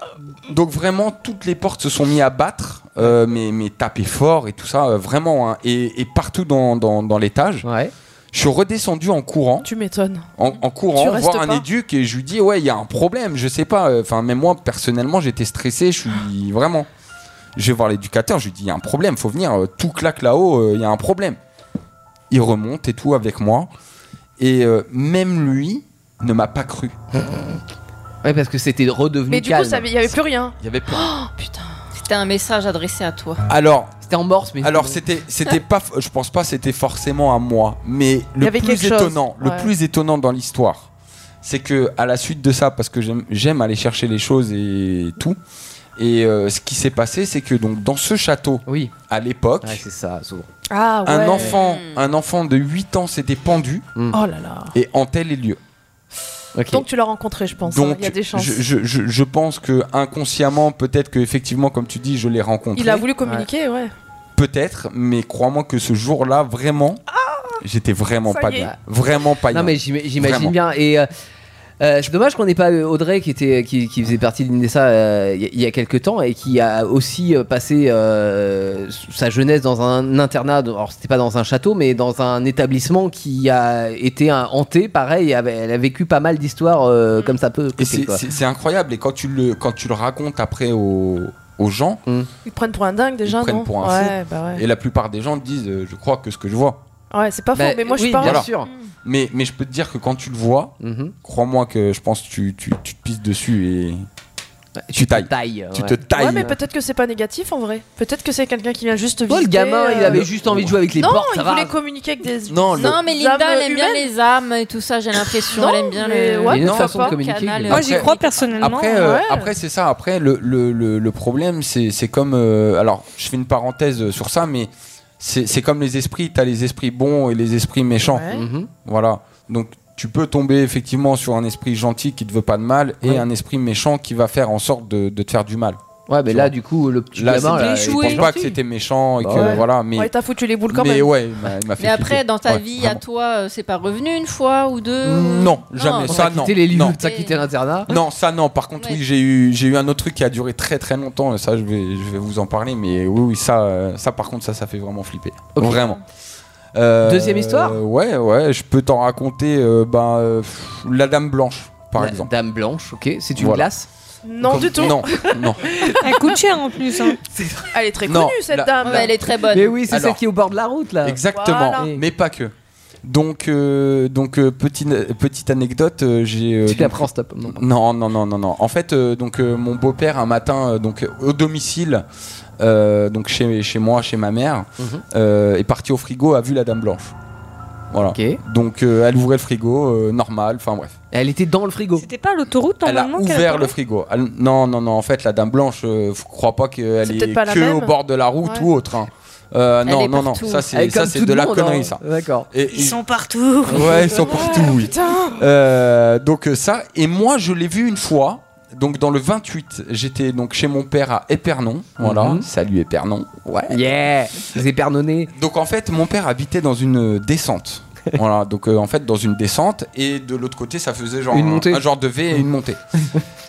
S5: donc vraiment, toutes les portes se sont mis à battre, euh, mais, mais taper fort et tout ça, euh, vraiment. hein. et, et partout dans, dans- dans l'étage. Je suis redescendu en courant.
S3: Tu m'étonnes.
S5: En,
S3: Tu
S5: en courant,
S3: restes
S5: voir un
S3: pas.
S5: éduc et je lui dis ouais, il y a un problème, je sais pas. Euh, Enfin, même moi personnellement, j'étais stressé. Je suis vraiment. Je vais voir l'éducateur, je lui dis il y a un problème, faut venir. euh, Tout claque là-haut, euh, il y a un problème. Il remonte et tout avec moi. Et euh, même lui ne m'a pas cru.
S2: Ouais, parce que c'était redevenu
S7: Mais du coup, ça- il y avait plus rien.
S5: Il y avait plus.
S12: Oh, C'était un message adressé à toi.
S5: Alors.
S2: C'était en morse, mais.
S5: Alors c'était c'était pas je pense pas c'était forcément à moi, mais
S2: Il y
S5: le
S2: avait
S5: plus
S2: quelque chose,
S5: étonnant,
S2: ouais.
S5: le plus étonnant dans l'histoire, c'est que à la suite de ça parce que j'aime- j'aime aller chercher les choses et tout. Et euh, ce qui s'est passé, c'est que donc dans ce château,
S2: oui.
S5: à l'époque,
S2: c'est ça,
S3: Ah ouais.
S5: un enfant, un enfant de 8 ans s'était pendu
S2: Hmm.
S3: Oh là là.
S5: et en tel lieu.
S3: Donc tu l'as rencontré, je pense. hein.
S5: Donc,
S3: Il y a des chances.
S5: Je, je- je- je pense que inconsciemment, peut-être que effectivement, comme tu dis, je l'ai rencontré.
S3: Il a voulu communiquer, ouais.
S5: Peut-être, mais crois-moi que ce jour-là, vraiment,
S3: Ah
S5: j'étais vraiment
S2: Ça
S5: pas
S2: y est.
S5: bien. Vraiment pas bien.
S2: Non, mais j'im- j'imagine
S5: Vraiment.
S2: bien. Et euh, euh, c'est dommage qu'on n'ait pas euh, Audrey qui, était, qui, qui faisait partie de l'INDESA euh, il y a- il y a quelques temps et qui a aussi euh, passé euh, sa jeunesse dans un internat. de- Alors, c'était pas dans un château, mais dans un établissement qui a été un, hanté. Pareil, elle avait- elle a vécu pas mal d'histoires
S3: Mm.
S2: euh, comme ça peut.
S5: Et c'est- c'est c'est incroyable. Et quand tu le, quand tu le racontes après aux, aux gens,
S2: Hmm.
S3: Ils te prennent pour un dingue déjà,
S5: ils prennent
S3: non
S5: pour un
S3: Ouais,
S5: fou.
S3: bah ouais.
S5: Et la plupart des gens disent euh, Je crois que ce que je vois.
S3: Ouais, c'est pas faux, mais moi je Mm. suis pas
S5: Voilà. Mais, mais je peux te dire que quand tu le vois, crois-moi que je pense que tu, tu, tu te pisses dessus et. tu tailles. tu te tailles.
S3: Ouais, mais peut-être que c'est pas négatif en vrai. Peut-être que c'est quelqu'un qui vient juste visiter.
S2: Oh, le gamin, il
S3: euh,
S2: avait juste envie de jouer avec les
S3: non,
S2: portes, ça
S3: il
S2: va.
S3: voulait communiquer avec des.
S2: Non,
S3: des
S12: Non, mais
S3: âmes
S12: Linda, elle aime bien
S3: humaines.
S12: les âmes et tout ça, j'ai l'impression.
S3: Non,
S12: Elle aime bien
S3: mais
S12: le.
S3: ouais,
S5: Mais non, pourquoi façon de pas.
S2: communiquer,
S12: Moi,
S5: Après-
S12: j'y crois personnellement.
S5: Après, euh, après c'est ça. Après, le, le- le- le problème, c'est c'est comme. euh, alors, je fais une parenthèse sur ça, mais c'est c'est comme les esprits. T'as les esprits bons et les esprits méchants.
S1: Ouais. Mhm.
S5: Voilà. Donc, tu peux tomber effectivement sur un esprit gentil qui te veut pas de mal et
S2: Ouais.
S5: un esprit méchant qui va faire en sorte de, de te faire du mal.
S2: Ouais, mais
S5: Tu
S2: là,
S5: vois.
S2: du coup, le petit
S5: Là,
S2: gamin.
S5: c'est-
S2: là,
S5: je
S2: il est
S5: pense
S2: gentil.
S5: pas que c'était méchant et que
S2: Bah ouais.
S5: voilà, mais.
S3: Ouais, t'as foutu les boules quand
S5: mais
S3: même.
S5: ouais, il m'a- il m'a fait
S12: Mais après,
S5: flipper.
S12: dans ta
S5: Ouais, Ah,
S12: vie, à
S5: vraiment.
S12: toi, euh, c'est pas revenu une fois ou deux ou-
S5: Non, jamais. Ça, non. non.
S2: l'internat
S5: Non, ça, non. Par contre,
S12: Ouais.
S5: oui, j'ai eu, j'ai eu un autre truc qui a duré très très longtemps. Ça, je vais, je vais vous en parler. Mais oui, oui, ça, euh, ça par contre, ça, ça fait vraiment flipper. Vraiment. Euh,
S2: Deuxième histoire
S5: Ouais, ouais. Je peux t'en raconter euh, ben, euh, pff, la Dame Blanche, par
S2: La
S5: exemple.
S2: Dame Blanche, ok. C'est une glace
S3: Non,
S5: Comme-
S3: du tout.
S5: Non, non.
S7: Elle coûte cher en plus. hein.
S3: Elle est très
S5: Non,
S3: connue cette
S5: la-
S3: dame.
S12: Ouais, elle est très bonne.
S2: Mais oui, c'est
S5: Alors.
S2: celle qui est au bord de la route là.
S5: Exactement,
S2: Voilà.
S5: mais pas que. Donc, euh, donc euh, petite, petite anecdote, euh, j'ai. euh,
S2: Tu
S5: donc-
S2: la prends, stop. Non.
S5: Non, non, non, non, non. En fait, euh, donc euh, mon beau-père un matin, euh, donc au domicile, euh, donc chez, chez moi, chez ma mère,
S7: Mhm.
S5: euh, est parti au frigo, a vu la Dame Blanche. Voilà. Donc euh, elle ouvrait le frigo, euh, normal. Enfin bref.
S2: Elle était dans le frigo.
S7: C'était pas l'autoroute hein,
S5: Elle a
S7: normalement qu'elle
S5: ouvert
S7: a
S5: le frigo. Elle- non, non, non. En fait, la Dame Blanche, euh, faut- crois pas qu'elle
S7: C'est
S5: est,
S7: peut-être pas la
S5: que
S7: même.
S5: au bord de la route
S7: Ouais.
S5: ou autre. hein. Euh,
S7: Elle
S5: non,
S7: est
S5: non, non.
S7: partout. Elle
S5: Ça,
S7: est
S5: c'est ça,
S7: comme
S5: c'est
S7: tout
S5: de
S7: le
S5: la
S7: monde,
S5: connerie,
S7: hein.
S5: ça.
S2: D'accord.
S5: Et-
S24: Ils sont partout.
S5: Ouais, ils sont partout, oui. Euh, donc euh, ça, et moi je l'ai vu une fois, donc dans le 28, j'étais donc chez mon père à Épernon, voilà.
S2: Mhm.
S5: Salut Épernon, ouais.
S2: Yeah, les Épernonais.
S5: Donc en fait, mon père habitait dans une euh, descente. voilà, donc euh, en fait, dans une descente, et de l'autre côté, ça faisait genre
S2: Une
S5: un-
S2: montée.
S5: un genre de V et une montée.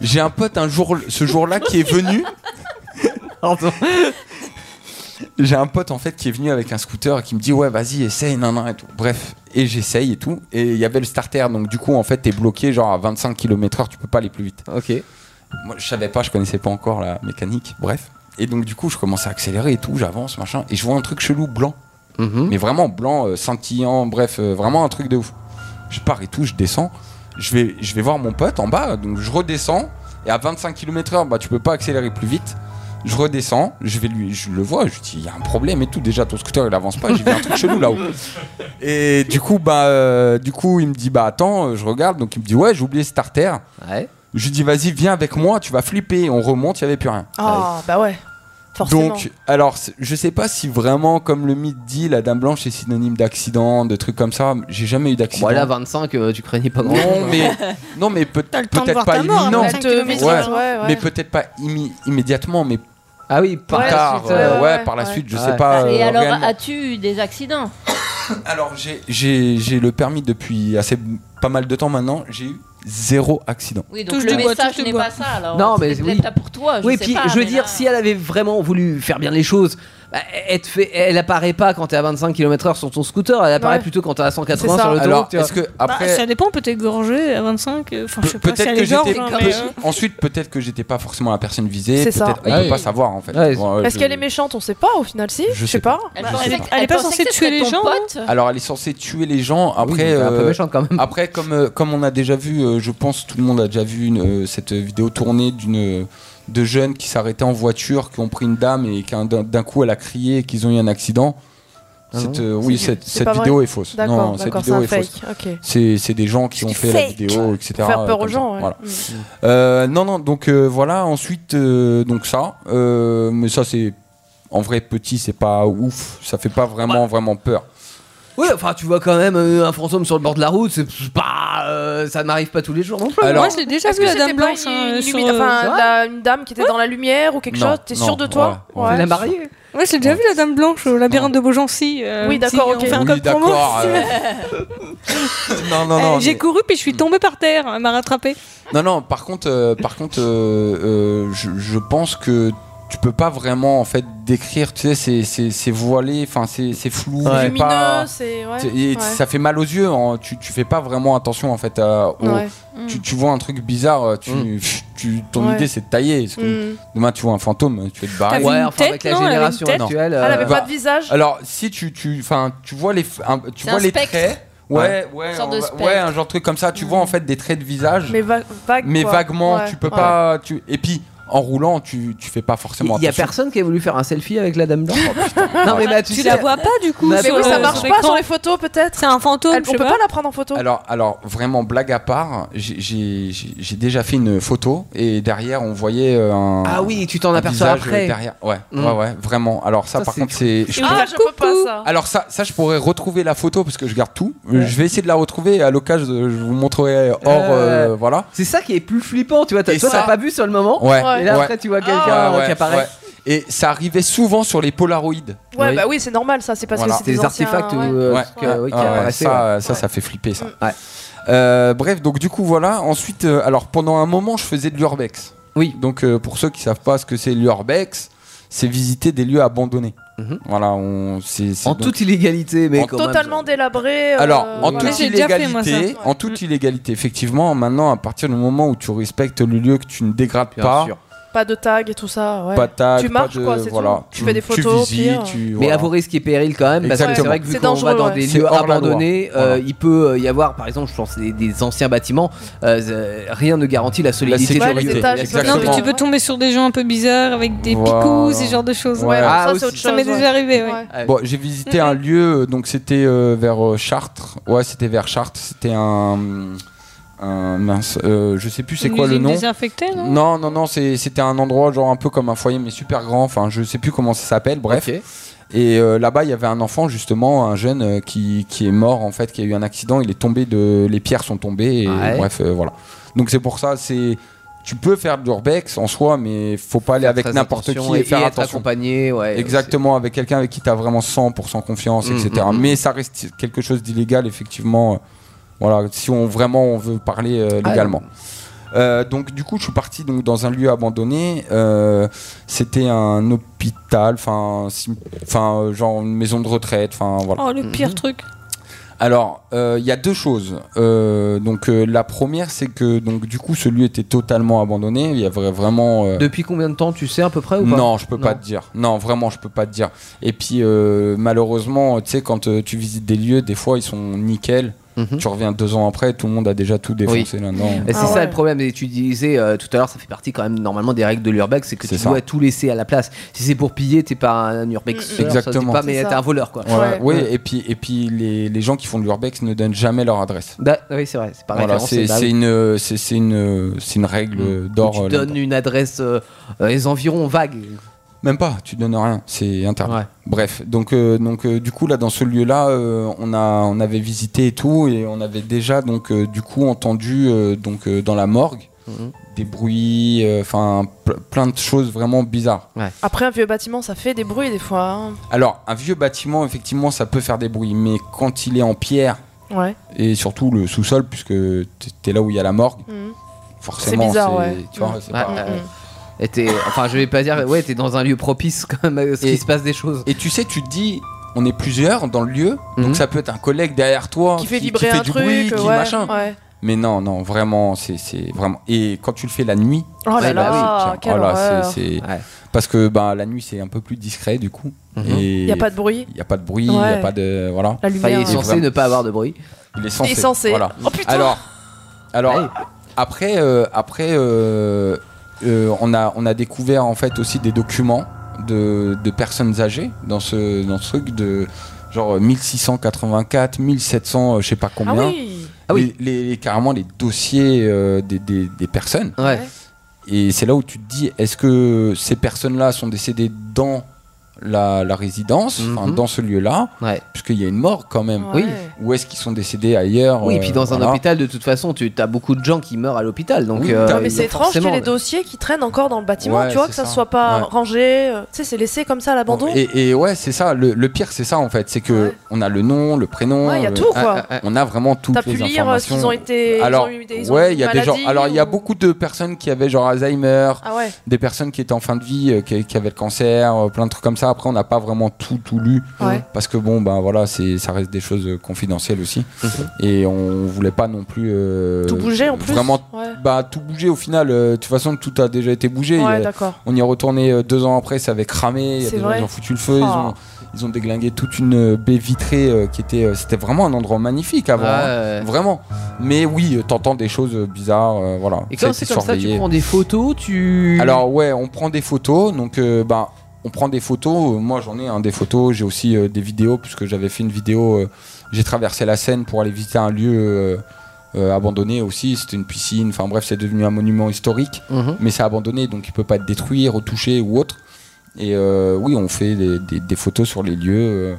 S5: J'ai un pote un jour, ce jour-là qui est venu. J'ai un pote en fait qui est venu avec un scooter et qui me dit ouais vas-y essaye nan nan et tout. Bref et j'essaye et tout et il y avait le starter donc du coup en fait t'es bloqué genre à 25 km/h tu peux pas aller plus vite.
S2: Ok.
S5: Moi je savais pas je connaissais pas encore la mécanique bref et donc du coup je commence à accélérer et tout j'avance machin et je vois un truc chelou blanc mais vraiment blanc euh, scintillant bref euh, vraiment un truc de ouf. Je pars et tout je descends je vais je vais voir mon pote en bas donc je redescends et à 25 km/h bah tu peux pas accélérer plus vite. Je redescends, je vais lui, je le vois, je lui dis il y a un problème et tout. Déjà ton scooter il avance pas, j'ai vu un truc chelou là-haut. Et du coup bah euh, du coup il me dit bah attends, euh, je regarde donc il me dit ouais j'ai oublié ce starter. Je lui dis vas-y viens avec moi, tu vas flipper. On remonte, il y avait plus rien.
S3: Ah, bah ouais. Forcément.
S5: Donc, alors, c'est- je sais pas si vraiment, comme le mythe dit, la dame blanche est synonyme d'accident, de trucs comme ça. J'ai jamais eu d'accident.
S2: Voilà, 25, euh, tu craignais pas grand
S5: Non, mais, non, mais peut-
S2: le temps de
S5: peut-être
S2: voir
S5: pas
S2: ta mort,
S5: imminent.
S2: 25 kilomètres,
S5: Ouais,
S2: ouais, ouais.
S5: Mais peut-être pas immi- immédiatement, mais.
S2: Ah oui,
S5: par
S12: Ouais,
S5: tard.
S12: la suite,
S5: euh,
S12: ouais,
S5: ouais,
S12: ouais,
S5: par la
S12: ouais.
S5: suite, je
S2: Ah
S5: sais
S2: ouais.
S5: pas.
S12: Et
S5: euh,
S12: alors,
S5: réellement.
S12: as-tu eu des accidents
S5: Alors, j'ai- j'ai j'ai le permis depuis assez pas mal de temps maintenant. J'ai eu zéro accident.
S12: Oui, donc
S2: Touche
S12: le
S2: du bois,
S12: message
S2: touche du
S12: n'est
S2: bois.
S12: pas ça. Alors,
S2: Non,
S12: C'était
S2: mais
S12: peut-être
S2: oui.
S12: là pour toi. Ah, Je
S2: oui,
S12: sais
S2: puis
S12: pas,
S2: je veux
S12: mais
S2: dire, si elle avait vraiment voulu faire bien les choses, bah, elle, te fait- elle apparaît pas quand t'es à 25 km/h sur ton scooter, elle apparaît
S12: Ouais.
S2: plutôt quand t'es à 180
S12: C'est ça.
S2: sur l'autoroute. hein.
S5: Alors,
S2: tu vois.
S5: est-ce que
S12: Bah,
S5: après.
S7: ça dépend, peut-être gorgé à 25. euh, Enfin, je sais pas si
S5: Peut-être
S7: elle
S5: que
S7: est gorge.
S5: j'étais.
S7: hein,
S5: peut-
S7: mais,
S5: Ensuite, peut-être que j'étais pas forcément la personne visée.
S3: C'est ça.
S5: Peut-être on
S3: Ah
S5: peut
S3: oui.
S5: pas savoir en fait. Ouais,
S3: Est-ce
S5: je-
S3: qu'elle est méchante On sait pas au final, si Je sais pas.
S12: Elle
S3: Bah,
S12: pensait
S3: elle-
S12: que-
S3: elle est
S12: elle
S3: pas
S12: pensait
S3: censée
S12: que
S3: tuer
S12: c'était
S3: les
S12: ton
S3: gens.
S12: pote.
S5: Alors elle est censée tuer les gens après.
S2: mais elle est un peu
S5: euh,
S2: méchante, quand même.
S5: Après comme euh, comme on a déjà vu, euh, je pense tout le monde a déjà vu une, euh, cette vidéo tournée d'une euh, de jeunes qui s'arrêtaient en voiture, qui ont pris une dame et qu'un d'un d'un coup elle a crié et qu'ils ont eu un accident.
S2: Ah
S5: Cette,
S2: non
S5: euh, oui,
S2: C'est-
S5: cette,
S2: c'est
S5: cette
S2: pas vrai
S5: vidéo est fausse.
S3: D'accord,
S5: Non, cette
S3: d'accord,
S5: vidéo
S3: c'est
S5: est,
S3: un
S5: fausse.
S3: fake, ok.
S5: C'est c'est des gens qui ont fait la
S3: fake.
S5: vidéo, etc.
S3: Pour faire peur
S5: euh,
S3: aux
S5: comme
S3: gens,
S5: ça.
S3: ouais. Mm.
S5: Voilà. Euh, non, non. Donc euh, voilà. Ensuite, euh, donc ça. euh, mais ça c'est en vrai petit, c'est pas ouf. Ça fait pas vraiment vraiment peur.
S2: Oui, enfin, tu vois quand même euh, un fantôme sur le bord de la route, c'est c'est pas, euh, ça n'arrive pas tous les jours non plus.
S5: Alors-
S7: Moi, je l'ai déjà
S3: Est-ce
S7: vu,
S3: que
S7: la
S3: c'était
S7: dame
S3: pas
S7: blanche.
S3: une,
S7: hein,
S3: une
S7: sur,
S3: humide-
S7: euh,
S3: enfin,
S7: c'est vrai
S3: la- une dame qui était dans la lumière ou quelque
S5: Non,
S3: chose T'es
S5: non,
S3: sûr de toi
S5: ouais, ouais.
S3: Ouais.
S5: La
S2: mariée
S7: Moi, j'ai déjà vu la dame blanche au labyrinthe de Beaugency. euh,
S3: Oui, d'accord,
S7: si
S3: ok.
S7: on fait un
S5: Oui,
S7: code promo.
S5: d'accord, euh, non, non, non.
S7: Euh, J'ai
S5: mais-
S7: couru, puis je suis tombée par terre. Elle m'a rattrapée.
S5: Non, non, par contre, euh, par contre euh, euh, je, je pense que tu peux pas vraiment en fait décrire, tu sais, c'est- c'est c'est voilé, enfin c'est c'est flou,
S3: C'est
S5: c'est
S3: lumineux,
S5: pas-
S3: c'est- ouais,
S5: c'est- et
S3: ouais.
S5: ça fait mal aux yeux, hein, tu, tu fais pas vraiment attention en fait à, au-
S3: Ouais. Mm.
S5: tu, tu vois un truc bizarre, euh, tu,
S2: Mm.
S5: pff, tu- ton
S3: Ouais.
S5: idée c'est de tailler, parce que
S3: Mm.
S5: demain tu vois un fantôme, tu vas te barrer.
S2: T'avais Ouais, une enfin, avec tête, la non Elle avait une génération tête actuelle, euh,
S3: Elle avait pas
S5: Bah,
S3: de visage
S5: Alors si tu tu enfin tu vois les f- un- tu
S3: C'est
S5: vois
S3: un
S5: les
S3: spectre.
S5: traits, ouais ouais,
S3: Une sorte
S5: on
S3: de
S5: va-
S3: spectre.
S5: ouais un genre de truc comme ça, tu vois en fait des traits de visage
S3: Mm. Mais va- vague,
S5: mais
S3: quoi.
S5: vaguement,
S3: Ouais,
S5: tu peux
S3: ouais.
S5: pas. Tu... Et puis, en roulant, tu, tu fais pas forcément
S2: Il y a
S5: attention.
S2: personne qui a voulu faire un selfie avec la dame blanche. non mais
S5: Ouais.
S2: bah, tu,
S5: Tu
S2: sais-
S5: la vois pas,
S7: du
S2: Bah,
S3: Mais
S2: sur
S3: oui,
S2: le-
S3: ça marche
S2: sur
S3: pas
S2: l'écran.
S3: sur les photos peut-être
S7: C'est un fantôme,
S3: On peut pas la prendre en photo
S5: Alors, alors, vraiment, blague à part, j'ai- j'ai j'ai- j'ai déjà fait une photo et derrière, on voyait euh, un.
S2: Ah oui, tu t'en
S5: un
S2: aperçois
S5: visage,
S2: après.
S5: euh, Derrière. Ouais,
S2: Mm.
S5: ouais, ouais, vraiment. Alors, ça,
S2: Ça,
S5: par
S2: c'est
S5: contre, c'est. je
S3: Ah,
S5: pourrais-
S3: je peux pas ça
S5: Alors, ça, ça, je pourrais retrouver la photo parce que je garde tout. Je vais essayer de la retrouver et à l'occasion, je vous montrerai hors.
S2: Euh,
S5: euh, voilà.
S2: C'est ça qui est plus flippant, tu vois. t'as-
S5: Et
S2: Toi,
S5: ça-
S2: t'as pas vu sur le moment.
S5: Ouais.
S2: Et là,
S5: ouais.
S2: après, tu vois quelqu'un
S5: Ouais,
S2: euh,
S5: ouais,
S2: qui apparaît.
S5: ouais. Et ça arrivait souvent sur les Polaroids.
S3: Ouais, bah oui, c'est normal ça, c'est parce
S5: Voilà.
S3: que c'est des anciens- ouais.
S5: Ouais.
S2: que- oui, qui
S5: Ah ouais,
S2: apparaissaient,
S5: ça, ça, ça fait flipper ça. Euh, bref, donc du coup voilà. Ensuite, euh, alors pendant un moment, je faisais de l'urbex.
S2: Oui.
S5: Donc euh, pour ceux qui savent pas ce que c'est l'urbex, c'est visiter des lieux abandonnés.
S3: Mhm.
S5: Voilà, on. c'est- c'est
S2: En
S5: donc-
S2: toute illégalité, mais quand même.
S3: Totalement délabré. euh,
S5: alors, en
S3: voilà.
S5: toute illégalité, en
S3: Mm.
S5: toute illégalité, effectivement, maintenant, à partir du moment où tu respectes le lieu, que tu ne dégrades pas,
S3: Pas de tag et tout ça. Ouais.
S5: pas de tag,
S3: Tu
S5: pas
S3: marches
S5: de-
S3: quoi, c'est
S5: voilà,
S3: tout. Tu fais des photos. au
S5: visites,
S3: pire.
S5: tu-
S2: Mais
S5: voilà.
S2: à vos risques et périls quand même, parce que c'est
S5: Exactement.
S2: vrai que vu
S5: C'est
S2: qu'on
S5: dangereux,
S2: va dans
S5: ouais.
S2: des
S5: C'est
S2: lieux
S5: hors la loi.
S2: abandonnés, euh, il peut euh, y avoir, par exemple, je pense des, des anciens bâtiments, euh, euh, rien ne garantit la solidité.
S5: sécurité,
S2: juridique.
S5: les étages, exactement.
S7: Non, puis tu peux tomber sur des gens un peu bizarres avec des
S5: Voilà.
S7: picous, ce genre de choses.
S5: Ouais. Ah,
S7: ça,
S5: aussi.
S7: c'est autre chose, m'est
S3: ouais.
S7: déjà arrivé. ouais. Mm-hmm.
S5: Bon, j'ai visité un lieu, euh, donc c'était euh, vers euh, Chartres. Ouais, c'était vers Chartres. C'était un, un mince, euh, je sais plus c'est
S7: Une
S5: quoi le
S7: usine
S5: nom.
S7: désinfectée, non
S5: Non, non, non, c'est- c'était un endroit genre un peu comme un foyer mais super grand. Enfin, je sais plus comment ça s'appelle. Bref. Et euh, là-bas, il y avait un enfant justement, un jeune euh, qui, qui est mort en fait, qui a eu un accident. Il est tombé de, les pierres sont tombées. Et,
S2: Ouais.
S5: Bref, euh, voilà. Donc c'est pour ça, c'est tu peux faire de l'urbex en soi, mais faut pas aller
S2: Faire
S5: avec
S2: très
S5: n'importe
S2: attention
S5: qui et,
S2: et-
S5: faire
S2: et être
S5: attention.
S2: accompagné, ouais.
S5: Exactement, avec quelqu'un avec qui tu as vraiment 100% confiance,
S2: Mm,
S5: etc.
S2: mm, mm.
S5: Mais ça reste quelque chose d'illégal, effectivement. euh, Voilà, si on vraiment on veut parler euh,
S2: Ah,
S5: légalement. Euh, donc du coup, je suis parti donc dans un lieu abandonné. euh, C'était un hôpital, enfin, sim- enfin, euh, genre une maison de retraite, enfin voilà.
S7: Oh,
S2: Mm-hmm.
S7: le pire truc.
S5: Alors, euh, il y a deux choses. Euh, donc, euh, la première, c'est que donc du coup, ce lieu était totalement abandonné. Il y avait vraiment. euh,
S2: Depuis combien de temps tu sais à peu près Ah, ou pas
S5: Non, je peux pas te dire. Non, vraiment, je peux pas te dire. Et puis, euh, malheureusement, tu sais, quand euh, tu visites des lieux, des fois, ils sont nickel. Tu reviens deux ans après, tout le monde a déjà tout défoncé là-dedans.
S2: Mhm. Et c'est ça le problème. Et tu disais euh, tout à l'heure, ça fait partie quand même normalement des règles de l'urbex, c'est que tu
S5: ça.
S2: dois tout laisser à la place. Si c'est pour piller, t'es pas un urbex.
S5: Exactement.
S2: Pas, mais t'es un voleur quoi.
S5: Voilà. Oui, et puis, et puis les, les gens qui font de l'urbex ne donnent jamais leur adresse.
S2: Bah, oui, c'est vrai. C'est pas
S5: Voilà,
S2: référencé,
S5: c'est
S2: bah oui.
S5: c'est une, c'est c'est une, c'est une règle d'or.
S2: Mm. Tu
S5: euh,
S2: donnes une adresse, euh, euh, les environs vagues.
S5: Même pas, tu donnes rien, c'est interdit. Bref, donc, euh, donc euh, du coup là dans ce lieu-là, euh, on a on avait visité et tout et on avait déjà donc euh, du coup entendu euh, donc euh, dans la morgue
S2: Mhm.
S5: des bruits, euh, enfin ple- plein de choses vraiment bizarres.
S3: Après, un vieux bâtiment, ça fait des bruits des fois. hein.
S5: Alors un vieux bâtiment effectivement ça peut faire des bruits, mais quand il est en pierre
S3: Ouais.
S5: et surtout le sous-sol puisque t'es- t'es là où il y a la morgue,
S7: Oh
S3: Mhm.
S5: forcément
S3: C'est bizarre, ouais. mm.
S5: tu vois,
S2: Mm.
S5: c'est pas-
S2: Ouais, ouais. Et t'es- enfin, je vais pas dire, ouais, t'es dans un lieu propice quand même à ce qu'il se passe des choses. Mm-hmm.
S5: Et tu sais, tu te dis, on est plusieurs dans le lieu, donc ça peut être un collègue derrière toi
S3: Qui fait vibrer un
S5: du
S3: truc,
S5: bruit, qui
S3: ouais,
S5: machin.
S3: ouais.
S5: Mais non, non, vraiment, c'est- c'est vraiment. Et quand tu le fais la nuit,
S3: Oh là là, quelle
S5: oh là,
S3: horreur.
S5: c'est- c'est- parce que bah, la nuit c'est un peu plus discret du coup.
S2: Mhm.
S5: Et
S3: Y a pas de bruit.
S5: Il y a pas de bruit, il y a
S3: Ouais.
S5: pas de voilà.
S3: La lumière.
S2: il est censé ne pas avoir de bruit.
S5: Il est censé.
S3: Il est censé.
S5: Voilà.
S3: Oh, putain.
S5: Alors, alors après, euh, après, euh, euh, on a on a découvert en fait aussi des documents de, de personnes âgées dans ce dans ce truc de genre euh, 1684, 1700, euh, je sais pas combien.
S2: oui. Ah oui.
S5: Les, les- carrément les dossiers euh, des, des- des personnes.
S2: Ouais.
S5: Et c'est là où tu te dis, est-ce que ces personnes-là sont décédées dans la, la résidence, enfin,
S2: Mhm.
S5: dans ce lieu-là, puisqu'il y a une mort quand même.
S2: Oui.
S5: Ou est-ce qu'ils sont décédés ailleurs
S2: Oui, et
S5: euh,
S2: puis dans un
S5: voilà.
S2: hôpital, de toute façon, tu as beaucoup de gens qui meurent à l'hôpital. Donc,
S5: Oui,
S2: euh,
S5: t'as-
S3: Mais c'est étrange qu'il y ait
S2: forcément-
S3: les dossiers qui traînent encore dans le bâtiment,
S5: Ouais,
S3: tu vois,
S5: c'est
S3: que ça,
S5: ça.
S3: soit pas
S5: Ouais.
S3: rangé. euh, Tu sais, c'est laissé comme ça à l'abandon.
S5: Et, et ouais, c'est ça. Le, le pire, c'est ça en fait, c'est que on a le nom, le prénom,
S3: Ouais, y a
S5: le-
S3: tout, quoi.
S5: On a vraiment toutes
S3: T'as
S5: les
S3: pu lire, euh,
S5: informations.
S3: s'ils ont été- ils
S5: Alors
S3: ont eu des- ils ont eu
S5: ouais,
S3: une
S5: il y a des gens.
S3: maladie
S5: Alors il y a
S3: ou-
S5: beaucoup de personnes qui avaient genre Alzheimer,
S3: Ah ouais.
S5: des personnes qui étaient en fin de vie, euh, qui, qui avaient le cancer, euh, plein de trucs comme ça. Après, on n'a pas vraiment tout tout lu
S3: Ouais.
S5: parce que bon, ben voilà, c'est ça reste des choses euh, confidentielles aussi, et on voulait pas non plus euh,
S3: Tout bouger, en plus.
S5: Vraiment,
S3: Ouais.
S5: bah tout bouger au final. euh, De toute façon, tout a déjà été bougé.
S3: Ouais,
S5: Il y a-
S3: d'accord.
S5: On y est retourné euh, deux ans après, ça avait cramé. Il y a
S3: C'est
S5: des gens
S3: vrai.
S5: qui ont foutu le feu. Ils
S3: Oh.
S5: ont ils ont déglingué toute une euh, baie vitrée euh, qui était. euh, C'était vraiment un endroit magnifique avant.
S2: Ouais,
S5: hein. Vraiment. Mais oui, euh, t'entends des choses euh, bizarres. euh, voilà.
S2: Et quand
S5: a
S2: c'est
S5: été
S2: comme ça, tu
S5: surveillé.
S2: prends des photos, tu.
S5: Alors ouais, on prend des photos. Donc euh, bah, on prend des photos. Euh, Moi j'en ai un des photos. J'ai aussi euh, des vidéos puisque j'avais fait une vidéo. euh, J'ai traversé la Seine pour aller visiter un lieu. euh, euh, abandonné aussi, c'était une piscine, enfin bref, c'est devenu un monument historique,
S2: Mhm.
S5: mais c'est abandonné donc il peut pas être détruit, retouché ou autre. Et euh, oui, on fait des, des- des photos sur les lieux, euh,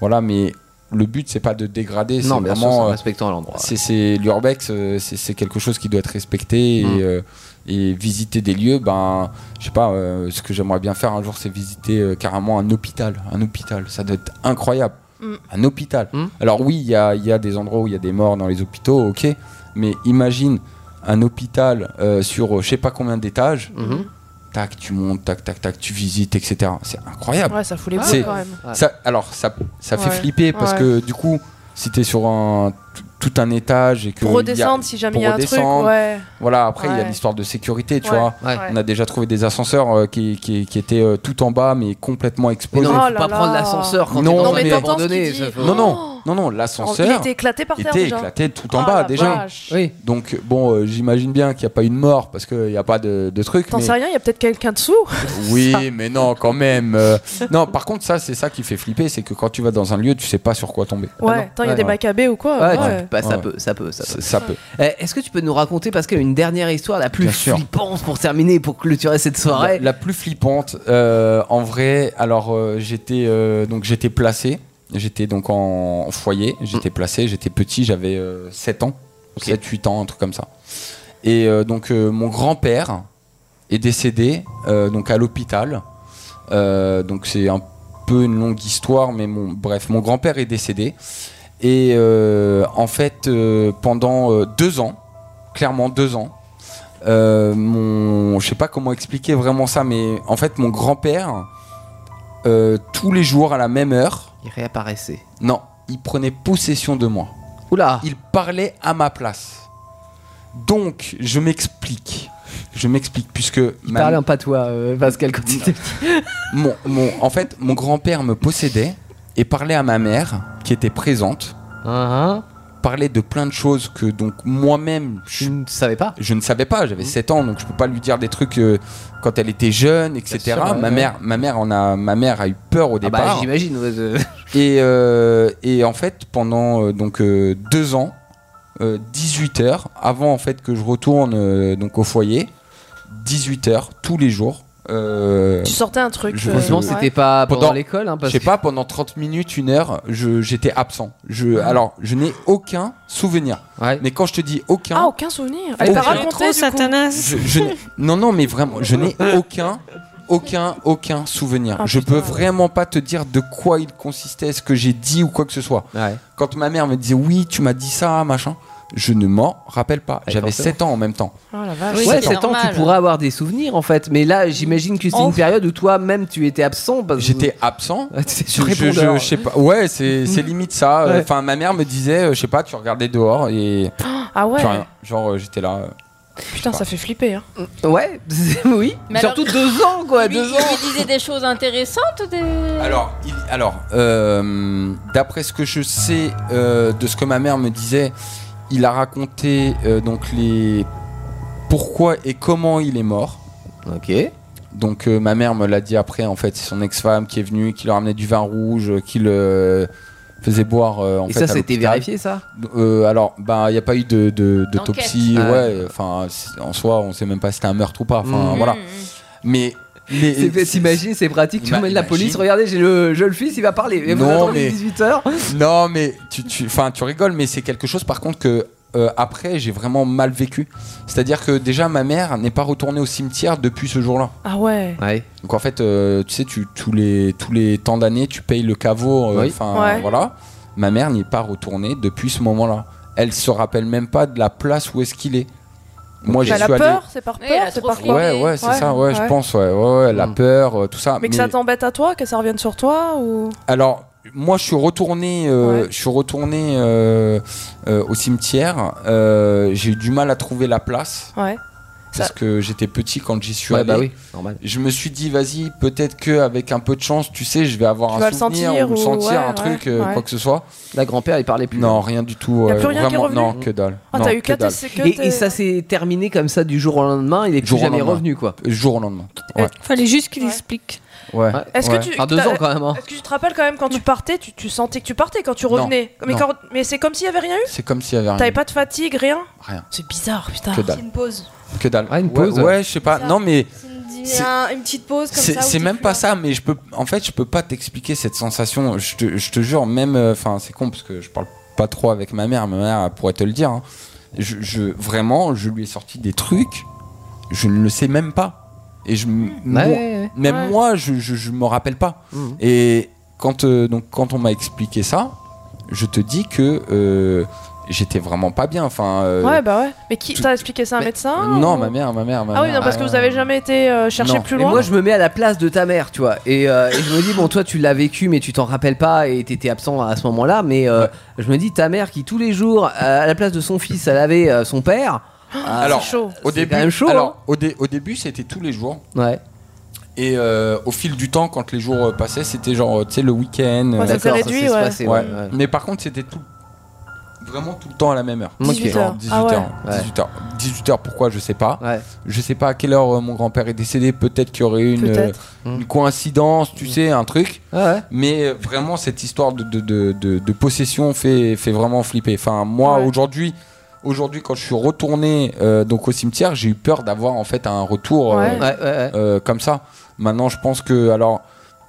S5: voilà, mais le but c'est pas de dégrader, c'est
S2: Non, bien sûr,
S5: vraiment
S2: c'est en
S5: euh,
S2: respectant l'endroit.
S5: c'est- C'est l'urbex, euh, c'est c'est quelque chose qui doit être respecté
S2: Mm.
S5: et, euh, et visiter des lieux. Ben, je sais pas, euh, ce que j'aimerais bien faire un jour, c'est visiter euh, carrément un hôpital. Un hôpital, ça doit être incroyable.
S2: Mm.
S5: Un hôpital. Alors oui, il y a, il y a des endroits où il y a des morts dans les hôpitaux, ok. Mais imagine un hôpital euh, sur euh, je sais pas combien d'étages.
S2: Mm-hmm.
S5: Tac, tu montes, tac, tac, tac, tu visites, etc. C'est incroyable.
S3: Ouais, ça fout les boules,
S5: C'est-
S3: quand même.
S5: ça- alors, ça, ça fait
S3: Ouais.
S5: flipper parce
S3: Ouais.
S5: que du coup, si t'es sur un tout- tout un étage et que
S3: Pour
S5: il y a-
S3: redescendre, si jamais
S5: pour
S3: il y a un truc,
S5: redescendre,
S3: ouais.
S5: Voilà, après il y a
S3: Ouais.
S5: l'histoire de sécurité, tu
S3: Ouais.
S5: vois.
S3: Ouais.
S5: On a déjà trouvé des ascenseurs euh, qui, qui- qui étaient euh, tout en bas mais complètement
S2: Mais
S5: explosés.
S2: non, faut pas prendre l'ascenseur quand
S5: Non,
S2: t'es dans
S5: mais-
S2: un lieu
S5: Non, mais
S2: abandonné. hein. ça faut-
S5: non, non, non, non,
S3: Oh Il
S5: l'ascenseur
S3: était éclaté par terre
S5: était
S3: déjà.
S5: éclaté tout en
S3: Oh,
S5: bas
S3: la
S5: déjà.
S3: vache.
S5: Donc bon, euh, j'imagine bien qu'il n'y a pas eu de mort parce qu'il n'y a pas de, de truc.
S3: T'en
S5: mais-
S3: sais rien, il y a peut-être quelqu'un dessous.
S5: oui, mais non, quand même. euh, non, par contre, ça, c'est ça qui fait flipper, c'est que quand tu vas dans un lieu, tu sais pas sur quoi tomber.
S3: Ouais, attends, il y a des macabées ou quoi.
S2: Ouais,
S3: ouais.
S2: tu- bah, ça
S5: Ouais.
S2: peut, ça peut, ça peut.
S5: Ça peut.
S2: Euh, Est-ce que tu peux nous raconter, Pascal, une dernière histoire la plus
S5: Bien sûr.
S2: flippante pour terminer, pour clôturer cette soirée
S5: La, la plus flippante, euh, en vrai, alors euh, j'étais euh, donc j'étais placé, j'étais donc en, en
S2: Hmm.
S5: foyer, j'étais placé, j'étais petit, j'avais euh, 7 ans, 7-8 ans, un truc comme ça. Et euh, donc euh, mon grand-père est décédé euh, donc à l'hôpital. Euh, donc c'est un peu une longue histoire, mais mon, bref, mon grand-père est décédé. Et euh, en fait, euh, pendant euh, deux ans, clairement deux ans, euh, mon, je sais pas comment expliquer vraiment ça, mais en fait, mon grand-père, euh, tous les jours à la même heure,
S2: Il réapparaissait.
S5: non, il prenait possession de moi.
S2: Oula
S5: Il parlait à ma place. Donc, je m'explique. Je m'explique, puisque.
S2: Il parlait en patois, euh, Pascal, quand il était petit.
S5: mon, mon- en fait, mon grand-père me possédait et parlait à ma mère, qui était présente. Parlait de plein de choses que donc moi-même je
S2: ne savais pas. Mmh.
S5: Je ne savais pas. J'avais 7 ans, donc je peux pas lui dire des trucs euh, quand elle était jeune, etc.
S2: sûr, ouais,
S5: ma
S2: ouais.
S5: mère, ma mère en a, ma mère a eu peur au
S2: Ah bah,
S5: départ.
S2: j'imagine, ouais, euh.
S5: Et, euh, et en fait, pendant euh, donc euh, deux ans, euh, 18 heures, avant en fait que je retourne euh, donc au foyer, 18 heures tous les jours. euh,
S3: Tu sortais un truc,
S5: je-
S3: euh, Heureusement,
S5: je-
S3: c'était pas pendant l'école, hein,
S5: je
S3: parce
S5: sais
S3: que-
S5: pas, pendant 30 minutes, une heure, je- j'étais absent. Je, alors, je n'ai aucun souvenir. Mais quand je te dis aucun,
S3: Ah, aucun souvenir. Elle t'a
S5: Aucun.
S3: raconté, du coup.
S5: je- je n'ai- non, non, mais vraiment, je n'ai aucun, aucun, aucun souvenir.
S3: Ah,
S5: je peux vraiment pas te dire de quoi il consistait, ce que j'ai dit ou quoi que ce soit. Quand ma mère me disait oui, tu m'as dit ça, machin, je ne m'en rappelle pas. J'avais
S2: forcément.
S5: 7 ans en même temps. Ah
S2: Oui, ouais, 7 ans, tu pourras avoir des souvenirs en fait. Mais là, j'imagine que c'est
S5: Oh.
S2: une période où toi-même tu étais absent.
S5: J'étais absent.
S2: T'étais sur
S5: je, je-
S2: répondeur.
S5: je sais pas. Ouais, c'est c'est limite ça. Euh,
S2: Ouais.
S5: Enfin, ma mère me disait, euh, je sais pas, tu regardais dehors et.
S3: Ah ouais.
S5: Puis rien. Genre, euh, j'étais là. euh,
S3: Putain, ça fait flipper. Hein.
S2: Ouais, oui.
S12: Mais
S2: Surtout
S12: alors-
S2: deux ans, quoi,
S12: Lui-
S2: deux ans.
S12: Il lui disait des choses intéressantes ou des-
S5: Alors, il- alors euh, d'après ce que je sais euh, de ce que ma mère me disait, il a raconté euh, donc les pourquoi et comment il est mort.
S2: Ok.
S5: Donc euh, ma mère me l'a dit après. En fait, c'est son ex-femme qui est venue, qui leur amenait du vin rouge, euh, qui le faisait boire. euh, en
S2: Et
S5: fait,
S2: ça,
S5: à
S2: c'était
S5: l'hôpital.
S2: vérifié, ça
S5: Euh, Alors, bah, il n'y a pas eu de- de- d'autopsie.
S2: D'enquête.
S5: ouais. Enfin, c'est- en soi, on sait même pas si c'était un meurtre ou pas. Enfin,
S2: Mm.
S5: voilà. Mais les-
S2: C'est- T'imagines, c'est pratique. Tu
S5: Ima-
S2: emmènes la police.
S5: imagine.
S2: Regardez, j'ai le, je le fils, il va parler. Et vous
S5: Non
S2: attendez
S5: mais
S2: 18 heures.
S5: non mais tu tu enfin tu rigoles mais c'est quelque chose par contre que euh, après j'ai vraiment mal vécu. C'est-à-dire que déjà ma mère n'est pas retournée au cimetière depuis ce jour-là.
S3: Ah ouais.
S5: Donc en fait euh, tu sais tu tous les tous les temps d'année tu payes le caveau euh,
S2: Oui.
S5: enfin
S2: Ouais.
S5: voilà. Ma mère n'y est pas retournée depuis ce moment-là. Elle se rappelle même pas de la place où est-ce qu'il est. Moi
S3: Mais
S5: j'ai
S3: elle a
S5: suis allé
S3: peur, c'est par
S12: elle a
S3: peur, c'est
S12: trop
S3: par
S5: Ouais
S3: quoi
S5: ouais, c'est ça ouais, je pense ouais ouais, ouais, la peur euh, tout ça
S3: Mais que ça t'embête à toi, que ça revienne sur toi ou
S5: Alors, moi, je suis retourné, euh, je suis retourné euh, euh, au cimetière. Euh, j'ai eu du mal à trouver la place.
S3: Ouais.
S5: Parce que j'étais petit quand j'y suis
S2: Ouais,
S5: allé.
S2: bah oui, normal.
S5: Je me suis dit, vas-y, peut-être que avec un peu de chance, tu sais, je vais avoir
S3: Tu vas
S5: un
S3: le
S5: souvenir
S3: sentir
S5: ou le
S3: ou-
S5: sentir,
S3: ouais,
S5: un
S3: ouais,
S5: truc, euh,
S3: ouais.
S5: quoi que ce soit.
S2: La grand-père, il parlait plus.
S5: Non, rien du tout.
S2: Y a
S5: euh,
S2: plus rien qui est
S5: vraiment,
S2: revenu
S5: non, que dalle.
S2: Ah,
S5: Non,
S2: t'as eu
S5: que
S2: que
S5: dalle.
S2: tes- que Et- tes- et ça s'est terminé comme ça du jour au lendemain. Il est plus
S5: Jour au
S2: jamais
S5: lendemain.
S2: revenu, quoi.
S5: Jour au lendemain. Ouais.
S7: Fallait juste qu'il explique.
S5: Ouais.
S3: Est-ce
S5: ouais.
S3: que tu t'as-
S2: hein.
S3: Est-ce que tu te rappelles quand même quand tu partais, tu, tu sentais que tu partais quand tu
S5: hein. Non,
S3: revenais Mais
S5: non.
S3: quand mais c'est comme s'il y avait rien eu
S5: C'est comme s'il y avait rien.
S3: T'avais pas de fatigue, rien
S5: Rien.
S3: C'est bizarre, putain.
S5: Que dalle. C'est
S6: une pause.
S5: Que dalle.
S2: Ah, une
S5: Ouais,
S2: pause.
S5: Ouais, je sais pas.
S6: Ça.
S5: Non, mais.
S6: Dis un- une petite pause comme
S5: C'est
S6: ça. où
S5: c'est
S6: t'es
S5: même
S6: plus
S5: pas
S6: là.
S5: ça, mais je peux, en fait, je peux pas t'expliquer cette sensation. Je te, je te jure, même, euh, enfin, c'est con parce que je parle pas trop avec ma mère. Ma mère elle pourrait te le dire. hein. Je, je- vraiment, je lui ai sorti des trucs. Je ne le sais même pas. Et je, m- moi-
S2: ouais,
S5: même
S2: ouais.
S5: moi, je, je, je me rappelle pas.
S2: Mhm.
S5: Et quand, euh, donc, quand on m'a expliqué ça, je te dis que euh, j'étais vraiment pas bien. Enfin, euh,
S3: Ouais, bah ouais. Mais qui t'as expliqué ça à un médecin
S5: non,
S3: ou-
S5: ma mère, ma mère, ma
S3: Ah oui,
S5: mère,
S3: non, parce
S5: euh,
S3: que vous avez jamais été euh, chercher plus
S2: Mais
S3: loin.
S2: moi, je me mets à la place de ta mère, tu vois. Et, euh, et je me dis, bon, toi, tu l'as vécu, mais tu t'en rappelles pas et t'étais absent à ce moment-là. Mais euh, je me dis, ta mère qui, tous les jours, euh, à la place de son fils, elle avait euh, son père. Ah,
S5: alors,
S2: c'est chaud.
S5: au
S2: C'est
S5: début,
S2: quand même chaud, hein.
S5: alors, au, dé- au début, c'était tous les jours.
S2: Ouais.
S5: Et euh, au fil du temps, quand les jours euh, passaient, c'était genre, euh, tu sais, le week-end.
S2: Ouais,
S5: euh,
S2: ça s'est D'accord, ça réduit, s'est ouais. espacé, ouais, ouais.
S5: Mais par contre, c'était tout, vraiment tout le temps à la même heure.
S2: Ok. 18
S5: Genre
S2: heures.
S5: 18
S2: Ah ouais.
S5: heures.
S2: Ouais.
S5: 18 heures. 18 heures, pourquoi Je sais pas.
S2: Je
S5: sais pas à quelle heure euh, mon grand-père est décédé. Peut-être qu'il y aurait eu une,
S2: Peut-être. Mmh.
S5: euh, une coïncidence, tu sais, un truc. Mais euh, vraiment, cette histoire de, de, de- de- de possession fait, fait vraiment flipper. Enfin, moi, aujourd'hui. Aujourd'hui, quand je suis retourné euh, donc au cimetière, j'ai eu peur d'avoir en fait un retour euh,
S2: Ouais. Ouais, ouais, ouais.
S5: euh, comme ça. Maintenant, je pense que alors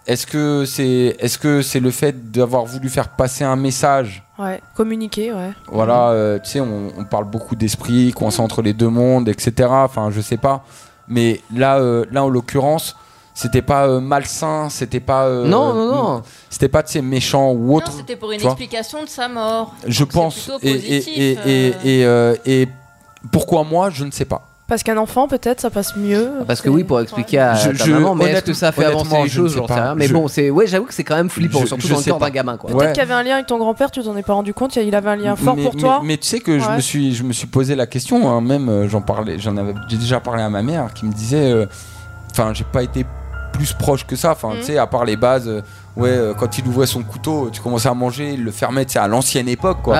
S5: Est-ce que c'est est-ce que c'est le fait d'avoir voulu faire passer un message
S3: Ouais, communiquer, ouais.
S5: Voilà, euh, tu sais, on, on parle beaucoup d'esprit, qu'on entre les deux mondes, etc. Enfin, je sais pas. Mais là, euh, là en l'occurrence, c'était pas euh, malsain, c'était pas. euh,
S12: Non, non, non.
S5: C'était pas, tu sais, méchant ou autre.
S12: C'était pour une
S5: tu vois.
S12: explication de sa mort.
S5: Je pense.
S12: plutôt
S5: Et, et,
S12: positif,
S5: et, et, et, euh, et pourquoi moi, je ne sais pas.
S3: Parce qu'un enfant, peut-être, ça passe
S5: Ah
S3: mieux.
S5: bah,
S2: Parce que oui, pour expliquer à
S5: Je-
S2: ta
S5: je-
S2: maman, mais est-ce que
S5: honnête-
S2: ça fait avancer
S5: honnêtement,
S2: les
S5: je ne
S2: choses
S5: sais
S2: j'en sais
S5: pas.
S2: rien. Mais
S5: Je-
S2: bon, c'est, ouais, j'avoue que c'est quand même flippant,
S5: Je-
S2: surtout
S5: je
S2: dans le
S5: sais
S2: corps
S5: pas.
S2: d'un gamin, quoi.
S5: Ouais.
S3: Peut-être qu'il y avait un lien avec ton grand-père, tu t'en es pas rendu compte, il avait un lien fort
S5: mais,
S3: pour
S5: mais-
S3: toi.
S5: mais tu sais que je
S3: Ouais.
S5: me suis, je me suis posé la question. hein, même euh, j'en parlais, j'en avais j'ai déjà parlé à ma mère qui me disait, euh, enfin, j'ai pas été plus proche que ça. Enfin,
S3: Mm.
S1: Mhm.
S5: tu sais, à part les bases. euh, ouais, euh, quand il ouvrait son couteau, tu commençais à manger, il le fermait. Tu sais, à l'ancienne époque, quoi.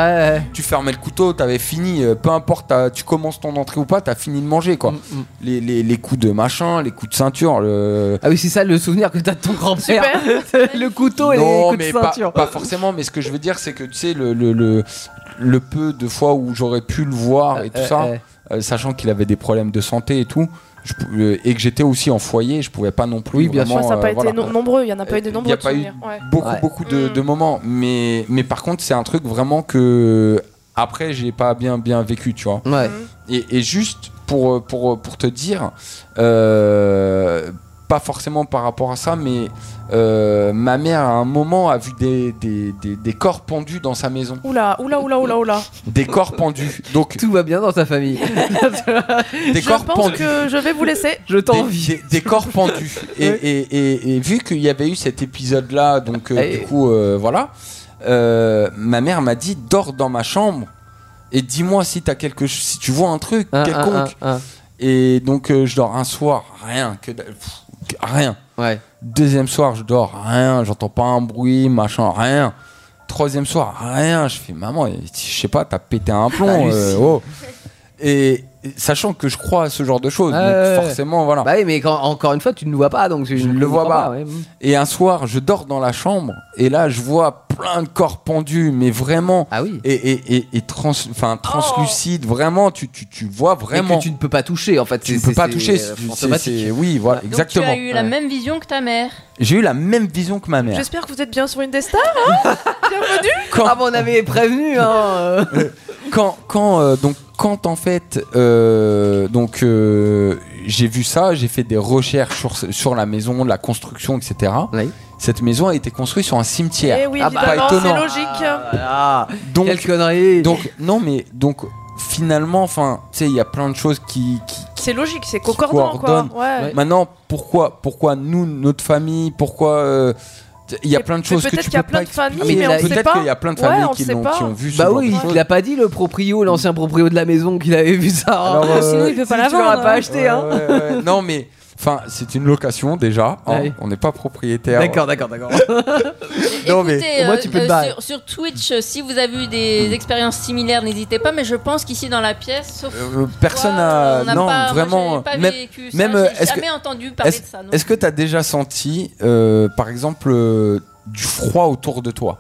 S5: Tu fermais le couteau, t'avais fini. euh, peu importe, t'as- tu commences ton entrée ou pas, t'as fini de manger,
S2: Mm,
S5: quoi. les, les- les coups de machin, les coups de ceinture, le.
S2: Ah oui, c'est ça le souvenir que t'as de ton grand-père. le couteau et
S5: non,
S2: les coups
S5: mais
S2: de
S5: pas,
S2: ceinture.
S5: pas forcément, mais ce que je veux dire, c'est que tu sais, le, le, le, le peu de fois où j'aurais pu le voir et tout
S2: euh,
S5: ça,
S2: euh.
S5: euh, sachant qu'il avait des problèmes de santé et tout, je pou- euh, et que j'étais aussi en foyer, je pouvais pas non plus.
S3: Oui, bien
S5: vraiment,
S3: sûr, ça n'a pas
S5: euh,
S3: été
S5: voilà.
S3: no- nombreux, il n'y en a pas eu de
S5: Euh,
S3: nombreux.
S5: y a pas eu
S3: souvenirs, ouais. Mm.
S5: beaucoup, beaucoup de, de moments, mais, mais par contre, c'est un truc vraiment que après, j'ai pas bien, bien vécu, tu vois.
S3: Mm.
S5: Et, et juste pour, pour, pour te dire, euh, pas forcément par rapport à ça, mais euh, ma mère à un moment a vu des, des, des, des corps pendus dans sa maison.
S3: Oula, oula, oula, oula, oula.
S5: Des corps pendus. Donc
S2: tout va bien dans ta famille.
S5: des
S3: Je
S5: corps
S3: pense
S5: pendus.
S3: que je vais vous laisser.
S2: Je
S5: t'envie. Des, des corps pendus. et, et, et, et vu qu'il y avait eu cet épisode-là, donc euh,
S2: Et-
S5: du coup, euh, voilà, euh, ma mère m'a dit dors dans ma chambre et dis-moi si t'as quelque, ch- si tu vois un truc
S2: Un, un,
S5: quelconque.
S2: un, un.
S5: Et donc euh, je dors un soir, rien, que dalle, pff, que- rien. Deuxième soir, je dors, rien, j'entends pas un bruit, machin, rien. Troisième soir, rien. Je fais maman, je sais pas, t'as pété un plomb.
S2: Hallucine.
S5: euh, oh. Et et sachant que je crois à ce genre de choses, donc
S2: Ouais.
S5: forcément, voilà.
S2: Bah oui, mais quand- encore une fois, tu ne le vois pas, donc tu
S5: Je
S2: ne
S5: le vois
S2: comprends
S5: pas.
S2: ouais.
S5: Et un soir, je dors dans la chambre et là, je vois plein de corps pendus, mais vraiment.
S2: Ah oui.
S5: Et, et, et, et trans, enfin, translucide, vraiment, tu, tu, tu vois vraiment.
S2: que tu ne peux pas toucher, en fait.
S5: Tu ne
S2: c'est-
S5: peux pas
S2: c'est,
S5: toucher.
S2: euh,
S5: c'est- c'est-
S2: fantomatique.
S5: c'est- oui, voilà,
S12: Donc tu
S5: exactement.
S12: as eu la même vision que ta mère.
S5: J'ai eu la même vision que ma mère.
S3: J'espère que vous êtes bien sur une des stars, hein Bienvenue
S2: Ah, bon, on avait prévenu, hein.
S5: quand quand euh, donc quand en fait euh, donc euh, j'ai vu ça, j'ai fait des recherches sur sur la maison, la construction, etc. Cette maison a été construite sur un cimetière.
S3: Eh oui,
S5: Ah bah,
S3: évidemment,
S5: pas
S3: c'est
S5: étonnant.
S3: logique.
S5: donc,
S2: quelle connerie
S5: Donc non mais donc finalement enfin tu sais il y a plein de choses qui, qui
S3: C'est logique, c'est
S5: qui
S3: concordant, quoi.
S5: coordonnent.
S3: Ouais. Eh
S5: Maintenant pourquoi pourquoi nous notre famille pourquoi euh, il y a plein de choses
S3: mais
S5: que
S3: peut-être
S5: tu
S3: qu'il y
S5: peux
S3: a plein
S5: pas
S3: de familles,
S5: expliquer. Ah,
S3: mais on sait
S5: peut-être
S3: pas.
S5: qu'il y a plein de
S3: Ouais,
S5: familles
S3: on
S5: qui,
S3: sait
S5: l'ont-
S3: pas.
S5: qui ont vu ce
S2: Bah
S5: genre
S2: oui,
S5: de choses.
S2: il l'a pas dit le proprio, l'ancien proprio de la maison qu'il avait vu ça. hein.
S5: Alors, euh, Sinon, il peut
S2: pas la Tu l'auras
S5: vendre,
S2: pas
S5: hein.
S2: acheté, hein.
S5: Ouais, ouais, ouais. non, mais enfin, c'est une location déjà. hein.
S2: Ouais.
S5: On n'est pas propriétaire.
S2: D'accord, d'accord, d'accord.
S5: non,
S12: Écoutez, euh,
S5: mais
S12: euh, sur, sur Twitch, euh, si vous avez eu
S5: Mm.
S12: des expériences similaires, n'hésitez pas. Mais je pense qu'ici dans la pièce, sauf
S5: Euh, personne
S12: Toi,
S5: n'a.
S12: on n'a
S5: Non,
S12: pas- moi,
S5: vraiment.
S12: j'ai pas
S5: même,
S12: vécu ça,
S5: même,
S12: j'ai
S5: euh, est-ce
S12: jamais
S5: que-
S12: entendu parler
S5: est-ce-
S12: de ça, non.
S5: Est-ce que tu as déjà senti, euh, par exemple, euh, du froid autour de toi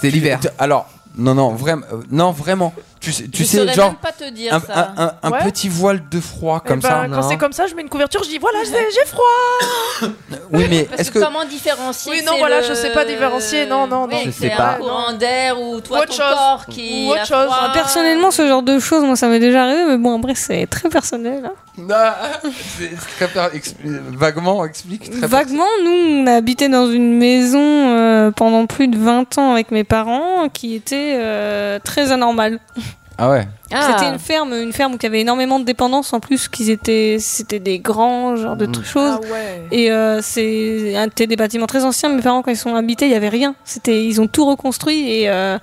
S2: C'est l'hiver.
S5: Alors, non, non, vraiment, euh, non, vraiment. Tu sais, tu
S12: Je
S5: sais
S12: saurais
S5: genre
S12: même pas te dire
S5: un,
S12: ça.
S5: un- un- un
S12: Ouais.
S5: petit voile de froid
S3: Eh
S5: comme
S3: ben,
S5: ça.
S3: Quand c'est comme ça, je mets une couverture, je dis voilà, j'ai j'ai froid.
S5: Oui, mais
S12: Parce
S5: est-ce
S12: que,
S5: que
S12: comment différencier
S3: Oui, non,
S12: c'est
S3: voilà,
S12: le-
S3: je sais pas différencier, non, non, non.
S12: Oui,
S5: Je
S12: c'est
S5: sais
S12: un
S5: pas.
S12: courant d'air ou toi,
S3: Ou autre
S12: ton
S3: chose.
S12: corps qui
S3: Ou autre
S12: a
S3: chose.
S12: froid.
S3: Ah,
S7: Personnellement, ce genre de choses, moi, ça m'est déjà arrivé, mais bon, après, c'est très personnel. hein.
S5: C'est- c'est très per- expli- Vaguement, explique. très per-
S7: Vaguement, nous, on a habité dans une maison euh, pendant plus de 20 ans avec mes parents, qui était euh, très anormale.
S5: Ah ouais.
S7: C'était une ferme, une ferme où il y avait énormément de dépendances en plus, qu'ils étaient, c'était des grands genre
S12: Mm.
S7: de trucs choses. Et euh, c'est un- c'était des bâtiments très anciens. Mes parents quand ils sont habités, il y avait rien. C'était, ils ont tout reconstruit et euh,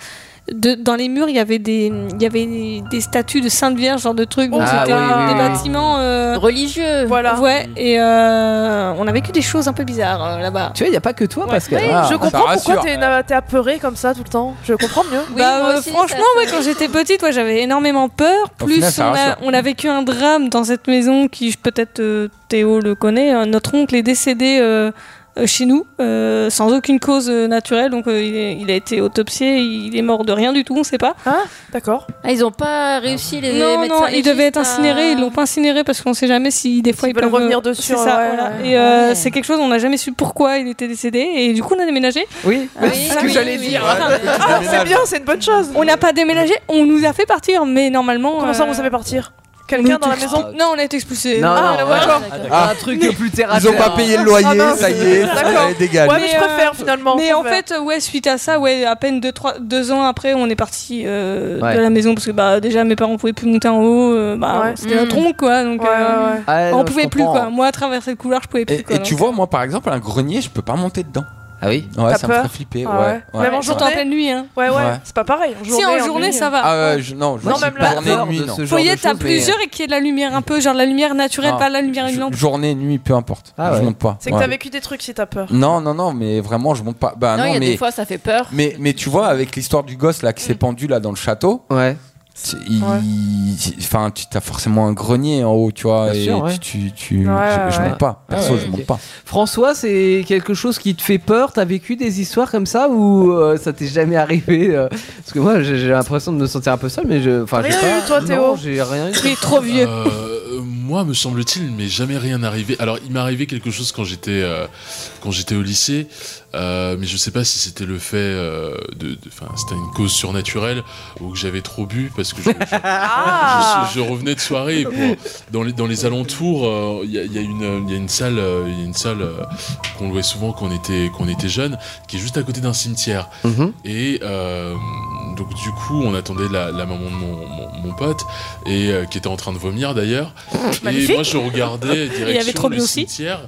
S7: de- dans les murs il y avait des, il y avait des, des statues de saintes vierges genre de trucs. Donc
S12: Ah
S7: c'était
S12: oui, oui,
S7: des
S12: oui.
S7: bâtiments euh,
S12: religieux.
S7: Voilà. Ouais. Et euh, on a vécu des choses un peu bizarres euh, là-bas.
S2: Tu vois, il n'y a pas que toi, parce que.
S7: Ouais,
S5: Ah.
S3: je comprends pourquoi t'es na- t'es apeuré comme ça tout le temps. Je comprends mieux.
S7: Bah, euh, franchement, ouais, quand j'étais petite, ouais, j'avais énormément peur.
S3: Au
S7: Plus,
S3: final, ça
S7: on, a,
S3: rassure.
S7: on a vécu un drame dans cette maison qui, je- peut-être euh, Théo le connaît. euh, notre oncle est décédé euh, euh, chez nous, euh, sans aucune cause euh, naturelle. Donc euh, il, est- il a été autopsié, il est mort de rien du tout, on ne sait pas.
S3: Ah, d'accord.
S7: ils n'ont pas
S12: réussi, les
S7: Non,
S12: médecins
S7: non, il
S12: légistes,
S7: devait être
S12: à-
S7: incinéré, ils l'ont pas incinéré parce qu'on ne sait jamais si des fois ils
S3: veulent
S7: peuvent- euh,
S3: revenir dessus, hein,
S7: C'est ça,
S3: ouais,
S7: voilà.
S3: ouais.
S7: Et euh,
S3: Ouais.
S7: c'est quelque chose, on n'a jamais su pourquoi il était décédé. Et du coup, on a déménagé.
S2: Oui,
S7: Ah
S3: c'est ce que j'allais dire. Ah, c'est bien, c'est une bonne chose.
S7: On n'a pas déménagé, on nous a fait partir, mais normalement.
S3: Comment ça, on vous a fait
S7: partir
S3: Quelqu'un dans la maison
S7: Non, on a été expulsé.
S2: Non,
S7: Ah,
S2: non,
S7: ouais.
S2: d'accord. Un truc plus terre à
S5: Ils ont
S2: terre.
S5: pas payé le loyer,
S2: Ah, mince.
S5: ça y est, ça
S2: D'accord.
S5: les dégage.
S7: Mais, euh, Mais en fait, euh, ouais, suite à ça, ouais, à peine deux, trois, deux ans après, on est parti euh,
S2: Ouais.
S7: de la maison parce que bah déjà mes parents pouvaient plus monter en haut, euh, bah,
S3: Ouais.
S7: c'était un
S3: Mm.
S7: tronc quoi, donc
S3: Ouais,
S7: euh,
S3: ouais, ouais.
S2: Ah,
S7: on
S2: non,
S7: pouvait
S2: je
S7: plus
S2: comprends.
S7: quoi. Moi, traverser le couloir, je pouvais plus.
S5: Et,
S7: quoi,
S5: et tu
S7: donc.
S5: vois, moi par exemple, un grenier, je peux pas monter dedans.
S2: Ah oui
S5: Ouais,
S7: T'as
S5: ça me ferait
S7: peur
S5: flipper.
S7: Ah
S5: ouais.
S7: ouais.
S5: ouais.
S7: Même en Surtout en pleine nuit, hein.
S3: Ouais, ouais,
S5: Ouais.
S3: c'est pas pareil. En journée,
S7: Si en journée, ça va.
S5: Ah ouais, je- non, je
S7: Non,
S5: suis
S7: même la
S5: journée,
S2: peur
S5: nuit,
S2: de
S5: non.
S2: ce
S7: Vous voyez, t'as plusieurs et qu'il y ait de la lumière un peu, genre la lumière naturelle,
S5: Ah.
S7: pas la lumière une lampe.
S5: Journée, nuit, peu importe.
S2: Ah
S5: Je monte pas.
S3: C'est que
S5: Ouais.
S3: t'as vécu des trucs si t'as peur.
S5: Non, non, non, mais vraiment, je monte pas. Bah non,
S12: il y a
S5: mais.
S12: des fois, ça fait peur.
S5: Mais, mais tu vois, avec l'histoire du gosse là qui s'est pendu là dans le château.
S2: Ouais.
S5: Enfin, tu as forcément un grenier en haut, tu vois.
S2: Bien
S5: et
S2: sûr, ouais.
S5: tu, tu, tu-
S2: Ouais,
S5: je, je
S2: ouais.
S5: monte pas. Perso,
S2: Ah ouais,
S5: je
S2: ok.
S5: monte pas.
S2: François, c'est quelque chose qui te fait peur T'as vécu des histoires comme ça ou euh, ça t'est jamais arrivé euh, Parce que moi, j'ai j'ai l'impression de me sentir un peu seul, mais je. Enfin, j'ai
S3: Rien
S2: pas-
S3: eu, toi, Théo
S2: Non, J'ai rien eu.
S7: Il est trop vieux.
S20: Euh, moi, me semble-t-il, mais jamais rien arrivé. Alors, il m'est arrivé quelque chose quand j'étais euh, quand j'étais au lycée, euh, mais je sais pas si c'était le fait euh, de, de- enfin, c'était une cause surnaturelle ou que j'avais trop bu parce que je, je-
S7: Ah
S20: je- je revenais de soirée et pour- dans les dans les alentours, euh, il y, a- il y a une euh, il y a une salle euh, il y a une salle euh, qu'on louait souvent quand on était qu'on était jeune, qui est juste à côté d'un cimetière.
S7: Mhm.
S20: Et euh, donc du coup, on attendait la, la maman de mon, mon- mon pote et euh, qui était en train de vomir d'ailleurs. et
S7: Ah, Magnifique.
S20: moi, je regardais
S7: Il y avait
S20: direction
S7: trop
S20: le
S7: bu aussi.
S20: cimetière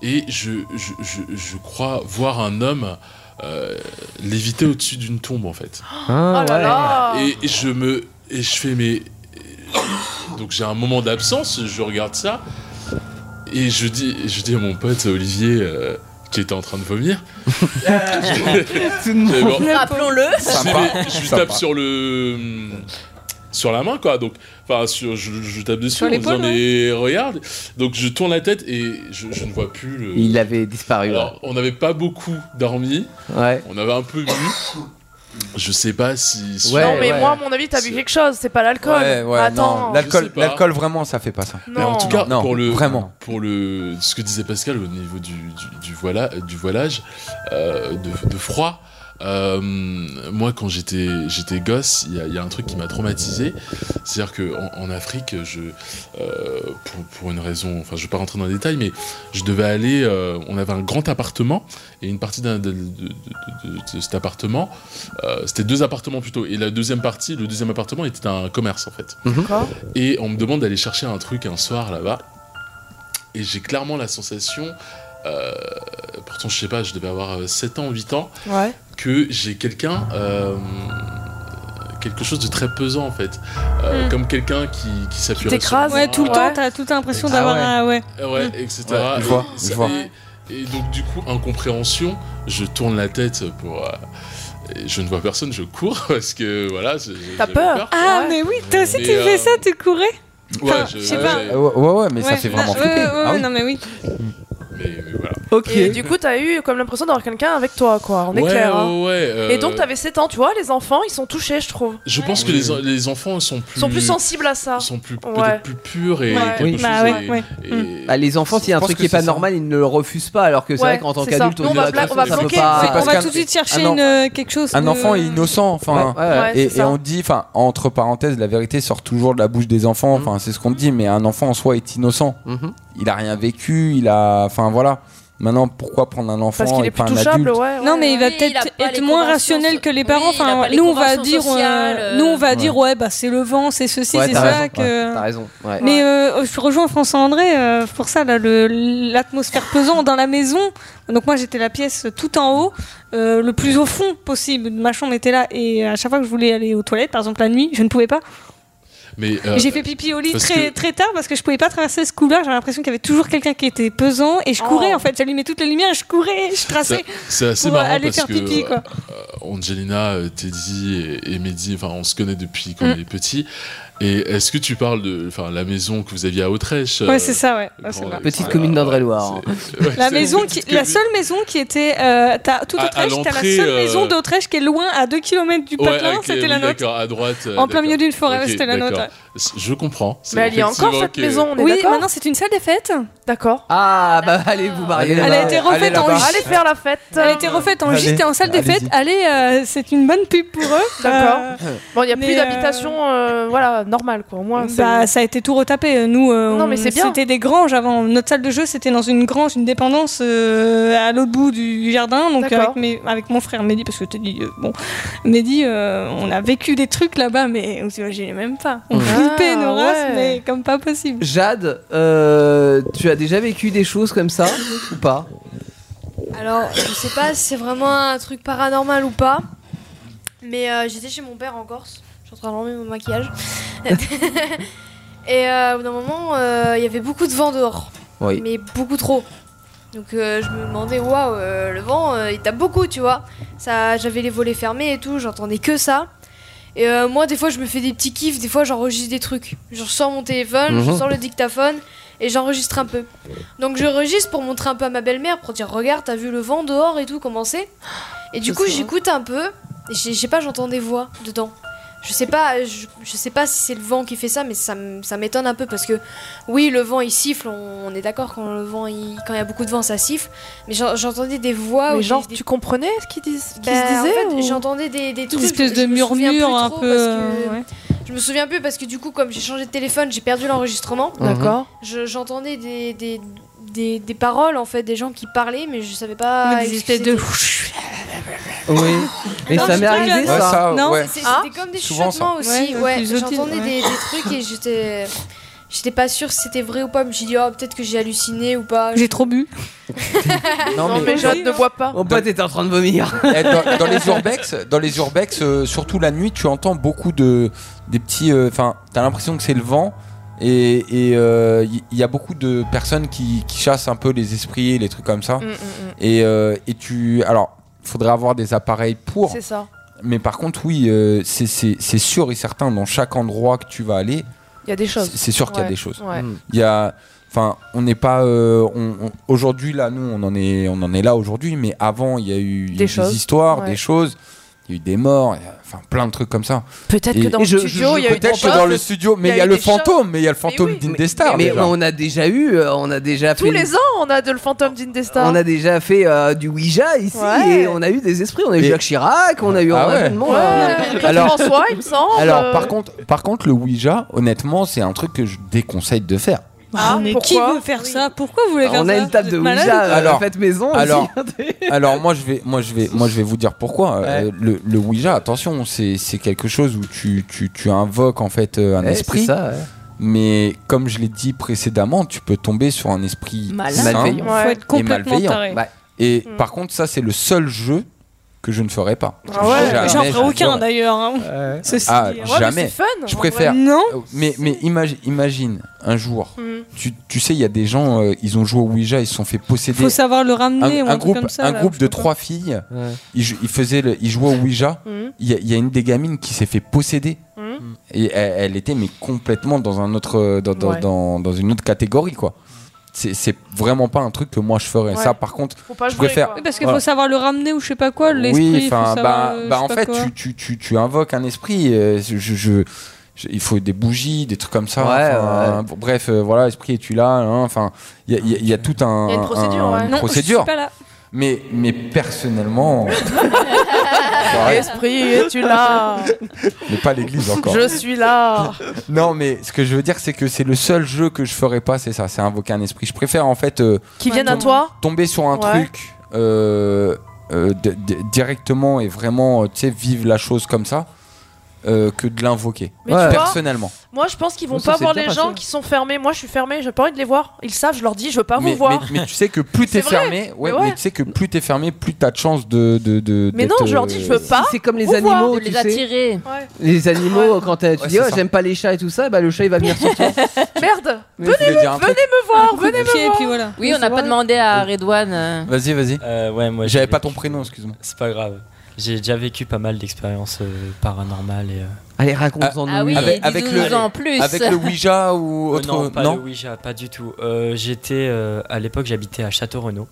S20: et je, je, je, je crois voir un homme. euh, léviter au-dessus d'une tombe en fait.
S2: Ah, Oh là ouais. là.
S20: Et je me et je fais mais donc j'ai un moment d'absence, je regarde ça et je dis je dis à mon pote Olivier euh, qui était en train de vomir.
S2: Tout le
S20: Mais bon.
S12: Rappelons-le.
S20: Je
S12: Sympa.
S20: lui- je lui
S12: Sympa.
S20: tape sur le sur la main quoi donc enfin sur je, je tape dessus
S2: Sur
S20: en disant
S2: l'épaule, hein.
S20: mais regarde donc je tourne la tête et je, je ne vois plus le...
S2: Il avait disparu.
S20: Alors, on n'avait pas beaucoup dormi
S2: Ouais.
S20: on avait un peu bu je sais pas si, si-
S3: non, mais moi, à mon avis, t'as bu quelque chose, c'est pas l'alcool.
S5: Ouais, ouais,
S3: Attends.
S5: non. L'alcool,
S20: Je sais pas.
S5: l'alcool, vraiment, ça fait pas ça.
S20: Mais en tout cas,
S5: non,
S20: pour le
S5: vraiment.
S20: pour le ce que disait Pascal au niveau du du, du voila- du voilage euh, de, de froid. euh, moi, quand j'étais j'étais gosse, il y a- il y, a un truc qui m'a traumatisé, c'est-à-dire que en, en Afrique, je euh, pour, pour une raison, enfin, je vais pas rentrer dans les détails, mais je devais aller. euh, on avait un grand appartement et une partie d'un- de, de- de- de- de cet appartement, euh, c'était deux appartements plutôt, et la deuxième partie, le deuxième appartement était un commerce en fait.
S3: D'accord.
S20: Et on me demande d'aller chercher un truc un soir là-bas. Et j'ai clairement la sensation, euh, pourtant je sais pas, je devais avoir euh, 7 ans, 8 ans,
S3: Ouais.
S20: que j'ai quelqu'un, euh, quelque chose de très pesant en fait. Euh,
S7: Mm.
S20: Comme quelqu'un qui, qui s'appuie Euh,
S7: T'écrases. Ouais, tout le temps, t'as toute
S2: Ah,
S7: l'impression d'avoir un. Ouais. Hmm.
S20: Ouais, etc.
S5: Ouais, je vois,
S20: et,
S5: je vois.
S20: et- et donc du coup, incompréhension, je tourne la tête pour... euh, et je ne vois personne, je cours parce que voilà. c'est-
S7: T'as
S20: j'avais
S7: peur Ah, mais oui, toi aussi,
S20: Mais,
S7: tu fais
S20: euh,
S7: ça, tu courais
S20: Ouais,
S7: Enfin,
S20: je-
S7: je sais pas.
S20: ouais,
S5: Ouais, Euh, ouais, ouais, mais ça
S7: Ouais,
S5: fait
S7: non,
S5: vraiment
S7: ouais,
S5: flipper.
S7: ouais,
S5: Ah
S7: ouais,
S5: oui.
S7: non, mais oui.
S2: Ok.
S3: Et du coup, t'as eu comme l'impression d'avoir quelqu'un avec toi, quoi. On est
S20: Ouais,
S3: clair.
S20: ouais,
S3: hein.
S20: ouais, euh,
S3: Et donc, t'avais 7 ans, tu vois, les enfants, ils sont touchés, je trouve.
S20: Je pense que les, les enfants sont plus
S3: Ils sont plus sensibles à ça.
S20: sont plus
S3: Ouais.
S20: peut-être plus purs et quelque chose est-
S7: Bah
S5: Mm.
S2: Bah, les enfants, s'il y a un
S20: Je pense
S2: truc
S20: que
S2: qui est pas
S20: c'est ça.
S2: normal, ils ne le refusent pas. Alors que c'est
S7: Ouais,
S2: vrai qu'en tant
S7: c'est ça.
S2: qu'adulte,
S7: Nous, on
S2: dirait,
S7: va bla-
S2: de toute
S7: on va
S2: façon, ça peut
S7: bloquer.
S2: pas-
S7: C'est
S2: C'est
S7: On
S2: parce Ah
S7: va
S2: qu'un-
S7: tout de suite chercher
S5: un en-
S7: une, euh, quelque chose.
S5: Un
S7: de-
S5: enfant est innocent, enfin,
S2: Ouais, ouais, ouais,
S5: et,
S2: c'est ça.
S5: et on dit, enfin, entre parenthèses, la vérité sort toujours de la bouche des enfants,
S7: Mm.
S5: enfin, c'est ce qu'on dit, mais un enfant en soi est innocent.
S7: Mm-hmm.
S5: Il a rien vécu, il a, enfin, voilà. Maintenant, pourquoi prendre un enfant et pas un adulte
S7: non, mais il va
S12: Oui, il a
S7: peut-être
S12: pas les
S7: être moins
S12: conventions
S7: rationnel que les parents.
S12: il a
S7: enfin,
S12: pas les
S7: nous, on va
S12: conventions
S7: dire, euh,
S12: sociales,
S7: nous, on va
S2: Ouais.
S7: dire, ouais, bah c'est le vent, c'est ceci,
S2: Ouais,
S7: c'est
S2: t'as
S7: ça.
S2: raison,
S7: que...
S2: ouais, t'as raison. ouais.
S7: Mais euh, je rejoins François André euh, pour ça là, le- l'atmosphère pesante dans la maison. Donc moi j'étais la pièce tout en haut, euh, le plus au fond possible. Ma chambre était là et à chaque fois que je voulais aller aux toilettes, par exemple la nuit, je ne pouvais pas.
S20: Mais
S7: Et
S20: euh,
S7: J'ai fait pipi au lit
S20: parce
S7: très,
S20: que-
S7: très tard parce que je pouvais pas traverser ce couloir. J'avais l'impression qu'il y avait toujours quelqu'un qui était pesant et je courais en fait. J'allumais toutes les lumières, et je courais, je traçais.
S20: Ça- C'est assez
S7: pour
S20: marrant
S7: aller
S20: parce
S7: faire
S20: que
S7: pipi, quoi.
S20: euh, Angelina, euh, Teddy et, et Mehdi, enfin on se connaît depuis qu'on
S7: Mm.
S20: est petits. Et est-ce que tu parles de enfin, la maison que vous aviez à Autrèche euh,
S7: Ouais, c'est ça, ouais. Ouais,
S20: grand-
S7: celle-là.
S2: Petite commune d'Indre-et-Loire.
S20: Ouais,
S7: La
S20: c'est-
S7: maison, qui, la seule maison qui était, euh, t'as tout
S20: À- à
S7: Autrèche, t'as la
S20: l'entrée,
S7: seule
S20: euh,
S7: maison d'Autrèche qui est loin, à 2 km du
S20: Ouais,
S7: patelin,
S20: avec les-
S7: c'était
S20: oui,
S7: la nôtre.
S20: D'accord, à droite. euh,
S7: En plein
S20: d'accord.
S7: milieu d'une forêt,
S20: Ok,
S7: c'était la
S20: d'accord.
S7: nôtre,
S20: Je comprends. c'est
S7: Mais Bah, elle y a encore,
S20: effectivement
S7: cette
S20: que-
S7: maison, on est Oui, d'accord maintenant, c'est une salle des fêtes.
S3: D'accord.
S2: Ah, bah allez vous marier.
S7: Elle a été refaite en gîte.
S3: Allez faire la fête.
S7: Elle a été refaite en
S2: Allez,
S7: gîte et en salle des
S2: allez-y.
S7: fêtes. Allez, euh, c'est une bonne pub pour eux.
S3: D'accord.
S7: Euh,
S3: Bon, il n'y a plus
S7: mais, euh,
S3: d'habitation, euh, voilà, normale quoi. Au moins, c'est-
S7: Bah, ça a été tout retapé. Nous, euh,
S3: Non,
S7: on-
S3: mais c'est bien.
S7: C'était des granges avant. Notre salle de jeu, c'était dans une grange, une dépendance euh, à l'autre bout du jardin. Donc
S3: D'accord.
S7: avec, mes- avec mon frère Mehdi, parce que je te dis, euh, bon, Mehdi, euh, on a vécu des trucs là-bas, mais vous imaginez même pas. On flippait nos
S2: ouais.
S7: races, mais comme pas possible.
S2: Jade, euh, tu as déjà vécu des choses comme ça ou pas
S6: Alors, je sais pas si c'est vraiment un truc paranormal ou pas, mais euh, j'étais chez mon père en Corse. Je suis en train d'enlever mon maquillage. Et euh, au bout d'un moment, euh, il y avait beaucoup de vent dehors.
S2: Oui.
S6: Mais beaucoup trop. Donc euh, je me demandais, waouh, euh, le vent, euh, il tape beaucoup, tu vois. Ça, J'avais les volets fermés et tout, j'entendais que ça. Et euh, moi, des fois, je me fais des petits kiffs, des fois, j'enregistre des trucs. Je sors mon téléphone, je
S9: Mhm.
S6: sors le dictaphone et j'enregistre un peu. Donc j'enregistre pour montrer un peu à ma belle-mère, pour dire, regarde, t'as vu le vent dehors et tout commencer. Et du
S9: Ça,
S6: coup,
S9: c'est vrai.
S6: j'écoute un peu, et je je sais pas, j'entends des voix dedans. Je sais pas, je, je sais pas si c'est le vent qui fait ça, mais ça, m- ça m'étonne un peu parce que oui, le vent il siffle, on, on est d'accord quand le vent, il, quand il y a beaucoup de vent, ça siffle. Mais j'en- j'entendais des voix.
S3: Mais
S6: ou
S3: genre,
S6: tu
S3: comprenais ce qu'ils disent,
S6: ce
S3: qu'ils se disaient ou-
S6: J'entendais des, des trucs.
S7: espèce
S6: je-
S7: de
S6: je me souviens plus
S7: murmure un
S6: trop
S7: peu,
S6: parce que-
S7: euh, ouais.
S6: Je me souviens plus parce que du coup, comme j'ai changé de téléphone, j'ai perdu l'enregistrement.
S2: Mhm.
S3: D'accord.
S6: Je- J'entendais des, des, des, des paroles en fait, des gens qui parlaient, mais je savais pas.
S7: Oui, des espèces de-
S2: Oui. Et
S6: Non,
S2: ça
S6: je
S2: m'est
S6: sais pas,
S2: arrivé
S6: Jade.
S2: ça.
S6: Ouais, ça,
S7: Non. ouais.
S6: C'est-
S7: Ah,
S6: C'était comme des
S2: souvent,
S6: chuchotements
S2: ça.
S6: aussi.
S7: Ouais,
S6: Ouais,
S7: plus autisme,
S6: J'entendais
S7: ouais.
S6: des, des trucs et j'étais. J'étais pas sûre si c'était vrai ou pas, mais j'ai dit, oh, peut-être que j'ai halluciné ou pas.
S7: J'ai trop bu.
S3: Non, mais Jade ne boit pas.
S2: Mon pote était en train de vomir.
S5: Eh, dans, dans les urbex, dans les urbex, euh, surtout la nuit, tu entends beaucoup de des petits. euh, Enfin, t'as l'impression que c'est le vent. Et il y, y a beaucoup de personnes qui, qui chassent un peu les esprits et les trucs comme ça.
S3: Mm, mm, mm.
S5: Et, euh, et tu. Alors, faudrait avoir des appareils pour.
S3: C'est ça.
S5: Mais par contre, oui, euh, c'est- c'est c'est sûr et certain, dans chaque endroit que tu vas aller,
S3: Il y a des choses.
S5: c'est- c'est sûr qu'il y a
S3: Ouais,
S5: des choses. Hmm.
S3: ouais.
S5: Il y a, enfin, on n'est pas, euh, on- on- aujourd'hui là, nous, on en est, on en est là aujourd'hui, mais avant, il y a eu il y a eu
S3: Des choses,
S5: histoires,
S3: ouais.
S5: des choses, il y a eu des morts, il y a- enfin, plein de trucs comme ça.
S3: Peut-être
S5: Et-
S3: que dans le
S5: et je-
S3: studio,
S5: je-
S3: il y a eu des
S5: peut-être que
S3: choses.
S5: dans le studio, mais il y a
S3: eu
S5: le
S3: des choses.
S5: fantôme, mais il y a le fantôme d'Indestar.
S2: Mais
S5: déjà.
S2: on a déjà eu, euh, on a déjà fait.
S3: Tous les ans, on a de le fantôme
S7: hein.
S3: d'Indestar.
S2: On a déjà fait euh, du Ouija ici
S3: Ouais.
S2: et on a eu des esprits. On a eu
S5: Et-
S2: Jacques Chirac, on a eu
S5: Ah
S2: un
S5: ouais.
S2: événement,
S5: Ouais,
S2: euh,
S5: Claude Alors-
S3: François, il me semble. euh,
S5: Alors, par contre, par contre, le Ouija, honnêtement, c'est un truc que je déconseille de faire.
S7: Ah, mais qui veut faire ça Pourquoi vous voulez
S5: Ah,
S7: faire ça
S2: Bah, on a une table de
S7: Vous êtes
S2: Ouija
S7: malade
S2: euh, faite maison. aussi.
S5: Alors, alors moi je vais, moi je vais, moi je vais vous dire pourquoi. Euh,
S2: Ouais.
S5: le, le Ouija, attention, c'est c'est quelque chose où tu, tu, tu invoques en fait euh, un
S2: Ouais,
S5: esprit.
S2: c'est ça, ouais.
S5: Mais comme je l'ai dit précédemment, tu peux tomber sur un esprit
S2: Malin.
S5: sain
S2: Malveillant. Faut être
S5: et
S2: complètement
S5: malveillant.
S2: taré. Mm. Ouais.
S5: Et par contre, ça c'est le seul jeu que je ne ferai pas.
S2: Ah
S5: Jamais
S7: J'en
S5: je
S7: ferai
S5: ne
S7: aucun
S5: ferai.
S7: d'ailleurs. hein. Ceci
S5: Ah,
S7: dit, hein.
S5: jamais. je préfère. Euh,
S7: Non.
S5: Mais, mais imagine, imagine un jour,
S7: Mm.
S5: tu, tu sais, il y a des gens, euh, ils ont joué au Ouija, ils se sont fait posséder.
S7: Faut savoir le ramener
S5: Un,
S7: ou un
S5: un
S7: truc
S5: groupe,
S7: comme ça,
S5: un
S7: là,
S5: groupe
S7: je
S5: de
S7: comprends.
S5: trois filles, ils, jou- ils faisaient le- ils jouaient au Ouija.
S7: Mm.
S5: Il y, a- il y a une des gamines qui s'est fait posséder.
S7: Mm.
S5: Et elle, elle était mais complètement dans un autre, euh, dans, dans,
S3: Ouais.
S5: dans- dans une autre catégorie quoi. C'est c'est vraiment pas un truc que moi je ferais.
S7: Ouais.
S5: Ça par contre,
S7: Faut pas
S5: je
S7: jouer,
S5: préfère.
S7: Oui, parce qu'il
S5: Voilà.
S7: faut savoir le ramener ou je sais pas quoi, l'esprit.
S5: Oui,
S7: faut
S5: enfin,
S7: savoir,
S5: bah,
S7: euh, je
S5: bah,
S7: sais
S5: en
S7: pas
S5: fait,
S7: quoi.
S5: tu, tu, tu, tu invoques un esprit. euh, je, je- je- il faut des bougies, des trucs comme ça.
S2: Ouais,
S5: enfin,
S2: ouais.
S5: bon, Bref, euh, voilà, esprit, es-tu là hein, Enfin, il y a, il y a- il y a tout un.
S2: Il y a une procédure,
S5: un-
S2: ouais.
S5: une
S2: Non, je
S5: procédure.
S2: suis pas là.
S5: Mais, mais personnellement. Ouais,
S3: Esprit, es-tu là
S5: mais pas l'église encore.
S3: Je suis là.
S5: Non, mais ce que je veux dire, c'est que c'est le seul jeu que je ferais pas, c'est ça, c'est invoquer un esprit. Je préfère en fait. euh,
S3: Qui viennent à
S5: tom-
S3: toi
S5: Tomber sur un
S3: Ouais.
S5: truc euh, euh, d- d- directement et vraiment, euh, tu sais, vivre la chose comme ça euh, que de l'invoquer.
S3: Mais tu vois,
S5: Personnellement.
S3: Moi, je pense qu'ils vont
S5: Bon, ça
S3: pas
S5: s'est
S3: voir
S5: bien
S3: les
S5: passé,
S3: gens
S5: hein.
S3: qui sont fermés. Moi, je suis fermée, j'ai pas envie de les voir. Ils savent, je leur dis, je veux pas
S5: Mais,
S3: vous voir.
S5: mais- mais tu sais que plus t'es
S3: C'est vrai.
S5: fermé, ouais,
S3: Mais ouais.
S5: mais tu sais que plus t'es fermé, plus t'as de chance de. de, de-
S3: Mais non,
S5: d'être,
S3: je leur dis, je
S5: euh,
S3: veux pas.
S2: C'est comme les
S3: vous voir.
S2: animaux, De les tu sais. attirer. Les animaux, quand t'as- tu
S5: Ouais,
S2: dis
S5: c'est
S2: oh,
S5: ça.
S2: j'aime pas les chats et tout ça, bah le chat il va venir sur toi.
S3: Merde
S5: je voulais dire un
S3: Venez me voir, venez me
S12: pied, et
S3: voir.
S12: puis
S7: voilà.
S12: Oui, on n'a pas demandé à Redouane. euh,
S5: Vas-y, vas-y.
S8: Euh, ouais, moi.
S5: J'avais pas ton prénom, excuse-moi.
S8: C'est pas grave. J'ai déjà vécu pas mal d'expériences euh, paranormales et. euh,
S2: Allez, raconte-en
S12: Ah, ah oui,
S2: avec,
S12: Avec- dis-nous avec le- en plus. avec le Ouija
S2: ou
S8: Euh,
S2: autre-
S8: Non, pas
S2: non
S8: le Ouija, pas du tout. Euh, j'étais euh, à l'époque, j'habitais à Château Renaud.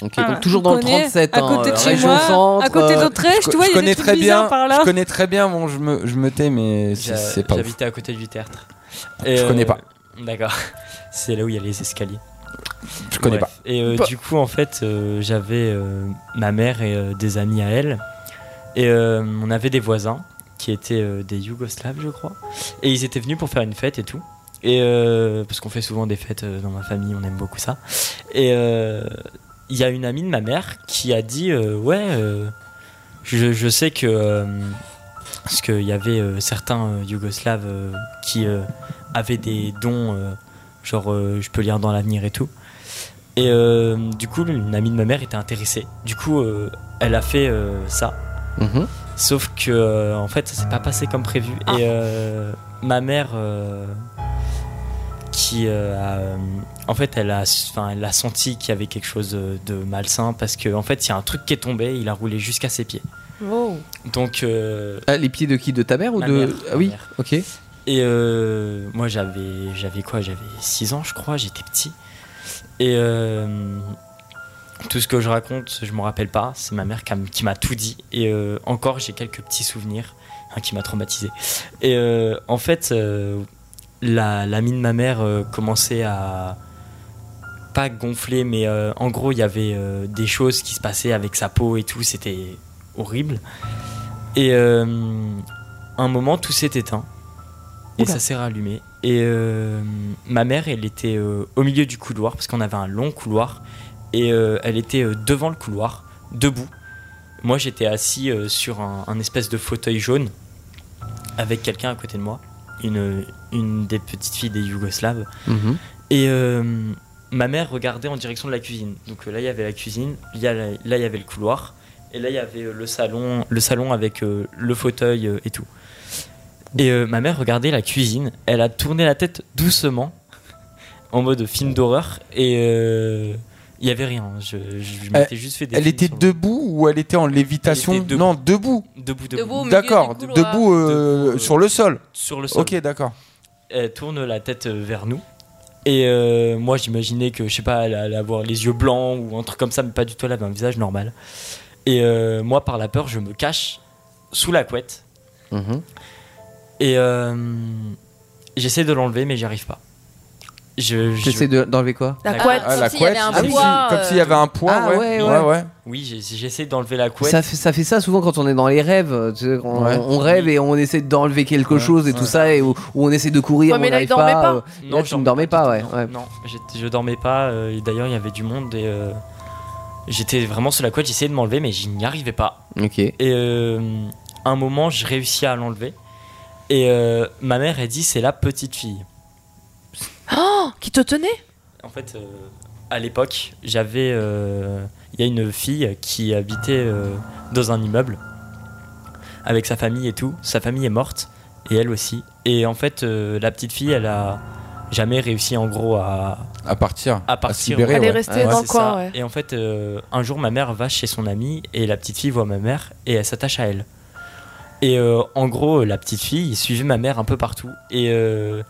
S2: Ok, donc Ah, toujours dans le connais, 37, à hein, côté de euh, chez région moi, centre, à côté euh, d'Autrèche,
S5: je,
S2: tu vois,
S5: je
S2: il y a des
S5: connais
S2: trucs
S5: très bien,
S2: bizarres par là.
S5: Je connais très bien, bon, je me, je me tais, mais c'est
S8: J'a-
S5: c'est pas ouf.
S8: J'habitais à côté du tertre. euh,
S5: Je connais pas.
S8: D'accord. C'est là où il y a les escaliers.
S5: Je connais pas.
S8: Et euh,
S5: Pas.
S8: du coup, en fait, euh, j'avais euh, ma mère et euh, des amis à elle. Et euh, on avait des voisins qui étaient euh, des Yougoslaves, je crois. Et ils étaient venus pour faire une fête et tout. Et euh, parce qu'on fait souvent des fêtes euh, dans ma famille, on aime beaucoup ça. Et euh, il y a une amie de ma mère qui a dit euh, Ouais, euh, je, je sais que. euh, parce qu'il y avait euh, certains euh, Yougoslaves euh, qui euh, avaient des dons, euh, genre euh, je peux lire dans l'avenir et tout. Et euh, du coup, une amie de ma mère était intéressée. Du coup, euh, elle a fait euh, ça.
S2: Mhm.
S8: Sauf que, euh, en fait, ça s'est pas passé comme prévu. Et euh, ma mère, euh, qui euh, a, euh, en fait, elle a, enfin, elle a senti qu'il y avait quelque chose de, de malsain parce qu'en en fait, il y a un truc qui est tombé. Il a roulé jusqu'à ses pieds. Donc. euh,
S2: Ah, les pieds de qui De ta mère ou
S8: Ma
S2: de.
S8: mère,
S2: ah
S8: ma
S2: oui,
S8: mère.
S2: ok.
S8: Et euh, moi, j'avais, j'avais quoi J'avais 6 ans, je crois, j'étais petit. Et euh, tout ce que je raconte, je m'en rappelle pas. C'est ma mère qui, a- qui m'a tout dit. Et euh, encore, j'ai quelques petits souvenirs hein, qui m'a traumatisé. Et euh, en fait, euh, la, l'amie de ma mère euh, commençait à. Pas gonfler, mais euh, en gros, il y avait euh, des choses qui se passaient avec sa peau et tout. C'était horrible. Et euh, un moment, tout s'est éteint. Et
S2: Oula.
S8: ça s'est rallumé. Et euh, ma mère, elle était euh, au milieu du couloir, parce qu'on avait un long couloir. Et euh, elle était euh, devant le couloir, debout. Moi, j'étais assis euh, sur un, un espèce de fauteuil jaune, avec quelqu'un à côté de moi, une, une des petites filles des Yougoslaves.
S2: Mhm.
S8: Et euh, ma mère regardait en direction de la cuisine. Donc euh, là, il y avait la cuisine, il y a la- là, il y avait le couloir, et là, il y avait euh, le salon, le salon avec euh, le fauteuil euh, et tout. Et euh, ma mère regardait la cuisine, elle a tourné la tête doucement, en mode film d'horreur, et euh, il y avait rien. Je, je, je
S5: Elle,
S8: m'étais juste fait des
S5: Eh, elle
S8: films
S5: était
S8: sur le-
S5: debout ou elle était en lévitation Non, debout.
S8: Debout, debout. Debout au milieu
S5: D'accord,
S8: du couloir.
S5: debout euh, sur le sol.
S8: Sur le sol.
S5: Ok, d'accord.
S8: Elle tourne la tête euh, vers nous. Et euh, moi, j'imaginais que, je sais pas, elle allait avoir les yeux blancs ou un truc comme ça, mais pas du tout, elle avait un visage normal. Et euh, moi, par la peur, je me cache sous la couette.
S2: Mhm.
S8: Et euh, j'essaie de l'enlever, mais j'y arrive pas. Je, je-
S2: J'essaie de- d'enlever quoi
S8: La La couette. couette.
S5: Ah, la
S8: Comme s'il y
S5: couette.
S8: avait un
S5: Ah oui,
S8: poids,
S5: Comme
S8: euh,
S5: s'il y avait un poids,
S2: Ah, ouais, ouais.
S8: Oui, j'ai- j'ai essayé d'enlever la couette.
S2: Ça fait, ça fait ça souvent quand on est dans les rêves. tu sais, on,
S8: Ouais.
S2: on rêve et on essaie d'enlever quelque chose et tout
S8: ouais.
S2: ça, et, ou, ou on essaie de courir,
S8: Ouais, mais
S2: on
S8: là,
S2: n'arrive
S8: il dormait pas.
S2: euh,
S8: Non,
S2: là,
S8: je
S2: tu ne dormais pas, ouais. ouais.
S8: Non, j'étais- je dormais pas. euh, et D'ailleurs, il y avait du monde et euh, j'étais vraiment sous la couette. J'essayais de m'enlever, mais je n'y arrivais pas.
S2: Ok.
S8: Et euh, un moment, je réussis à l'enlever. Et euh, ma mère, elle dit c'est la petite fille.
S3: Oh, qui te tenait
S8: En fait, euh, à l'époque, j'avais. euh, Il y a une fille qui habitait euh, dans un immeuble avec sa famille et tout. Sa famille est morte et elle aussi. Et en fait, euh, la petite fille, elle a jamais réussi en gros à.
S5: À partir.
S8: À partir.
S5: libérer, Elle est ouais.
S3: restée dans le
S8: c'est
S3: coin,
S8: ça.
S3: ouais.
S8: Et en fait, euh, un jour, ma mère va chez son amie et la petite fille voit ma mère et elle s'attache à elle. Et euh, en gros, la petite fille suivait ma mère un peu partout. Et euh,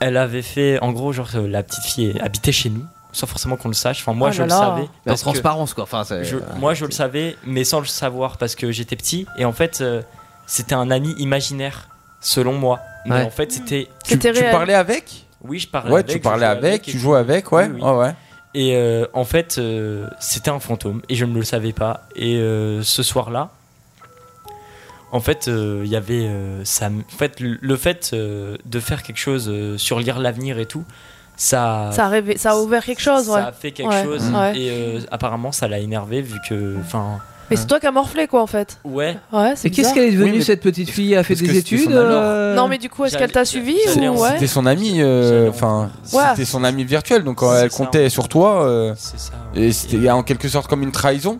S8: elle avait fait. En gros, genre, euh, la petite fille habitait chez nous, sans forcément qu'on le sache. Enfin, moi,
S2: Oh
S8: je
S2: là
S8: le
S2: là. Mais
S8: savais.
S2: en
S8: parce que
S2: transparence, quoi. Enfin, c'est- euh,
S8: je- moi, je le savais, mais sans le savoir, parce que j'étais petit. Et en fait, euh, c'était un ami imaginaire, selon moi. Mais
S5: Ouais.
S8: en fait, c'était.
S5: Tu- Mmh. C'était tu réel. parlais avec
S8: Oui, je parlais
S5: Ouais,
S8: avec. je
S5: tu parlais
S8: jouais
S5: avec,
S8: et
S5: tu
S8: tout.
S5: jouais avec, ouais, ouais, ouais.
S8: Et euh, en fait, euh, c'était un fantôme et je ne le savais pas. Et euh, ce soir-là, en fait, euh, il y avait euh, ça. En fait, le le fait euh, de faire quelque chose euh, sur lire l'avenir et tout,
S5: Ah.
S8: ça.
S3: ça a, rêvé- ça a ouvert quelque chose, ouais.
S8: Ça a fait quelque
S3: Ouais,
S8: chose
S5: Hmm.
S3: ouais.
S8: et euh, apparemment ça l'a énervé vu que enfin
S3: Mais c'est toi qui as morflé, quoi, en fait.
S8: Ouais.
S3: Ouais, c'est
S2: Et qu'est-ce
S3: bizarre.
S2: qu'elle est devenue
S8: Oui, mais-
S2: cette petite fille Elle a fait
S5: Parce que
S2: des
S5: c'était son
S2: études
S5: ami.
S2: euh,
S3: Non, mais du coup, est-ce qu'elle t'a suivi
S5: C'est-
S3: ou ouais
S5: C'était son ami, euh, enfin,
S3: Ouais.
S5: c'était son ami virtuel, donc euh, elle comptait sur toi. euh, Et c'était en quelque sorte comme une trahison.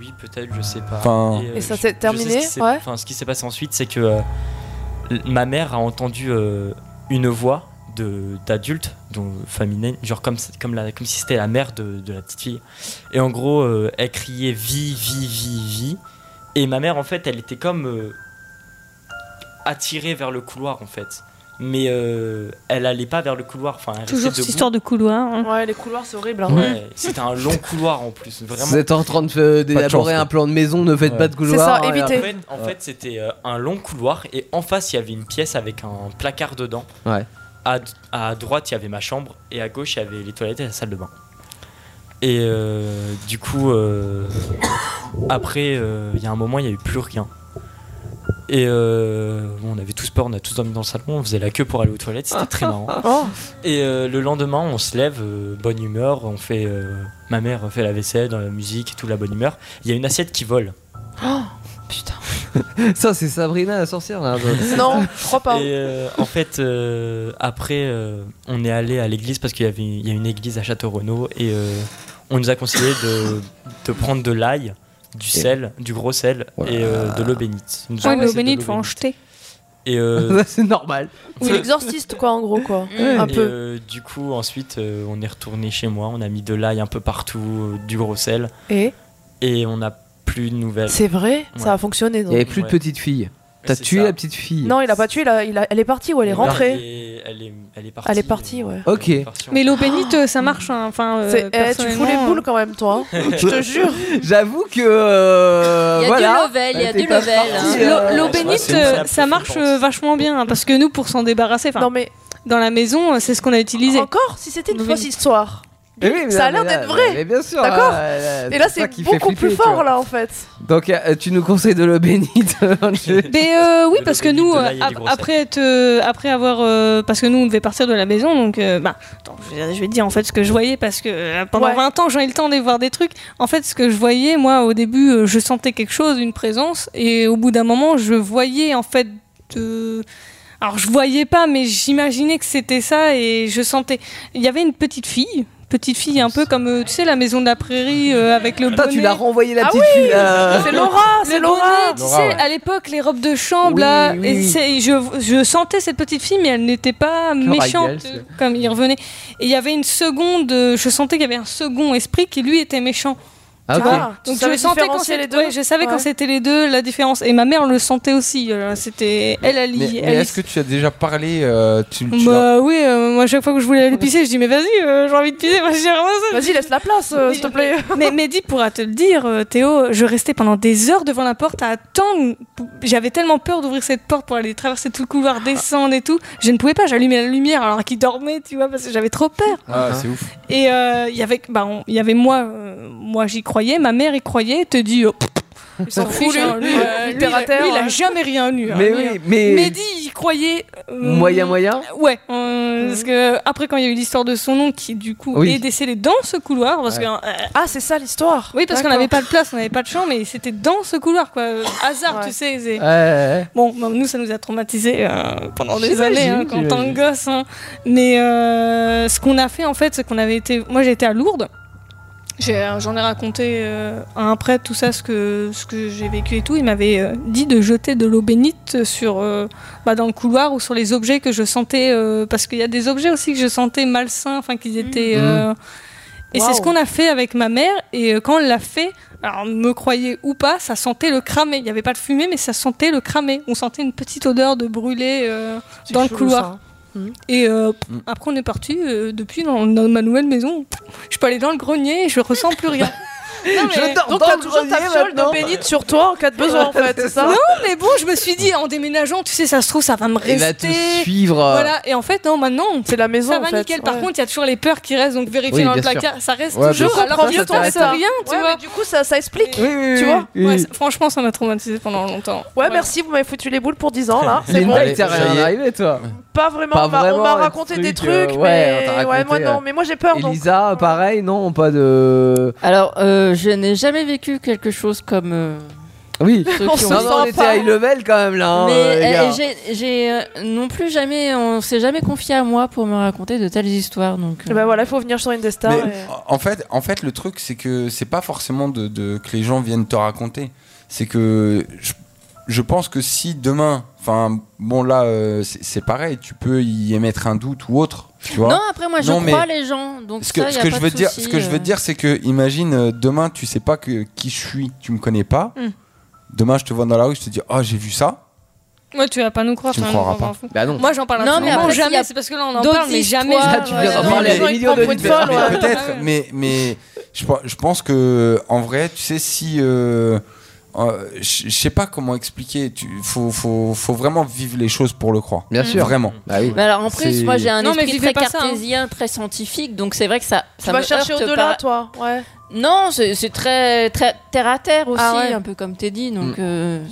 S8: Oui, peut-être, je sais pas. euh,
S5: Enfin-
S3: Et ça
S8: je-
S3: s'est
S8: je sais
S3: terminé,
S8: ce qui s'est-
S3: ouais.
S8: Enfin, ce qui s'est passé ensuite, c'est que euh, l- ma mère a entendu euh, une voix de d'adulte, dont famille, genre comme c- comme la comme si c'était la mère de, de la petite fille. Et en gros, euh, elle criait vie, vie, vie, vie. Et ma mère, en fait, elle était comme euh, attirée vers le couloir, en fait. Mais euh, elle allait pas vers le couloir. Enfin, elle
S7: Toujours
S8: restait
S7: cette
S8: debout.
S7: histoire de Mmh. couloir. hein.
S3: Ouais, les couloirs, c'est horrible. hein.
S8: Ouais, c'était un long couloir en plus. Vraiment.
S2: Vous êtes en train de, euh, d'élaborer un plan de maison, ne faites pas de couloir. et
S8: En
S2: après-
S8: fait, en fait, c'était euh, un long couloir et en face, il y avait une pièce avec un placard dedans.
S2: Ouais.
S8: À, à droite, il y avait ma chambre et à gauche, il y avait les toilettes et la salle de bain. Et euh, du coup, euh, après, euh, il y a un moment, il n'y a eu plus rien. Et euh, bon, on avait tous peur, on a tous dormi dans le salon, on faisait la queue pour aller aux toilettes, c'était très marrant.
S3: Oh.
S8: Et euh, le lendemain, on se lève, euh, bonne humeur, on fait. euh, ma mère fait la vaisselle, dans la musique et tout, la bonne humeur. Il y a une assiette qui vole.
S2: Ça, c'est Sabrina la sorcière. là.
S3: Non, je crois pas.
S8: Et euh, en fait, euh, après, euh, on est allé à l'église parce qu'il y, avait, il y a une église à Château Renaud et euh, on nous a conseillé de, de prendre de l'ail, du sel, du gros sel et euh, de l'eau bénite. Ils nous ont
S7: Ouais,
S8: conseillé
S7: l'eau
S8: de
S7: bénite, faut en jeter.
S8: Et euh,
S2: c'est normal.
S3: Ou l'exorciste, quoi, en gros, quoi. Un
S8: et,
S3: peu.
S8: euh, du coup, ensuite, euh, on est retourné chez moi, on a mis de l'ail un peu partout, euh, du gros sel.
S3: Et
S8: Et on n'a plus de nouvelles.
S3: C'est vrai Ça a fonctionné, donc. Il y avait plus de
S2: petite fille. T'as tué la petite fille.
S3: Non, il a pas tué, il a- il a- elle est partie ou elle est rentrée.
S8: Et Elle est, elle est partie.
S3: Elle est partie, ouais.
S2: Ok.
S7: Mais l'eau bénite, euh, ça marche. hein. Enfin, euh,
S3: C'est- eh, tu fous les
S7: personnellement,
S3: boules quand même, toi. hein. Je te jure.
S2: J'avoue que. euh,
S7: Il y a du
S2: voilà.
S7: level,
S2: Elle
S7: il y a
S2: était
S7: du
S2: pas
S7: level. hein.
S2: partie,
S7: L'eau-
S2: euh,
S7: L'eau
S2: ouais,
S7: bénite,
S2: c'est
S7: euh,
S2: une
S7: ça marche euh, vachement bien hein, parce que nous, pour s'en débarrasser, enfin, dans la maison, euh, c'est ce qu'on a utilisé.
S3: Encore Si c'était une fausse histoire.
S2: Mais Eh oui, mais
S3: ça a
S2: non,
S3: l'air
S2: mais là,
S3: d'être vrai.
S2: mais bien sûr,
S3: D'accord
S2: là, là,
S3: Et là,
S2: c'est ça
S3: c'est
S2: qui fait
S3: beaucoup
S2: flipper,
S3: plus
S2: tu vois.
S3: fort, là, en fait.
S2: Donc, euh, tu nous conseilles de l'eau bénite. Angèle
S7: Mais euh, oui, parce que nous,
S2: de l'ail et
S7: euh,
S2: du
S7: ap-
S2: gros sel.
S7: après, être, euh, après avoir. euh, parce que nous, on devait partir de la maison, donc. euh, bah, attends, je vais, je vais te dire en fait ce que je voyais, parce que euh, pendant
S12: Ouais.
S7: 20 ans, j'ai eu le temps d'aller voir des trucs. En fait, ce que je voyais, moi, au début, euh, je sentais quelque chose, une présence, et au bout d'un moment, je voyais, en fait, de. Alors, je voyais pas, mais j'imaginais que c'était ça, et je sentais. Il y avait une petite fille. Petite fille, un peu comme, euh, tu sais, la maison de la prairie euh, avec le
S2: Putain,
S7: bonnet.
S2: tu l'as renvoyé la
S7: Ah
S2: petite
S7: oui
S2: fille. là.
S7: C'est Laura,
S3: c'est
S7: Le
S3: Laura.
S7: bonnet, tu
S2: Laura,
S7: sais,
S2: ouais.
S7: à l'époque, les robes de chambre, là,
S2: oui,
S7: et
S2: oui.
S7: c'est- je, je sentais cette petite fille, mais elle n'était pas
S2: Laura
S7: méchante,
S2: Ingalls.
S7: euh, comme il revenait. Et il y avait une seconde, euh, je sentais qu'il y avait un second esprit qui, lui, était méchant.
S2: Ah,
S7: Tu
S2: ok.
S7: vois
S2: Ah,
S7: Donc
S3: tu savais
S7: je sentais quand
S3: différencier
S7: c'était
S3: les deux
S7: ouais, je savais quand
S3: Ouais.
S7: c'était les deux la différence et ma mère le sentait aussi. euh, C'était elle elle, y-
S5: Mais, mais
S7: elle y-
S5: est-ce que tu as déjà parlé euh, tu, tu l'as-
S7: bah oui, euh, moi chaque fois que je voulais aller pisser, je dis mais vas-y, euh, j'ai envie de pisser, vas-y,
S3: Vas-y, laisse la place, euh, s'il te plaît.
S7: mais Mehdi pourra te le dire, euh, Théo, je restais pendant des heures devant la porte à attendre. J'avais tellement peur d'ouvrir cette porte pour aller traverser tout le couloir, descendre et tout. Je ne pouvais pas, j'allumais la lumière alors qu'il dormait, tu vois, parce que j'avais trop peur.
S5: Ah, c'est ouf.
S7: Et euh, il y avait, bah, on- il y avait moi, euh, moi j'y croyais, ma mère y croyait, elle te dit. oh, pff, il s'en
S3: Fou,
S7: fiche,
S3: lui.
S7: hein, lui,
S3: Ouais,
S7: euh, lui,
S3: terre
S7: il
S3: à
S7: a-
S3: terre,
S7: lui, il a
S3: hein.
S7: jamais rien eu. hein,
S2: Mais
S7: lui,
S2: oui,
S7: hein.
S2: mais-
S7: Mehdi, il croyait. euh,
S2: Moyen, moyen
S7: Ouais, euh, parce que après quand il y a eu l'histoire de son nom qui du coup
S2: Mhm. Oui.
S7: est décédé dans ce couloir parce
S2: Ouais.
S7: que euh,
S3: ah c'est ça l'histoire.
S7: Oui parce qu'on
S3: D'accord.
S7: n'avait pas de place, on n'avait pas de champ mais c'était dans ce couloir quoi, Euh, hasard tu sais. c'est-
S2: ouais.
S7: Bon, bah, nous ça nous a euh, traumatisé pendant des
S2: J'imagine,
S7: années hein, quand on
S2: j'imagine.
S7: gosse hein. mais euh, ce qu'on a fait en fait c'est qu'on avait été moi j'étais à Lourdes. J'ai- J'en ai raconté euh, à un prêtre tout ça, ce que, ce que j'ai vécu et tout. Il m'avait euh, dit de jeter de l'eau bénite sur, euh, bah, dans le couloir ou sur les objets que je sentais. euh, parce qu'il y a des objets aussi que je sentais malsains, enfin qu'ils
S2: Mmh.
S7: étaient. euh, Et c'est ce
S12: Waouh.
S7: qu'on a fait avec ma mère. Et euh, quand elle l'a fait, alors me croyez ou pas, ça sentait le cramé. Il n'y avait pas de fumée, mais ça sentait le cramé. On sentait une petite odeur de brûlé euh,
S12: C'est
S7: dans le
S12: chelou,
S7: couloir.
S12: ça,
S7: Et euh, pff, après, on est parti. euh, depuis, dans, dans ma nouvelle maison, je peux aller dans le grenier et je ressens plus rien. Non, mais-
S3: Je dors Donc, dans t'as le toujours ta grenier fiole de maintenant. bénite sur toi en cas de besoin, en fait, c'est ça
S7: Non, mais bon, je me suis dit, en déménageant, tu sais, ça se trouve, ça va me rester.
S2: Il va te suivre. euh.
S7: Voilà, et en fait, non, maintenant.
S3: C'est la maison,
S7: Ça
S3: en
S7: va
S3: fait,
S7: nickel. Par
S3: ouais.
S7: contre, il y a toujours les peurs qui restent, donc vérifier
S2: Oui,
S7: dans le
S2: bien sûr.
S7: placard, ça reste
S2: Ouais, bien
S7: toujours.
S2: sûr.
S7: Alors que
S2: Ça,
S7: je
S2: ça t'arrête pas.
S7: rien, tu vois.
S3: du coup, ça, ça explique.
S2: oui,
S3: tu
S2: oui,
S3: vois
S2: oui.
S7: Ouais, c'est- franchement, ça m'a traumatisé pendant longtemps.
S3: Ouais, merci, vous m'avez foutu les boules pour 10 ans là. C'est
S2: Linda,
S3: bon.
S2: il t'est rien arrivé, toi
S3: Pas vraiment,
S2: Pas
S3: on m'a- on
S2: vraiment,
S3: m'a
S2: un
S3: raconté des
S2: truc, euh,
S3: trucs,
S2: ouais,
S3: mais
S2: on t'a
S3: ouais, moi
S2: raconté,
S3: non,
S2: euh,
S3: mais moi j'ai peur donc.
S2: Elisa, pareil, non, pas de.
S12: Alors, euh, je n'ai jamais vécu quelque chose comme. euh,
S2: Oui,
S12: Ceux qui
S2: Non,
S12: ont-
S2: non, on était high level quand même là. hein, euh, les
S12: Mais euh,
S2: gars.
S12: j'ai- j'ai euh, non plus jamais, on s'est jamais confié à moi pour me raconter de telles histoires. Donc, euh.
S3: Bah voilà, il faut venir sur Indestar.
S12: Mais-
S3: et-
S2: oh,
S5: En fait, en fait, le truc, c'est que c'est pas forcément de, de- que les gens viennent te raconter. C'est que je, je pense que si demain, enfin, bon là, euh, c'est c'est pareil, tu peux y émettre un doute ou autre. Tu vois
S12: non, après moi je
S5: Non, mais
S12: crois les gens. Donc
S5: ce que,
S12: ça,
S5: ce
S12: y a
S5: que
S12: pas
S5: je
S12: de
S5: veux dire,
S12: souci,
S5: ce que je
S12: euh.
S5: veux dire, c'est que imagine euh, demain, tu sais pas que, qui je suis, tu me connais pas.
S12: Hmm.
S5: Demain, je te vois dans la rue, je te dis, oh, j'ai vu ça.
S7: Moi, tu vas pas nous croire.
S5: Tu me
S7: enfin,
S5: croiras
S7: on s'en
S5: pas.
S7: fout.
S5: Bah non.
S7: Moi, j'en parle
S12: Non, mais
S7: absolument
S12: après, s'il y a
S7: jamais. C'est parce que là, on en
S12: d'autres
S7: parle, mais jamais.
S2: Ah,
S12: histoires,
S7: je-
S12: Là, tu viens d'en
S7: Non,
S12: parler
S7: mais
S12: à
S7: euh,
S12: des
S7: gens, ils
S12: millions
S7: te prennent pour une
S12: d'auditeurs.
S7: folle, ouais.
S5: Mais peut-être, mais, mais je, pe- je pense que en vrai, tu sais, si. euh, euh, je je sais pas comment expliquer. Il faut, faut, faut vraiment vivre les choses pour le croire.
S2: Bien Bah
S12: sûr.
S5: Vraiment.
S2: ah
S12: Mais alors en plus,
S5: C'est-
S12: moi j'ai un
S7: Non, mais
S12: esprit
S7: vivez
S12: très
S7: pas ça, hein.
S12: cartésien, très scientifique, donc c'est vrai que ça, ça
S3: tu vas
S12: me
S3: chercher
S12: heurte
S3: au-delà,
S12: pas.
S3: toi. Ouais.
S12: Non, c'est c'est très, très terre à terre aussi,
S3: Ah ouais.
S12: un peu comme t'es dit. Donc,
S2: Mm.
S12: euh,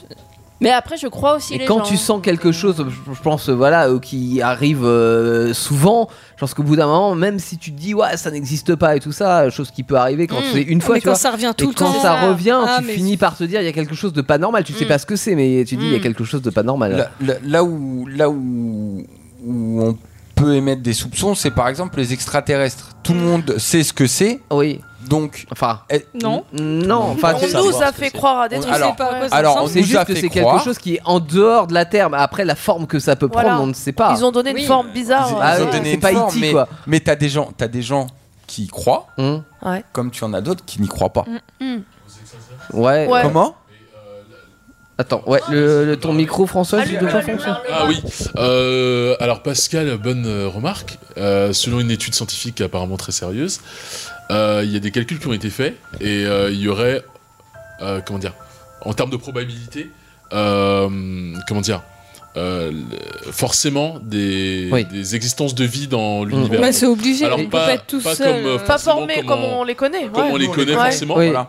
S12: Mais après, je crois aussi
S2: Et
S12: les
S2: quand
S12: gens.
S2: tu sens quelque chose, je je pense, euh, voilà, euh, qui arrive euh, souvent, je pense qu'au bout d'un moment, même si tu te dis, ouais, ça n'existe pas et tout ça, chose qui peut arriver quand
S12: Mm.
S2: c'est une
S12: Ah,
S2: fois,
S12: mais
S2: tu
S12: quand
S2: vois.
S12: ça revient tout
S2: et
S12: le
S2: quand
S12: temps.
S2: ça
S12: Ah.
S2: revient,
S12: Ah,
S2: tu
S12: mais- Hmm.
S2: finis par te dire, il y a quelque chose de pas normal, tu sais pas ce que c'est, mais tu dis, il y a
S5: Mm.
S2: quelque chose de pas normal.
S5: Là, là- là où, là où, où on peut émettre des soupçons, c'est par exemple les extraterrestres. Tout le monde sait ce que c'est.
S2: Oui.
S5: Donc. eh,
S2: Enfin.
S7: Non.
S2: Non, enfin,
S3: On nous a fait croire à des trucs.
S7: alors- pas à quoi ça
S5: alors, ressemble. on
S2: c'est
S5: nous
S2: juste
S5: a
S2: que
S5: fait
S2: c'est quelque
S5: croire.
S2: chose qui est en dehors de la terre. mais Après, la forme que ça peut prendre,
S3: Voilà.
S2: on ne sait pas.
S3: Ils ont donné une forme bizarre. hein.
S5: Ils-
S2: Ah
S5: ils ont
S2: oui,
S5: donné
S2: c'est
S5: une
S2: pas
S5: forme,
S2: E.T.,
S5: mais,
S2: quoi. Hum.
S5: mais t'as des gens, t'as des gens qui y croient,
S3: Ouais.
S5: comme tu en as d'autres qui n'y croient pas.
S2: Ouais.
S3: Mm. Ouais. Oh,
S5: Comment
S2: Attends, ouais, le, le- ton micro, François, s'il te plaît, François.
S20: Ah oui. Euh, alors Pascal, bonne euh, remarque. Euh, selon une étude scientifique apparemment très sérieuse, euh, il y a des calculs qui ont été faits et euh, il y aurait, euh, comment dire, en termes de probabilité, euh, comment dire. euh, le- forcément des, des existences de vie dans l'univers.
S7: Bah, c'est obligé,
S20: Alors
S7: on peut
S20: pas,
S7: pas être tout
S20: pas
S7: seul,
S20: Comme, euh,
S7: euh,
S3: Pas
S20: forcément
S3: formés
S20: comme
S3: comme
S20: en-
S3: on les connaît.
S20: comme on les connaît forcément.
S2: Oui.
S20: voilà.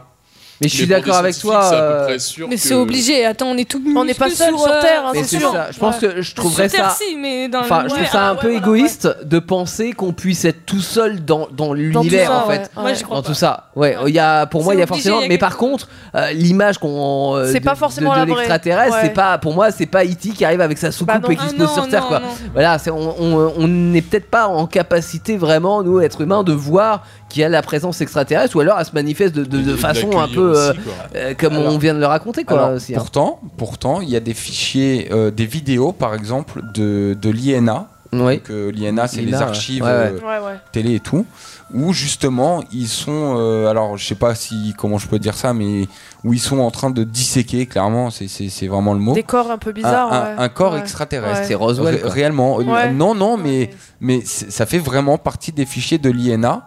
S2: Mais je suis
S20: pour des
S2: d'accord avec toi,
S20: scientifiques, c'est à peu
S2: euh,
S20: près sûr
S7: Mais
S20: que-
S7: c'est obligé. Attends, on est tout euh,
S3: On n'est pas seul sur Terre, hein,
S2: Mais c'est ça, je pense que je trouverais
S7: sur Terre,
S2: ça-
S7: si, mais dans
S2: Enfin,
S7: le-
S2: je
S7: Ouais,
S2: trouve ça
S7: ah,
S2: un
S7: ouais,
S2: peu
S7: voilà.
S2: égoïste de penser qu'on puisse être tout seul dans, dans l'univers
S7: ça,
S2: en fait.
S7: ouais. Moi, j'y crois
S2: dans
S7: pas.
S2: tout ça. Ouais, il y a, pour moi,
S7: C'est
S2: il y a
S7: obligé,
S2: forcément.
S7: il y a
S2: mais
S7: quelque
S2: par contre, euh, l'image qu'on. euh,
S3: C'est
S2: de-
S3: pas
S2: de-
S3: forcément
S2: de,
S3: la vraie.
S2: l'extraterrestre.
S3: Ouais.
S2: C'est pas, pour moi, c'est pas E.T. qui arrive avec sa soucoupe
S3: Bah non.
S2: et qui
S3: Ah
S2: se pose
S3: non,
S2: sur Terre.
S3: non,
S2: quoi.
S3: non.
S2: Voilà, c'est- on- on n'est peut-être pas en capacité vraiment, nous, êtres humains, de voir qu'il y a la présence extraterrestre ou alors elle se manifeste de, de- de façon un peu euh, euh, comme
S5: Alors-
S2: on vient de le raconter. Quoi,
S5: Alors,
S2: aussi, hein.
S5: pourtant, pourtant, il y a des fichiers, euh, des vidéos, par exemple, de, de l'INA.
S2: Donc,
S5: euh, l'INA, c'est les
S2: INA, ouais.
S5: archives
S2: Ouais, ouais.
S5: euh,
S2: Ouais, ouais.
S5: télé et tout, où justement ils sont, euh, alors je sais pas si comment je peux dire ça, mais où ils sont en train de disséquer. Clairement, c'est- c'est c'est vraiment le mot.
S3: Des corps un peu bizarres.
S5: un,
S3: ouais.
S5: un- un corps
S3: Ouais.
S5: extraterrestre.
S3: Ouais.
S5: Ré- réellement. Euh,
S3: Ouais.
S5: Non, non, mais, mais c'est- ça fait vraiment partie des fichiers de l'INA,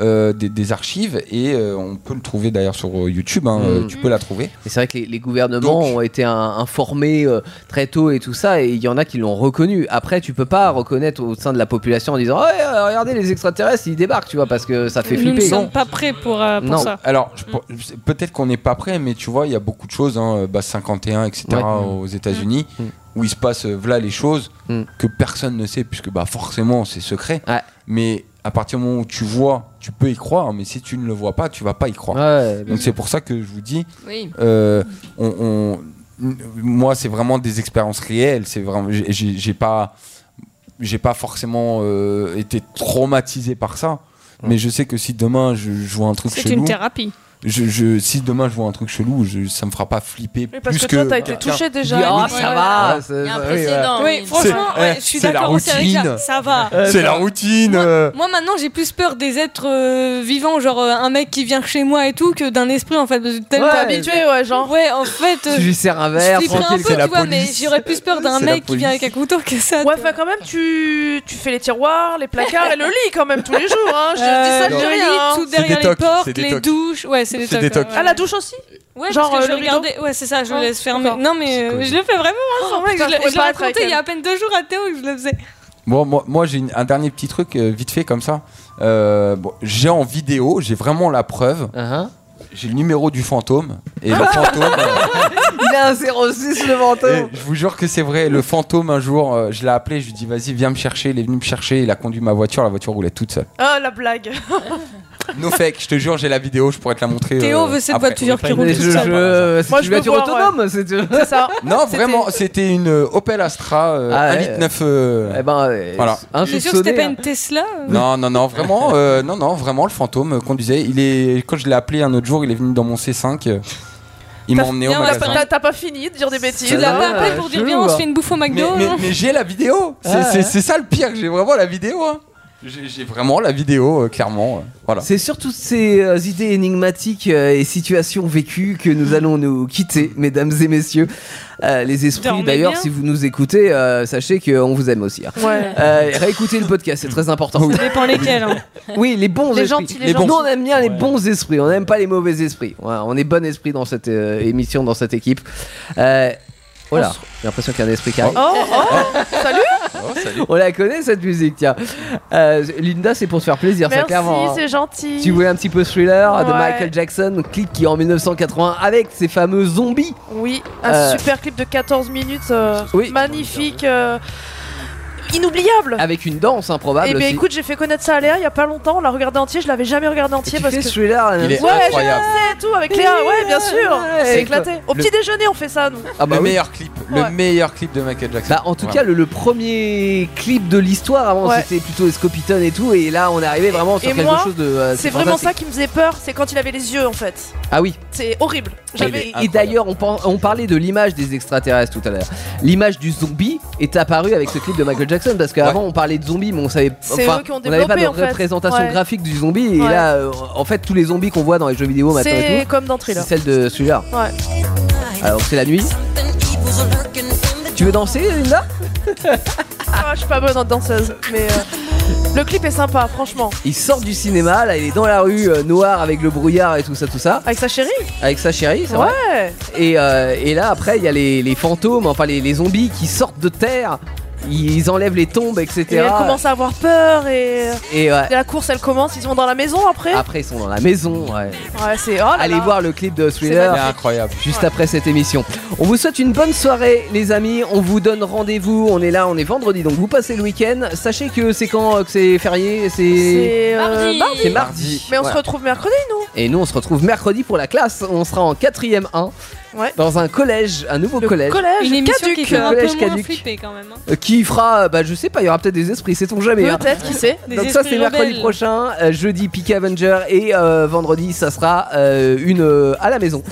S5: euh, des, des archives, et euh, on peut le trouver d'ailleurs sur euh, YouTube, hein,
S2: Mm.
S5: euh, tu peux la trouver.
S2: Et c'est vrai que les, les gouvernements ont été un- informés euh, très tôt et tout ça, et il y en a qui l'ont reconnu. Après, tu peux pas reconnaître au sein de la population en disant Ouais, euh, regardez les extraterrestres, ils débarquent, tu vois, parce que ça fait
S7: Nous ne
S2: flipper.
S7: sommes pas prêts pour euh, pour ça.
S5: Alors, je pe- peut-être qu'on n'est pas prêt, mais tu vois, il y a beaucoup de choses, hein, euh, bah, 51, etc.,
S2: Ouais.
S5: aux États-Unis,
S7: Mm.
S5: où il se passe, euh, voilà les choses que personne ne sait, puisque bah, forcément, c'est secret. Mais à partir du moment où tu vois, tu peux y croire, mais si tu ne le vois pas, tu vas pas y croire. Donc, c'est pour ça que je vous dis,
S12: Oui.
S5: euh, on, on- n- moi, c'est vraiment des expériences réelles, c'est vraiment, j'ai- j'ai j'ai pas j'ai pas forcément euh, été traumatisé par ça. Mais je sais que si demain je, je vois un truc
S7: C'est
S5: chelou,
S7: une thérapie.
S5: Je, je- si demain je vois un truc chelou, je, ça me fera pas flipper.
S7: Oui,
S3: parce
S5: plus
S3: que toi, t'as été
S2: Bah,
S5: quelqu'un
S3: touché
S5: qui dit,
S3: déjà.
S5: Ah,
S3: Oui,
S5: ça
S3: ouais.
S5: va.
S3: Ouais.
S5: ça-
S3: Il y a un
S5: oui, ouais.
S3: précédent,
S7: Oui, franchement,
S5: C'est-
S7: ouais,
S5: eh,
S7: je suis
S5: c'est la
S7: d'accord aussi avec
S5: routine.
S7: ça. Ça va.
S5: C'est la routine. euh.
S7: Moi maintenant j'ai plus peur des êtres euh, vivants, genre euh, un mec qui vient chez moi et tout, que d'un esprit en fait. parce que Tellement
S3: Ouais. habitué, ouais, genre.
S7: Ouais, en fait. euh,
S2: Tu lui sers un verre,
S7: je flipperais
S2: tranquille,
S7: un peu,
S2: c'est la
S7: tu vois, mais
S2: police.
S7: j'aurais plus peur d'un
S2: C'est la
S7: mec qui vient
S2: police.
S7: avec un couteau que ça.
S3: Ouais, enfin quand même, tu... tu fais les tiroirs, les placards et le lit quand même tous les jours. Hein. Je
S7: Euh,
S3: dis ça,
S7: le
S3: je dis
S7: lit,
S3: rien.
S7: tout
S3: hein.
S7: derrière
S5: des
S7: les
S5: tocs, c'est
S7: portes,
S5: des
S7: les
S5: tocs.
S7: douches. Ouais, c'est des
S5: C'est
S7: tocs.
S5: des tocs.
S7: ouais,
S3: Ah, la
S7: ouais.
S3: douche aussi
S7: Ouais,
S3: Genre,
S7: parce
S3: euh,
S7: que
S3: le
S7: je le regardais. Ouais, c'est ça, je le laisse fermer. Non, mais euh, je le fais vraiment, hein, sans
S3: Oh,
S7: mec,
S3: putain,
S7: je
S3: je
S7: l'ai-
S3: pouvais
S7: je l'ai
S3: pas être avec
S7: raconté il y
S3: elle.
S7: a à peine deux jours à Théo que je le faisais.
S5: Bon, moi, moi, j'ai une- un dernier petit truc euh, vite fait comme ça. Euh, bon, j'ai en vidéo, j'ai vraiment la preuve. J'ai le numéro du fantôme et le fantôme.
S2: Il a un 06 le
S5: Et
S2: menton.
S5: Eh, je vous jure que c'est vrai. Le fantôme, un jour, euh, je l'ai appelé, je lui dis vas-y, viens me chercher. Il est venu me chercher, il a conduit ma voiture, la voiture roulait toute seule.
S3: Ah, la blague.
S5: No fake, je te jure, j'ai la vidéo, je pourrais te la montrer.
S3: Théo
S5: euh,
S3: veut cette
S5: après.
S3: voiture qui roule
S2: Mais
S3: tout
S2: je-
S3: seul.
S5: euh,
S2: je- C'est
S3: Moi,
S2: une
S3: je veux
S2: voiture
S3: voir, ouais.
S2: autonome, c'est
S3: C'est ça.
S5: Non, vraiment, c'était une Opel Astra euh,
S2: Ah,
S5: 1.9
S2: ouais.
S5: euh, voilà.
S7: C'est sûr que c'était pas une Tesla euh.
S5: Non, non, non, vraiment, euh, non, non, vraiment, le fantôme euh, conduisait. Il est, quand je l'ai appelé un autre jour, il est venu dans mon C5. euh, il m'a emmené au
S3: Viens, on l'a pas-
S5: magasin.
S3: T'as t'as pas fini de dire des bêtises. hein.
S5: Tu l'as pas appelé
S7: pour dire, viens, on se fait une bouffe au
S5: Mais,
S7: McDo.
S5: mais- mais j'ai la vidéo. C'est
S2: Ah,
S5: c'est-
S2: ouais.
S5: c'est ça le pire. J'ai vraiment la vidéo. hein. J'ai j'ai vraiment la vidéo, euh, clairement. euh, voilà.
S2: C'est sur toutes ces euh, idées énigmatiques euh, et situations vécues que nous allons nous quitter, mesdames et messieurs. Euh, les esprits,
S4: Dormez
S2: d'ailleurs,
S4: bien.
S2: si vous nous écoutez, euh, sachez qu'on vous aime aussi. hein.
S4: Ouais.
S2: Euh, réécoutez le podcast, c'est très important.
S4: Ça dépend lesquels, hein.
S2: Oui, les bons
S4: Les
S2: esprits.
S4: gentils, les Les bons.
S2: Nous, on aime bien les bons esprits, on n'aime pas les mauvais esprits. Voilà, on est bon esprit dans cette euh, émission, dans cette équipe. Euh, voilà,
S4: On se-
S2: j'ai l'impression qu'il y a un esprit qui arrive.
S3: Oh, oh, salut
S2: On la connaît cette musique, tiens. Euh, Linda, c'est pour se faire plaisir, ça
S3: Merci,
S2: clairement. hein.
S3: c'est gentil.
S2: Si vous voulez un petit peu thriller de
S3: Ouais.
S2: Michael Jackson, clique qui en 1980 avec ses fameux zombies.
S3: Oui, un
S2: Euh,
S3: super clip de 14 minutes, euh,
S2: Oui.
S3: magnifique, euh, inoubliable.
S2: Avec une danse improbable.
S3: Et ben
S2: aussi.
S3: écoute, j'ai fait connaître ça à Léa il y a pas longtemps, on l'a regardé entier, je l'avais jamais regardé entier parce
S2: fais
S3: que
S2: celui-là, la même Il est
S3: Ouais,
S5: incroyable.
S3: je sais, tout avec Léa, ouais, bien sûr.
S2: Ouais,
S3: c'est
S2: et
S3: éclaté. Au
S5: le-
S3: petit déjeuner, on fait ça nous.
S2: Ah bah
S5: le
S2: oui.
S5: meilleur clip, le
S3: Ouais.
S5: meilleur clip de Michael Jackson.
S2: Bah, en tout cas, le, le premier clip de l'histoire avant
S3: Ouais.
S2: c'était plutôt Escopiton et tout, et là on est arrivé vraiment sur
S3: Et
S2: quelque
S3: moi,
S2: chose de. euh,
S3: c'est vraiment ça
S2: fantastique.
S3: qui me faisait peur, c'est quand il avait les yeux en fait.
S2: Ah oui.
S3: C'est horrible. J'avais
S2: Et, et d'ailleurs, on, pen- on parlait de l'image des extraterrestres tout à l'heure. L'image du zombie est apparue avec ce clip de Michael Jackson parce qu'avant on parlait de zombies, mais on savait
S4: C'est
S2: enfin,
S4: eux qui ont
S2: on n'avait pas
S4: développé,
S2: de
S4: en fait.
S2: représentation
S4: Ouais.
S2: graphique du zombie. Et
S4: Ouais.
S2: là, euh, en fait, tous les zombies qu'on voit dans les jeux vidéo maintenant, et
S3: C'est
S2: tout,
S3: comme dans Thriller.
S2: c'est celle de celui-là.
S3: Ouais.
S2: Alors c'est la nuit. Tu veux danser, Linda
S3: Ah, je suis pas bonne en danseuse, mais euh, le clip est sympa, franchement.
S2: Il sort du cinéma, là, il est dans la rue euh, noire avec le brouillard et tout ça, tout ça.
S3: Avec sa chérie
S2: Avec sa chérie, c'est vrai.
S3: Ouais.
S2: Et, euh, et là, après, il y a les, les fantômes, enfin les, les zombies qui sortent de terre. Ils enlèvent les tombes, etc.
S3: Et elle commence à avoir peur et,
S2: ah. Et ouais.
S3: et la course elle commence, ils sont dans la maison après.
S2: Après, ils sont dans la maison. ouais.
S3: Ouais, c'est oh là
S2: Allez
S3: là.
S2: voir le clip de Thriller.
S3: magnifique. C'est
S5: incroyable.
S2: Juste après cette émission. On vous souhaite une bonne soirée, les amis. On vous donne rendez-vous. On est là, on est vendredi, donc vous passez le week-end. Sachez que c'est quand euh, que c'est férié C'est.
S3: C'est euh, mardi.
S2: C'est mardi.
S3: Mais on se
S2: Voilà.
S3: retrouve mercredi, nous.
S2: Et nous, on se retrouve mercredi pour la classe. On sera en 4ème 1
S3: Ouais.
S2: dans un collège, un nouveau collège.
S7: Une émission qui fait un peu
S2: Collège
S7: moins
S2: caduc.
S7: flipper quand même. hein.
S2: Euh, Qui fera, euh, bah je sais pas, il y aura peut-être des esprits, sait-on jamais. hein.
S3: Peut-être, qui sait. Des
S2: Donc ça
S3: esprits
S2: c'est mercredi
S3: rebelles.
S2: prochain, euh, jeudi Peak Avenger et euh, vendredi ça sera euh, une euh, à la maison.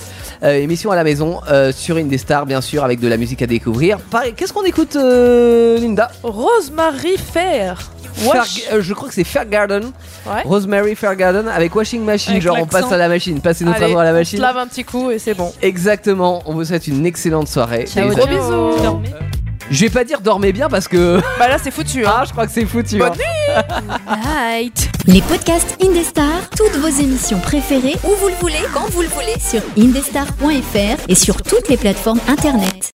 S2: Euh, émission à la maison euh, sur Indestar bien sûr avec de la musique à découvrir. Pareil, Qu'est-ce qu'on écoute euh, Linda
S3: Rosemary Fair. Wesh.
S2: Fair- euh, je crois que c'est Fairgarden.
S3: Ouais.
S2: Rosemary Fairgarden avec Washing Machine.
S3: Avec
S2: genre on
S3: l'accent.
S2: passe à la machine, passez Ah, notre
S3: Allez,
S2: amour à la
S3: on se
S2: machine.
S3: lave un petit coup et c'est bon.
S2: Exactement, on vous souhaite une excellente soirée.
S3: Ciao,
S2: Les
S3: gros
S2: amis.
S3: bisous. Dormez.
S2: Je vais pas dire dormez bien parce que.
S3: Bah là c'est foutu.
S2: Ah, je crois que c'est foutu. hein.
S18: Night. Les podcasts Indestar, toutes vos émissions préférées, où vous le voulez, quand vous le voulez, sur indestar.fr et sur toutes les plateformes internet.